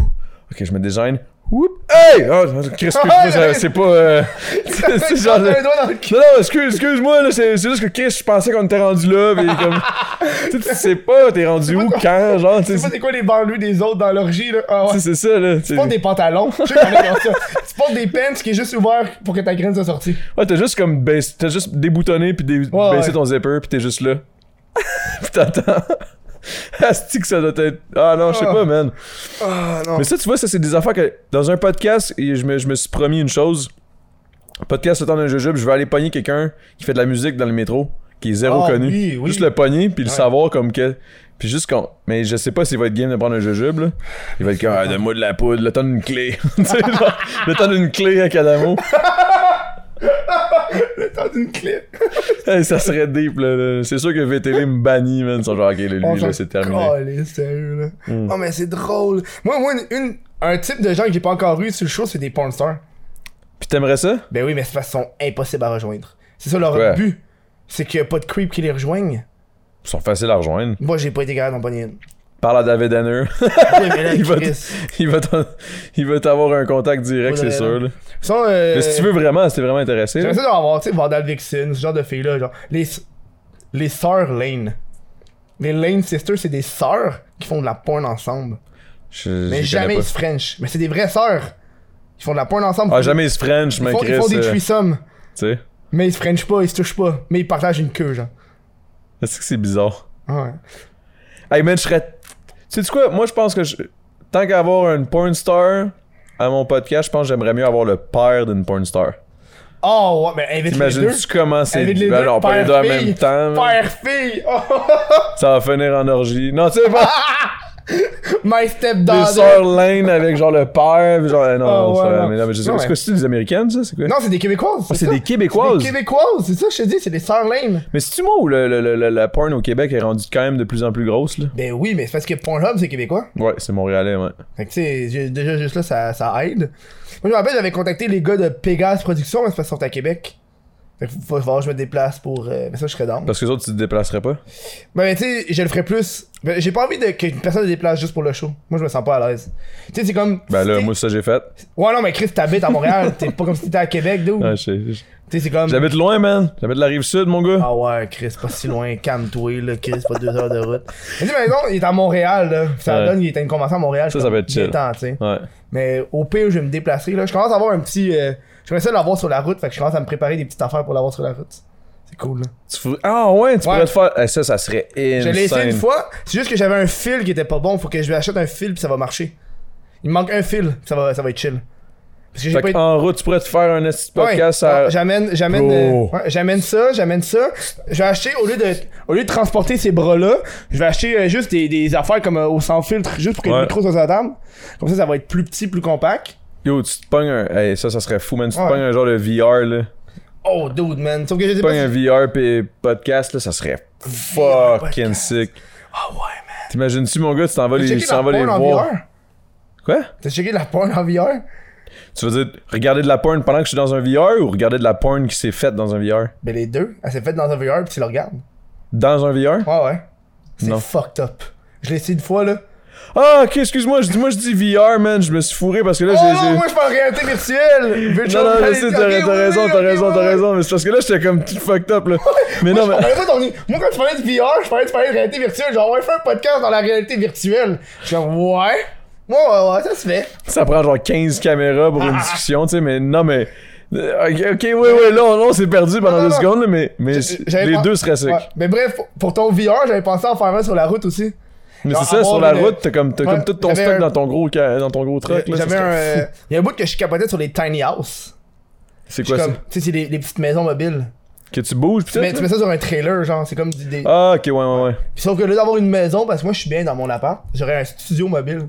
Speaker 2: ok, je me dégaine. Oup! Hey! Oh, Chris, excuse-moi, ça- c'est pas. euh, c'est c'est genre.
Speaker 1: T'as un
Speaker 2: Non,
Speaker 1: doigt dans le cul.
Speaker 2: non, excuse, excuse-moi, là, c'est c'est juste que Chris, je pensais qu'on était rendu là, pis comme. tu sais, tu sais pas, t'es rendu où, quand, genre, tu
Speaker 1: Tu sais pas
Speaker 2: sais.
Speaker 1: c'est quoi les banlieues des autres dans l'orgie, là? Ah
Speaker 2: tu
Speaker 1: ouais.
Speaker 2: sais, C'est ça, là. tu
Speaker 1: Tu portes
Speaker 2: sais.
Speaker 1: des pantalons. Je sais qu'il y en a qui ont ça. Tu portes des pants qui est juste ouvert pour que ta graine soit sortie.
Speaker 2: Ouais, t'as juste comme. baissé- T'as juste déboutonné, pis dé-
Speaker 1: Ouais,
Speaker 2: baissé
Speaker 1: ouais.
Speaker 2: ton zipper, pis t'es juste là. pis t'attends. Asti que ça doit être. Ah non, je sais
Speaker 1: Ah.
Speaker 2: pas, man.
Speaker 1: Ah non.
Speaker 2: Mais ça, tu vois, ça, c'est des affaires que. Dans un podcast, et je me, je me suis promis une chose. Podcast le temps d'un jujube, je vais aller pogner quelqu'un qui fait de la musique dans le métro, qui est zéro
Speaker 1: Ah,
Speaker 2: connu.
Speaker 1: oui, oui.
Speaker 2: Juste le pogner, puis le
Speaker 1: Ouais.
Speaker 2: savoir comme que. Puis juste qu'on. Mais je sais pas s'il va être game de prendre un jujube, là. Il va être comme, ah, donne-moi de la poudre, le temps d'une clé. tu sais, genre, le temps d'une clé à Cadamo.
Speaker 1: T'as une clé.
Speaker 2: Hey, ça serait deep, là. là. C'est sûr que VTV me bannit, man. Ils sont genre, ok, là, lui, là, c'est terminé. Mm.
Speaker 1: Oh, sérieux, là. Oh, mais c'est drôle. Moi, moi, une- une- un type de gens que j'ai pas encore eu sur le show, c'est des pornstars.
Speaker 2: Puis t'aimerais ça?
Speaker 1: Ben oui, mais c'est parce qu'ils sont impossibles à rejoindre. C'est ça leur
Speaker 2: Ouais.
Speaker 1: but. C'est qu'il y a pas de creep qui les rejoignent.
Speaker 2: Ils sont faciles à rejoindre.
Speaker 1: Moi, j'ai pas été capable d'en pogner une.
Speaker 2: Parle à David Hanner.
Speaker 1: Ouais, mais là,
Speaker 2: Il va
Speaker 1: Chris.
Speaker 2: il va t'en- il va t'avoir un contact direct,
Speaker 1: Faudrait,
Speaker 2: c'est sûr.
Speaker 1: là.
Speaker 2: là.
Speaker 1: Sinon, euh,
Speaker 2: Mais si tu veux vraiment, si t'es vraiment intéressé, là,
Speaker 1: J'aimerais ça d'en avoir, tu sais, Vandal Vixen, ce genre de filles-là, genre. Les, les sœurs Lane. Les Lane Sisters, c'est des sœurs qui font de la porn ensemble.
Speaker 2: je,
Speaker 1: Mais
Speaker 2: je connais
Speaker 1: jamais
Speaker 2: pas.
Speaker 1: ils se French. Mais c'est des vraies sœurs. Ils font de la porn ensemble.
Speaker 2: Ah, jamais ils se French,
Speaker 1: ils
Speaker 2: mais
Speaker 1: font,
Speaker 2: Chris.
Speaker 1: ils font des
Speaker 2: euh, tu
Speaker 1: threesomes.
Speaker 2: sais.
Speaker 1: Mais ils se French pas, ils se touchent pas. Mais ils partagent une queue, genre. Ah,
Speaker 2: Est-ce que c'est bizarre?
Speaker 1: Ouais.
Speaker 2: Hey man, je serais. Tu sais quoi? Moi, je pense que je- tant qu'avoir une porn star à mon podcast, je pense que j'aimerais mieux avoir le père d'une porn star.
Speaker 1: Oh, ouais, mais invite les deux.
Speaker 2: T'imagines-tu comment c'est.
Speaker 1: Invite les
Speaker 2: Ben
Speaker 1: deux,
Speaker 2: non, pas les deux en
Speaker 1: père-fille.
Speaker 2: même temps. man.
Speaker 1: Père-fille! Oh,
Speaker 2: Ça va finir en orgie. Non, tu sais pas!
Speaker 1: my
Speaker 2: Des
Speaker 1: stepdaughter!
Speaker 2: sœurs Lane avec genre le père. puis Genre, eh, non,
Speaker 1: Ah, ouais,
Speaker 2: ça-
Speaker 1: non.
Speaker 2: mais non, mais je sais
Speaker 1: Non,
Speaker 2: pas. C'est
Speaker 1: mais-
Speaker 2: quoi, c'est des Américaines, ça? C'est quoi?
Speaker 1: Non, c'est des Québécoises!
Speaker 2: Ah, c'est
Speaker 1: ça.
Speaker 2: des Québécoises!
Speaker 1: Des Québécoises, c'est ça que je te dis, c'est des sœurs Lane.
Speaker 2: Mais c'est-tu moi où le, le- le- le- la porn au Québec est rendue quand même de plus en plus grosse, là?
Speaker 1: Ben oui, mais c'est parce que Pornhub, c'est québécois.
Speaker 2: Ouais, c'est montréalais, ouais.
Speaker 1: Fait que, tu sais, j'ai- déjà juste là, ça, ça aide. Moi, je me rappelle, j'avais contacté les gars de Pégase Productions, mais c'est parce qu'ils sont à Québec. Fait que faut- faut voir, je me déplace pour. euh, mais ça, je serais down.
Speaker 2: Parce que les autres, tu te déplacerais pas.
Speaker 1: Ben, mais tu sais, je le ferais plus. Ben, j'ai pas envie de, qu'une personne se déplace juste pour le show. Moi, je me sens pas à l'aise. Tu sais, c'est comme.
Speaker 2: Ben là,
Speaker 1: si
Speaker 2: moi, ça, j'ai fait.
Speaker 1: t'es- Ouais, non, mais Chris, t'habites à Montréal. T'es pas comme si t'étais à Québec, d'où.
Speaker 2: Ah,
Speaker 1: Tu
Speaker 2: je- je-
Speaker 1: sais, c'est comme.
Speaker 2: J'habite loin, man. J'habite la rive sud, mon gars.
Speaker 1: Ah ouais, Chris, pas si loin, calme-toi, là, Chris, pas deux heures de route. Mais dis, mais non, il est à Montréal, là. Ça
Speaker 2: Ouais.
Speaker 1: donne, il était une convention à Montréal.
Speaker 2: Ça, ça va être chill.
Speaker 1: Temps, tu sais.
Speaker 2: Ouais.
Speaker 1: Mais au pire, je vais me déplacer. Là. Je commence à avoir un petit. Euh, je commence à l'avoir sur la route. Fait que je commence à me préparer des petites affaires pour l'avoir sur la route. C'est cool. Là.
Speaker 2: Tu fous- Ah, ouais, tu
Speaker 1: Ouais.
Speaker 2: pourrais te faire. Eh, ça, ça serait insane.
Speaker 1: Je l'ai essayé une fois. C'est juste que j'avais un fil qui était pas bon. Faut que je lui achète un fil puis ça va marcher. Il me manque un fil. puis Ça va, ça va être chill. Parce que j'ai
Speaker 2: Fait
Speaker 1: pas été-
Speaker 2: en route, tu pourrais te faire un petit podcast
Speaker 1: Ouais, Ah,
Speaker 2: à.
Speaker 1: ouais, J'amène, j'amène,
Speaker 2: Bro.
Speaker 1: euh, ouais, j'amène ça, j'amène ça. Je vais acheter au lieu de, au lieu de transporter ces bras-là, je vais acheter euh, juste des, des affaires comme euh, au sans filtre, juste pour que
Speaker 2: Ouais.
Speaker 1: le micro soit sur la table. Comme ça, ça va être plus petit, plus compact.
Speaker 2: Yo, tu te pognes un. Eh, ça, ça serait fou, man. Tu te
Speaker 1: Ouais.
Speaker 2: pognes un genre de VR, là.
Speaker 1: Oh, dude, man. Sauf que je sais
Speaker 2: Tu
Speaker 1: pas.
Speaker 2: pognes
Speaker 1: si-
Speaker 2: un VR pis podcast, là, ça serait
Speaker 1: VR
Speaker 2: fucking
Speaker 1: podcast.
Speaker 2: sick.
Speaker 1: Ah ouais, man.
Speaker 2: T'imagines-tu, mon gars, tu t'en vas
Speaker 1: T'as
Speaker 2: les, tu
Speaker 1: checké de la
Speaker 2: t'en vas les
Speaker 1: porn en
Speaker 2: voir.
Speaker 1: VR?
Speaker 2: Quoi?
Speaker 1: T'as checké de la porn en VR?
Speaker 2: Tu veux dire regarder de la porn pendant que je suis dans un VR ou regarder de la porn qui s'est faite dans un VR?
Speaker 1: Ben les deux, elle s'est faite dans un VR puis tu le regardes. Ah
Speaker 2: Dans un VR?
Speaker 1: Ouais ouais. C'est
Speaker 2: Non.
Speaker 1: fucked up. Je l'ai essayé une fois là.
Speaker 2: Ah, ok, excuse-moi, je dis, moi je dis VR, man, je me suis fourré parce que là
Speaker 1: Oh
Speaker 2: j'ai.
Speaker 1: non,
Speaker 2: j'ai-
Speaker 1: moi je parle en réalité virtuelle!
Speaker 2: non, non, je sais, t'as t'as raison, t'as raison, t'as raison, mais c'est parce que là j'étais comme tout fucked up là. Mais non, mais.
Speaker 1: Moi, je parlais pas ton- moi, quand tu parlais de VR, je parlais, tu parlais de réalité virtuelle. Genre, ouais, fais un podcast dans la réalité virtuelle. Je suis comme, ouais. Ouais, ouais, ouais, ça se fait.
Speaker 2: Ça prend genre 15 caméras
Speaker 1: Ah.
Speaker 2: pour une discussion, tu sais, mais non, mais. Euh, Ok, ok, oui, oui, là, on, on s'est perdu pendant
Speaker 1: Non, non,
Speaker 2: deux
Speaker 1: non.
Speaker 2: secondes, là, mais, mais
Speaker 1: J'avais
Speaker 2: les
Speaker 1: pas-
Speaker 2: deux seraient sick.
Speaker 1: Ouais. Mais bref, pour- pour ton VR, j'avais pensé en faire un sur la route aussi.
Speaker 2: Mais
Speaker 1: Genre,
Speaker 2: c'est ça,
Speaker 1: avoir
Speaker 2: sur la
Speaker 1: une-
Speaker 2: route, t'as comme, t'as
Speaker 1: Ouais,
Speaker 2: comme tout ton
Speaker 1: j'avais
Speaker 2: stock
Speaker 1: un-
Speaker 2: dans ton gros, ca- dans ton gros truck, là. ça
Speaker 1: J'avais un.
Speaker 2: serait fou.
Speaker 1: euh, Il y a un bout que je capotais sur les tiny house.
Speaker 2: C'est
Speaker 1: Je suis
Speaker 2: quoi ça?
Speaker 1: comme, tu sais, c'est les, les petites maisons mobiles.
Speaker 2: Que tu bouges, pis tout,
Speaker 1: Mais tu
Speaker 2: là?
Speaker 1: mets ça sur un trailer, genre, c'est comme des. des-
Speaker 2: Ah, ok, ouais, ouais, ouais.
Speaker 1: Puis Sauf que là, d'avoir une maison, parce que moi, je suis bien dans mon appart, j'aurais un studio mobile.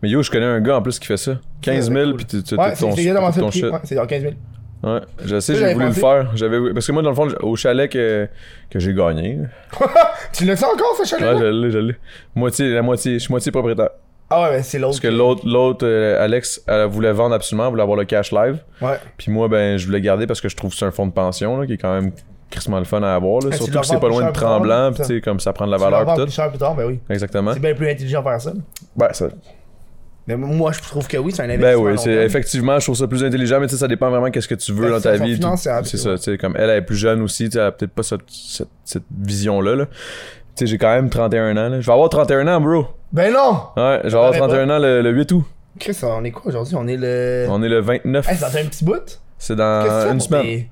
Speaker 2: Mais yo, je connais un gars en plus qui fait ça. 15 000 pis tu, tu,
Speaker 1: Ouais,
Speaker 2: ton,
Speaker 1: c'est c'est exactement
Speaker 2: tout
Speaker 1: ça.
Speaker 2: ton
Speaker 1: le prix.
Speaker 2: shit.
Speaker 1: Ouais, c'est genre 15 000.
Speaker 2: Ouais, je sais,
Speaker 1: Ça,
Speaker 2: j'ai
Speaker 1: j'avais
Speaker 2: voulu le
Speaker 1: pensé.
Speaker 2: faire. J'avais... Parce que moi, dans le fond, j- au chalet que, que j'ai gagné,
Speaker 1: tu l'as fait encore, ce chalet?
Speaker 2: ouais, je l'ai, je l'ai. Moitié, la moitié, je suis moitié propriétaire.
Speaker 1: Ah ouais, mais c'est l'autre.
Speaker 2: Parce que l'autre, l'autre euh, Alex, elle voulait vendre absolument, elle voulait avoir le cash live.
Speaker 1: Ouais.
Speaker 2: Puis moi, ben, je voulais garder parce que je trouve que c'est un fonds de pension, là, qui est quand même crissement le fun à avoir, là.
Speaker 1: Ah, tu
Speaker 2: Surtout
Speaker 1: leur
Speaker 2: que c'est
Speaker 1: vends
Speaker 2: pas
Speaker 1: plus
Speaker 2: loin de
Speaker 1: cher plus tard,
Speaker 2: tremblant, pis
Speaker 1: ça.
Speaker 2: tu sais, comme ça prend de la
Speaker 1: Tu l'en
Speaker 2: valeur
Speaker 1: vends
Speaker 2: pis
Speaker 1: plus
Speaker 2: tout.
Speaker 1: cher plus tard, ben oui.
Speaker 2: Exactement.
Speaker 1: C'est bien plus intelligent de faire ça.
Speaker 2: Ben, ça-
Speaker 1: Mais moi, je trouve que oui, c'est un investissement.
Speaker 2: Ben oui,
Speaker 1: à long
Speaker 2: c'est
Speaker 1: terme.
Speaker 2: effectivement, je trouve ça plus intelligent, mais tu sais, ça dépend vraiment qu'est-ce que tu veux
Speaker 1: La
Speaker 2: dans ta
Speaker 1: situation
Speaker 2: vie.
Speaker 1: Ben, financière,
Speaker 2: C'est
Speaker 1: puis
Speaker 2: ça,
Speaker 1: ouais.
Speaker 2: tu sais, comme elle, elle est plus jeune aussi, tu sais, elle a peut-être pas cette, cette, cette vision-là. Là. Tu sais, j'ai quand même 31 ans, là. Je vais avoir 31 ans, bro.
Speaker 1: Ben non!
Speaker 2: Ouais, je vais avoir
Speaker 1: paraît
Speaker 2: 31 ans le, le 8 août.
Speaker 1: Chris, on est quoi aujourd'hui? On est le.
Speaker 2: On est le 29.
Speaker 1: Hey, ça fait un petit bout?
Speaker 2: C'est
Speaker 1: Qu'est-ce que tu
Speaker 2: dans
Speaker 1: fais
Speaker 2: une
Speaker 1: pour
Speaker 2: semaine.
Speaker 1: tes-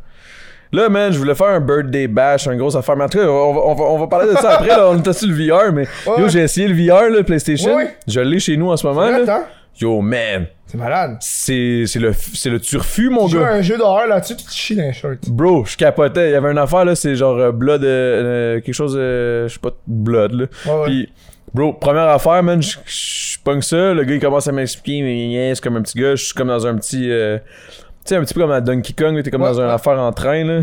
Speaker 2: Là, man, je voulais faire un birthday bash, un gros affaire. Mais en tout cas, on va, on va, on va parler de ça après, là. On était sur le VR, mais.
Speaker 1: Ouais,
Speaker 2: Yo,
Speaker 1: ouais.
Speaker 2: j'ai essayé le VR, là, PlayStation.
Speaker 1: Ouais, ouais.
Speaker 2: Je l'ai chez nous en ce moment, là.
Speaker 1: Attends,
Speaker 2: Yo, man.
Speaker 1: hein. c'est malade.
Speaker 2: C'est c'est le, f- c'est le turfu, mon
Speaker 1: Tu joues
Speaker 2: gars.
Speaker 1: à un jeu d'horreur là-dessus, tu te chies dans les shirts.
Speaker 2: Bro, je capotais. Il y avait une affaire, là, c'est genre euh, Blood, euh, euh, quelque chose, euh, je sais pas, Blood, là.
Speaker 1: Ouais, ouais.
Speaker 2: Puis, bro, première affaire, man, je- je pogne ça. Le gars, il commence à m'expliquer, mais yeah, c'est comme un petit gars, je suis comme dans un petit. euh, tu sais, un petit peu comme à Donkey Kong, là, t'es comme
Speaker 1: Ouais,
Speaker 2: dans une
Speaker 1: ouais. Hmm.
Speaker 2: affaire en train, là.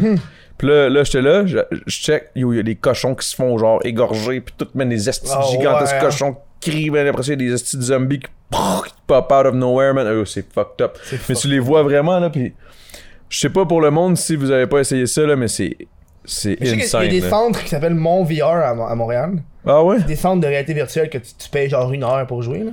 Speaker 2: Puis là, là j'étais là, je, je check, yo, il y a des cochons qui se font genre égorger, puis toutes, man, des estis
Speaker 1: Ah,
Speaker 2: gigantesques
Speaker 1: ouais, hein.
Speaker 2: cochons qui crient, man, après ça, il y a des estis zombies qui prrr, qui pop out of nowhere, man. Oh, c'est fucked up.
Speaker 1: C'est
Speaker 2: Mais
Speaker 1: fort.
Speaker 2: tu les vois vraiment, là, puis je sais pas pour le monde si vous avez pas essayé ça, là, mais c'est. C'est
Speaker 1: Mais tu sais qu'il y a
Speaker 2: insane.
Speaker 1: des
Speaker 2: là.
Speaker 1: centres qui s'appellent Mon VR à, Mo- à Montréal.
Speaker 2: Ah ouais?
Speaker 1: Des centres de réalité virtuelle que tu, tu payes genre une heure pour jouer. Là.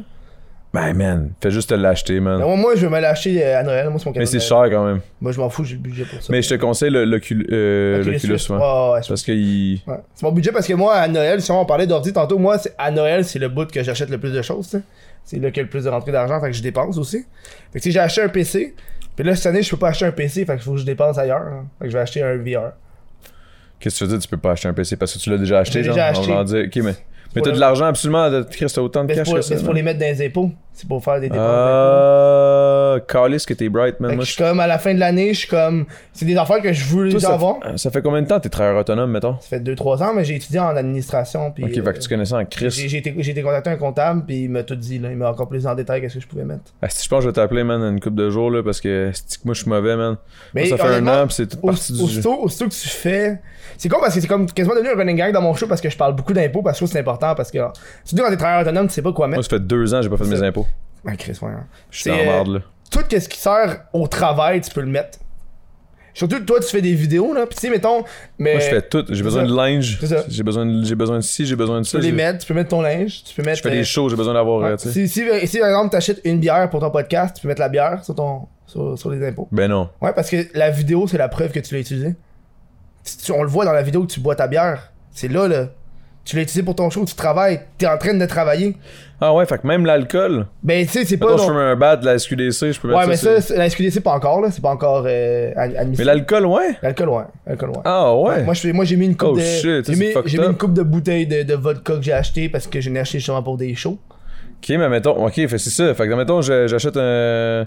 Speaker 2: Ben, man, fais juste te l'acheter, man.
Speaker 1: Mais moi, moi, je vais me lâcher euh, à Noël. Moi, c'est mon cadeau
Speaker 2: Ah. mais
Speaker 1: de
Speaker 2: c'est
Speaker 1: Noël.
Speaker 2: cher quand même.
Speaker 1: Moi, je m'en fous, j'ai le budget pour ça.
Speaker 2: Mais je te conseille le, le, cul- euh,
Speaker 1: Oculus
Speaker 2: le culus,
Speaker 1: Rift,
Speaker 2: ouais.
Speaker 1: ouais, ouais, je-
Speaker 2: Parce que il...
Speaker 1: ouais. C'est mon budget parce que moi, à Noël, si on parlait d'ordi tantôt, moi, c'est- à Noël, c'est le bout que j'achète le plus de choses. tu sais. C'est là qu'il y a le plus de rentrées d'argent, fait que je dépense aussi. Fait que si j'ai acheté un PC, puis là, cette année, je peux pas acheter un PC, fait que faut que je dépense ailleurs. hein. Fait que je vais acheter un VR.
Speaker 2: Qu'est-ce que tu veux dire? Tu peux pas acheter un PC parce que tu l'as déjà acheté,
Speaker 1: J'ai
Speaker 2: genre?
Speaker 1: déjà
Speaker 2: On
Speaker 1: acheté.
Speaker 2: va en dire. Ok, mais, mais
Speaker 1: pour
Speaker 2: t'as de
Speaker 1: le-
Speaker 2: l'argent absolument. de- Christ, t'as autant de
Speaker 1: Mais c'est
Speaker 2: cash
Speaker 1: pour,
Speaker 2: que
Speaker 1: mais
Speaker 2: ça. Euh,
Speaker 1: c'est pour les mettre dans les impôts. C'est pour faire des dépenses. d'impôts.
Speaker 2: Ah, calice que t'es bright, man.
Speaker 1: Fait que
Speaker 2: Moi,
Speaker 1: je suis comme à la fin de l'année, je suis comme. C'est des affaires que je veux
Speaker 2: Toi,
Speaker 1: déjà
Speaker 2: ça,
Speaker 1: avoir.
Speaker 2: fait- ça fait combien de temps t'es travailleur autonome, mettons?
Speaker 1: Ça fait 2-3 ans, mais j'ai étudié en administration. Puis,
Speaker 2: Ok,
Speaker 1: euh,
Speaker 2: fait que tu connais ça en Christ.
Speaker 1: j'ai j'ai été, j'ai été contacté un comptable, puis il m'a tout dit. Là, il m'a encore plus en détail qu'est-ce que je pouvais mettre.
Speaker 2: Ah, si je pense que je vais t'appeler, man, dans une couple de jours, là, parce que asti que moi, je suis mauvais, man.
Speaker 1: Mais
Speaker 2: Moi, ça fait un
Speaker 1: honnêtement,
Speaker 2: an, pis c'est toute
Speaker 1: Au-
Speaker 2: partie du jeu.
Speaker 1: Aussitôt, aussitôt que tu fais. C'est con parce que c'est comme quasiment devenu un running gag dans mon show parce que je parle beaucoup d'impôts parce que je trouve que c'est important. Parce que surtout quand t'es travailleur autonome, tu sais pas quoi
Speaker 2: Moi,
Speaker 1: mettre.
Speaker 2: ça fait deux ans, j'ai pas fait mes
Speaker 1: C'est-
Speaker 2: impôts.
Speaker 1: Ah, Chris, ouais, hein.
Speaker 2: Je suis
Speaker 1: C'est,
Speaker 2: en
Speaker 1: euh,
Speaker 2: merde, là.
Speaker 1: tout ce qui sert au travail, tu peux le mettre. Surtout, toi, tu fais des vidéos, là. Puis, tu sais, mettons. Mais
Speaker 2: Moi, je fais tout. J'ai besoin
Speaker 1: ça.
Speaker 2: de linge.
Speaker 1: euh, C'est ça.
Speaker 2: J'ai besoin, de- j'ai besoin de ci, j'ai besoin de
Speaker 1: Tu
Speaker 2: ça.
Speaker 1: peux les
Speaker 2: j'ai-
Speaker 1: mettre, tu peux mettre ton linge, tu peux mettre.
Speaker 2: Je fais des shows, j'ai besoin d'avoir.
Speaker 1: Ouais.
Speaker 2: euh, tu sais.
Speaker 1: Si, si, si, par exemple, t'achètes une bière pour ton podcast, tu peux mettre la bière sur, ton, sur, sur les impôts.
Speaker 2: Ben non.
Speaker 1: Ouais, parce que la vidéo, c'est la preuve que tu l'as utilisée. Si tu- on le voit dans la vidéo que tu bois ta bière. C'est là, là. Tu l'as utilisé pour ton show, tu travailles, t'es en train de travailler.
Speaker 2: Ah ouais, fait que même l'alcool.
Speaker 1: Ben, tu sais, c'est pas.
Speaker 2: Mettons, je
Speaker 1: non-
Speaker 2: fume un bat de la SQDC, je peux mettre
Speaker 1: Ouais, mais
Speaker 2: ça.
Speaker 1: ça,
Speaker 2: sur-
Speaker 1: c'est- la SQDC, pas encore, là. C'est pas encore euh, ad-
Speaker 2: Mais
Speaker 1: admissible.
Speaker 2: l'alcool, ouais.
Speaker 1: L'alcool, ouais. L'alcool, ouais.
Speaker 2: Ah ouais.
Speaker 1: Moi, je fais- moi, j'ai mis une coupe
Speaker 2: Oh
Speaker 1: de.
Speaker 2: shit, ça,
Speaker 1: j'ai
Speaker 2: c'est
Speaker 1: mis,
Speaker 2: fucked
Speaker 1: j'ai mis
Speaker 2: up.
Speaker 1: une coupe de bouteilles de, de vodka que j'ai acheté parce que j'en ai acheté justement pour des shows.
Speaker 2: Ok, mais mettons, ok, fait que c'est ça. Fait que mettons, je- j'achète un.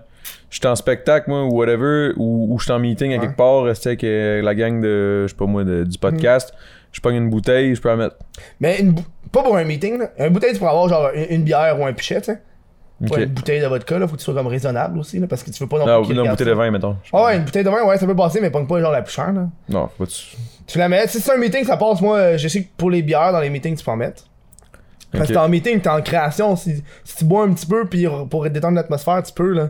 Speaker 2: Je suis en spectacle, moi, ou whatever, ou, ou je suis en meeting à
Speaker 1: Ouais. Mhm.
Speaker 2: quelque part, rester avec euh, la gang de, je sais pas moi, de- du podcast. Je pogne une bouteille, je peux la mettre.
Speaker 1: Mais une bou- pas pour un meeting, là. Un bouteille, tu pourras avoir genre une, une bière ou un pichet, tu sais.
Speaker 2: Ok.
Speaker 1: Ouais, une bouteille de vodka, là, faut que tu sois comme raisonnable aussi, là, parce que tu veux pas non plus.
Speaker 2: non,
Speaker 1: qu'il
Speaker 2: non, une
Speaker 1: regarde ça.
Speaker 2: bouteille de vin, mettons. Je-
Speaker 1: Ah ouais, une bouteille de vin, ouais, ça peut passer, mais pogne pas genre la plus chère, là.
Speaker 2: Non, faut pas tu.
Speaker 1: Tu la mets, si c'est un meeting, ça passe, moi, euh, je sais que pour les bières, dans les meetings, tu peux en mettre. Parce que
Speaker 2: Ok.
Speaker 1: t'es en meeting, t'es en création, si, si tu bois un petit peu, puis pour détendre l'atmosphère, tu peux, là.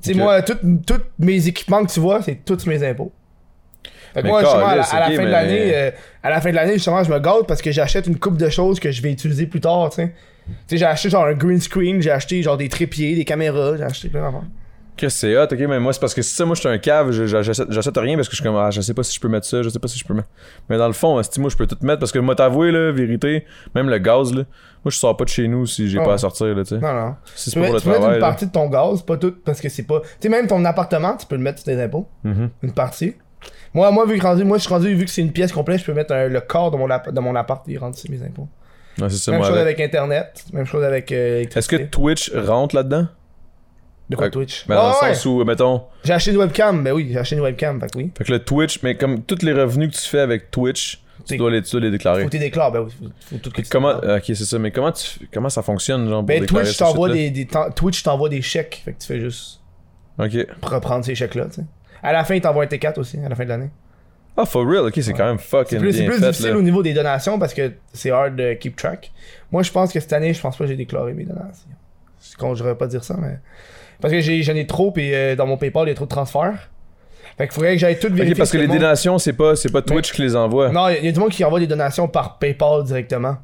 Speaker 1: Tu sais,
Speaker 2: Ok.
Speaker 1: moi, tout- tous mes équipements que tu vois, c'est tous mes impôts. Fait que
Speaker 2: Mais
Speaker 1: moi, justement, à la,
Speaker 2: calisse,
Speaker 1: à la
Speaker 2: ok,
Speaker 1: fin de
Speaker 2: mais-
Speaker 1: l'année, euh, à la fin de l'année, justement, je me gâte parce que j'achète une coupe de choses que je vais utiliser plus tard, tu sais. Tu sais, j'ai acheté genre un green screen, j'ai acheté genre des trépieds, des caméras, j'ai acheté plein d'affaires.
Speaker 2: Chris, c'est hot, ok, mais moi, c'est parce que si ça, moi, je suis un cave, je- je- j'achète j'achète rien parce que je suis comme, ah, je sais pas si je peux mettre ça, je sais pas si je peux mettre. Mais dans le fond, si moi, je peux tout mettre parce que, moi, t'avouer, là, vérité, même le gaz, là, moi, je sors pas de chez nous si j'ai
Speaker 1: Ah
Speaker 2: pas
Speaker 1: ouais.
Speaker 2: à sortir, là, tu sais.
Speaker 1: Non, non. Tu
Speaker 2: Si c'est
Speaker 1: peux,
Speaker 2: pas pour le
Speaker 1: tu peux mettre
Speaker 2: travail.
Speaker 1: une
Speaker 2: là.
Speaker 1: partie de ton gaz, pas tout, parce que c'est pas. Tu sais, même ton appartement, tu peux le mettre sur tes impôts.
Speaker 2: Mhm.
Speaker 1: Une partie. Moi, moi, vu que rendu, moi, je suis rendu, vu que c'est une pièce complète, je peux mettre un- le corps de mon, app- de mon appart et rendre sur mes impôts.
Speaker 2: Ouais, c'est ça,
Speaker 1: Même
Speaker 2: moi,
Speaker 1: chose
Speaker 2: avec.
Speaker 1: avec Internet, même chose avec euh,
Speaker 2: Est-ce que
Speaker 1: électricité.
Speaker 2: Twitch rentre là-dedans
Speaker 1: De quoi
Speaker 2: Fait que-
Speaker 1: Twitch?
Speaker 2: Mais dans
Speaker 1: Ah,
Speaker 2: le
Speaker 1: ouais.
Speaker 2: sens où, mettons,
Speaker 1: J'ai acheté une webcam, ben oui, j'ai acheté une webcam, fait que oui.
Speaker 2: fait que le Twitch, mais comme tous les revenus que tu fais avec Twitch,
Speaker 1: C'est-
Speaker 2: tu dois les, tu dois les déclarer.
Speaker 1: Faut que tu déclares, ben oui, faut, faut tout que tu
Speaker 2: Comment,
Speaker 1: déclares.
Speaker 2: ok, c'est ça, mais comment, tu, comment ça fonctionne, genre, pour
Speaker 1: Ben
Speaker 2: déclarer
Speaker 1: Twitch
Speaker 2: ce
Speaker 1: t'envoie
Speaker 2: shit-là?
Speaker 1: des, des t'en- Twitch t'envoie des chèques, fait que tu fais juste
Speaker 2: Ok.
Speaker 1: reprendre ces chèques-là, tu sais. À la fin, ils t'envoient un T4 aussi, à la fin de l'année.
Speaker 2: Ah, for real, ok, c'est quand même
Speaker 1: C'est
Speaker 2: fucking
Speaker 1: plus, c'est
Speaker 2: bien
Speaker 1: plus
Speaker 2: fait,
Speaker 1: difficile
Speaker 2: là.
Speaker 1: au niveau des donations parce que c'est hard de keep track. Moi, je pense que cette année, je pense pas que j'ai déclaré mes donations. Je con- j'aurais pas dire ça, mais. Parce que j'ai- j'en ai trop, puis euh, dans mon PayPal, il y a trop de transferts. Fait qu'il faudrait que j'aille tout vérifier.
Speaker 2: Ok, parce que
Speaker 1: tout
Speaker 2: les
Speaker 1: le monde-
Speaker 2: donations, c'est pas, c'est pas Twitch qui les envoie.
Speaker 1: Non, il y, a du monde qui envoie des donations par PayPal directement.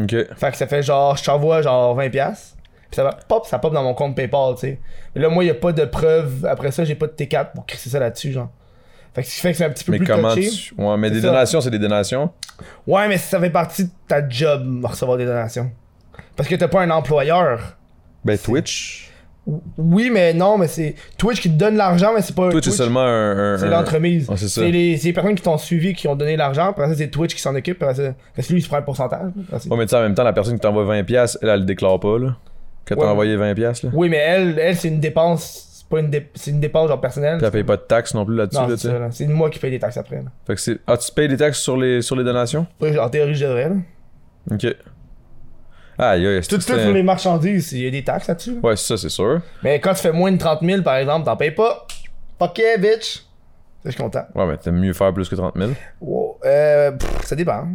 Speaker 2: Ok.
Speaker 1: Fait que ça fait genre, je t'envoie genre 20$. piastres, Puis ça va pop, ça pop dans mon compte PayPal, tu sais. Mais là, moi, il a pas de preuve. Après ça, j'ai pas de T4 pour crisser ça là-dessus, genre. Fait que ce qui fait que c'est un petit peu
Speaker 2: Mais
Speaker 1: plus
Speaker 2: comment
Speaker 1: touché.
Speaker 2: tu. Ouais, mais
Speaker 1: C'est
Speaker 2: des
Speaker 1: ça.
Speaker 2: donations, c'est des donations.
Speaker 1: Ouais, mais ça fait partie de ta job, recevoir des donations. Parce que t'as pas un employeur.
Speaker 2: Ben, Twitch.
Speaker 1: Ou- Oui, mais non, mais c'est Twitch qui te donne l'argent, mais c'est pas
Speaker 2: Twitch, c'est seulement un. un-
Speaker 1: C'est
Speaker 2: un-
Speaker 1: l'entremise.
Speaker 2: Ouais, c'est ça.
Speaker 1: c'est les, c'est les personnes qui t'ont suivi, qui ont donné l'argent. Après ça, c'est Twitch qui s'en occupe. Après ça, parce que lui, il se prend le pourcentage. Ah, Après ça-
Speaker 2: Ouais, mais tu sais, en même temps, la personne qui t'envoie 20$, elle, elle le déclare pas, là. Quand
Speaker 1: Ouais.
Speaker 2: t'as envoyé 20$, là.
Speaker 1: Oui, mais elle, elle c'est une dépense. C'est pas une, dé- c'est une dépense genre personnelle.
Speaker 2: Puis elle paye pas de taxes non plus là-dessus,
Speaker 1: Non,
Speaker 2: là, tu
Speaker 1: c'est
Speaker 2: sais.
Speaker 1: ça, là. C'est moi qui paye les taxes après. là.
Speaker 2: Fait que c'est. Ah, tu payes des taxes sur les, sur les donations
Speaker 1: Ouais, en théorie, je devrais. là.
Speaker 2: Ok. Ah, yeah,
Speaker 1: Tout de suite, pour les marchandises, il y a des taxes là-dessus. là.
Speaker 2: Ouais, ça, c'est sûr.
Speaker 1: Mais quand tu fais moins de 30 000, par exemple, t'en payes pas. Fuck yeah, bitch. Je suis content.
Speaker 2: Ouais, mais t'aimes mieux faire plus que 30 000.
Speaker 1: Wow. Euh, pff, ça dépend.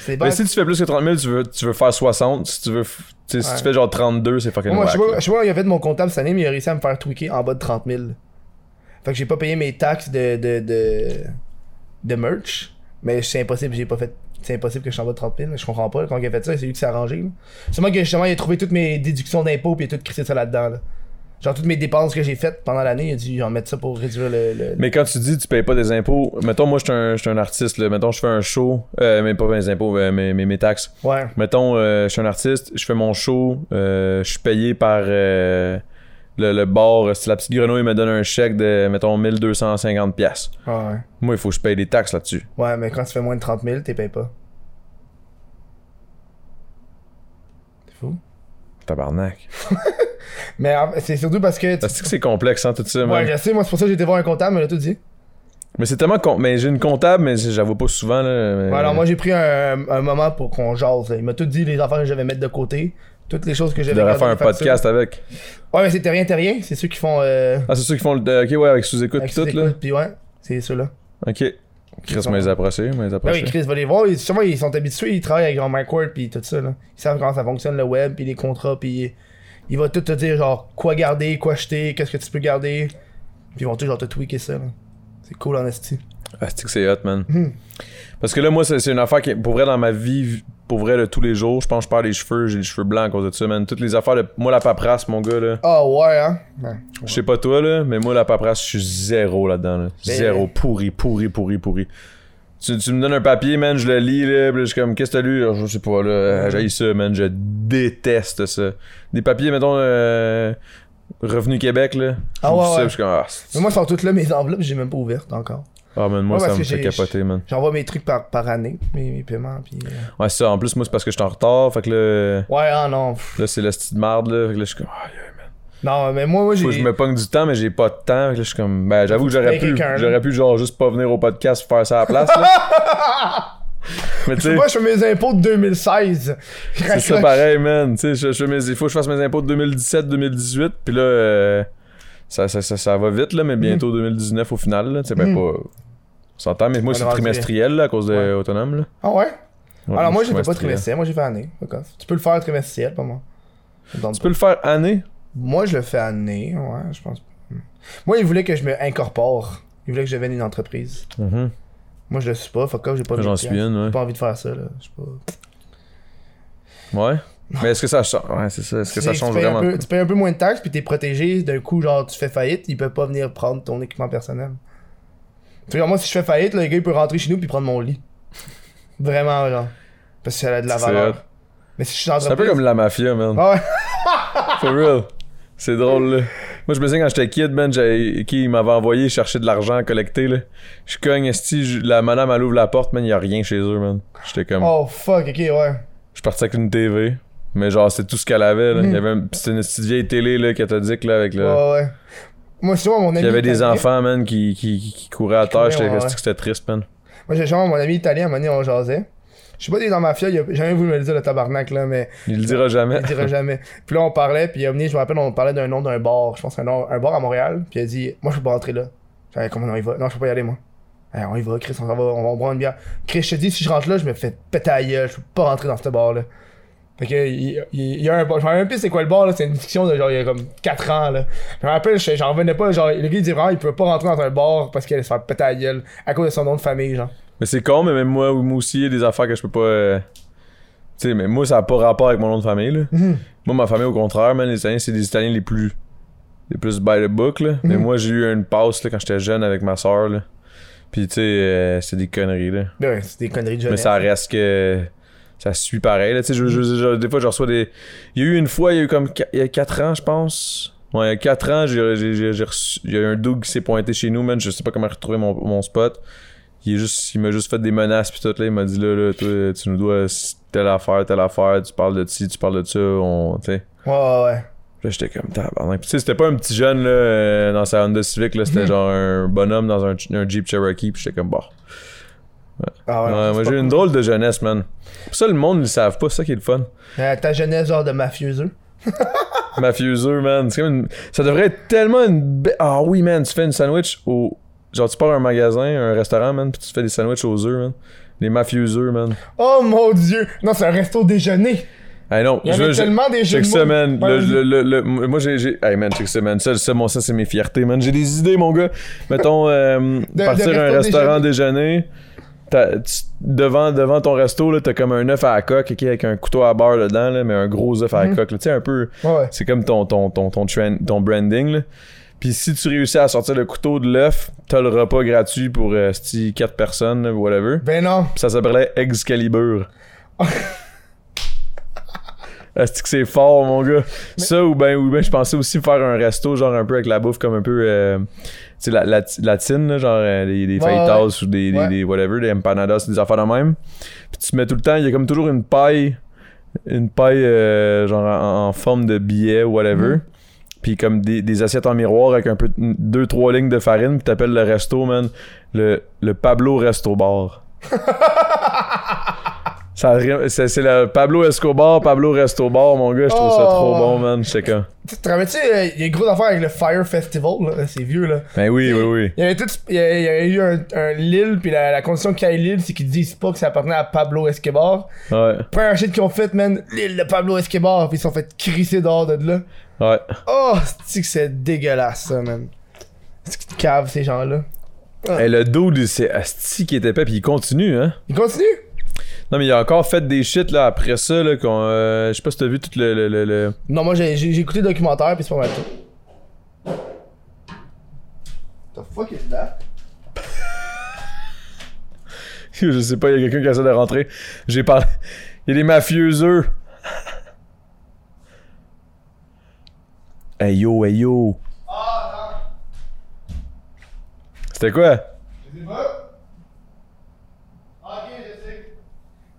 Speaker 1: Ça dépend.
Speaker 2: Mais si tu fais plus que 30 000, tu veux, tu veux faire 60. Si tu veux. f- tu sais, Si
Speaker 1: Ouais.
Speaker 2: tu fais genre 32, c'est fucking
Speaker 1: Moi, je sais
Speaker 2: whack,
Speaker 1: pas-
Speaker 2: là.
Speaker 1: je sais pas, il y avait de mon comptable cette année, mais il a réussi à me faire tweaker en bas de 30 000. Fait que j'ai pas payé mes taxes de, de, de, de merch. Mais c'est impossible, j'ai pas fait. C'est impossible que je suis en bas de 30 000. là. Je comprends pas quand il a fait ça, c'est lui qui s'est arrangé. là. Seulement que justement, il a trouvé toutes mes déductions d'impôts puis il a tout crissé ça là-dedans. là. Genre toutes mes dépenses que j'ai faites pendant l'année, il a dû en mettre ça pour réduire le. le-
Speaker 2: Mais quand tu dis tu payes pas des impôts, mettons moi je suis un, je suis un artiste, là. mettons je fais un show, euh, mais pas mes impôts, euh, mes, mes, mes taxes.
Speaker 1: Ouais.
Speaker 2: Mettons euh, je suis un artiste, je fais mon show, euh, je suis payé par euh, le, le bar, si la petite grenouille me donne un chèque de mettons 1250 pièces.
Speaker 1: Ah ouais.
Speaker 2: Moi il faut que je paye des taxes là-dessus.
Speaker 1: Ouais, mais quand tu fais moins de 30 000, t'es payes pas. C'est fou.
Speaker 2: Tabarnak.
Speaker 1: Mais en- c'est surtout parce que. tu-
Speaker 2: C'est que c'est complexe hein tout ça. man.
Speaker 1: Ouais, je sais, moi c'est pour ça que j'ai été voir un comptable, mais il a tout dit.
Speaker 2: Mais c'est tellement com- mais j'ai une comptable mais j'avoue pas souvent là. mais-
Speaker 1: Ouais, alors moi j'ai pris un, un moment pour qu'on jase. là. Il m'a tout dit les affaires que je vais mettre de côté, toutes les choses que
Speaker 2: je
Speaker 1: j'avais.
Speaker 2: devrais
Speaker 1: gardées
Speaker 2: faire un
Speaker 1: dans les factures.
Speaker 2: podcast avec.
Speaker 1: Ouais, mais c'est rien, t'es rien. C'est ceux qui font. Euh,
Speaker 2: Ah c'est ceux qui font le OK ouais avec sous écoute
Speaker 1: avec
Speaker 2: tout
Speaker 1: ses
Speaker 2: là.
Speaker 1: écoutes, Puis ouais, c'est ceux-là.
Speaker 2: OK. Chris m'a les approchés, m'a les
Speaker 1: Ah
Speaker 2: approchés.
Speaker 1: oui, Chris va les voir. Ils, sûrement, ils sont habitués, ils travaillent avec genre Mike Ward puis tout ça. Là. Ils savent comment ça fonctionne le web puis les contrats puis il va tout te dire genre quoi garder, quoi acheter, qu'est-ce que tu peux garder. Puis ils vont tout genre te tweaker ça. là. C'est cool en esti.
Speaker 2: Ah, c'est que c'est hot, man.
Speaker 1: Hmm.
Speaker 2: Parce que là, moi, c'est c'est une affaire qui, est- pour vrai, dans ma vie, pour vrai, de tous les jours, je pense que je perds les cheveux, j'ai les cheveux blancs à cause de ça, man. Toutes les affaires, de, moi, la paperasse, mon gars, là.
Speaker 1: Ah ouais, hein. Ouais.
Speaker 2: Je sais pas toi, là, mais moi, la paperasse, je suis zéro là-dedans, là.
Speaker 1: Ben, euh,
Speaker 2: Zéro. Pourri, pourri, pourri, pourri. Tu, tu me donnes un papier, man, je le lis, là, puis là, je suis comme, qu'est-ce que t'as lu? Je sais pas,
Speaker 1: Hmm.
Speaker 2: là, j'ai ça, man, je déteste ça. Des papiers, mettons, euh, Revenu Québec, là.
Speaker 1: Ah
Speaker 2: J'ouvre
Speaker 1: ouais,
Speaker 2: ça,
Speaker 1: ouais.
Speaker 2: puis je suis comme, ah, c'est-
Speaker 1: Mais moi, ils sont toutes là, mes enveloppes, j'ai même pas ouvertes encore.
Speaker 2: ah, man, moi,
Speaker 1: Ouais,
Speaker 2: ça
Speaker 1: parce
Speaker 2: me
Speaker 1: que
Speaker 2: fait
Speaker 1: j'ai-
Speaker 2: capoter, man.
Speaker 1: J'envoie mes trucs par, par année, mes, mes paiements. Puis, euh,
Speaker 2: Ouais, c'est ça. En plus, moi, c'est parce que je suis en retard. Fait que là,
Speaker 1: Ouais, ah non. pff.
Speaker 2: là c'est la petite marde. Là. Fait que là, je suis comme. Ah, yeah, man.
Speaker 1: Non, mais moi, moi j'ai.
Speaker 2: Faut que je me pogne du temps, mais j'ai pas de temps. Fait que là, je suis comme. Ben, j'avoue que j'aurais
Speaker 1: payes
Speaker 2: pu.
Speaker 1: quelqu'un, là.
Speaker 2: J'aurais pu, genre, juste pas venir au podcast pour faire ça à la place. là. mais tu sais.
Speaker 1: Moi, je fais mes impôts de 2016.
Speaker 2: C'est ça bah. pareil, man. Tu sais, je, je fais mes- il faut que je fasse mes impôts de 2017-2018. Puis là, euh, ça, ça, ça, ça va vite, là, mais bientôt 2019 au final. Là, tu sais, ben
Speaker 1: Mm.
Speaker 2: pas. On s'entend, mais moi,
Speaker 1: On
Speaker 2: c'est
Speaker 1: avance bien.
Speaker 2: trimestriel là, à cause de
Speaker 1: Ouais.
Speaker 2: Autonome. Là.
Speaker 1: Ah ouais?
Speaker 2: Ouais,
Speaker 1: Alors, moi,
Speaker 2: je
Speaker 1: j'ai
Speaker 2: suis
Speaker 1: fait pas trimestriel. Moi, j'ai fait année. Fuck off. Tu peux le faire trimestriel, pas moi. Ça me tente
Speaker 2: Tu peux le faire année
Speaker 1: pas. Moi, je le fais année. Ouais, je pense. pas. Hmm. Moi, ils voulaient que je me incorpore. Ils voulaient que je devienne une entreprise.
Speaker 2: Mhm.
Speaker 1: Moi, je le suis pas. Fuck off, j'ai pas
Speaker 2: J'en
Speaker 1: de
Speaker 2: suis
Speaker 1: pièces.
Speaker 2: une, ouais.
Speaker 1: J'ai pas envie de faire ça, là. Je sais pas.
Speaker 2: Ouais. Mais est-ce que ça change Ouais, c'est ça. Est-ce que
Speaker 1: Tu
Speaker 2: ça
Speaker 1: sais,
Speaker 2: change
Speaker 1: tu payes un
Speaker 2: vraiment
Speaker 1: peu- Tu payes un peu moins de taxes, puis t'es protégé. D'un coup, genre, tu fais faillite, ils peuvent pas venir prendre ton équipement personnel. Tu sais, genre, moi, si je fais faillite, là, le gars, il peut rentrer chez nous puis prendre mon lit. Vraiment, genre. Parce que ça a de la
Speaker 2: C'est
Speaker 1: valeur. Mais si je suis dans
Speaker 2: C'est un peu comme la mafia, man.
Speaker 1: Ah ouais.
Speaker 2: For real. C'est drôle, là. Moi, je me souviens quand j'étais kid, man, j'avais- qui il m'avait envoyé chercher de l'argent à collecter, là. Je cogne, esti, je- la madame, elle ouvre la porte, man, y a rien chez eux, man. J'étais comme.
Speaker 1: Oh fuck, ok, Oh, ouais.
Speaker 2: Je partais avec une TV. Mais genre, c'est tout ce qu'elle avait. Là. Il y avait une, c'était une petite vieille télé là, cathodique là, avec le.
Speaker 1: Ouais, ouais. Moi, sinon, mon ami.
Speaker 2: il y avait des
Speaker 1: italien-
Speaker 2: enfants, man, qui, qui, qui- qui couraient à terre.
Speaker 1: couraient,
Speaker 2: J'étais
Speaker 1: ouais, ouais.
Speaker 2: c'était- c'était triste, man.
Speaker 1: Moi, j'ai genre mon ami italien, à un moment donné, on jasait. Je sais pas, il est dans ma fille, il a jamais voulu me le dire le tabarnak, là, mais
Speaker 2: Il le dira jamais.
Speaker 1: il dira jamais. Puis là, on parlait, puis il a venu, je me rappelle, on parlait d'un nom d'un bar, je pense un, nom- un bar à Montréal, puis il a dit, moi, je peux pas rentrer là. J'avais comment on y va? Non, je peux pas y aller, moi. Eh, on y va, Chris, on s'en va, on va boire une bière. Chris, je te dis, si je rentre là, je me fais péter à la gueule, je peux pas rentrer dans ce bar-là. Fait que, il, il- il y a un bar, je me rappelle même plus c'est quoi le bar, là, c'est une fiction de genre, il y a comme 4 ans, là. Je me rappelle, je- j'en revenais pas, genre, le gars, il dit vraiment, il peut pas rentrer dans un bar parce qu'il allait se faire péter à la gueule à cause de son nom de famille, genre.
Speaker 2: Mais c'est con, mais même moi, moi aussi, il y a des affaires que je peux pas. euh, Tu sais, mais moi, ça a pas rapport avec mon nom de famille, là. Moi, ma famille, au contraire, man, les Italiens, c'est des Italiens les plus. les plus by the book, là. Mais moi, j'ai eu une passe, là, quand j'étais jeune avec ma soeur, là. Puis, tu sais, euh, c'est des conneries, là.
Speaker 1: Ben ouais, c'est des conneries de
Speaker 2: Mais
Speaker 1: jeunesse.
Speaker 2: ça reste que. Ça suit pareil, là. Tu sais, je- je- je- des fois, je reçois des. Il y a eu une fois, il y a eu comme. qua- Il y a 4 ans, je pense. Ouais, il y a 4 ans, j'ai, j'ai- j'ai- j'ai reçu- il y a eu un doug qui s'est pointé chez nous, man. Je sais pas comment retrouver mon, mon spot. Il, est juste, il m'a juste fait des menaces, pis tout, là. Il m'a dit, là, là, toi, tu nous dois telle affaire, telle affaire. Tu parles de ci, tu parles de ça. On. Tu sais.
Speaker 1: Ouais, ouais, ouais.
Speaker 2: Là, j'étais comme tabarnak. Puis, tu sais, c'était pas un petit jeune, là, euh, dans sa Honda Civic, là. C'était genre un bonhomme dans un, un Jeep Cherokee, pis j'étais comme, bah.
Speaker 1: Ah
Speaker 2: Ouais,
Speaker 1: c'est
Speaker 2: moi
Speaker 1: pas
Speaker 2: j'ai eu une
Speaker 1: cool.
Speaker 2: drôle de jeunesse, man. Pour ça, le monde, ils le savent pas, c'est ça qui est le fun.
Speaker 1: Euh, ta jeunesse, genre de mafieux.
Speaker 2: Mafieux, man. C'est comme une- Ça devrait être tellement une. be- Ah oui, man, tu fais une sandwich au. Genre, tu pars à un magasin, un restaurant, man, puis tu fais des sandwichs aux œufs, man. Les mafieux œufs, man.
Speaker 1: Oh mon dieu! Non, c'est un resto déjeuner!
Speaker 2: Hey, non,
Speaker 1: Il y en a tellement des jeux
Speaker 2: Check
Speaker 1: de
Speaker 2: ça,
Speaker 1: mots.
Speaker 2: man.
Speaker 1: Ouais,
Speaker 2: Le-
Speaker 1: vas-y.
Speaker 2: le- le- le- moi, j'ai. j'ai- Hey, man, check ça, man. Ça, ça, mon, ça c'est mes fiertés, man. J'ai des idées, mon gars. Mettons, euh,
Speaker 1: de
Speaker 2: partir à un
Speaker 1: resto
Speaker 2: restaurant déjeuner. t'as- tu- devant, devant ton resto, là, t'as comme un œuf à la coque, ok, avec un couteau à beurre dedans, là, mais un gros œuf à
Speaker 1: Mhm.
Speaker 2: la coque. là. Tu sais, un peu.
Speaker 1: Ouais, ouais.
Speaker 2: C'est comme ton, ton, ton, ton, trend- ton branding, là. Puis si tu réussis à sortir le couteau de l'œuf, t'as le repas gratuit pour 4 personnes, là, whatever.
Speaker 1: Ben non!
Speaker 2: Ça s'appelait Excalibur. Est-ce que c'est fort, mon gars? Ça, ou ben, ou ben, je pensais aussi faire un resto, genre un peu avec la bouffe, comme un peu. euh, tu sais, la, la- latine, là, genre euh, des, des
Speaker 1: Ouais,
Speaker 2: fajitas ou des, des-
Speaker 1: Ouais.
Speaker 2: des whatever, des empanadas, des affaires de même. Puis tu mets tout le temps, il y a comme toujours une paille, une paille, euh, genre en, en forme de billet, whatever. Puis comme des, des assiettes en miroir avec un peu, deux, trois lignes de farine, puis t'appelles le resto, man, le, le Pablo Resto Bar. Ça rime- C'est c'est le Pablo Escobar, Pablo Resto Bar, mon gars. Je trouve ça
Speaker 1: Oh.
Speaker 2: trop bon, man. Je sais quand.
Speaker 1: Tu te rappelles-tu, euh, il y a une grosse affaire avec le Fire Festival, là? C'est vieux, là.
Speaker 2: Ben oui, oui, oui.
Speaker 1: Il y avait, tout, il y avait, il y avait eu un, un Lille, puis la, la condition qu'il y ait Lille, c'est qu'ils disent pas que ça appartenait à Pablo Escobar.
Speaker 2: Ouais,
Speaker 1: Première shit qu'ils ont faite, man, l'île de Pablo Escobar, puis ils se sont fait crisser dehors de là.
Speaker 2: ouais.
Speaker 1: Oh, c'est que c'est dégueulasse, ça, man. C'est qu'ils cavent, ces gens-là.
Speaker 2: Et le dude, c'est Asti qui était épais, puis il continue, hein.
Speaker 1: Ils continuent?
Speaker 2: Non, mais il a encore fait des shit, là, après ça, là, qu'on. euh, je sais pas si t'as vu tout le. le, le, le-
Speaker 1: Non, moi, j'ai j'ai- j'ai écouté le documentaire, puis c'est pas mal tout. The fuck is that?
Speaker 2: Je sais pas, il y a quelqu'un qui essaie de rentrer. J'ai parlé. Il y a des mafieux, eux. hey yo, hey yo. C'était quoi?
Speaker 1: Je sais pas. Ah, ok, je sais.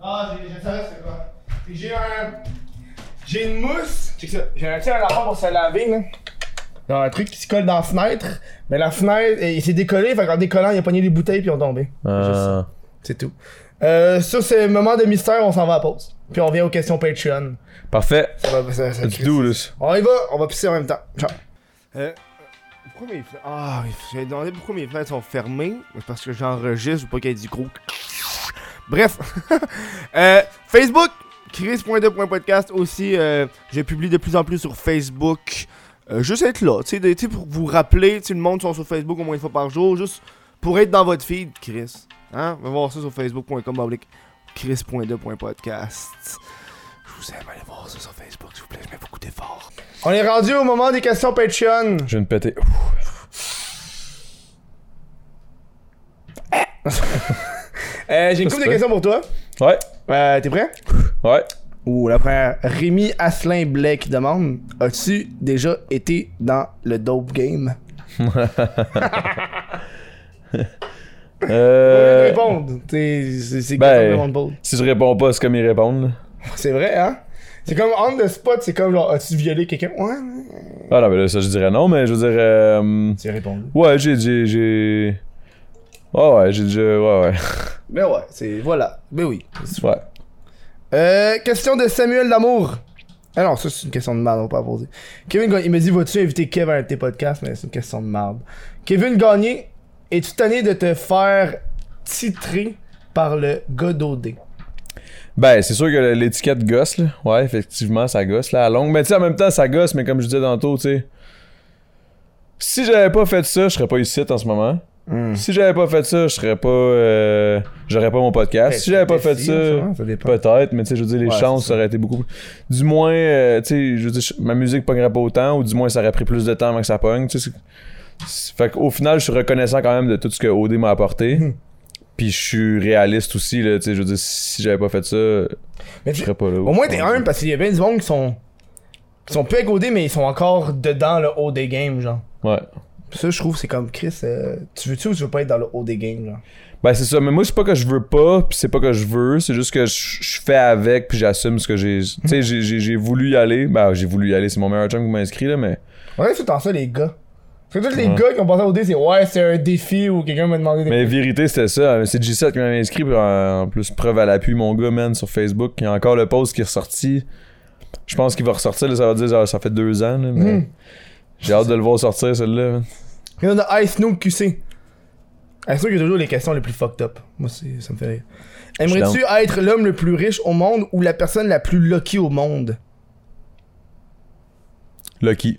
Speaker 1: Ah, j'ai- je savais c'est quoi. C'est que J'ai un. J'ai une mousse. Check ça. J'ai un petit un enfant pour se laver, là. Il y a un truc qui se colle dans la fenêtre. Mais la fenêtre, eh, il s'est décollé. Fait qu'en décollant, il a pogné des bouteilles puis ils ont tombé.
Speaker 2: Ah.
Speaker 1: C'est tout. Euh, sur ce moment de mystère, on s'en va à pause. Puis on revient aux questions Patreon.
Speaker 2: Parfait.
Speaker 1: Ça va- ça- ça-
Speaker 2: Du douce.
Speaker 1: On y va, on va pisser en même temps. Ciao.
Speaker 4: Euh, pourquoi mes fenêtres. Ah, oui, j'avais demandé pourquoi mes fenêtres sont fermées. C'est Parce que j'enregistre ou pas qu'il y ait du gros. Bref. Euh, Facebook, Chris.2.podcast aussi. euh, je publie de plus en plus sur Facebook. Euh, juste être là, tu sais, de- tu sais, pour vous rappeler. Tu sais, le monde sont sur Facebook au moins une fois par jour. Juste pour être dans votre feed, Chris. Hein? Va voir ça sur facebook.com. oblique Chris.2.podcast. Je vous aime, allez voir ça sur Facebook, s'il vous plaît. Je mets beaucoup d'efforts.
Speaker 1: On est rendu au moment des questions Patreon.
Speaker 2: Je viens de péter.
Speaker 1: Euh, j'ai une couple de
Speaker 2: c'est
Speaker 1: questions pour toi.
Speaker 2: Ouais,
Speaker 1: Euh, T'es prêt?
Speaker 2: ouais.
Speaker 1: Ouh, la première. Rémi Asselin Blais qui demande As-tu déjà été dans le dope game
Speaker 2: Euh,
Speaker 1: Répondre. T'sais, C'est c'est
Speaker 2: ben-
Speaker 1: question de répondre.
Speaker 2: si je réponds pas, c'est comme ils répondent. là.
Speaker 1: C'est vrai, hein C'est comme on the spot, c'est comme genre, as-tu violé quelqu'un? Ouais, ouais.
Speaker 2: Ah non, mais là, ça, je dirais non, mais je veux dire. euh,
Speaker 1: Tu as répondu.
Speaker 2: ouais, j'ai. j'ai- j'ai. Ouais, ouais, j'ai déjà. Ouais, ouais.
Speaker 1: Ben ouais, c'est. Voilà. Ben oui.
Speaker 2: Ouais.
Speaker 1: Euh, question de Samuel Lamour. Ah non, ça c'est une question de merde, on peut pas poser. Kevin Gagné, il me dit vas-tu inviter Kevin à tes podcasts, mais c'est une question de merde. Kevin Gagné, es-tu tanné de te faire titrer par le Gododé?
Speaker 2: Ben, c'est sûr que l'étiquette gosse, là. Ouais, effectivement, ça gosse, là, à longue. Mais tu sais, en même temps, ça gosse, mais comme je disais tantôt, tu sais. Si j'avais pas fait ça, je serais pas ici en ce moment. Si j'avais pas fait ça, je serais pas. euh, J'aurais pas mon
Speaker 1: Ben,
Speaker 2: podcast. Ah, si j'avais pas fait ça.
Speaker 1: hein, ça dépend.
Speaker 2: Peut-être, mais tu sais, je veux dire, les
Speaker 1: Ouais,
Speaker 2: chances auraient été beaucoup plus. Du moins, euh, tu sais, je veux dire, ma musique pognerait pas autant, ou du moins, ça aurait pris plus de temps avant que ça pogne. tu sais, c'est- c'est- Fait qu'au final, je suis reconnaissant quand même de tout ce que OD m'a apporté. Puis je suis réaliste aussi, là, tu sais, je veux dire, si j'avais pas fait ça,
Speaker 1: Mais
Speaker 2: je
Speaker 1: tu-
Speaker 2: serais pas là.
Speaker 1: Au moins t'es un parce qu'il y a bien du monde qui sont. qui sont peu à Godé, mais ils sont encore dedans le haut des games, genre.
Speaker 2: Ouais.
Speaker 1: Ça, je trouve, c'est comme Chris, euh, tu veux-tu ou tu veux pas être dans le haut des games, genre?
Speaker 2: Ben, c'est ça, mais moi, c'est pas que je veux pas, puis c'est pas que je veux, c'est juste que je je fais avec, puis j'assume ce que j'ai. Tu sais, j'ai- j'ai j'ai voulu y aller. Ben, j'ai voulu y aller, c'est mon meilleur chum qui m'a inscrit, là, mais.
Speaker 1: On dirait tout le temps ça, les gars. Parce que tous les gars qui ont passé au dé, c'est ouais, c'est un défi ou quelqu'un m'a demandé des
Speaker 2: Mais vérité, c'était ça. C'est G7 qui m'avait inscrit. puis en en plus, preuve à l'appui, mon gars, man, sur Facebook. Il y a encore le post qui est ressorti. Je pense qu'il va ressortir. là, ça va dire genre, ça fait deux ans. là, mais
Speaker 1: Mm.
Speaker 2: J'ai hâte de le voir sortir, celle-là. man.
Speaker 1: Il y en a Ice Noob QC. Ice Noob, il y a toujours les questions les plus fucked up. Moi, c'est- ça me fait rire. Aimerais-tu être l'homme le plus riche au monde ou la personne la plus lucky au monde
Speaker 2: Lucky.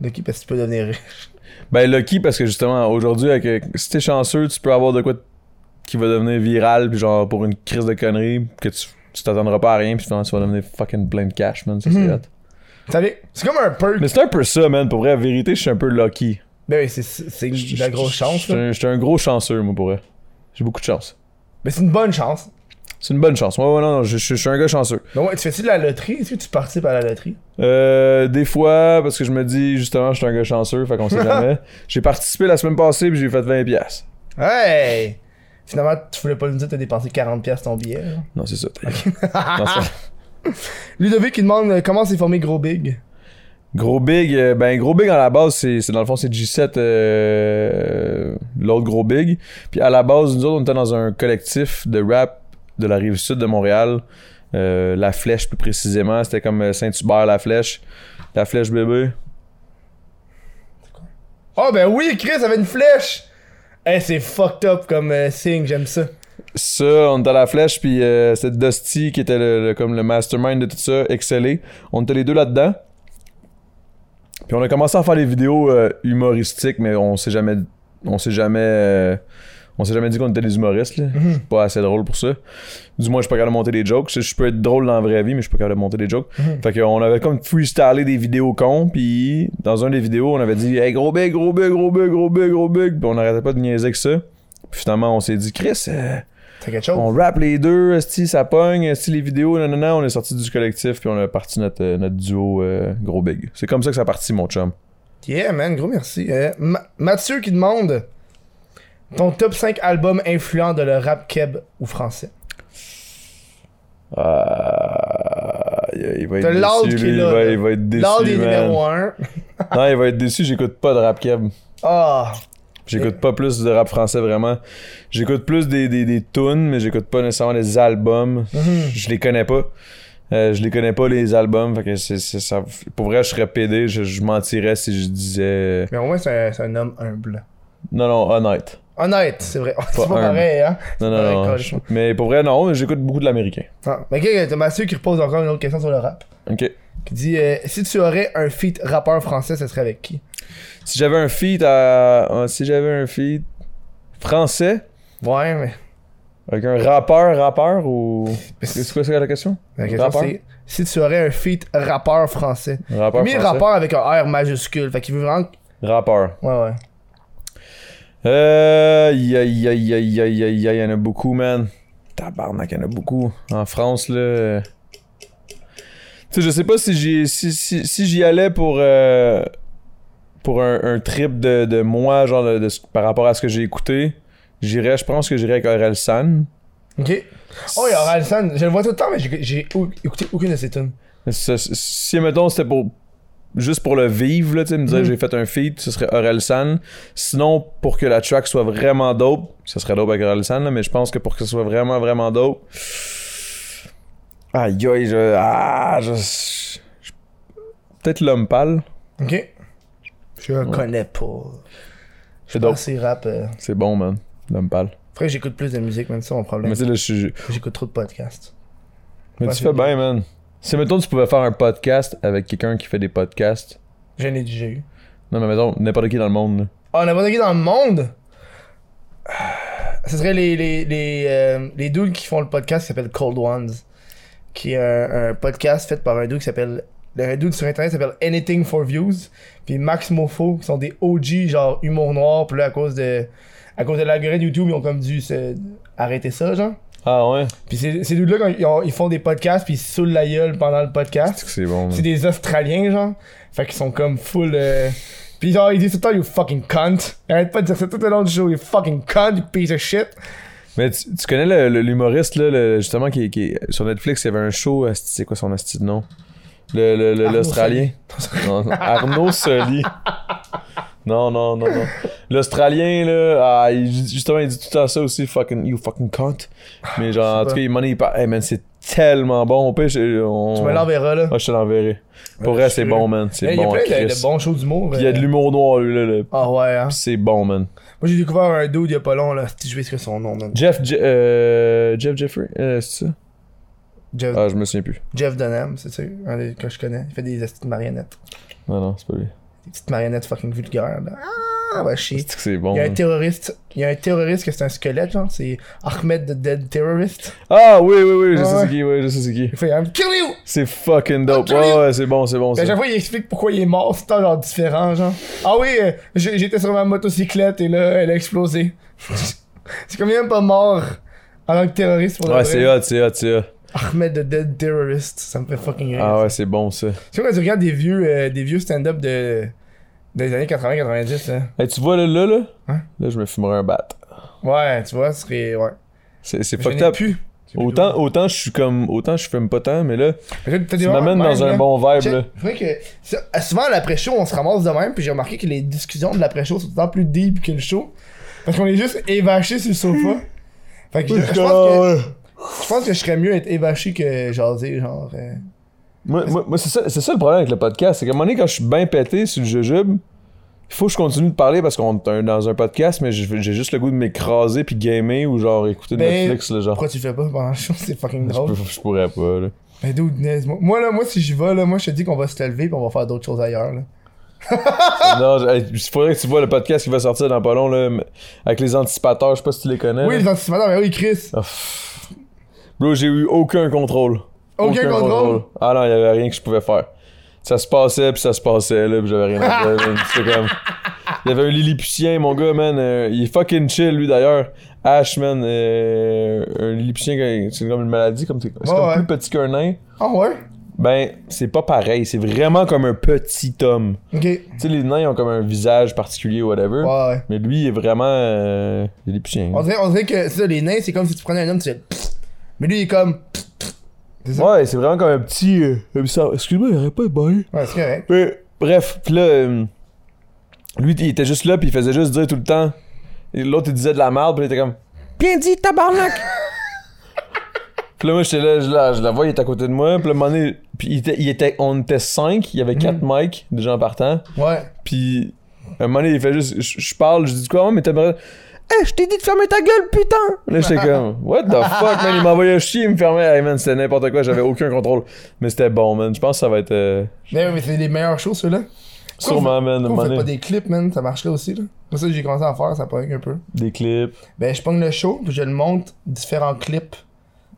Speaker 1: Lucky parce que tu peux devenir riche.
Speaker 2: Ben, Lucky, parce que justement, aujourd'hui, avec, euh, si t'es chanceux, tu peux avoir de quoi t- qui va devenir viral, puis genre pour une crise de conneries, que tu tu t'attendras pas à rien, puis finalement, tu vas devenir fucking plein de cash, man. Ça, c'est
Speaker 1: Mhm.
Speaker 2: hot.
Speaker 1: Vous savez, c'est comme un perk.
Speaker 2: Mais c'est un peu ça, man. Pour vrai, la vérité, je suis un peu lucky.
Speaker 1: Ben oui, c'est- c'est c'est de la grosse chance.
Speaker 2: Je suis
Speaker 1: là.
Speaker 2: un- je suis un gros chanceux, moi, pour vrai. J'ai beaucoup de chance.
Speaker 1: Mais c'est une bonne chance.
Speaker 2: C'est une bonne chance. Ouais, ouais, non, non, je, je- je suis un gars chanceux.
Speaker 1: Donc, ouais, tu fais-tu de la loterie Est-ce que tu participes à la loterie
Speaker 2: Euh, des fois, parce que je me dis, justement, je suis un gars chanceux, fait qu'on sait jamais. J'ai participé la semaine passée, puis j'ai fait 20 pièces.
Speaker 1: Hey Finalement, tu voulais pas nous dire que t'as dépensé 40$ ton billet. là.
Speaker 2: Non, c'est ça. Non, c'est ça.
Speaker 1: Ludovic, il demande euh, comment s'est formé Gros Big.
Speaker 2: Gros Big, euh, ben Gros Big à la base, c'est c'est- dans le fond, c'est G7, euh, l'autre Gros Big. Puis à la base, nous autres, on était dans un collectif de rap de la rive sud de Montréal. Euh, la Flèche, plus précisément, c'était comme euh, Saint-Hubert, La Flèche. La Flèche bébé.
Speaker 1: Oh ben oui, Chris avait une flèche. Hey, c'est fucked up comme euh, signe, j'aime ça.
Speaker 2: Ça, on était à la flèche, puis euh, c'était Dusty qui était le, le- comme le mastermind de tout ça, excellé. On était les deux là-dedans. Puis on a commencé à faire des vidéos euh, humoristiques, mais on s'est jamais, on s'est jamais, euh, on s'est jamais dit qu'on était des humoristes. Là. Je suis pas assez drôle pour ça. Du moins, je suis pas capable de monter des jokes. Je, je peux être drôle dans la vraie vie, mais je suis pas capable de monter des jokes. Fait qu'on avait comme freestylé des vidéos cons, puis dans un des vidéos, on avait dit Hey, gros big, gros big, gros big, gros big, gros big, puis on n'arrêtait pas de niaiser que ça. Puis finalement, on s'est dit Chris. euh,
Speaker 1: C'est quelque chose.
Speaker 2: on rappe les deux, si ça pogne, si les vidéos, non, non, non, on est sorti du collectif puis on a parti notre, euh, notre duo euh, gros big. C'est comme ça que ça a parti mon chum.
Speaker 1: Yeah man, gros merci. Euh, Ma- Mathieu qui demande ton top 5 albums influents de le rap keb ou français.
Speaker 2: Ah, il va être
Speaker 1: T'as Loud
Speaker 2: déçu,
Speaker 1: qui
Speaker 2: lui,
Speaker 1: est
Speaker 2: il,
Speaker 1: là,
Speaker 2: va,
Speaker 1: là.
Speaker 2: il va être déçu,
Speaker 1: Loud est
Speaker 2: man.
Speaker 1: numéro 1.
Speaker 2: Non, il va être déçu, j'écoute pas de rap keb.
Speaker 1: Ah,
Speaker 2: J'écoute pas plus de rap français vraiment. J'écoute plus des, des, des tunes, mais j'écoute pas nécessairement les albums.
Speaker 1: Mhm.
Speaker 2: Je les connais pas. Euh, je les connais pas les albums, fait que c'est, c'est- ça, pour vrai je serais pédé, je, je mentirais si je disais...
Speaker 1: mais au moins c'est un, c'est un homme humble.
Speaker 2: Non, non, honnête.
Speaker 1: Honnête, c'est vrai. c'est pas
Speaker 2: humble.
Speaker 1: pareil, hein.
Speaker 2: Non,
Speaker 1: Ouais,
Speaker 2: non, non.
Speaker 1: colle.
Speaker 2: je- Mais pour vrai, non, j'écoute beaucoup de l'américain.
Speaker 1: Ah, mais ok, t'as Mathieu qui repose encore une autre question sur le rap.
Speaker 2: Ok.
Speaker 1: Qui dit euh, si tu aurais un feat rappeur français, ce serait avec qui
Speaker 2: Si j'avais un feat à. euh, Si j'avais un feat français,
Speaker 1: Ouais, mais.
Speaker 2: avec un rappeur, rappeur ou.
Speaker 1: mais
Speaker 2: C'est
Speaker 1: c'est-
Speaker 2: quoi ça la question
Speaker 1: La question
Speaker 2: Rappeur?
Speaker 1: c'est si tu aurais un feat rappeur français.
Speaker 2: Rappeur.
Speaker 1: Mais
Speaker 2: français.
Speaker 1: rappeur avec un R majuscule, fait qu'il veut vraiment.
Speaker 2: Rappeur.
Speaker 1: Ouais, ouais.
Speaker 2: Euh. Ya, ya, ya, ya, ya, ya, y en a beaucoup, man. Tabarnak, y en a beaucoup. En France, là. euh, Tu sais, je sais pas si j'y si, si, si j'y allais pour. euh, Pour un, un trip de, de moi, genre de, de ce- par rapport à ce que j'ai écouté, j'irais, je pense que j'irais avec Aurel San.
Speaker 1: Oh, Ok. Oh, il y a Oralsan, je le vois tout le temps, mais j'ai j'ai au- écouté aucune de ses tunes.
Speaker 2: Ce- ce- Si, mettons, c'était pour. Juste pour le vivre, là, tu sais, me dire j'ai fait un feat, ce serait Orelsan. Sinon, pour que la track soit vraiment dope, ce serait dope avec Orelsan, là, mais je pense que pour que ce soit vraiment, vraiment dope. Aïe, aïe, je. Ah, je. je- Peut-être l'homme pâle.
Speaker 1: Ok. Je connais pas.
Speaker 2: C'est
Speaker 1: Dans
Speaker 2: dope.
Speaker 1: ces rap. euh,
Speaker 2: C'est bon, man. L'homme pâle.
Speaker 1: Faudrait que j'écoute plus de musique, man. C'est ça mon problème.
Speaker 2: Mais tu sais, là, je suis.
Speaker 1: J'écoute trop de podcasts.
Speaker 2: Mais
Speaker 1: Ouais,
Speaker 2: tu
Speaker 1: c'est
Speaker 2: fais
Speaker 1: bien.
Speaker 2: bien, man. Si, mettons, tu pouvais faire un podcast avec quelqu'un qui fait des podcasts.
Speaker 1: J'en ai déjà eu.
Speaker 2: Non, mais mettons, n'importe qui dans le monde, là.
Speaker 1: Ah, n'importe qui dans le monde! Ah, Ce serait les, les, les, euh, les dudes qui font le podcast qui s'appelle Cold Ones. Qui est un, un podcast fait par un dude qui s'appelle. Un dude sur internet qui s'appelle Anything for Views. Puis Max Mofo, qui sont des OG, genre humour noir. Puis là, à cause de, à cause de l'algorithme YouTube, ils ont comme dû se- arrêter ça, genre.
Speaker 2: Ah ouais?
Speaker 1: Puis ces, ces dudes-là, quand ils, ont- ils font des podcasts, puis ils se saoulent la gueule pendant le podcast.
Speaker 2: C'est bon.
Speaker 1: C'est des Australiens, genre. Fait qu'ils sont comme full. Euh... Pis genre, ils disent tout le temps, you fucking cunt. Ils arrêtent pas de dire ça tout le long du show, you fucking cunt, you piece of shit.
Speaker 2: Mais tu, tu connais le- le- l'humoriste, là, le- justement, qui, qui. Sur Netflix, il y avait un show. asti, C'est quoi son asti de nom? Le- le- le-
Speaker 1: Arnaud
Speaker 2: L'Australien. Non, non, Arnaud Soli. Non, non, non, non. L'Australien, là, ah, il- justement, il dit tout le temps ça aussi, fucking, you fucking cunt. Mais genre, en
Speaker 1: pas.
Speaker 2: tout cas, il m'en est pas. Hey man, c'est tellement bon. On peut. je- On...
Speaker 1: Tu me l'enverras, là.
Speaker 2: Ah, je te l'enverrai. Pour
Speaker 1: Ouais,
Speaker 2: vrai,
Speaker 1: je
Speaker 2: c'est
Speaker 1: suis
Speaker 2: bon,
Speaker 1: curieux.
Speaker 2: man. C'est
Speaker 1: il y a
Speaker 2: bon,
Speaker 1: plein de- de,
Speaker 2: Chris.
Speaker 1: bons shows d'humour.
Speaker 2: Puis Il y a de
Speaker 1: euh.
Speaker 2: l'humour noir, lui, là. là. Puis
Speaker 1: Ah ouais, hein.
Speaker 2: C'est bon, man.
Speaker 1: Moi, j'ai découvert un dude il y a pas long, là. Si je sais ce que son nom, man.
Speaker 2: Jeff, Je- euh, Jeff Jeffrey, euh, c'est ça?
Speaker 1: Jeff,
Speaker 2: Ah, je me souviens plus.
Speaker 1: Jeff Dunham, c'est sûr. Un des que je connais. Il fait des petites marionnettes.
Speaker 2: Non, non, c'est pas lui.
Speaker 1: Des petites marionnettes fucking vulgaires, là. Ah, ouais, chier.
Speaker 2: C'est que c'est bon.
Speaker 1: Il y a un
Speaker 2: man.
Speaker 1: terroriste, il y a un terroriste que c'est un squelette, genre, c'est Ahmed the Dead Terrorist.
Speaker 2: Ah, oui, oui, oui, je
Speaker 1: Ah
Speaker 2: sais
Speaker 1: ouais.
Speaker 2: c'est qui, oui, je sais c'est qui.
Speaker 1: Il fait I'm kill you!
Speaker 2: C'est fucking dope.
Speaker 1: Ah, Johnny! Ben,
Speaker 2: Ouais, ouais, c'est bon, c'est bon.
Speaker 1: Puis
Speaker 2: ça.
Speaker 1: à chaque fois, il explique pourquoi il est mort, c'est un genre différent, genre. Ah oui, euh, j'ai- j'étais sur ma motocyclette et là, elle a explosé. c'est comme il est même pas mort en tant que terroriste pour de
Speaker 2: Ouais,
Speaker 1: vrai.
Speaker 2: c'est hot, c'est hot, c'est hot.
Speaker 1: Ahmed the Dead Terrorist, ça me fait fucking rire.
Speaker 2: Ah, ouais, c'est bon, ça.
Speaker 1: Tu vois, quand tu regardes des vieux, euh, des vieux stand-up de, des années hein. 80-90, là.
Speaker 2: Hey, tu vois, là, là, là?
Speaker 1: Hein?
Speaker 2: Là, je me fumerais un bat.
Speaker 1: Ouais, tu vois, ce serait. Ouais.
Speaker 2: C'est c'est
Speaker 1: Je
Speaker 2: fucked
Speaker 1: n'ai
Speaker 2: up.
Speaker 1: plus.
Speaker 2: Autant, autant je suis comme. Autant je fume pas tant, mais là,
Speaker 1: Tu
Speaker 2: tu m'amènes dans un
Speaker 1: hein.
Speaker 2: bon vibe, là.
Speaker 1: C'est vrai que ça- souvent à l'après-show, on se ramasse de même, puis j'ai remarqué que les discussions de l'après-show sont d'autant plus deep que le show. Parce qu'on est juste évachés sur le sofa. Fait que je, je pense
Speaker 2: Ouais.
Speaker 1: que je pense que je serais mieux être évaché que jaser, genre. euh.
Speaker 2: Ah. Moi, moi, moi, c'est ça, c'est ça le problème avec le podcast. C'est qu'à un moment donné, quand je suis bien pété sur le jujube, il faut que je continue de parler parce qu'on est un- dans un podcast, mais j'ai j'ai juste le goût de m'écraser puis gamer ou genre écouter de
Speaker 1: Ben,
Speaker 2: Netflix, là, genre.
Speaker 1: Pourquoi tu le fais pas pendant le show? C'est fucking
Speaker 2: Je,
Speaker 1: drôle.
Speaker 2: peux- je pourrais pas, là.
Speaker 1: Mais d'où moi, moi, là, moi, si j'y vais, là, moi, je te dis qu'on va se lever, puis on va faire d'autres choses ailleurs, là.
Speaker 2: non, je- hey, il faudrait que tu vois le podcast qui va sortir dans pas long, là, mais- avec les anticipateurs, je sais pas si tu les connais.
Speaker 1: Oui,
Speaker 2: là.
Speaker 1: les anticipateurs, mais oui, Chris.
Speaker 2: Ah, pff. Bro, j'ai eu aucun contrôle.
Speaker 1: Aucun contrôle.
Speaker 2: Ah non, il y avait rien que je pouvais faire. Ça se passait, puis ça se passait, là, puis j'avais rien à faire. man. C'était comme... Il y avait un Lilliputien, mon gars, man. euh, il est fucking chill, lui, d'ailleurs. Ash, man. euh, un Lilliputien, c'est comme une maladie, comme c'est c'est
Speaker 1: Ouais,
Speaker 2: comme
Speaker 1: ouais.
Speaker 2: plus petit qu'un nain.
Speaker 1: Ah ouais?
Speaker 2: Ben, c'est pas pareil. C'est vraiment comme un petit homme.
Speaker 1: Ok. Ouais,
Speaker 2: Tu sais, les nains, ils ont comme un visage particulier, whatever.
Speaker 1: ouais.
Speaker 2: Mais lui, il est vraiment euh, Lilliputien.
Speaker 1: On dirait, on dirait que, c'est ça, les nains, c'est comme si tu prenais un homme, tu fais. Mais lui, il est comme. c'est
Speaker 2: Ouais, c'est vraiment comme un petit. euh, un petit- Excuse-moi, il aurait pas de bail.
Speaker 1: Ouais, c'est correct.
Speaker 2: Mais, bref, pis là, euh, lui, il était juste là, pis il faisait juste dire tout le temps. Et L'autre, il disait de la merde, pis il était comme Bien dit, tabarnak! pis là, moi, j'étais là, je la, je la vois, il était à côté de moi, pis là, à un moment donné, pis il était, il était- on était cinq, il y avait quatre mics de gens partant,
Speaker 1: Ouais.
Speaker 2: pis à un moment donné, il fait juste, je, je parle, je dis quoi, mais t'aimerais. Hey, je t'ai dit de fermer ta gueule, putain! Là, j'étais comme, what the fuck, man, il m'envoyait chier, il me fermait. Hey, man, c'était n'importe quoi, j'avais aucun contrôle. Mais c'était bon, man, je pense que ça va être. euh,
Speaker 1: Mais, mais c'est les meilleurs shows, ceux-là.
Speaker 2: Sûrement, man, à
Speaker 1: Pourquoi
Speaker 2: un moment
Speaker 1: vous faites
Speaker 2: donné.
Speaker 1: pas des clips, man? Ça marcherait aussi, là. Moi, ça, j'ai commencé à en faire, ça pogne un peu.
Speaker 2: Des clips.
Speaker 1: Ben, je pogne le show, puis je le monte, différents clips.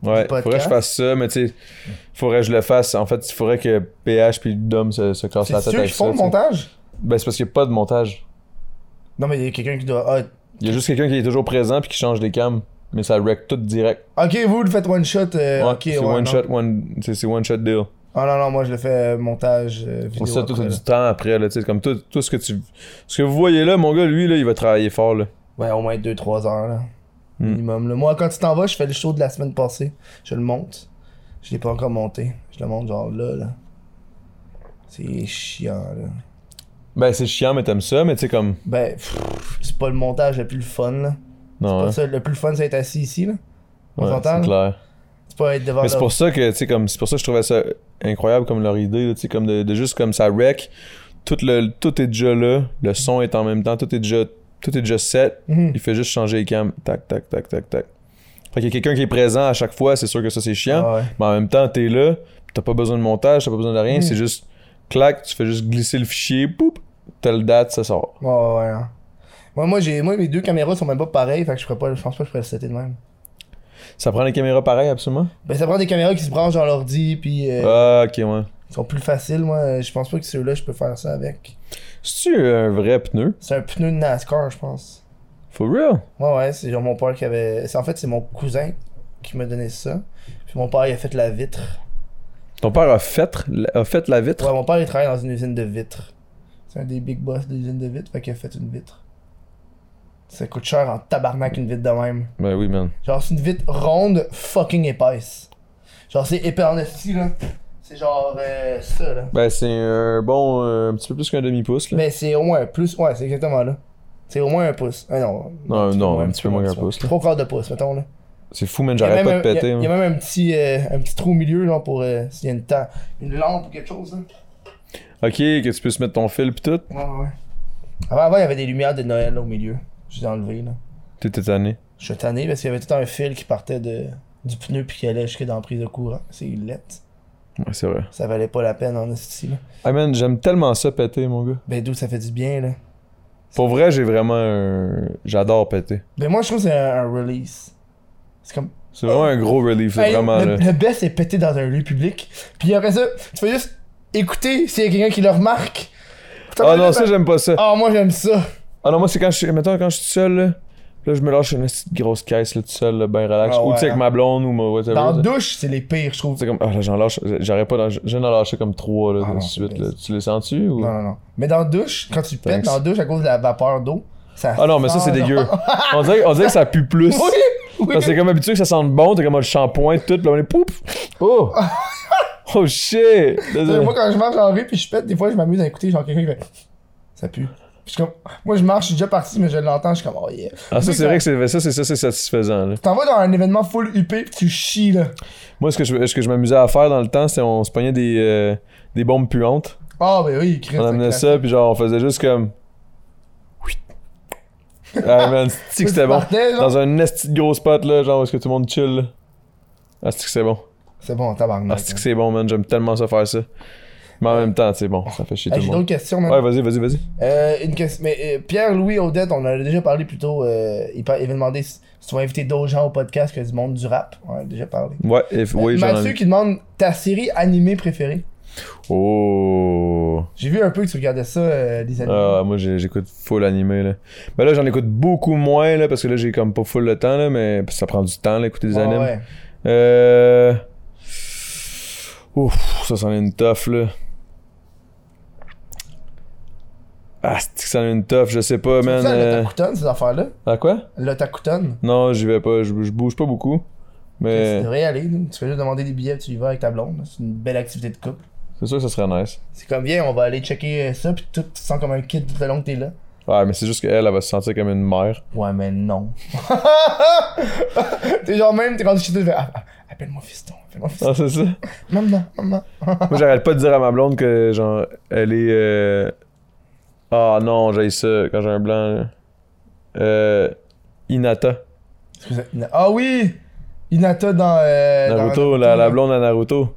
Speaker 2: Ouais,
Speaker 1: podcast.
Speaker 2: faudrait que je fasse ça, mais tu sais, faudrait que je le fasse. En fait, il faudrait que PH puis Dom se, se cassent
Speaker 1: C'est
Speaker 2: la tête
Speaker 1: ceux
Speaker 2: avec
Speaker 1: qui font
Speaker 2: ça.
Speaker 1: le
Speaker 2: tu sais.
Speaker 1: montage?
Speaker 2: Ben, c'est parce qu'il n'y a pas de montage.
Speaker 1: Non, mais il y a quelqu'un qui doit. ah,
Speaker 2: Il y a juste quelqu'un qui est toujours présent puis qui change les cams. Mais ça wreck tout direct.
Speaker 1: Ah, ok, vous le faites one shot. euh,
Speaker 2: Ouais,
Speaker 1: ok,
Speaker 2: c'est
Speaker 1: ouais,
Speaker 2: one
Speaker 1: non.
Speaker 2: shot, one, c'est c'est one shot deal.
Speaker 1: Ah non, non, moi, je le fais euh, montage euh, vidéo.
Speaker 2: ça, tout
Speaker 1: après,
Speaker 2: tout
Speaker 1: là.
Speaker 2: du temps après, là, tu sais, comme tout, tout ce que tu, ce que vous voyez là, mon gars, lui, là, il va travailler fort, là.
Speaker 1: Ouais, au moins 2-3 heures, là.
Speaker 2: Hmm.
Speaker 1: Minimum, là. Moi, quand tu t'en vas, je fais le show de la semaine passée. Je le monte. Je l'ai pas encore monté. Je le monte genre là, là. C'est chiant, là.
Speaker 2: Ben, c'est chiant, mais t'aimes ça, mais tu sais, comme.
Speaker 1: Ben, pff, c'est pas le montage le plus le fun, là.
Speaker 2: Non,
Speaker 1: Pas
Speaker 2: hein.
Speaker 1: ça, le plus le fun, c'est être assis ici, là. On
Speaker 2: Ouais,
Speaker 1: s'entend,
Speaker 2: c'est
Speaker 1: là?
Speaker 2: clair.
Speaker 1: C'est pas être devant
Speaker 2: Mais c'est
Speaker 1: l'ordi.
Speaker 2: pour ça que, tu sais, comme, c'est pour ça que je trouvais ça incroyable comme leur idée, là, tu sais, comme de, de juste comme ça wreck. Tout, le, tout est déjà là, le son est en même temps, tout est déjà, tout est déjà set.
Speaker 1: Mhm.
Speaker 2: Il fait juste changer les cams. Tac, tac, tac, tac, tac. Fait qu'il y a quelqu'un qui est présent à chaque fois, c'est sûr que ça c'est chiant.
Speaker 1: Ah ouais.
Speaker 2: Mais en même temps, t'es là, t'as pas besoin de montage, t'as pas besoin de
Speaker 1: Hmm.
Speaker 2: rien, c'est juste clac, tu fais juste glisser le fichier, poup, telle date, ça sort.
Speaker 1: Ouais, ouais, ouais. hein. Moi, moi, j'ai, moi, mes deux caméras sont même pas pareilles, fait que je ferais pas, je pense pas que je pourrais le setter de même.
Speaker 2: Ça prend les caméras pareilles, absolument?
Speaker 1: Ben, ça prend des caméras qui se branchent dans l'ordi, puis euh,
Speaker 2: Ah, ok, ouais.
Speaker 1: ils sont plus faciles, moi. Je pense pas que ceux-là, je peux faire ça avec.
Speaker 2: C'est-tu euh, un vrai pneu?
Speaker 1: C'est un pneu de NASCAR, je pense.
Speaker 2: For real?
Speaker 1: Ouais, ouais, c'est genre mon père qui avait. c'est- en fait, c'est mon cousin qui m'a donné ça. Puis mon père, il a fait la vitre.
Speaker 2: Ton père a fait, a fait la vitre?
Speaker 1: Ouais, mon père, il travaille dans une usine de vitres. C'est un des big boss de l'usine de vitres, fait qu'il a fait une vitre. Ça coûte cher en tabarnak une vitre de même.
Speaker 2: Ben oui, man.
Speaker 1: Genre, c'est une vitre ronde, fucking épaisse. Genre, c'est épais en esti, là. C'est genre euh, ça, là.
Speaker 2: Ben c'est un bon, euh, un petit peu plus qu'un demi-pouce, là.
Speaker 1: Mais c'est au moins plus. Ouais, c'est exactement là. C'est au moins un pouce. Ah non.
Speaker 2: Non,
Speaker 1: un petit peu
Speaker 2: non,
Speaker 1: moins,
Speaker 2: un petit peu moins qu'un pouce, là.
Speaker 1: Trois quarts de pouce, mettons, là.
Speaker 2: C'est fou, man,
Speaker 1: Il y a
Speaker 2: j'arrête
Speaker 1: même
Speaker 2: pas
Speaker 1: un-
Speaker 2: de péter.
Speaker 1: Il y a, il y a
Speaker 2: man.
Speaker 1: même un petit, euh, un petit trou au milieu, genre, pour euh, s'il y a une, ta- une lampe ou quelque chose, là.
Speaker 2: Ok, que tu puisses mettre ton fil pis tout.
Speaker 1: Ouais, ouais. Avant, avant, il y avait des lumières de Noël, là, au milieu. Je les ai enlevées, là.
Speaker 2: T'es tétané.
Speaker 1: Je suis tanné parce qu'il y avait tout un fil qui partait de, du pneu puis qui allait jusque dans la prise de courant. C'est une lettre.
Speaker 2: Ouais, c'est vrai.
Speaker 1: Ça valait pas la peine en esti, là.
Speaker 2: Ah, man, j'aime tellement ça péter, mon gars.
Speaker 1: Ben d'où ça fait du bien là.
Speaker 2: Pour vrai, j'ai vraiment un... J'adore péter.
Speaker 1: Ben moi je trouve que c'est un, un release. C'est comme.
Speaker 2: C'est vraiment un gros relief, là,
Speaker 1: Hey,
Speaker 2: vraiment,
Speaker 1: le,
Speaker 2: là.
Speaker 1: le best est pété dans un lieu public. Puis après ça, tu fais juste écouter s'il y a quelqu'un qui le remarque.
Speaker 2: Ah non, ça, j'aime pas ça.
Speaker 1: Ah moi j'aime ça.
Speaker 2: Ah non, moi, c'est quand je suis. Mettons, quand je suis tout seul, là. Là, je me lâche une petite grosse caisse, là, tout seul, là, ben relax.
Speaker 1: Ah
Speaker 2: Ou, tu sais,
Speaker 1: ouais.
Speaker 2: avec ma blonde ou ma whatever.
Speaker 1: Dans la
Speaker 2: là.
Speaker 1: douche, c'est les pires, je trouve.
Speaker 2: C'est comme. Ah, là, j'en lâche. J'aurais pas. d'en- Je viens d'en lâcher comme trois, là,
Speaker 1: Ah
Speaker 2: de
Speaker 1: non,
Speaker 2: suite,
Speaker 1: c'est
Speaker 2: là.
Speaker 1: bien.
Speaker 2: Tu les sens-tu ou.
Speaker 1: Non, non, non. Mais dans la douche, quand tu pètes
Speaker 2: Thanks.
Speaker 1: dans la douche à cause de la vapeur d'eau, ça.
Speaker 2: Ah non, mais ça,
Speaker 1: sent,
Speaker 2: c'est
Speaker 1: genre-
Speaker 2: dégueu. on, dirait, on dirait que ça pue plus.
Speaker 1: Oui! oui.
Speaker 2: Parce que c'est comme habitué que ça sente bon, t'es comme ah, le shampoing, tout, pis là, on est pouf! Oh! Oh shit!
Speaker 1: Euh, Moi, quand je marche en rue puis je pète, des fois, je m'amuse à écouter genre quelqu'un qui fait ça pue. Puis je suis comme, moi, je marche, je suis déjà parti, mais je l'entends, je suis comme, oh yeah.
Speaker 2: Ah, ça,
Speaker 1: Mais
Speaker 2: c'est
Speaker 1: quand-
Speaker 2: vrai que c'est ça, c'est ça, c'est satisfaisant, là.
Speaker 1: T'en vas dans un événement full huppé pis tu chies là.
Speaker 2: Moi, ce que je, ce que je m'amusais à faire dans le temps, c'est on se pognait des, euh, des bombes puantes.
Speaker 1: Ah ben oui, Chris.
Speaker 2: On
Speaker 1: c'est
Speaker 2: amenait
Speaker 1: clair.
Speaker 2: ça, puis genre, on faisait juste comme. Ah, man, c'est que
Speaker 1: Tu
Speaker 2: c'était bon.
Speaker 1: partais, genre?
Speaker 2: Dans un esti de gros spot, là, genre, où est-ce que tout le monde chill, là. Ah, c'est que c'est bon.
Speaker 1: C'est bon, tabarnak. hein.
Speaker 2: Ah, c'est que c'est bon, man. J'aime tellement ça faire ça. Mais en même temps, c'est bon, ça fait chier
Speaker 1: Hey,
Speaker 2: tout le
Speaker 1: J'ai
Speaker 2: monde.
Speaker 1: d'autres questions, man.
Speaker 2: Ouais, vas-y, vas-y, vas-y.
Speaker 1: Euh, une question, mais euh, Pierre-Louis Odette, on en a déjà parlé plus tôt. euh, il, par- il avait demandé si si tu vas inviter d'autres gens au podcast que du monde du rap. On en a déjà parlé.
Speaker 2: Ouais, if-
Speaker 1: Euh,
Speaker 2: oui, j'en ai
Speaker 1: Mathieu
Speaker 2: envie.
Speaker 1: qui demande ta série animée préférée.
Speaker 2: Oh.
Speaker 1: J'ai vu un peu que tu regardais ça, euh, les animés.
Speaker 2: Ah, moi j'ai- j'écoute full animé là. Ben là j'en écoute beaucoup moins là parce que là j'ai comme pas full le temps là, mais parce que ça prend du temps là écouter des
Speaker 1: Ouais,
Speaker 2: animes.
Speaker 1: ouais.
Speaker 2: Euh. Ouf, ça c'en est une tough là. Ah, c'est que ça en est une tough, je sais pas,
Speaker 1: Tu
Speaker 2: man.
Speaker 1: fais ça, le
Speaker 2: euh,
Speaker 1: Takuton, ces affaires-là.
Speaker 2: À quoi
Speaker 1: Le Takuton.
Speaker 2: Non, j'y vais pas, je je bouge pas beaucoup.
Speaker 1: Tu
Speaker 2: Mais
Speaker 1: devrais y aller. nous. Tu fais juste demander des billets, tu y vas avec ta blonde. C'est une belle activité de couple.
Speaker 2: c'est sûr que ça serait nice.
Speaker 1: C'est comme, viens, on va aller checker euh, ça, puis tout, tu te sens comme un kid tout le long que t'es là.
Speaker 2: Ouais, mais c'est juste qu'elle, elle va se sentir comme une mère.
Speaker 1: Ouais, mais non. t'es genre même, t'es rendu chez toi, tu fais, Ah, ah, appelle-moi fiston, appelle-moi fiston.
Speaker 2: Ah, c'est ça.
Speaker 1: Maman, maman.
Speaker 2: Moi, j'arrête pas de dire à ma blonde que, genre, elle est. euh, Ah non, j'ai ça quand j'ai un blanc. là. Euh. Inata.
Speaker 1: Excusez. Ina- Ah oui! Inata dans. euh, dans
Speaker 2: Naruto, la, la blonde à Naruto.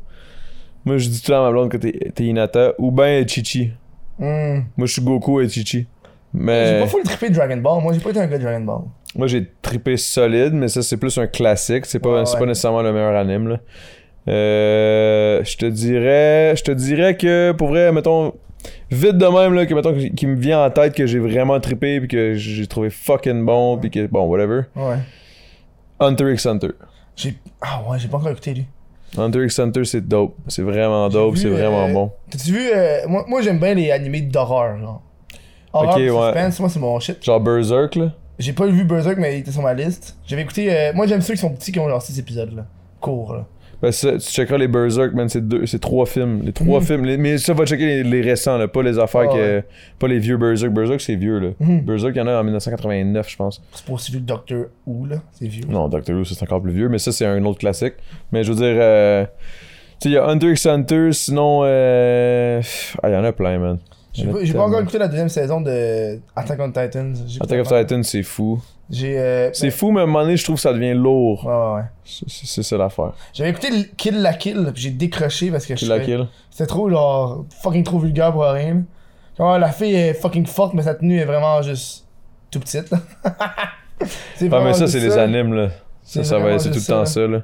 Speaker 2: Moi, je dis tout le temps à ma blonde que t'es t'es Inata. Ou ben Chichi.
Speaker 1: Hmm.
Speaker 2: Moi, je suis Goku et Chichi.
Speaker 1: J'ai
Speaker 2: Mais.
Speaker 1: pas full trippé de Dragon Ball. Moi, j'ai pas été un gars de Dragon Ball.
Speaker 2: Moi, j'ai trippé solide, mais ça, c'est plus un classique. C'est pas,
Speaker 1: Ouais,
Speaker 2: c'est pas
Speaker 1: ouais.
Speaker 2: nécessairement le meilleur anime, là. Euh, je te dirais, je te dirais que pour vrai, mettons, vite de même là, que mettons qui me vient en tête que j'ai vraiment trippé puis que j'ai trouvé fucking bon puis que bon whatever.
Speaker 1: Ouais.
Speaker 2: Hunter x Hunter,
Speaker 1: J'ai. Ah ouais, j'ai pas encore écouté lui.
Speaker 2: Hunter x Hunter, c'est dope, c'est vraiment
Speaker 1: J'ai
Speaker 2: dope,
Speaker 1: vu,
Speaker 2: c'est vraiment
Speaker 1: euh,
Speaker 2: bon.
Speaker 1: T'as-tu vu. euh, moi, moi j'aime bien les animés d'horreur, genre. Horreur,
Speaker 2: Ok,
Speaker 1: pis
Speaker 2: ouais.
Speaker 1: suspense, moi, c'est mon shit.
Speaker 2: Genre Berserk là.
Speaker 1: J'ai pas vu Berserk, mais il était sur ma liste. J'avais écouté. euh, moi, j'aime ceux qui sont petits, qui ont genre 6 épisodes, là. Courts, là.
Speaker 2: Ben, ça, tu checkeras les Berserk, man, c'est deux, c'est trois films. Les trois films. les- mais ça, va checker les, les récents, là, pas les affaires
Speaker 1: Mhm. Ah,
Speaker 2: que.
Speaker 1: ouais.
Speaker 2: Pas les vieux Berserk. Berserk, c'est vieux, là.
Speaker 1: Mhm.
Speaker 2: Berserk, il y en a en 1989, je pense.
Speaker 1: C'est pas aussi vieux que Doctor Who, là. C'est vieux.
Speaker 2: Non, Doctor Who, ça, c'est encore plus vieux, mais ça, c'est un autre classique. Mais je veux dire. euh, Tu sais, il y a Hunter x Hunter, sinon. euh, pff, Ah, il y en a plein, man.
Speaker 1: J'ai
Speaker 2: Il y en a
Speaker 1: pas, j'ai pas encore
Speaker 2: tellement.
Speaker 1: écouté la deuxième saison de Attack on Titan. J'ai
Speaker 2: Attack of
Speaker 1: pas-
Speaker 2: Titan, c'est fou.
Speaker 1: J'ai. euh,
Speaker 2: C'est fou, mais à un moment donné, je trouve que ça devient lourd.
Speaker 1: Ouais, ouais, ouais.
Speaker 2: C'est- C'est c'est ça l'affaire.
Speaker 1: J'avais écouté le Kill la Kill, puis j'ai décroché parce que je
Speaker 2: Kill la
Speaker 1: trouvais-
Speaker 2: kill.
Speaker 1: C'était trop, genre, fucking trop vulgaire pour rien. là. Genre, la fille est fucking forte, mais sa tenue est vraiment juste tout petite, là. c'est
Speaker 2: Ah, mais
Speaker 1: vraiment
Speaker 2: ça,
Speaker 1: juste
Speaker 2: c'est les animes, là. Ça,
Speaker 1: C'est
Speaker 2: ça va
Speaker 1: vraiment
Speaker 2: c'est tout le
Speaker 1: juste
Speaker 2: temps
Speaker 1: ça,
Speaker 2: ça, là.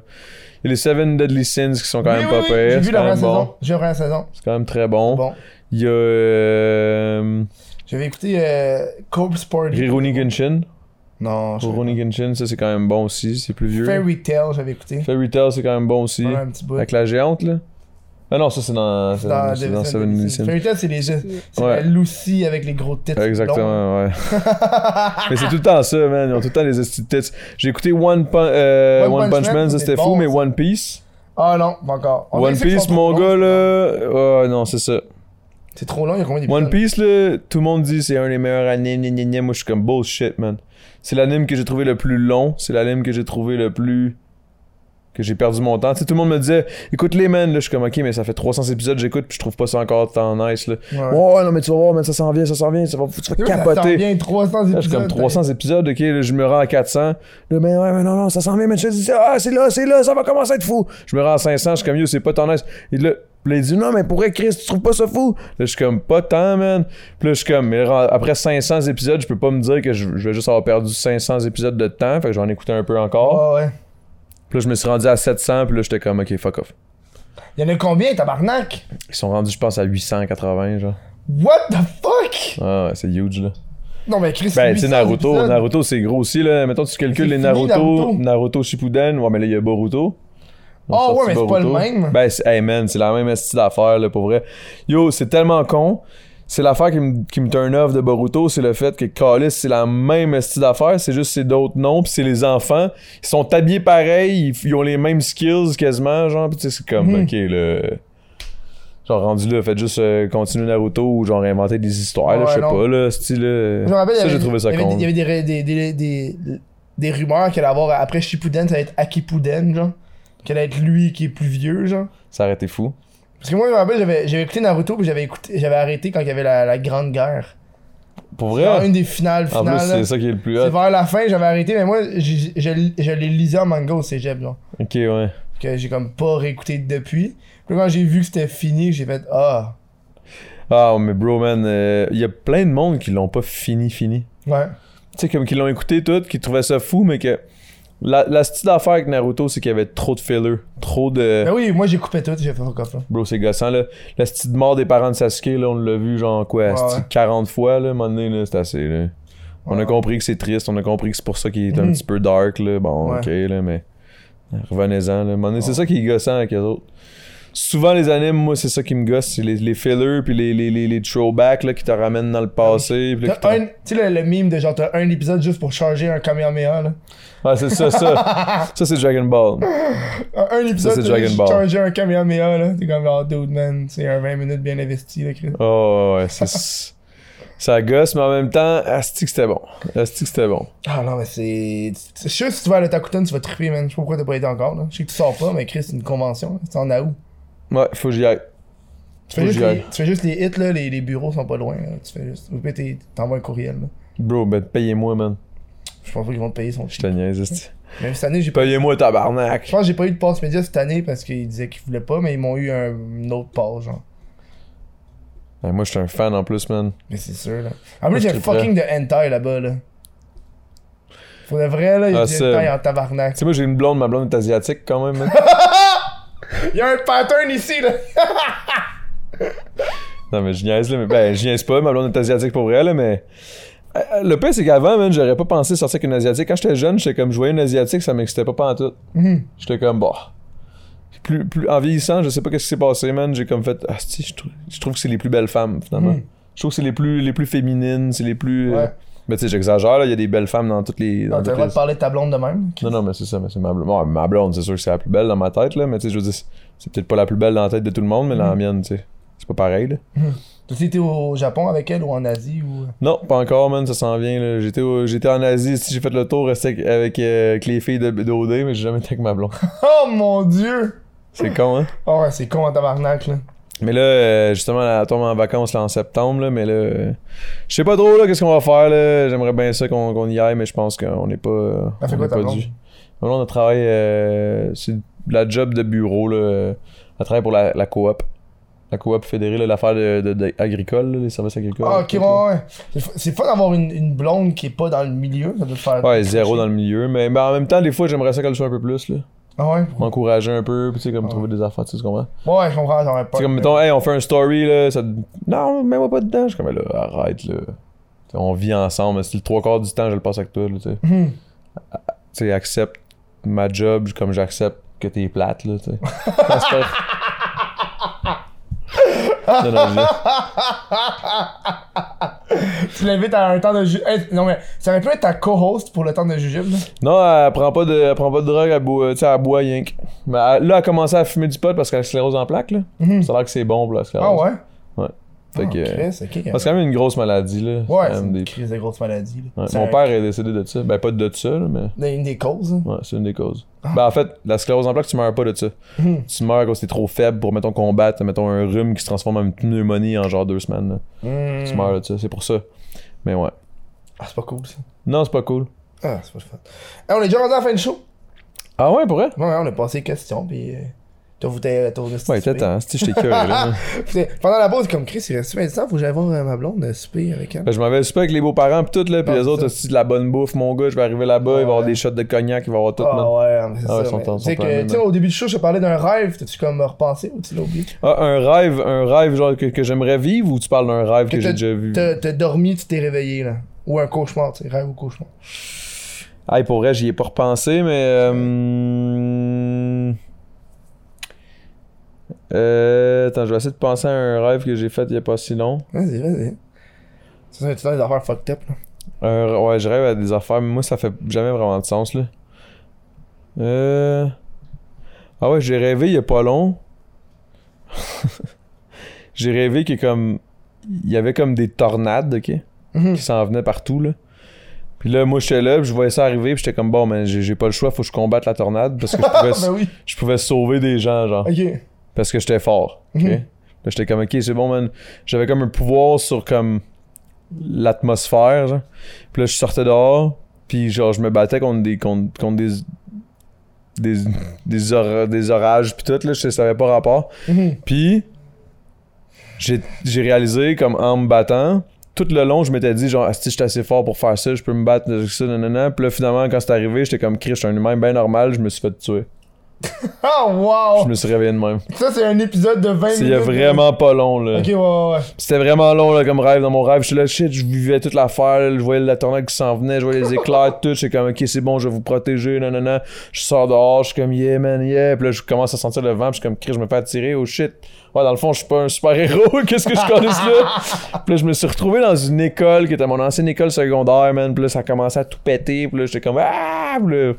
Speaker 2: Il y a les Seven Deadly Sins qui sont quand
Speaker 1: Oui,
Speaker 2: même
Speaker 1: oui,
Speaker 2: pas
Speaker 1: oui,
Speaker 2: pires.
Speaker 1: J'ai
Speaker 2: C'est
Speaker 1: vu la
Speaker 2: quand
Speaker 1: première
Speaker 2: même bon.
Speaker 1: saison. J'ai vu la première saison.
Speaker 2: C'est quand même très bon.
Speaker 1: Bon.
Speaker 2: Il y a. Euh,
Speaker 1: J'avais écouté euh, Corpse Party.
Speaker 2: Rurouni Genshin.
Speaker 1: Non, je
Speaker 2: Rurouni Genshin, ça, c'est quand même bon aussi. C'est plus vieux. Fairy,
Speaker 1: Fairy Tale, j'avais écouté.
Speaker 2: Tale, c'est quand même bon aussi.
Speaker 1: Ouais, un petit bout.
Speaker 2: Avec la géante, là. Ah non, ça, c'est dans, c'est dans,
Speaker 1: Dans
Speaker 2: c'est dans Seven Deadly Sins.
Speaker 1: Fairy Tale, c'est les c'est
Speaker 2: Ouais.
Speaker 1: la Lucy avec les gros têtes. Ah,
Speaker 2: Exactement, ouais. mais c'est tout le temps ça, man. Ils ont tout le temps les esti de têtes. J'ai écouté One, Pun- euh,
Speaker 1: One
Speaker 2: One
Speaker 1: Punch
Speaker 2: Punch,
Speaker 1: Man,
Speaker 2: Man, ça
Speaker 1: c'est
Speaker 2: c'était
Speaker 1: bon,
Speaker 2: fou, mais
Speaker 1: ça.
Speaker 2: One Piece.
Speaker 1: Ah non, pas encore. On dirait
Speaker 2: One
Speaker 1: que c'est
Speaker 2: Piece,
Speaker 1: trop
Speaker 2: mon
Speaker 1: long,
Speaker 2: gars,
Speaker 1: c'est-
Speaker 2: là. Ah non, c'est ça.
Speaker 1: C'est trop long, il y a combien d'épisodes
Speaker 2: One Piece, là, tout le monde dit c'est un des meilleurs animes, gna, gna, gna. moi je suis comme bullshit, man. C'est l'anime que j'ai trouvé le plus long, c'est l'anime que j'ai trouvé le plus. que j'ai perdu mon temps. Tu sais, tout le monde me disait, écoute-les, man, là, je suis comme, ok, mais ça fait 300 épisodes, j'écoute, puis je trouve pas ça encore tant nice, là.
Speaker 1: Ouais.
Speaker 2: Ouais, non, mais tu vas voir, man, ça s'en vient, ça s'en vient, ça va, tu vas
Speaker 1: Ouais, ça sort
Speaker 2: capoter.
Speaker 1: bien 300
Speaker 2: Là,
Speaker 1: épisodes.
Speaker 2: je suis comme 300 épisodes, ok, là, je me rends à 400. Là, mais ouais, mais non, non, ça s'en vient, mais je te dis, ah, c'est là, c'est là, ça va commencer à être fou. Je me rends à 500, je suis comme, yo, c'est pas ton aise. Et là, puis là, il dit, non, mais pour vrai, Chris, tu trouves pas ça fou? Là, je suis comme, pas tant, man. Puis là, je suis comme, mais ren- après 500 épisodes, je peux pas me dire que je, je vais juste avoir perdu 500 épisodes de temps, fait que j'en écoutais un peu encore.
Speaker 1: Ah, Ouais, ouais.
Speaker 2: Puis là, je me suis rendu à 700, puis là, j'étais comme, ok, fuck off.
Speaker 1: Il y en a combien, tabarnak
Speaker 2: Ils sont rendus, je pense, à 880, genre.
Speaker 1: What the fuck
Speaker 2: Ah, ouais, c'est huge, là.
Speaker 1: Non, mais Chris,
Speaker 2: Ben, tu
Speaker 1: 800
Speaker 2: sais, Naruto,
Speaker 1: épisodes.
Speaker 2: Naruto, c'est gros aussi, là. Mettons, tu calcules
Speaker 1: C'est
Speaker 2: les
Speaker 1: fini,
Speaker 2: Naruto,
Speaker 1: Naruto.
Speaker 2: Naruto, Shippuden. Ouais, mais là, il y a Boruto. Ils ont
Speaker 1: Ah ouais,
Speaker 2: sorti
Speaker 1: mais c'est pas le même.
Speaker 2: Ben, c'est- hey man, c'est la même style d'affaire, là, pour vrai. Yo, c'est tellement con. C'est l'affaire qui me, qui me turn off de Boruto, c'est le fait que Calis, c'est la même style d'affaire, c'est juste c'est d'autres noms, pis c'est les enfants. Ils sont habillés pareil, ils, f- ils ont les mêmes skills quasiment, genre, pis tu sais, c'est comme,
Speaker 1: Mhm.
Speaker 2: ok, là. Genre, rendu là, faites juste euh, continuer Naruto ou genre inventer des histoires, là,
Speaker 1: Ouais,
Speaker 2: je sais
Speaker 1: non.
Speaker 2: pas, là, style. euh,
Speaker 1: Je me rappelle, il y
Speaker 2: ça,
Speaker 1: avait-
Speaker 2: j'ai trouvé ça
Speaker 1: il y avait
Speaker 2: con.
Speaker 1: des- Il y avait des, des, des, des, des rumeurs qu'elle allait avoir après Shippuden, ça allait être Akipuden, genre. Qu'elle allait être lui qui est plus vieux, genre.
Speaker 2: Ça aurait été fou.
Speaker 1: Parce que moi, je me rappelle, j'avais j'avais écouté Naruto, puis j'avais écouté- j'avais arrêté quand il y avait la, la Grande Guerre.
Speaker 2: Pour
Speaker 1: Genre,
Speaker 2: vrai.
Speaker 1: une des finales,
Speaker 2: En
Speaker 1: finales.
Speaker 2: plus,
Speaker 1: là.
Speaker 2: c'est ça qui est le plus
Speaker 1: C'est
Speaker 2: hot.
Speaker 1: vers la fin, j'avais arrêté, mais moi, j'ai- je je les lisais en manga au cégep, genre.
Speaker 2: Ok, ouais.
Speaker 1: Que j'ai comme pas réécouté depuis. Puis quand j'ai vu que c'était fini, j'ai fait Ah.
Speaker 2: Ah, mais bro, man, euh, il y a plein de monde qui l'ont pas fini, fini.
Speaker 1: Ouais.
Speaker 2: Tu sais, comme qui l'ont écouté tout, qui trouvaient ça fou, mais que. La, la style d'affaire avec Naruto, c'est qu'il y avait trop de filler. Trop de.
Speaker 1: Ben oui, moi, j'ai coupé tout, j'ai fait fuck off, là.
Speaker 2: Bro, c'est gossant, là. La style de mort des parents de Sasuke, là, on l'a vu, genre, quoi,
Speaker 1: Ouais,
Speaker 2: asti,
Speaker 1: ouais.
Speaker 2: 40 fois, là, à un moment donné, là, c'est assez, là. On a
Speaker 1: Ouais.
Speaker 2: compris que c'est triste, on a compris que c'est pour ça qu'il est un
Speaker 1: Mhm.
Speaker 2: petit peu dark, là. Bon,
Speaker 1: Ouais.
Speaker 2: ok, là, mais. euh, Revenez-en, là. À un moment donné, C'est ça qui est gossant avec les autres. Souvent, les animes, moi, c'est ça qui me gosse, c'est les, les fillers, puis les, les, les, les throwbacks, là, qui te ramènent dans le passé. puis là, qui te-
Speaker 1: T'as un- Tu sais, le, le mime de genre, t'as un épisode juste pour changer un Kamehameha, là.
Speaker 2: Ah, c'est ça, ça. ça, c'est Dragon Ball.
Speaker 1: Un, un épisode,
Speaker 2: c'est
Speaker 1: t'as
Speaker 2: Dragon
Speaker 1: juste
Speaker 2: Ball.
Speaker 1: changer un Kamehameha, là. T'es comme, genre, dude, man, c'est un 20 minutes bien investi, là, Chris.
Speaker 2: Oh, ouais, c'est. Ça gosse, mais en même temps, Asti que c'était bon. Asti que c'était bon.
Speaker 1: Ah non, mais c'est. Je suis sûr, si tu vas à l'Otakuten, tu vas triper, man. Je sais pas pourquoi t'as pas été encore, là. Je sais que tu sors pas, mais Chris, c'est une convention, là. C'est en août.
Speaker 2: Ouais, faut que j'y aille.
Speaker 1: Tu fais,
Speaker 2: Faut que
Speaker 1: juste
Speaker 2: j'y
Speaker 1: les,
Speaker 2: aille.
Speaker 1: tu fais juste les hits, là, les, les bureaux sont pas loin. Là. Tu fais juste. Ou bien t'es- t'envoies un courriel. Là.
Speaker 2: Bro, ben, payez-moi, man.
Speaker 1: Je pense pas qu'ils vont te payer son
Speaker 2: Je te
Speaker 1: shit.
Speaker 2: niaise, esti.
Speaker 1: Même cette année, j'ai pas.
Speaker 2: Payez-moi,
Speaker 1: Je
Speaker 2: tabarnak.
Speaker 1: pense que j'ai pas eu de passe média cette année parce qu'ils disaient qu'ils voulaient pas, mais ils m'ont eu un, une autre passe, genre.
Speaker 2: Ouais, moi, je suis un fan en plus, man.
Speaker 1: Mais c'est sûr, là. En plus,
Speaker 2: je
Speaker 1: j'ai
Speaker 2: triperais.
Speaker 1: fucking de hentai là-bas, là. Pour de vrai, là, il y a
Speaker 2: Ah,
Speaker 1: du
Speaker 2: ça.
Speaker 1: hentai en tabarnak.
Speaker 2: Tu sais, moi, j'ai une blonde, ma blonde est asiatique quand même, hein. man.
Speaker 1: Il y a un pattern ici, là.
Speaker 2: non, mais je niaise, là. Mais, ben, je niaise pas, ma blonde est asiatique pour vrai, là, mais. Euh, euh, Le pire, c'est qu'avant, man, j'aurais pas pensé sortir avec une asiatique. Quand j'étais jeune, j'étais comme, je voyais une asiatique, ça m'excitait pas pantoute.
Speaker 1: Mhm.
Speaker 2: J'étais comme, bah. Plus, plus, en vieillissant, je sais pas qu'est-ce qui s'est passé, man. J'ai comme fait, ah, si, je, trou- je trouve que c'est les plus belles femmes, finalement.
Speaker 1: Mhm.
Speaker 2: Je trouve que c'est les plus, les plus féminines, c'est les plus. euh,
Speaker 1: Ouais.
Speaker 2: Mais tu sais, j'exagère, là, il y a des belles femmes dans toutes les. dans
Speaker 1: Non, t'as le
Speaker 2: toutes
Speaker 1: droit
Speaker 2: les-
Speaker 1: de parler de ta blonde de même.
Speaker 2: Non, non, mais c'est ça, mais c'est ma blonde. Bon, ma blonde, c'est sûr que c'est la plus belle dans ma tête, là, mais tu sais, je veux dire, c'est- c'est peut-être pas la plus belle dans la tête de tout le monde, mais dans la mienne, tu sais, c'est pas pareil, là.
Speaker 1: T'as-tu été au Japon avec elle ou en Asie ou.
Speaker 2: Non, pas encore, man, ça s'en vient, là. J'étais, au- j'étais en Asie, si j'ai fait le tour resté avec, avec, euh, avec les filles de, d'OD, mais j'ai jamais été avec ma blonde.
Speaker 1: Oh mon dieu!
Speaker 2: C'est con, hein?
Speaker 1: Oh, ouais, c'est con en tabarnak, là.
Speaker 2: Mais là, euh, justement, elle tombe en vacances là, en septembre, là, mais là, euh, je sais pas trop là, qu'est-ce qu'on va faire. Là. J'aimerais bien ça qu'on, qu'on y aille, mais je pense qu'on n'est pas. euh,
Speaker 1: Elle fait
Speaker 2: on
Speaker 1: quoi,
Speaker 2: est
Speaker 1: ta
Speaker 2: pas
Speaker 1: blonde?
Speaker 2: dû. Ma blonde, elle travaille. euh, c'est de la job de bureau. Là. Elle travaille pour la, la coop. La coop fédérée, là, l'affaire de, de- de- agricole, là, les services agricoles.
Speaker 1: Ah, ok, ouais, ouais. C'est f- C'est fun d'avoir une, une blonde qui est pas dans le milieu, ça doit te faire.
Speaker 2: Ouais, zéro dans le milieu. Mais ben, en même temps, des fois, j'aimerais ça qu'elle soit un peu plus. Là.
Speaker 1: Ah ouais? Ah,
Speaker 2: M'encourager un peu, puis, tu sais, comme trouver des affaires, tu sais, tu comprends?
Speaker 1: Ouais, je comprends, j'aurais pas.
Speaker 2: C'est comme, mettons, hey, on fait un story, là, ça... Non, mets-moi pas dedans. Je suis comme, là, arrête, là. T'sais, On vit ensemble, mais c'est le trois quarts du temps, je le passe avec toi, là, tu sais.
Speaker 1: Mhm.
Speaker 2: Ah, Tu sais, accepte ma job comme j'accepte que t'es plate, là, tu sais. C'est pas- non, non, je-
Speaker 1: Tu l'invites à un temps de jujube. non, mais ça aurait pu être ta co-host pour le temps de jujube, là.
Speaker 2: non, elle prend pas de, elle prend pas de drogue, elle boit, tu sais, elle boit rien que- Mais elle- là, elle a commencé à fumer du pot parce qu'elle a la sclérose en plaques, là. Ça a l'air que c'est bon pour la
Speaker 1: Hmm. Ah
Speaker 2: sclérose.
Speaker 1: ouais?
Speaker 2: Fait
Speaker 1: Ah,
Speaker 2: que-
Speaker 1: Chris, ok.
Speaker 2: Parce que c'est quand même une grosse maladie, là. C'est
Speaker 1: Ouais,
Speaker 2: quand
Speaker 1: c'est
Speaker 2: même
Speaker 1: une
Speaker 2: des-
Speaker 1: crise de grosse maladie. là.
Speaker 2: Ouais,
Speaker 1: C'est
Speaker 2: Mon
Speaker 1: un-
Speaker 2: père est décédé de ça. Ben, pas de ça, là, mais.
Speaker 1: Une des causes. hein.
Speaker 2: Ouais, c'est une des causes. Ben, en fait, la sclérose en plaques, tu meurs pas de ça.
Speaker 1: Hmm.
Speaker 2: Tu meurs quand c'est trop faible pour, mettons, combattre, mettons, un rhume qui se transforme en une pneumonie en genre deux semaines. là. Tu
Speaker 1: Hmm.
Speaker 2: meurs de ça, c'est pour ça. Mais ouais.
Speaker 1: Ah, c'est pas cool ça.
Speaker 2: Non, c'est pas cool.
Speaker 1: Ah, c'est pas le fun. Eh, on est déjà rendu à la fin du show.
Speaker 2: Ah ouais, pour vrai?
Speaker 1: Ouais, ouais, on a passé les questions, puis. euh, Toi, vous t'es retourné
Speaker 2: Ouais, t'es temps, si je t'ai curieux, là.
Speaker 1: Pendant la pause, comme Chris, il reste 20 ans, faut que j'aille voir euh, ma blonde euh, souper avec elle.
Speaker 2: Ben, je m'en vais super avec les beaux-parents pis tout, là, pis
Speaker 1: Ah,
Speaker 2: les
Speaker 1: c'est
Speaker 2: autres,
Speaker 1: ça.
Speaker 2: aussi de la bonne bouffe, mon gars, je vais arriver là-bas, il va y avoir des shots de cognac, il va y avoir tout,
Speaker 1: Ah
Speaker 2: man.
Speaker 1: ouais, mais c'est
Speaker 2: Ah ouais,
Speaker 1: ça.
Speaker 2: son
Speaker 1: mais
Speaker 2: temps,
Speaker 1: tu
Speaker 2: son
Speaker 1: sais
Speaker 2: plan,
Speaker 1: que,
Speaker 2: man.
Speaker 1: tu sais, au début du show, je te parlais d'un rêve. T'as-tu comme repensé ou tu l'as oublié?
Speaker 2: Ah, un rêve, un rêve, genre, que, que j'aimerais vivre, ou tu parles d'un rêve que,
Speaker 1: t'as-
Speaker 2: j'ai déjà vu?
Speaker 1: T'as t'as dormi, tu t'es réveillé, là. Ou un cauchemar, tu sais, rêve ou cauchemar.
Speaker 2: Ah, pour vrai, j'y ai pas repensé, mais. Euh... euh, Attends, je vais essayer de penser à un rêve que j'ai fait il y a pas si long.
Speaker 1: Vas-y, vas-y. Ça, c'est tout le temps des affaires fucked up, là.
Speaker 2: Un r- Ouais, je rêve à des affaires, mais moi, ça fait jamais vraiment de sens, là. Euh. Ah ouais, j'ai rêvé il y a pas long. j'ai rêvé que, comme. Il y avait comme des tornades, ok?
Speaker 1: Mhm.
Speaker 2: qui s'en venaient partout, là. Puis là, moi, j'étais là, puis je voyais ça arriver, puis j'étais comme, bon, mais j'ai j'ai pas le choix, faut que je combatte la tornade, parce que je pouvais,
Speaker 1: Ben oui.
Speaker 2: je pouvais sauver des gens, genre.
Speaker 1: Ok.
Speaker 2: Parce que j'étais fort. ok?
Speaker 1: Mhm.
Speaker 2: Là, j'étais comme, ok, c'est bon, man. J'avais comme un pouvoir sur comme l'atmosphère, genre. Puis là, je sortais dehors, puis genre, je me battais contre des. contre, contre des. Des, des, or- des orages, puis tout, là, je savais pas rapport.
Speaker 1: Mhm.
Speaker 2: Puis, j'ai j'ai réalisé, comme en me battant, tout le long, je m'étais dit, genre, si je suis assez fort pour faire ça, je peux me battre, avec ça, nanana. Puis là, finalement, quand c'est arrivé, j'étais comme, Chris, je suis un humain bien normal, je me suis fait tuer.
Speaker 1: Oh wow!
Speaker 2: Je me suis réveillé de même.
Speaker 1: Ça c'est un épisode de 20 minutes.
Speaker 2: C'est il y a vraiment pas long, là.
Speaker 1: Ok ouais ouais. ouais.
Speaker 2: C'était vraiment long, là, comme rêve. Dans mon rêve, je suis là, shit, je vivais toute l'affaire, là, je voyais la tornade qui s'en venait, je voyais les éclairs, tout. J'étais comme, ok, c'est bon, je vais vous protéger, nanana. Je sors dehors, je suis comme, yeah, man, yeah. Puis là, je commence à sentir le vent, puis je suis comme, Chris, je me fais attirer, oh shit. Ouais, dans le fond, je suis pas un super-héros, qu'est-ce que je connais là? Puis là, je me suis retrouvé dans une école qui était mon ancienne école secondaire, man. Puis là, ça commençait à tout péter, puis là, j'étais comme, ah, Puis là,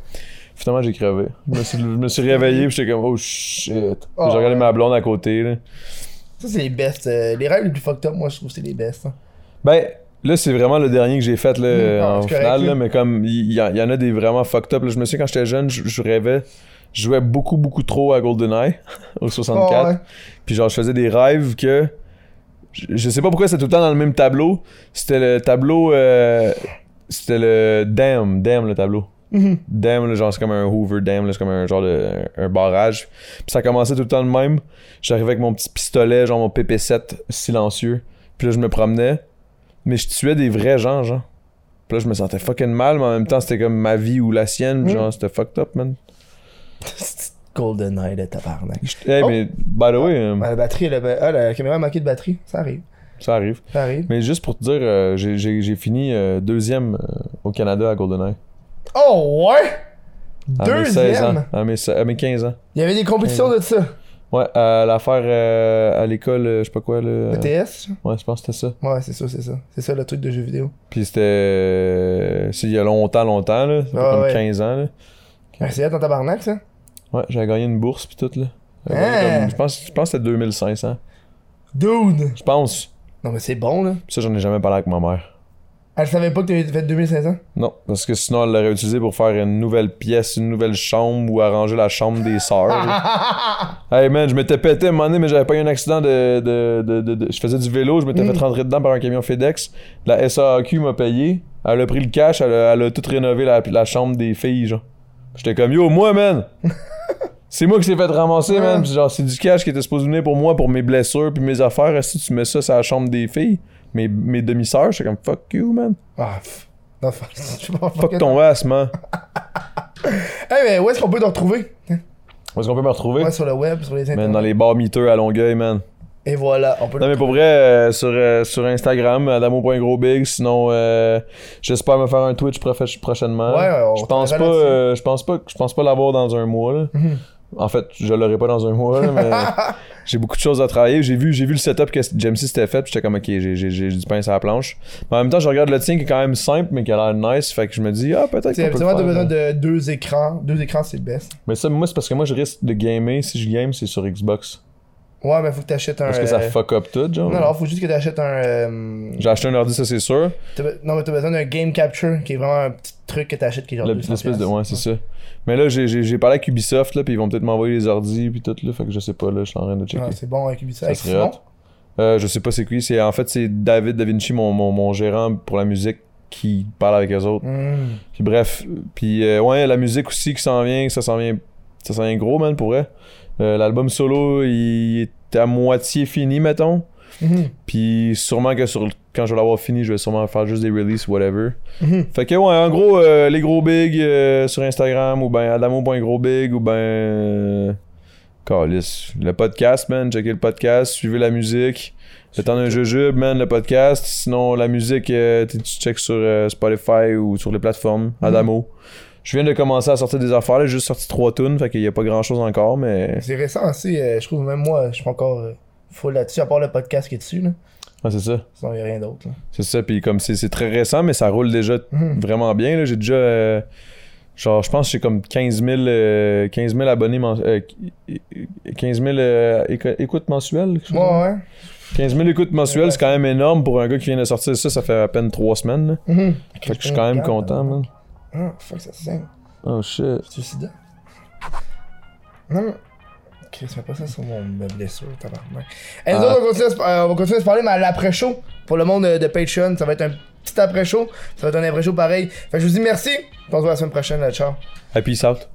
Speaker 2: Finalement, j'ai crevé. Je me suis, je me suis réveillé, puis j'étais comme, oh shit. Puis j'ai regardé ma blonde à côté, là.
Speaker 1: Ça c'est les best. euh, les rêves les plus fucked up moi je trouve que c'est les best. hein.
Speaker 2: Ben, là, c'est vraiment le dernier que j'ai fait là,
Speaker 1: Mm, ah,
Speaker 2: en
Speaker 1: c'est correct,
Speaker 2: finale,
Speaker 1: là.
Speaker 2: là, mais comme il y, en- il y en a des vraiment fucked up. là. Je me souviens quand j'étais jeune, je je rêvais. Je jouais beaucoup, beaucoup trop à GoldenEye au 64.
Speaker 1: Ah, ouais.
Speaker 2: Puis genre, je faisais des rêves que. Je, je sais pas pourquoi c'était tout le temps dans le même tableau. C'était le tableau. euh, c'était le dam, dam le tableau. Dam, là, genre, c'est comme un Hoover Dam, là, c'est comme un genre de. un, un barrage. Puis ça commençait tout le temps de même. J'arrivais avec mon petit pistolet, genre mon PP7 silencieux. Puis là, je me promenais. Mais je tuais des vrais gens, genre. Puis là, je me sentais fucking mal, mais en même temps, c'était comme ma vie ou la sienne. puis Genre, c'était fucked up, man.
Speaker 1: Golden Eye de tabarnak.
Speaker 2: Hey,
Speaker 1: Oh.
Speaker 2: mais, by the way, euh,
Speaker 1: Ah, la batterie elle a- ah, la caméra a manqué de batterie ça arrive
Speaker 2: ça arrive.
Speaker 1: ça arrive.
Speaker 2: Mais juste pour te dire, euh, j'ai- j'ai j'ai fini euh, deuxième euh, au Canada à GoldenEye.
Speaker 1: Oh ouais.
Speaker 2: À mes 16 ans.
Speaker 1: Deuxième.
Speaker 2: À mes, se- à mes 15 ans.
Speaker 1: Il y avait des compétitions de ça.
Speaker 2: Ouais, euh, l'affaire euh, à l'école, euh, je sais pas quoi. Là,
Speaker 1: E ETS?
Speaker 2: Ouais, je pense que c'était ça.
Speaker 1: Ouais, c'est ça, c'est ça. C'est ça le truc de jeu vidéo.
Speaker 2: Puis c'était. euh, c'est il y a longtemps, longtemps, là. Ça fait
Speaker 1: Ah,
Speaker 2: comme
Speaker 1: ouais.
Speaker 2: 15 ans, là.
Speaker 1: Ah, c'est là ton tabarnak, ça?
Speaker 2: Ouais, j'avais gagné une bourse, puis tout, là. J'avais
Speaker 1: Hein?
Speaker 2: gagné comme- Je pense, je pense que c'était 2500.
Speaker 1: Dude!
Speaker 2: Je pense.
Speaker 1: Non, mais c'est bon, là.
Speaker 2: Ça, j'en ai jamais parlé avec ma mère.
Speaker 1: Elle savait pas que t'avais fait 2500?
Speaker 2: Non, parce que sinon, elle l'aurait utilisé pour faire une nouvelle pièce, une nouvelle chambre ou arranger la chambre des sœurs.
Speaker 1: Ah,
Speaker 2: là. hey man, je m'étais pété à un moment donné, mais j'avais pas eu un accident de. de, de, de- de- Je faisais du vélo, je m'étais fait rentrer dedans par un camion FedEx. La SAAQ m'a payé. Elle a pris le cash, elle a, elle a tout rénové la, la chambre des filles, genre. J'étais comme yo, moi, man! C'est moi qui s'est fait ramasser, man. Puis genre, c'est du cash qui était supposé venir pour moi, pour mes blessures, puis mes affaires. Si tu mets ça, c'est la chambre des filles. Mes, mes demi-sœurs, j'étais comme fuck you, man.
Speaker 1: Ah, pff. Non, fuck, je sais pas.
Speaker 2: Fuck ton ass, man.
Speaker 1: Eh, mais où est-ce qu'on peut te retrouver?
Speaker 2: Où est-ce qu'on peut me retrouver?
Speaker 1: Ouais, sur le web, sur les
Speaker 2: Man, dans
Speaker 1: internets.
Speaker 2: les bars miteux à Longueuil, man.
Speaker 1: Et voilà, on peut
Speaker 2: Non, mais pour vrai, euh, sur, euh, sur Instagram, adamo.grosbig, sinon, euh, j'espère me faire un Twitch profe- prochainement.
Speaker 1: Ouais, ouais, on
Speaker 2: je pense pas,
Speaker 1: travaille là-dessus. Mhm.
Speaker 2: euh, je pense pas, je pense pas l'avoir dans un mois, là. En fait, je l'aurai pas dans un mois, là, mais j'ai beaucoup de choses à travailler. J'ai vu, j'ai vu le setup que Jamesy s'était fait, puis j'étais comme, ok, j'ai, j'ai, j'ai du pain à la planche. Mais en même temps, je regarde le tien qui est quand même simple, mais qui a l'air nice, fait que je me dis, ah, peut-être
Speaker 1: C'est
Speaker 2: qu'on peut le
Speaker 1: absolument t'as
Speaker 2: faire,
Speaker 1: besoin
Speaker 2: là.
Speaker 1: de deux écrans. Deux écrans, c'est le best.
Speaker 2: Mais ça, moi, c'est parce que moi, je risque de gamer. Si je game, c'est sur Xbox.
Speaker 1: Ouais, mais faut que t'achètes un.
Speaker 2: Parce que ça
Speaker 1: euh,
Speaker 2: fuck up tout, genre.
Speaker 1: Non, non, faut juste que t'achètes un. euh,
Speaker 2: J'ai acheté un ordi, ça c'est sûr.
Speaker 1: t'as be- Non, mais t'as besoin d'un game capture qui est vraiment un petit truc que t'achètes qui est genre.
Speaker 2: Le-
Speaker 1: 200
Speaker 2: L'espèce de.
Speaker 1: piastres.
Speaker 2: Ouais, c'est ça. Mais là, j'ai- j'ai j'ai parlé avec Ubisoft, là, puis ils vont peut-être m'envoyer les ordis, puis tout, là. Fait que je sais pas, là, je suis en train de checker.
Speaker 1: Ouais, Ah, c'est bon avec Ubisoft.
Speaker 2: ça
Speaker 1: Avec
Speaker 2: serait
Speaker 1: Simon,
Speaker 2: hot. Euh, je sais pas c'est qui. c'est- En fait, c'est David Da Vinci, mon, mon, mon gérant pour la musique, qui parle avec eux autres.
Speaker 1: Hmm.
Speaker 2: Puis bref. Puis euh, ouais, la musique aussi qui s'en vient, ça s'en vient. Ça s'en vient gros, man, pour vrai. Euh, L'album solo, il est à moitié fini, mettons.
Speaker 1: Mhm.
Speaker 2: Puis sûrement que sur le- quand je vais l'avoir fini, je vais sûrement faire juste des releases, whatever.
Speaker 1: Mhm.
Speaker 2: Fait que ouais, en gros, euh, les gros big euh, sur Instagram ou ben adamo.grosbig ou ben. euh, Calisse. Le podcast, man. Checkez le podcast. Suivez la musique. Le temps d'un jujube, man, le podcast. Sinon, la musique, euh, tu tu checkes sur euh, Spotify ou sur les plateformes. Adamo. Je viens de commencer à sortir des affaires. là. J'ai juste sorti trois tunes. Fait qu'il y a pas grand chose encore, mais.
Speaker 1: C'est récent aussi, euh, je trouve même moi, je suis pas encore euh, full là-dessus, à part le podcast qui est dessus, là.
Speaker 2: Ouais, c'est ça.
Speaker 1: Sinon, y a rien d'autre, là.
Speaker 2: C'est ça, puis comme c'est c'est très récent, mais ça roule déjà
Speaker 1: Mhm.
Speaker 2: vraiment bien. là. J'ai déjà, euh, genre, je pense que j'ai comme 15 000, euh, 15 000 abonnés, mens- euh, 15 000 euh, éco- écoutes mensuelles. quelque chose
Speaker 1: Ouais,
Speaker 2: comme ça.
Speaker 1: ouais.
Speaker 2: 15 000 écoutes mensuelles, c'est quand même énorme pour un gars qui vient de sortir ça, ça fait à peine 3 semaines. là.
Speaker 1: Mhm.
Speaker 2: Fait que je suis quand même content, man.
Speaker 1: Ah, fuck, ça saigne.
Speaker 2: Oh shit.
Speaker 1: Suicida. Non, non. Chris, mets pas ça sur mon, ma blessure, tabarnak. Et nous
Speaker 2: Ah.
Speaker 1: autres, on continue, à se- euh, on continue à se parler, mais à l'après-show. Pour le monde euh, de Patreon, ça va être un petit après-show. Ça va être un après-show pareil. Fait que je vous dis merci. puis On se voit la semaine prochaine. là. Ciao.
Speaker 2: Happy peace out.